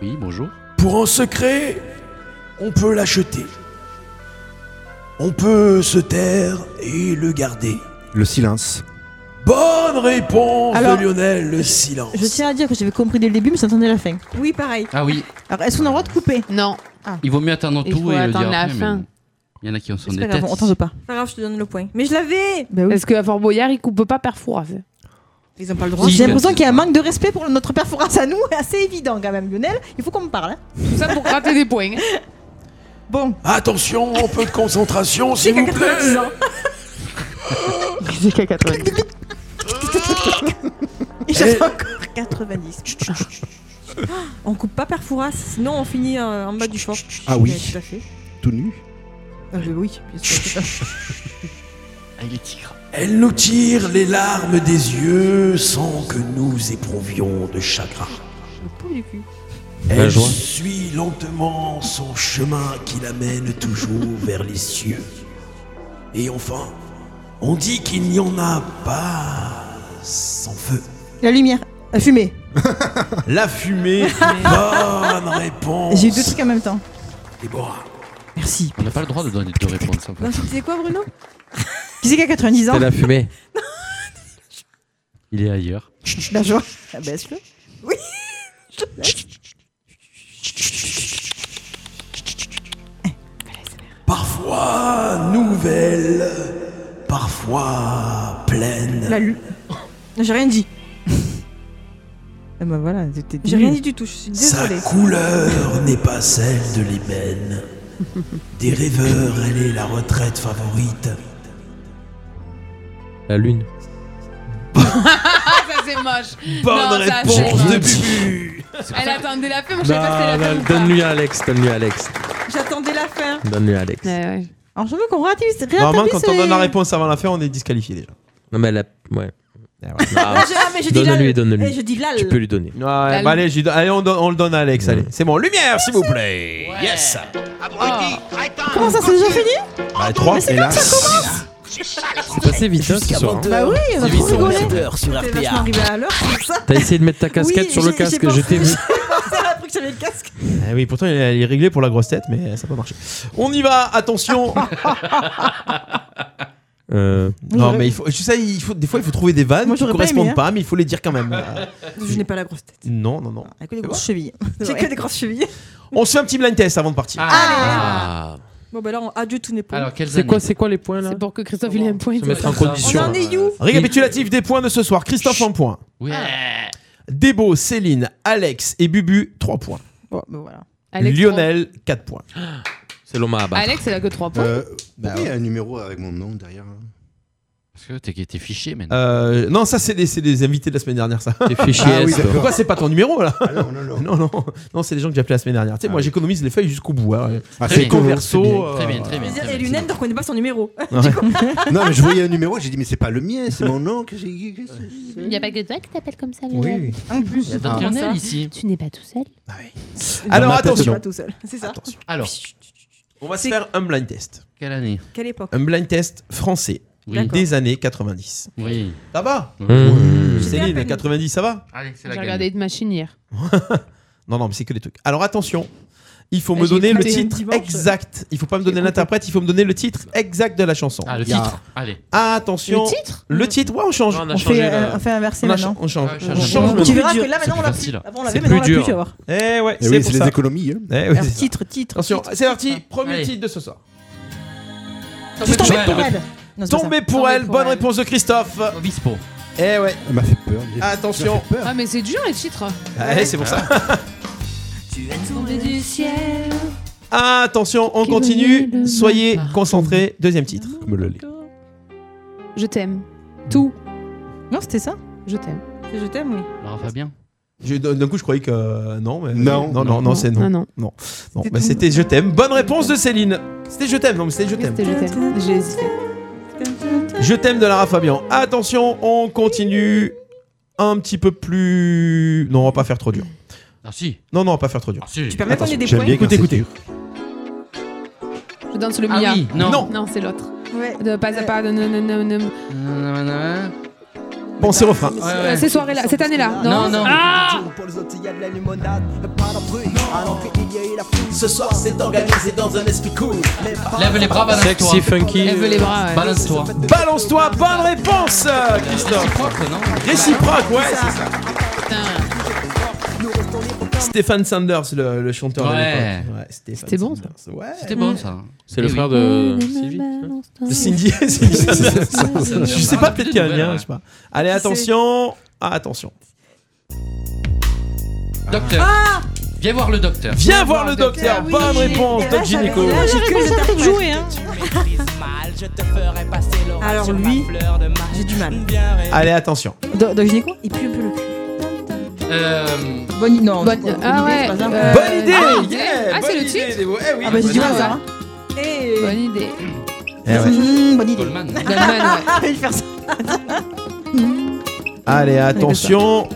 S12: Oui, bonjour.
S28: Pour un secret, on peut l'acheter. On peut se taire et le garder.
S7: Le silence.
S28: Bonne réponse
S8: Alors,
S28: de Lionel, le silence.
S8: Je tiens à dire que j'avais compris dès le début, mais j'entendais la fin. Oui, pareil.
S12: Ah oui,
S8: Alors, est-ce qu'on a le droit de couper Ah.
S5: Non.
S12: il vaut mieux attendre
S8: Il
S12: tout
S8: faut
S12: et le
S8: attendre
S12: dire
S8: la
S12: après, mais
S8: fin.
S12: bon. Il y en a qui en sont
S8: C'est
S12: des
S8: pas grave,
S12: têtes.
S8: on tente pas. Bah Pas grave, je te donne le point. Mais je l'avais
S5: Eh, Parce qu'à Fort Boyard, ils coupent pas Perforas.
S8: Ils ont pas le droit.
S5: Si,
S8: J'ai
S5: si,
S8: l'impression
S5: si.
S8: qu'il y a un manque de respect pour notre performance à nous, assez évident quand même, Lionel. Il faut qu'on me parle. hein.
S5: Tout ça pour gratter des points.
S8: Bon.
S28: Attention, un peu de concentration, s'il vous plaît.
S8: Jusqu'à 90. Et j'en ai
S28: Eh.
S8: encore 90. on coupe pas Perfouras, sinon on finit euh, en bas du champ.
S7: Ah oui.
S8: Tout à
S6: oh.
S8: fait.
S7: Tout nu.
S8: Ah, bah oui, bien sûr.
S28: Elle nous tire les larmes des yeux sans que nous éprouvions de chagrin.
S10: La
S28: Elle
S10: joie.
S28: suit lentement son chemin qui l'amène toujours vers les cieux. Et enfin, on dit qu'il n'y en a pas sans feu.
S8: La lumière, la fumée.
S6: La fumée.
S28: Bonne réponse.
S8: J'ai eu deux trucs en même temps.
S28: Déborah.
S8: Merci.
S12: On n'a pas le droit de donner de réponses. en fait.
S8: Non, tu disais quoi, Bruno Qui c'est qu'à 90 ans
S12: C'était la fumée. Il est ailleurs.
S8: La joie. Ah, Baisse-le. Oui. Je baisse.
S28: Parfois nouvelle, parfois pleine.
S8: La lu. J'ai rien dit. Eh ben voilà, t'étais J'ai rien dit du tout, je suis
S28: Sa
S8: désolée.
S28: couleur n'est pas celle de l'ébène. Des rêveurs, elle est la retraite favorite.
S10: La lune.
S5: ça c'est moche.
S13: Bonne
S5: Non, ça,
S13: réponse
S5: c'est moche.
S13: de
S28: Bubu.
S5: Elle attendait la fin, moi je sais pas si elle
S10: Non, non, Donne-lui à Alex, donne-lui à Alex.
S8: J'attendais la fin.
S10: Donne-lui à Alex.
S8: Alors je veux qu'on ratisse.
S6: Normalement, quand on donne la réponse avant la fin, on est disqualifié déjà.
S10: Non, mais elle a. Ouais.
S8: Ah, je- ah, mais je dis là,
S29: Donne-lui,
S8: le-
S29: donne-lui.
S8: eh, je dis là,
S29: Tu
S8: le-
S29: peux lui donner.
S6: Ouais, bah allez, j'y don- allez, on, don- on le donne à Alex, allez. C'est bon, lumière s'il vous plaît. Yes.
S5: Oh.
S8: Comment ça, c'est déjà fini
S6: Bah, trois,
S8: Mais c'est
S6: hélas.
S8: comme ça qu'on commence
S10: C'est passé vite, hein, ce soir.
S8: Bah oui, on va trop rigoler.
S10: sur
S8: T'es vachement arrivé à l'heure, c'est ça
S10: T'as essayé de mettre ta
S8: casquette Oui, sur le j'ai- casque, j'ai pensé- je t'ai
S10: vu.
S8: Ça m'a pris que j'avais le casque.
S6: Eh oui, pourtant il est il est réglé pour la grosse tête, mais ça n'a pas marché. On y va, attention. Non, mais il faut, tu sais, il faut, des fois il faut trouver des vannes
S8: Moi,
S6: qui ne
S8: j'aurais pas
S6: correspondent
S8: aimé, hein.
S6: pas, mais il faut les dire quand même. Euh,
S8: Je n'ai pas la grosse tête.
S6: non, non, non.
S8: J'ai Ah, que des grosses chevilles. J'ai que des grosses chevilles. Ah.
S6: On se fait un petit blind test avant de partir.
S8: Bon, bah là, on- adieu tout n'est pas.
S6: Ah. Alors, quelles C'est quoi- années c'est
S10: Ah. quoi les points là
S5: C'est pour que Christophe il ait un point.
S6: Se mettre en condition. Euh,
S8: On en est you
S6: Récapitulatif des points de ce soir. Christophe en point.
S12: Ouais.
S8: Ah.
S6: Débo, Céline, Alex et Bubu 3 points.
S8: Bon, bah voilà.
S5: Alex,
S6: Lionel 4 points.
S10: C'est l'homme à abattre.
S5: Alex, elle a que 3 points.
S7: Euh, pourquoi il y a un numéro avec mon nom derrière hein
S12: Bah, Parce que t'es t'es fiché maintenant.
S6: Euh, non, ça c'est des, c'est des invités de la semaine dernière ça.
S12: Des fichiers
S6: Ah oui,
S12: S,
S6: d'accord.
S12: toi.
S6: Pourquoi c'est pas ton numéro là
S7: Ah non, non, Ah non.
S6: non, Non, c'est les gens que j'ai appelés la semaine dernière. Tu sais, moi j'économise les feuilles jusqu'au bout. hein.
S7: Ah,
S6: c'est
S7: c'est con,
S6: converso.
S7: c'est bien,
S6: euh,
S7: très bien,
S8: Je veux dire, Et Lunel ne reconnaît pas son numéro.
S7: non, mais je voyais un numéro, j'ai dit, mais c'est pas le mien, c'est mon nom que j'ai. qu'est-ce que
S9: Il n'y a pas que toi qui t'appelles comme ça,
S7: Oui.
S9: Lionel.
S7: En plus,
S12: Il y a d'autres
S9: Ah.
S12: Lionel
S9: Comment ça
S12: ici.
S9: Tu n'es pas tout seul.
S6: Alors
S10: Ah
S12: Dans ma tête,
S6: attention.
S12: non.
S8: Tout seul. C'est ça.
S12: Alors,
S6: On va se faire un blind test.
S12: Quelle année
S8: Quelle époque
S6: Un blind test français
S12: Oui.
S6: Oui. des
S12: D'accord.
S6: années 90.
S12: Oui.
S6: Ça va
S12: Mmh.
S6: Céline, 90, ça va
S12: Allez, c'est
S5: J'ai regardé de machine hier.
S6: Non, non, mais c'est que des trucs. Alors attention, il faut
S5: Là,
S6: me
S5: j'ai
S6: donner le
S5: écouté.
S6: titre
S5: Dimanche.
S6: exact. Il faut pas me donner l'interprète, il faut me donner le titre exact de la chanson.
S12: Ah, le
S6: Il y a-
S12: titre. Allez.
S6: Attention.
S12: Le titre
S6: Le titre, ouais, on change.
S12: Non, on a On changé fait, la- euh,
S11: on fait inverser
S6: a
S11: maintenant.
S6: cha- On change.
S12: Ah,
S6: On
S12: change.
S6: change
S12: Tu
S6: maintenant.
S11: verras que là, maintenant, on l'a plus. Avant, on l'avait, maintenant, on l'a plus, tu vas voir.
S6: Eh ouais,
S7: Eh oui,
S6: c'est
S7: c'est
S6: pour
S7: les
S6: ça.
S7: économies, hein.
S6: Eh oui,
S7: Alors,
S6: c'est ça.
S11: Titre, titre.
S6: Attention,
S11: titre.
S6: c'est parti. Premier
S11: Allez.
S6: titre de ce soir.
S11: Juste
S6: Tomber
S11: tomber pour elle. Non, c'est pas
S6: Tomber
S11: ça.
S6: pour
S11: Tomber
S6: elle.
S11: pour
S6: Bonne
S11: elle.
S6: réponse de Christophe.
S12: Obispo.
S6: Eh ouais.
S12: Euh,
S7: Elle m'a fait peur. j'ai-
S6: Attention.
S5: Ah, mais c'est dur les titres.
S6: Ah, eh, c'est pour ça.
S5: Tombé du ciel.
S6: Attention, on continue. Soyez concentrés. Deuxième titre.
S5: Je t'aime. Tout.
S11: Non, c'était ça
S5: Je t'aime.
S8: Je t'aime, oui.
S12: Alors, Fabien
S6: Je- D'un coup, je croyais que euh, non, mais
S7: Non.
S6: non, non, non,
S7: Non.
S6: c'est non.
S5: Ah,
S6: non,
S5: non.
S6: non. Bon, bah, c'était je t'aime. Bonne réponse de Céline. C'était je t'aime, non, mais c'était je t'aime.
S5: C'était je t'aime. J'ai hésité.
S6: Je t'aime de Lara Fabian. Attention, on continue un petit peu plus. Non, on va pas faire trop dur.
S12: Ah si.
S6: Non, non, on va pas faire trop dur.
S12: Tu
S8: permets qu'on ait des
S6: Attention.
S8: points Ah, J'aime bien quand
S6: Écoutez,
S8: c'est
S6: écoutez.
S5: Je danse le
S12: Ah
S5: Mia.
S12: oui, non. Non.
S5: c'est l'autre.
S8: Ouais.
S5: De pas à pas. de non, non, non, non.
S12: Ouais,
S6: Pensez au refrain.
S5: Euh, Ces soirées-là, cette année-là.
S12: Non, non.
S5: Ah
S30: Ce soir, c'est organisé dans un esprit cool.
S12: Lève les bras, balance-toi.
S10: Sexy, funky.
S5: Lève les bras, ouais.
S12: Balance-toi.
S6: Balance-toi, bonne réponse, euh, Christophe.
S12: Propre, non
S6: Réciproque, ouais, c'est ça. Stéphane Sanders, le, le chanteur de
S12: Ouais.
S6: l'époque. Ouais, Stéphane
S5: C'était bon,
S6: Sanders. Ouais.
S12: C'était bon ça.
S10: C'est le
S12: Eh
S10: frère
S12: oui.
S10: de Sylvie.
S6: De Cindy. Cindy Sanders.
S12: Sanders.
S6: je sais pas, peut-être qu'il y a un lien, je sais pas. Allez,
S8: Qui
S6: attention. Ah, attention.
S12: Docteur.
S8: Ah
S12: Viens voir le docteur.
S6: Viens voir le docteur. Bonne réponse, Doc Gynéco.
S8: Eh Là, Ah, j'ai que les interprètes.
S11: jouer, hein.
S8: Alors, lui, j'ai du mal.
S6: Allez, Ah, attention.
S11: Doc Gynéco
S8: Il pue un peu le cul.
S12: Euh,
S11: Bonne non.
S5: Bonne- ah ouais, euh,
S6: Bonne idée.
S5: ah,
S6: yeah,
S5: ah, c'est
S6: bonne
S5: le
S6: idée,
S5: titre
S6: Débo. Eh oui,
S11: Ah bah
S6: bonne
S11: j'ai du
S6: idée.
S11: mal ça.
S8: Eh,
S5: Bonne idée.
S6: Eh ouais.
S11: Mmh, Bonne idée.
S12: Goldman.
S5: Goldman, ouais.
S11: Ah, il fait ça.
S6: Allez, attention.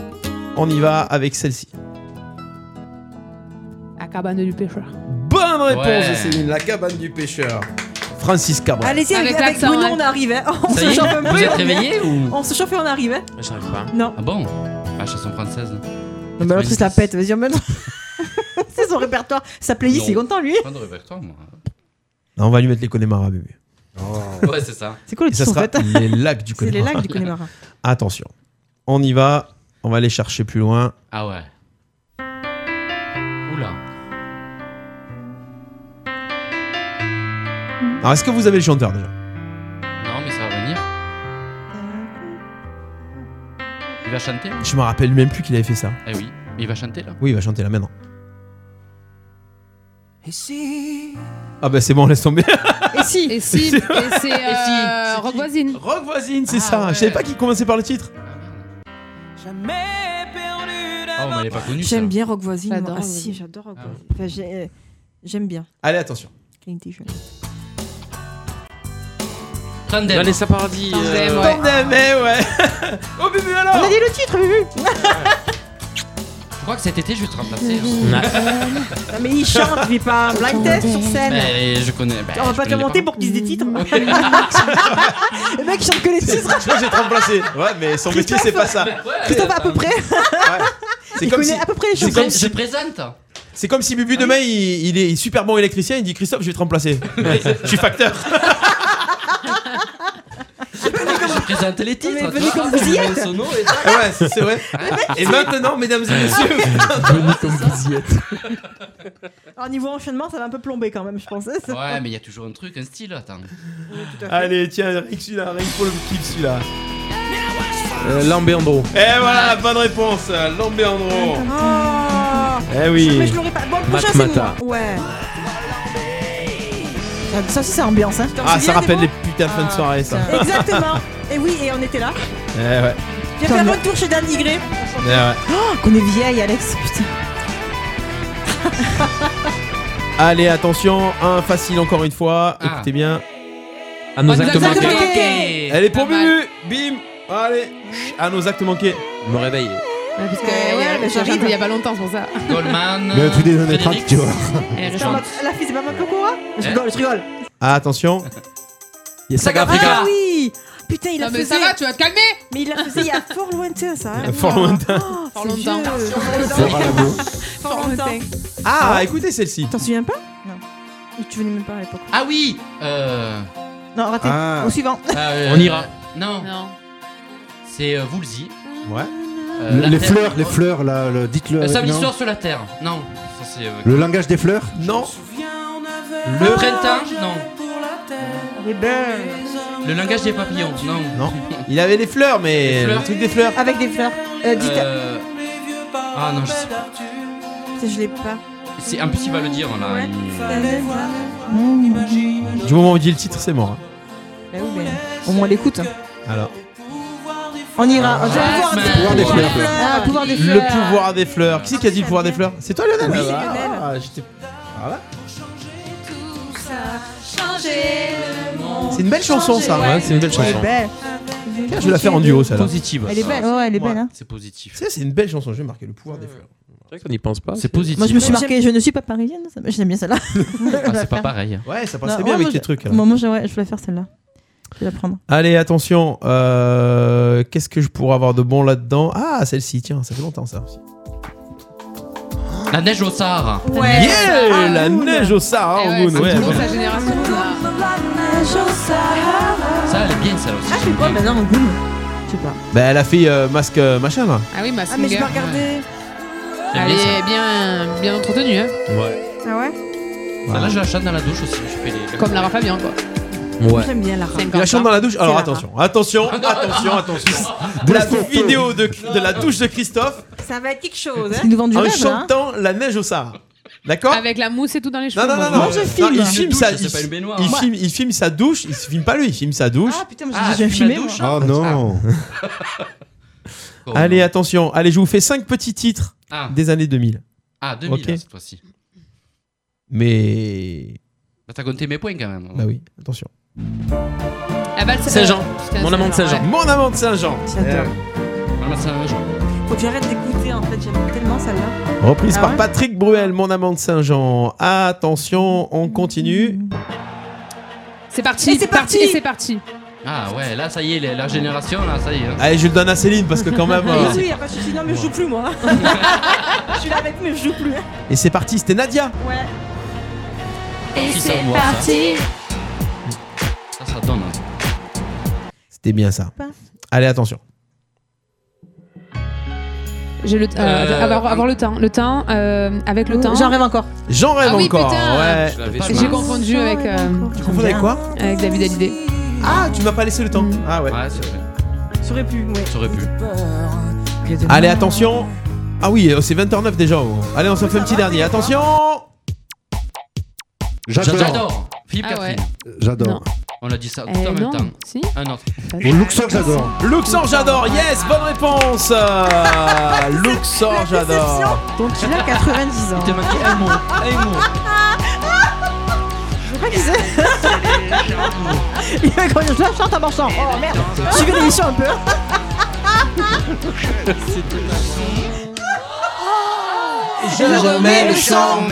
S6: On y va avec celle-ci.
S5: La cabane du pêcheur.
S6: Bonne réponse
S12: Ouais.
S6: de Céline, la cabane du pêcheur. Francis Cabral.
S8: Allez-y, avec,
S5: Avec
S8: avec
S5: l'accent,
S8: Bruno,
S5: hein.
S8: on arrive. hein. On
S12: Ça
S8: se
S12: y
S8: chauffe un
S12: est,
S8: peu.
S12: vous êtes
S8: on est-
S12: réveillés ou
S8: On se chauffe et on arrive. hein.
S10: J'arrive pas.
S8: Non.
S12: Ah bon Ah, chanson française. là.
S11: Non, mais l'autre, il se la pète. Vas-y, maintenant. C'est son répertoire. Sa playlist,
S12: Non.
S11: il est content, lui.
S12: Pas de répertoire, moi.
S6: Non, on va lui mettre les Connemara, bébé. Oh.
S12: Ouais, c'est ça.
S11: C'est quoi le
S6: Et ça
S11: titre en
S6: sera
S11: fait
S6: les lacs du
S11: C'est les
S6: Connemara.
S11: lacs du Connemara.
S6: Attention. On y va. On va aller chercher plus loin.
S12: Ah ouais. Oula.
S6: Alors, est-ce que vous avez le chanteur déjà
S12: Non, mais ça va venir. Il va chanter
S6: Je me rappelle même plus qu'il avait fait ça.
S12: Eh oui, mais il va chanter là.
S6: Oui, il va chanter là maintenant.
S31: Et si
S6: Ah bah c'est bon, laisse tomber.
S11: Et si
S5: Et si, et c'est euh, Rock voisine.
S6: Rock voisine, c'est
S12: Ah
S6: ça.
S12: ouais.
S6: Je savais pas qu'il commençait par le titre.
S31: Jamais perdu
S12: Oh, mais elle est pas connue. ça.
S8: J'aime bien Rock Voisine. moi. Ah
S5: J'adore Rock
S8: si,
S5: Voisine.
S8: j'adore Rock
S12: Ah ouais.
S8: Voisine. Enfin, j'ai- euh, J'aime bien.
S6: Allez, attention.
S8: Qualité jeune.
S12: Ta Tandem.
S10: Vanessa Paradis. euh,
S6: Tandem, eh ouais. oh, bébé, alors
S8: On a dit le titre, Bubu
S12: Je crois que cet été, je vais te remplacer. hein.
S8: Non, mais il Mmh. chante, lui, pas un blind test sur scène.
S12: Mais je connais. bah,
S8: On va
S12: je
S8: pas
S12: connais
S8: commenter pour qu'ils se des titres.
S12: Mmh.
S8: le mec chante que les titres.
S6: Je vais te remplacer. Ouais, mais son métier, c'est pas ça.
S8: Christophe, à peu près.
S6: C'est
S8: Il
S6: comme
S8: connaît
S6: si-
S8: à peu près les
S6: c'est
S8: chansons.
S6: comme si-
S12: Je présente.
S6: C'est comme si
S8: Ah
S6: Bubu demain il, il est super bon électricien, il dit Christophe, je vais te remplacer. je suis facteur.
S12: Je présente les titres.
S6: Mais
S12: tu
S6: venez
S12: vois,
S6: comme vous
S12: tu
S6: y
S12: mets
S6: êtes.
S12: un sono et
S6: Ah ouais, c'est c'est vrai. Et maintenant, mesdames et
S12: Ah.
S6: messieurs, venez comme vous y êtes.
S9: Alors, niveau enchaînement, ça va un peu plomber quand même, je pensais.
S12: ça. Ouais, mais il y a toujours un truc, un style. Attends.
S6: Allez, tiens, Rick celui-là, Rick pour le kiff celui-là.
S10: euh, Lamberndro.
S6: Et voilà, bonne réponse, Lambéandro.
S9: Oh.
S6: Eh oui.
S9: Mais je l'aurais pas. Bon, le prochain, c'est
S6: Matmata.
S9: moi. Ouais. Ça, ça aussi, c'est ambiance. Hein.
S6: Ah, ça rappelle les
S9: les
S6: putains de fin de
S8: Ah,
S6: soirée, ça.
S9: Exactement. Et oui, et on était là.
S6: Eh ouais.
S9: J'ai fait un bon tour chez Dan Nigré.
S6: Eh ouais.
S9: Oh, qu'on est vieille, Alex. Putain.
S6: Allez, attention, un facile encore une fois.
S8: Ah.
S6: Écoutez bien. À
S10: nos actes manqués.
S6: Elle est pour Bubu. Bim. Allez, Chut, à nos actes manqués.
S10: Me réveille.
S5: parce que ouais, mais j'ai chanté il y a pas longtemps, c'est pour ça.
S12: Goldman. euh,
S7: Mais tu déshonnêtes, tu vois.
S5: Elle
S9: Putain,
S5: rechante.
S9: La fille, c'est pas Maman Pokora Je
S6: Eh
S9: rigole, je rigole.
S6: Ah, attention. Il y a Saga
S9: Ah
S6: Africa.
S9: oui Putain, il a
S5: Non,
S9: fait
S5: mais ça va, tu vas te calmer
S9: Mais il l'a faisait il y a fort lointain, ça. hein.
S6: Fort lointain.
S9: Oh,
S5: Fort
S9: c'est
S5: lointain.
S9: vieux.
S6: Flora Labo.
S9: Fort lointain.
S6: Ah, écoutez celle-ci.
S9: T'en souviens pas Non. Tu venais même pas à l'époque.
S12: Ah oui euh,
S9: Non, raté.
S6: Ah.
S9: Au suivant.
S12: euh,
S6: On ira.
S12: Non. C'est euh, Woolsey.
S6: Ouais.
S12: Euh,
S7: Le-
S12: la
S7: les
S12: terre-
S7: fleurs, les fleurs, là, le- dites-le.
S12: Euh, Samedi
S7: non.
S12: soir sur la terre. Non. Ça, c'est, euh,
S7: Le langage des fleurs
S6: Non.
S12: Le printemps Non.
S9: Les belles.
S12: Le langage des papillons Non.
S6: Non. Il avait les fleurs, mais
S12: Les fleurs.
S6: le truc des fleurs.
S9: Avec des fleurs. Euh, dites.
S12: Euh, Ah non, je sais pas.
S9: Putain, je l'ai pas.
S12: C'est un petit va le dire là.
S9: Fallait voir. Mmh. Imagine.
S6: Du moment où on dit le titre, c'est mort. hein.
S9: Bah oui, mais au moins on l'écoute.
S6: Alors.
S9: On ira. On
S6: Ah,
S9: va voir.
S6: le pouvoir des fleurs.
S9: Ah, pouvoir des fleurs.
S6: Le pouvoir des fleurs. Qui c'est qui a dit le pouvoir des fleurs C'est toi, Lionel
S9: Oui, c'est
S6: Ah,
S9: Lionel.
S6: ah, j'étais- Voilà.
S16: Changer le monde.
S6: C'est une belle chanson, ça.
S10: Ouais, c'est une belle chanson.
S9: belle. ben,
S6: Tiens, je vais la faire en duo, celle-là.
S10: Positive.
S9: Elle est belle. Ouais, elle est belle. Hein.
S12: C'est positif.
S6: Ça, c'est une belle chanson. J'ai marqué le pouvoir des fleurs.
S10: C'est vrai qu'on n'y pense pas. C'est
S12: positif.
S9: Moi, je me suis marqué. Je ne suis pas parisienne. ça- J'aime bien celle-là.
S12: Ah, c'est pas pareil.
S6: Ouais, ça
S9: Non,
S6: passerait bien
S9: ouais,
S6: avec
S9: moi,
S6: les
S9: je-
S6: trucs. là.
S9: Moi, moi, je ouais, je voulais faire celle-là. Je vais la prendre.
S6: Allez, attention. euh, Qu'est-ce que je pourrais avoir de bon là-dedans Ah, celle-ci, tiens, ça fait longtemps ça aussi.
S12: La neige au Sahara.
S9: Ouais.
S6: Yeah,
S9: Ah,
S6: la
S9: cool.
S6: neige au Sahara
S9: Eh
S6: en
S9: ouais,
S6: Boone,
S9: c'est
S6: ouais.
S9: toujours
S6: ouais.
S5: Sa génération.
S12: Ça, elle est bien celle aussi.
S9: Ah, je sais pas, maintenant, on boum. Je sais pas.
S6: Bah, elle a fait euh, masque euh, machin là.
S5: Ah oui, ma
S9: Ah, mais je
S5: singer.
S9: vais regarder.
S5: Elle est bien, bien entretenue, hein.
S6: Ouais.
S9: Ah ouais
S12: Celle-là, je la chante dans la douche aussi. Je fais les...
S5: Comme Lara Fabian, quoi.
S9: J'aime bien la rame.
S6: Il la chante dans la douche. Alors
S9: C'est
S6: attention, attention, attention, attention. La vidéo de, de la douche de Christophe
S9: Ça va être quelque chose.
S5: Ils nous vendent du
S6: en
S5: rêve, là, hein.
S6: chantant la neige au Sahara. D'accord
S5: Avec la mousse et tout dans les
S6: Non,
S5: cheveux.
S6: non, non, non.
S5: moi.
S6: Non, il filme sa, il, il filme, il filme sa douche. Il se filme pas lui, il filme sa douche.
S9: Ah putain, moi,
S12: Ah,
S9: je vais
S12: tu
S9: filmer.
S12: mets la
S9: moi.
S12: douche
S6: Ah non. Allez, attention. Allez, je vous fais 5 petits titres
S12: Ah.
S6: des années 2000.
S12: Ah, 2000
S6: Ok.
S12: là, cette fois-ci.
S6: Mais.
S12: Bah, t'as compté mes points quand même.
S6: Bah oui, attention.
S5: Ah, bah, le-
S10: Saint-Jean.
S5: Putain,
S10: Mon amant de Saint-Jean.
S5: ouais.
S6: Mon amant de Saint-Jean.
S9: J'adore.
S12: Voilà, c'est un genre.
S9: Faut que j'arrête d'écouter en fait, j'aime tellement celle-là.
S6: Reprise
S9: Ah
S6: par
S9: ouais
S6: Patrick Bruel, Mon amant de Saint-Jean. Attention, on continue.
S5: C'est parti.
S9: Et c'est parti.
S5: Et c'est parti.
S12: Ah ouais, là, ça y est, la, la génération, là, ça y est. hein.
S6: Allez, je le donne à Céline parce que quand même. euh,
S9: Oui, oui, après je suis non mais je joue plus moi. je suis là avec mais je joue plus.
S6: Et c'est parti, c'était Nadia.
S9: Ouais.
S12: Et c'est parti. Ça, ça donne. hein.
S6: C'était bien ça. Allez, attention.
S5: J'ai le. euh,
S12: Euh,
S5: avoir, avoir le teint. Le teint. euh, avec le teint.
S9: Oh, J'en rêve encore.
S6: J'en rêve
S5: Ah oui,
S6: encore.
S5: putain.
S6: Ouais.
S12: Je l'avais
S5: J'ai confondu avec. euh,
S6: Tu confonds avec quoi
S5: avec David Hallyday.
S6: Ah, tu m'as pas laissé le temps. Ah ouais.
S12: Ouais, c'est vrai.
S9: J'aurais pu, ouais.
S12: J'aurais pu.
S6: Allez, attention. Ah oui, euh, c'est 20h09 déjà. oh. Allez, on s'en fait un petit dernier. Attention.
S7: J'adore.
S12: J'adore. Philippe
S5: Ah ouais.
S12: Catherine.
S6: Euh,
S7: J'adore.
S12: On a dit ça tout
S5: Eh
S12: en même
S5: non,
S12: temps.
S5: si.
S12: Un autre.
S7: Bon, Luxor, j'adore.
S6: Luxor, j'adore. Yes, bonne réponse. Euh, Luxor, j'adore.
S9: Donc il a 90 ans.
S12: Il te manquait un mot. Un mot.
S9: Je sais pas qui c'est.
S13: Il va quand je la chante en marchant. Oh merde. Suivez l'émission un peu.
S9: Je remets le chant.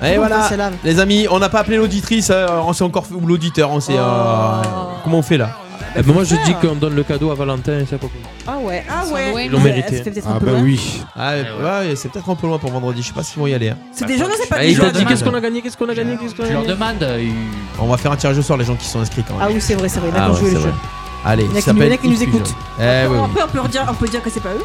S6: Et
S9: Comment
S6: voilà,
S9: on fait celle-là
S6: les amis, on n'a pas appelé l'auditrice, euh, on s'est encore fait- ou l'auditeur, on s'est.
S8: Oh.
S6: euh, comment on fait là
S10: Eh ben, Moi, je dis qu'on donne le cadeau à Valentin et sa copine.
S8: Ah ouais, ah ouais.
S10: Ils l'ont mérité. hein.
S8: bah
S10: Eh
S6: Ah, ouais, c'est peut-être un peu loin pour vendredi, je sais pas s'ils vont y aller. hein.
S8: C'est des journées,
S10: Bah,
S8: c'est pas
S6: Et
S10: Eh,
S8: des
S6: il t'a
S8: journées.
S6: dit qu'est-ce qu'on a
S10: gagné, qu'est-ce qu'on a gagné, qu'est-ce qu'on
S12: Tu leur demandes. euh,
S6: On va faire un tirage au sort, les gens qui sont inscrits quand même.
S8: Ah oui, c'est vrai, c'est vrai.
S6: Ah
S8: D'accord,
S6: ouais,
S8: jouer
S6: c'est
S8: le
S6: vrai.
S8: jeu.
S6: Allez,
S8: Il y en
S6: ça
S8: a qui nous-
S6: s'appelle
S8: il y en a qui nous
S6: Kiff Fusion.
S8: écoutent.
S6: Eh oui, oui.
S8: Bon, Après, on peut, leur dire, on peut dire que c'est pas eux.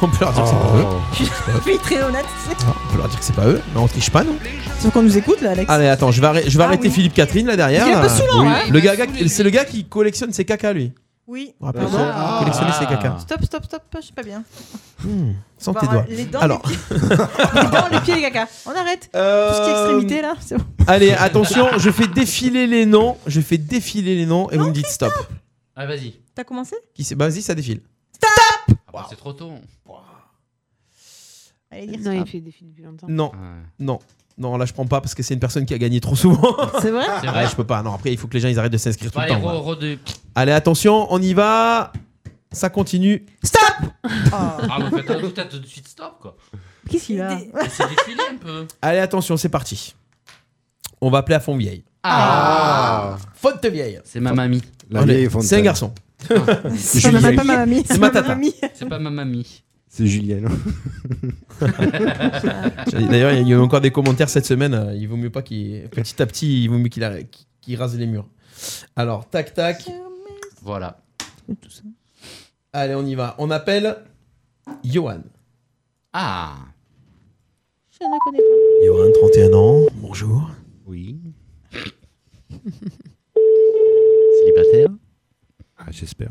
S6: On peut leur dire que c'est pas eux.
S8: Je suis très honnête.
S6: Ah, On peut leur dire que c'est pas eux, mais on triche pas, non
S8: Sauf qu'on nous écoute là, Alex.
S6: Allez, Ah, attends, je vais, arrêter- je vais arrêter Philippe Catherine là derrière.
S8: Ah Il est un peu saoulant, hein.
S6: le gars, gars- c'est le gars qui collectionne ses caca, lui.
S8: Oui. Ah
S6: On rappelle ça, collectionner ses caca.
S8: Stop, stop, stop, je sais pas bien.
S6: Hmm, sans
S8: Bah,
S6: tes doigts.
S8: Les dents,
S6: Alors.
S8: les, pieds. les dents, les pieds, les caca. On arrête. Tout ce qui est extrémité là, c'est bon.
S6: Euh, Allez, attention, je fais défiler les noms, je fais défiler les noms et vous me dites stop.
S12: Ah, vas-y.
S8: T'as commencé
S6: Qui c'est Bah, vas-y, ça défile.
S12: Ah, bah, C'est trop tôt.
S8: Allez,
S5: dire Non, il fait des films depuis longtemps.
S6: Non,
S12: Ah
S6: non, non, là je prends pas parce que c'est une personne qui a gagné trop souvent.
S8: C'est vrai
S12: C'est
S6: Ouais,
S12: vrai.
S6: Ah, je peux pas. Non, après il faut que les gens ils arrêtent de s'inscrire tout
S12: Bah,
S6: le
S12: allez,
S6: temps.
S12: re,
S6: voilà.
S12: re, de-
S6: Allez, attention, on y va. Ça continue.
S8: Stop
S6: Oh.
S12: Ah, vous faites un tout à tout de suite stop, quoi.
S8: Qu'est-ce qu'il a
S12: C'est défilé un peu.
S6: Allez, attention, c'est parti. On va appeler à Fontvieille.
S12: Ah.
S6: Fonte vieille.
S12: C'est ma mamie.
S6: La vieille Fontaine. C'est un garçon.
S12: Ah. C'est
S6: Julien.
S12: pas ma
S8: mamie.
S6: C'est ma tata.
S12: C'est pas ma mamie.
S7: C'est Julien, non
S6: D'ailleurs, il y a eu encore des commentaires cette semaine. euh, Il vaut mieux pas qu'il. Petit à petit, il vaut mieux qu'il a- qu'il rase les murs. Alors, tac, tac.
S12: Voilà.
S6: Allez, on y va. On appelle Johan.
S12: Ah.
S8: Je ne connais pas.
S6: Johan, 31 ans. Bonjour.
S7: Oui.
S12: Célibataire
S7: Ah, J'espère.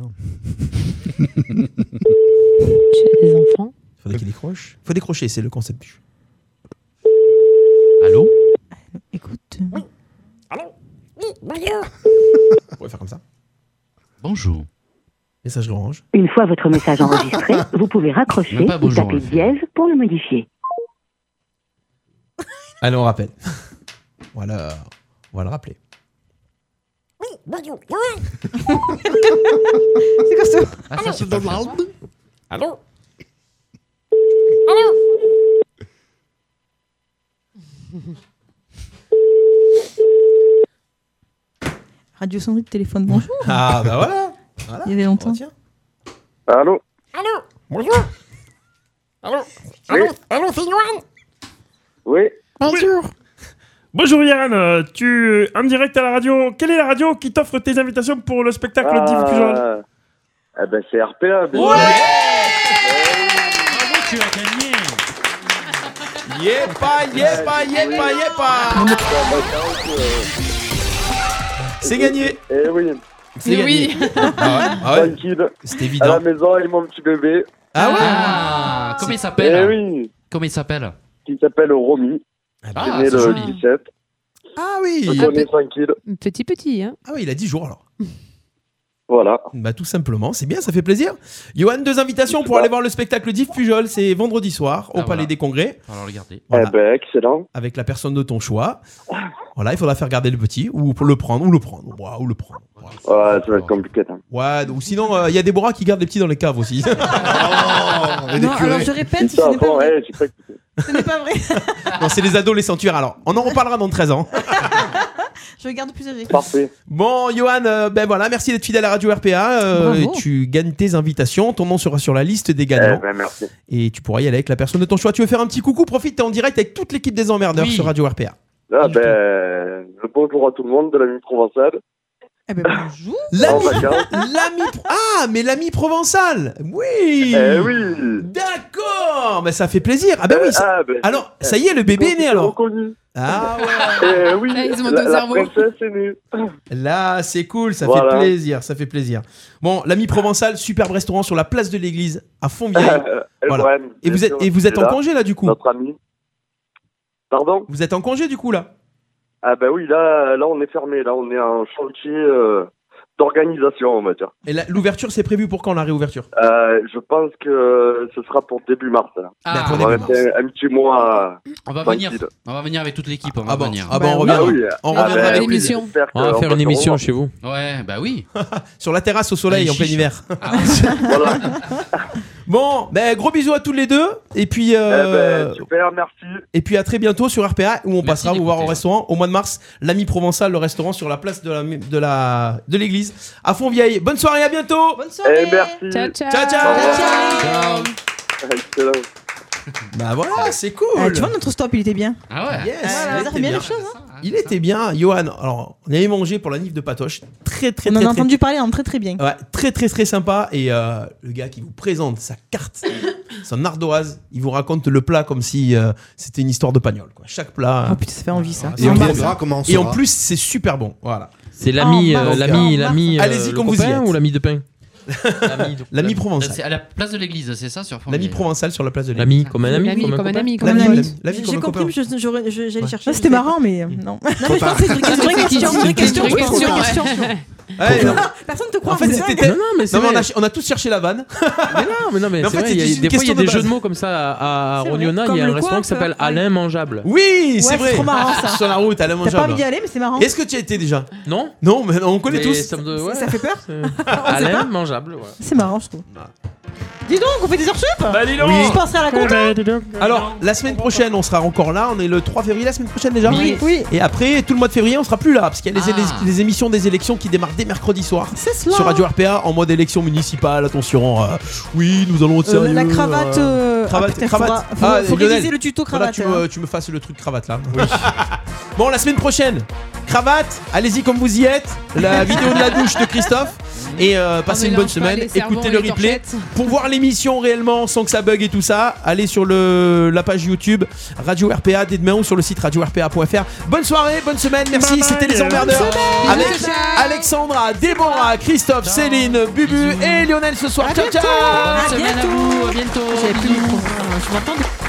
S5: Les enfants.
S6: Faudrait qu'il décroche. Faut décrocher, c'est le concept.
S12: Allô
S8: Écoute.
S9: Oui.
S6: Allô
S9: Oui, bonjour.
S6: On pourrait faire comme ça.
S12: Bonjour.
S6: Messagerie orange.
S25: Une fois votre message enregistré, vous pouvez raccrocher
S6: Même pas
S25: ou
S6: bonjour,
S25: taper
S6: en fait.
S25: dièse pour le modifier.
S6: Allez, on rappelle. voilà, on va le rappeler.
S9: Oui, bonjour.
S8: C'est quoi ça
S9: Ah,
S12: ça, c'est pas le faire.
S9: Allô Allô
S8: Radio sonnerie de téléphone, bonjour.
S6: Ah, bah voilà.
S8: Il y avait longtemps.
S24: Allô
S9: Allô Bonjour Allô Allô, allô c'est Johan
S24: Oui.
S9: Bonjour
S11: Bonjour Yann, euh, tu en direct à la radio. Quelle est la radio qui t'offre tes invitations pour le spectacle
S24: Ah,
S11: Div Pujol
S24: Ah ben c'est RPA. bien
S11: Ouais
S12: Bravo, tu as gagné.
S6: Yepa, yepa, yepa, yepa. C'est gagné.
S24: Eh oui.
S6: C'est Mais oui. gagné. Ah ouais, ah ouais.
S24: Tranquille.
S6: C'est évident.
S24: À la maison avec mon petit bébé.
S6: Ah ouais
S12: Ah, Comment il s'appelle
S24: Eh oui.
S12: Comment il s'appelle
S24: Qui s'appelle Romy.
S12: bah,
S24: Qui est né
S12: c'est
S24: le
S12: joli.
S24: 17.
S6: Ah oui.
S24: Donc on est tranquille.
S5: Petit petit, hein.
S6: Ah oui, il a 10 jours alors.
S24: Voilà.
S6: Bah tout simplement, c'est bien, ça fait plaisir. Johan, deux invitations pour aller voir le spectacle d'Yves Pujol, c'est vendredi soir au
S12: Ah,
S6: Palais
S12: voilà.
S6: des Congrès.
S12: Alors, regardez.
S6: Oh Voilà.
S24: Eh ben excellent.
S6: Avec la personne de ton choix. Voilà, il faudra faire garder le petit ou pour le prendre ou le prendre. Ouah, Ou le prendre. Ouais,
S24: ça va être compliqué. hein.
S6: Ouais, ou sinon euh, il y a Déborah qui garde les petits dans les caves aussi.
S8: Non, alors je répète, ce
S24: Putain,
S8: n'est pas
S24: bon,
S8: vrai.
S24: eh, j'ai pas écouté.
S8: Ce n'est pas vrai.
S6: non, c'est les ados les sanctuaires alors. On en reparlera dans 13 ans.
S8: Je garde plus âgé.
S24: Parfait.
S6: Bon, Johan, euh, ben voilà, merci d'être fidèle à Radio RPA. euh,
S8: Bravo.
S6: et tu gagnes tes invitations, ton nom sera sur la liste des gagnants.
S24: Eh ben merci.
S6: Et tu pourras y aller avec la personne de ton choix. Tu veux faire un petit coucou, profite, t'es en direct avec toute l'équipe des emmerdeurs
S24: Oui.
S6: sur Radio RPA.
S24: Ah ben, le bonjour à tout le monde de la nuit provençale.
S8: Eh ben bonjour.
S24: En
S6: L'ami,
S24: vacances.
S6: l'ami, pro- ah, mais l'ami provençal, oui.
S24: Eh oui.
S6: D'accord, mais ça fait plaisir. Ah ben oui. ça-
S24: ben,
S6: alors, ça y est, le bébé est né alors. Ah
S24: Eh oui,
S5: Là, ils ont
S24: la, la
S5: deux cerveaux.
S24: princesse est née.
S6: Là, c'est cool, ça
S24: Voilà.
S6: fait plaisir, ça fait plaisir. Bon, l'ami provençal, superbe restaurant sur la place de l'église à Fontvieille.
S24: Eh,
S6: voilà.
S24: Brem,
S6: Et vous
S24: bien
S6: êtes
S24: sûr,
S6: et vous
S24: il
S6: êtes
S24: est
S6: en congé là du coup.
S24: Notre ami. Pardon bah
S6: Vous êtes en congé du coup là.
S24: Ah ben oui, là, là on est fermé, là on est en chantier euh, d'organisation, on va dire.
S6: Et la- l'ouverture, c'est prévu pour quand la réouverture
S24: Euh, je pense que ce sera pour début mars. hein.
S6: Ah.
S24: on
S6: Pour
S24: va
S6: début
S24: rester un, un petit mois.
S12: On va
S24: tranquille.
S12: venir. On va venir avec toute l'équipe. On va venir.
S6: ah bon, on reviendra.
S24: oui.
S6: On
S24: Ah
S6: reviendra
S24: ben,
S6: avec plaisir.
S24: j'espère que on va se revoir.
S12: Ouais, bah oui.
S6: Sur la terrasse au soleil
S12: Ah,
S6: en plein
S12: chiche.
S6: hiver. bon, ben, gros bisous à tous les deux. Et puis, euh,
S24: Eh ben, Super, merci.
S6: et puis à très bientôt sur RPA où on passera vous voir au restaurant au mois de mars. L'ami provençal, le restaurant sur la place de la de la de l'église à Fontvieille. Bonne soirée, à bientôt. Bonne
S24: soirée. Et Eh, merci. Ciao, ciao.
S6: ciao,
S24: Au revoir.
S6: Ciao.
S24: Excellent.
S6: Bah voilà, c'est cool.
S8: Ah, tu vois, notre stop, il était bien.
S12: Ah
S6: Yes,
S8: Voilà,
S6: il
S8: ça fait
S6: était
S8: bien
S6: bien.
S8: les choses. hein.
S6: Il était bien, Johan. Alors, on avait mangé pour la nif de Patoche. Très, très,
S8: On
S6: très,
S8: en a
S6: très-
S8: entendu parler, hein, très très bien.
S6: Ouais, très très très sympa. Et euh, le gars qui vous présente sa carte, son ardoise, il vous raconte le plat comme si euh, c'était une histoire de pagnol. Quoi. Chaque plat.
S8: Ah, putain, ça fait envie, ça.
S6: Et,
S8: En
S6: en,
S8: mars.
S6: plus-
S8: Ah, comment on
S6: et en
S8: saura
S6: plus, c'est super bon. Voilà.
S10: C'est l'ami,
S6: En
S10: euh,
S6: mars.
S10: l'ami, l'ami. euh,
S6: Allez-y
S10: le
S6: comme vous y
S10: copain
S6: êtes.
S10: ou l'ami de pain.
S6: L'ami
S12: C'est
S6: provençal.
S12: à la place de l'église, c'est ça sur
S6: L'ami
S12: Fontvieille
S6: provençal sur la place de l'église.
S10: euh, L'ami comme un ami,
S6: L'ami
S10: comme un
S6: comme un
S10: copain.
S6: ami,
S8: comme un ami.
S6: La vie
S32: J'ai
S6: comme un
S32: compris,
S6: copain.
S32: je- j'aurais- je- j'allais chercher.
S8: Ouais, C'était marrant, mais euh, non.
S32: Non, mais je pense que c'est une vraie question. C'est une vraie question.
S6: Trop
S32: je pense.
S6: tard.
S32: C'est une vraie question.
S6: Ouais, non.
S32: Personne ne te croit.
S6: En fait,
S32: c'est
S6: c'était.
S32: dingue.
S6: Non, mais,
S10: c'est
S6: on,
S10: vrai.
S6: a, on a tous cherché la vanne.
S10: Mais non, mais non, mais,
S6: Mais en
S10: c'est
S6: fait,
S10: vrai,
S6: c'est
S10: il y a-
S6: juste une
S10: des fois, il y
S6: question
S10: a des
S6: de
S10: jeux
S6: base.
S10: de mots comme ça à, à
S6: C'est vrai.
S10: Rognona. Il
S6: Comme
S10: y a
S6: le
S10: un restaurant
S6: quoi,
S10: qui s'appelle
S6: quoi.
S10: Alain Mangeable.
S6: Oui, c'est
S10: c'est
S6: vrai.
S10: trop marrant, ça.
S6: Sur la route, à la
S10: T'as pas
S6: mangeable.
S10: envie d'y aller,
S8: mais c'est marrant.
S6: Est-ce que tu y étais déjà
S10: Non.
S6: Non, mais on connaît
S10: Mais
S6: tous.
S10: ça me doit- ouais.
S8: fait peur
S10: Alain Mangeable, voilà.
S8: C'est marrant, je trouve. Dis donc, on fait des heures sup Bah
S33: dis
S6: donc. Bah,
S8: Je penserai à la compta
S6: Alors, la semaine prochaine, on sera encore là. On est le 3 février, la semaine prochaine déjà
S8: Oui. Oui.
S6: Et après, tout le mois de février, on sera plus là. Parce qu'il y a les,
S8: Ah.
S6: les- les émissions des élections qui démarrent dès mercredi soir.
S8: cela.
S6: Sur Radio RPA, en mode élection municipale. Attention, euh, oui, nous allons être
S8: Euh,
S6: sérieux.
S8: la cravate, euh,
S6: Cravate,
S8: ah, putain,
S6: cravate.
S8: faudra- faut- faut
S6: Lionel,
S8: réviser le tuto
S6: faudra que
S8: cravate,
S6: tu, me,
S8: hein.
S6: tu me fasses le truc cravate là. bon, la semaine prochaine, cravate, allez-y comme vous y êtes. La vidéo de la douche de Christophe. Et
S8: Ah,
S6: euh, passez une bonne
S34: mélange pas
S6: semaine.
S34: les cerveaux
S6: Écoutez
S34: et
S6: le
S34: les
S6: replay.
S34: torchettes.
S6: Pour voir l'émission réellement sans que ça bug et tout ça, allez sur le, la page YouTube Radio RPA dès demain ou sur le site radio-rpa.fr. Bonne soirée, bonne semaine, merci,
S9: Bye
S6: c'était
S9: bye.
S6: les emmerdeurs.
S9: Bonne semaine.
S6: Avec
S9: Bisous, ciao.
S6: Alexandra, Déborah, Christophe, Céline, Bubu et Lionel ce soir. Ciao, ciao
S10: Bonne semaine à vous, à bientôt.
S6: Bisous.
S10: Bisous.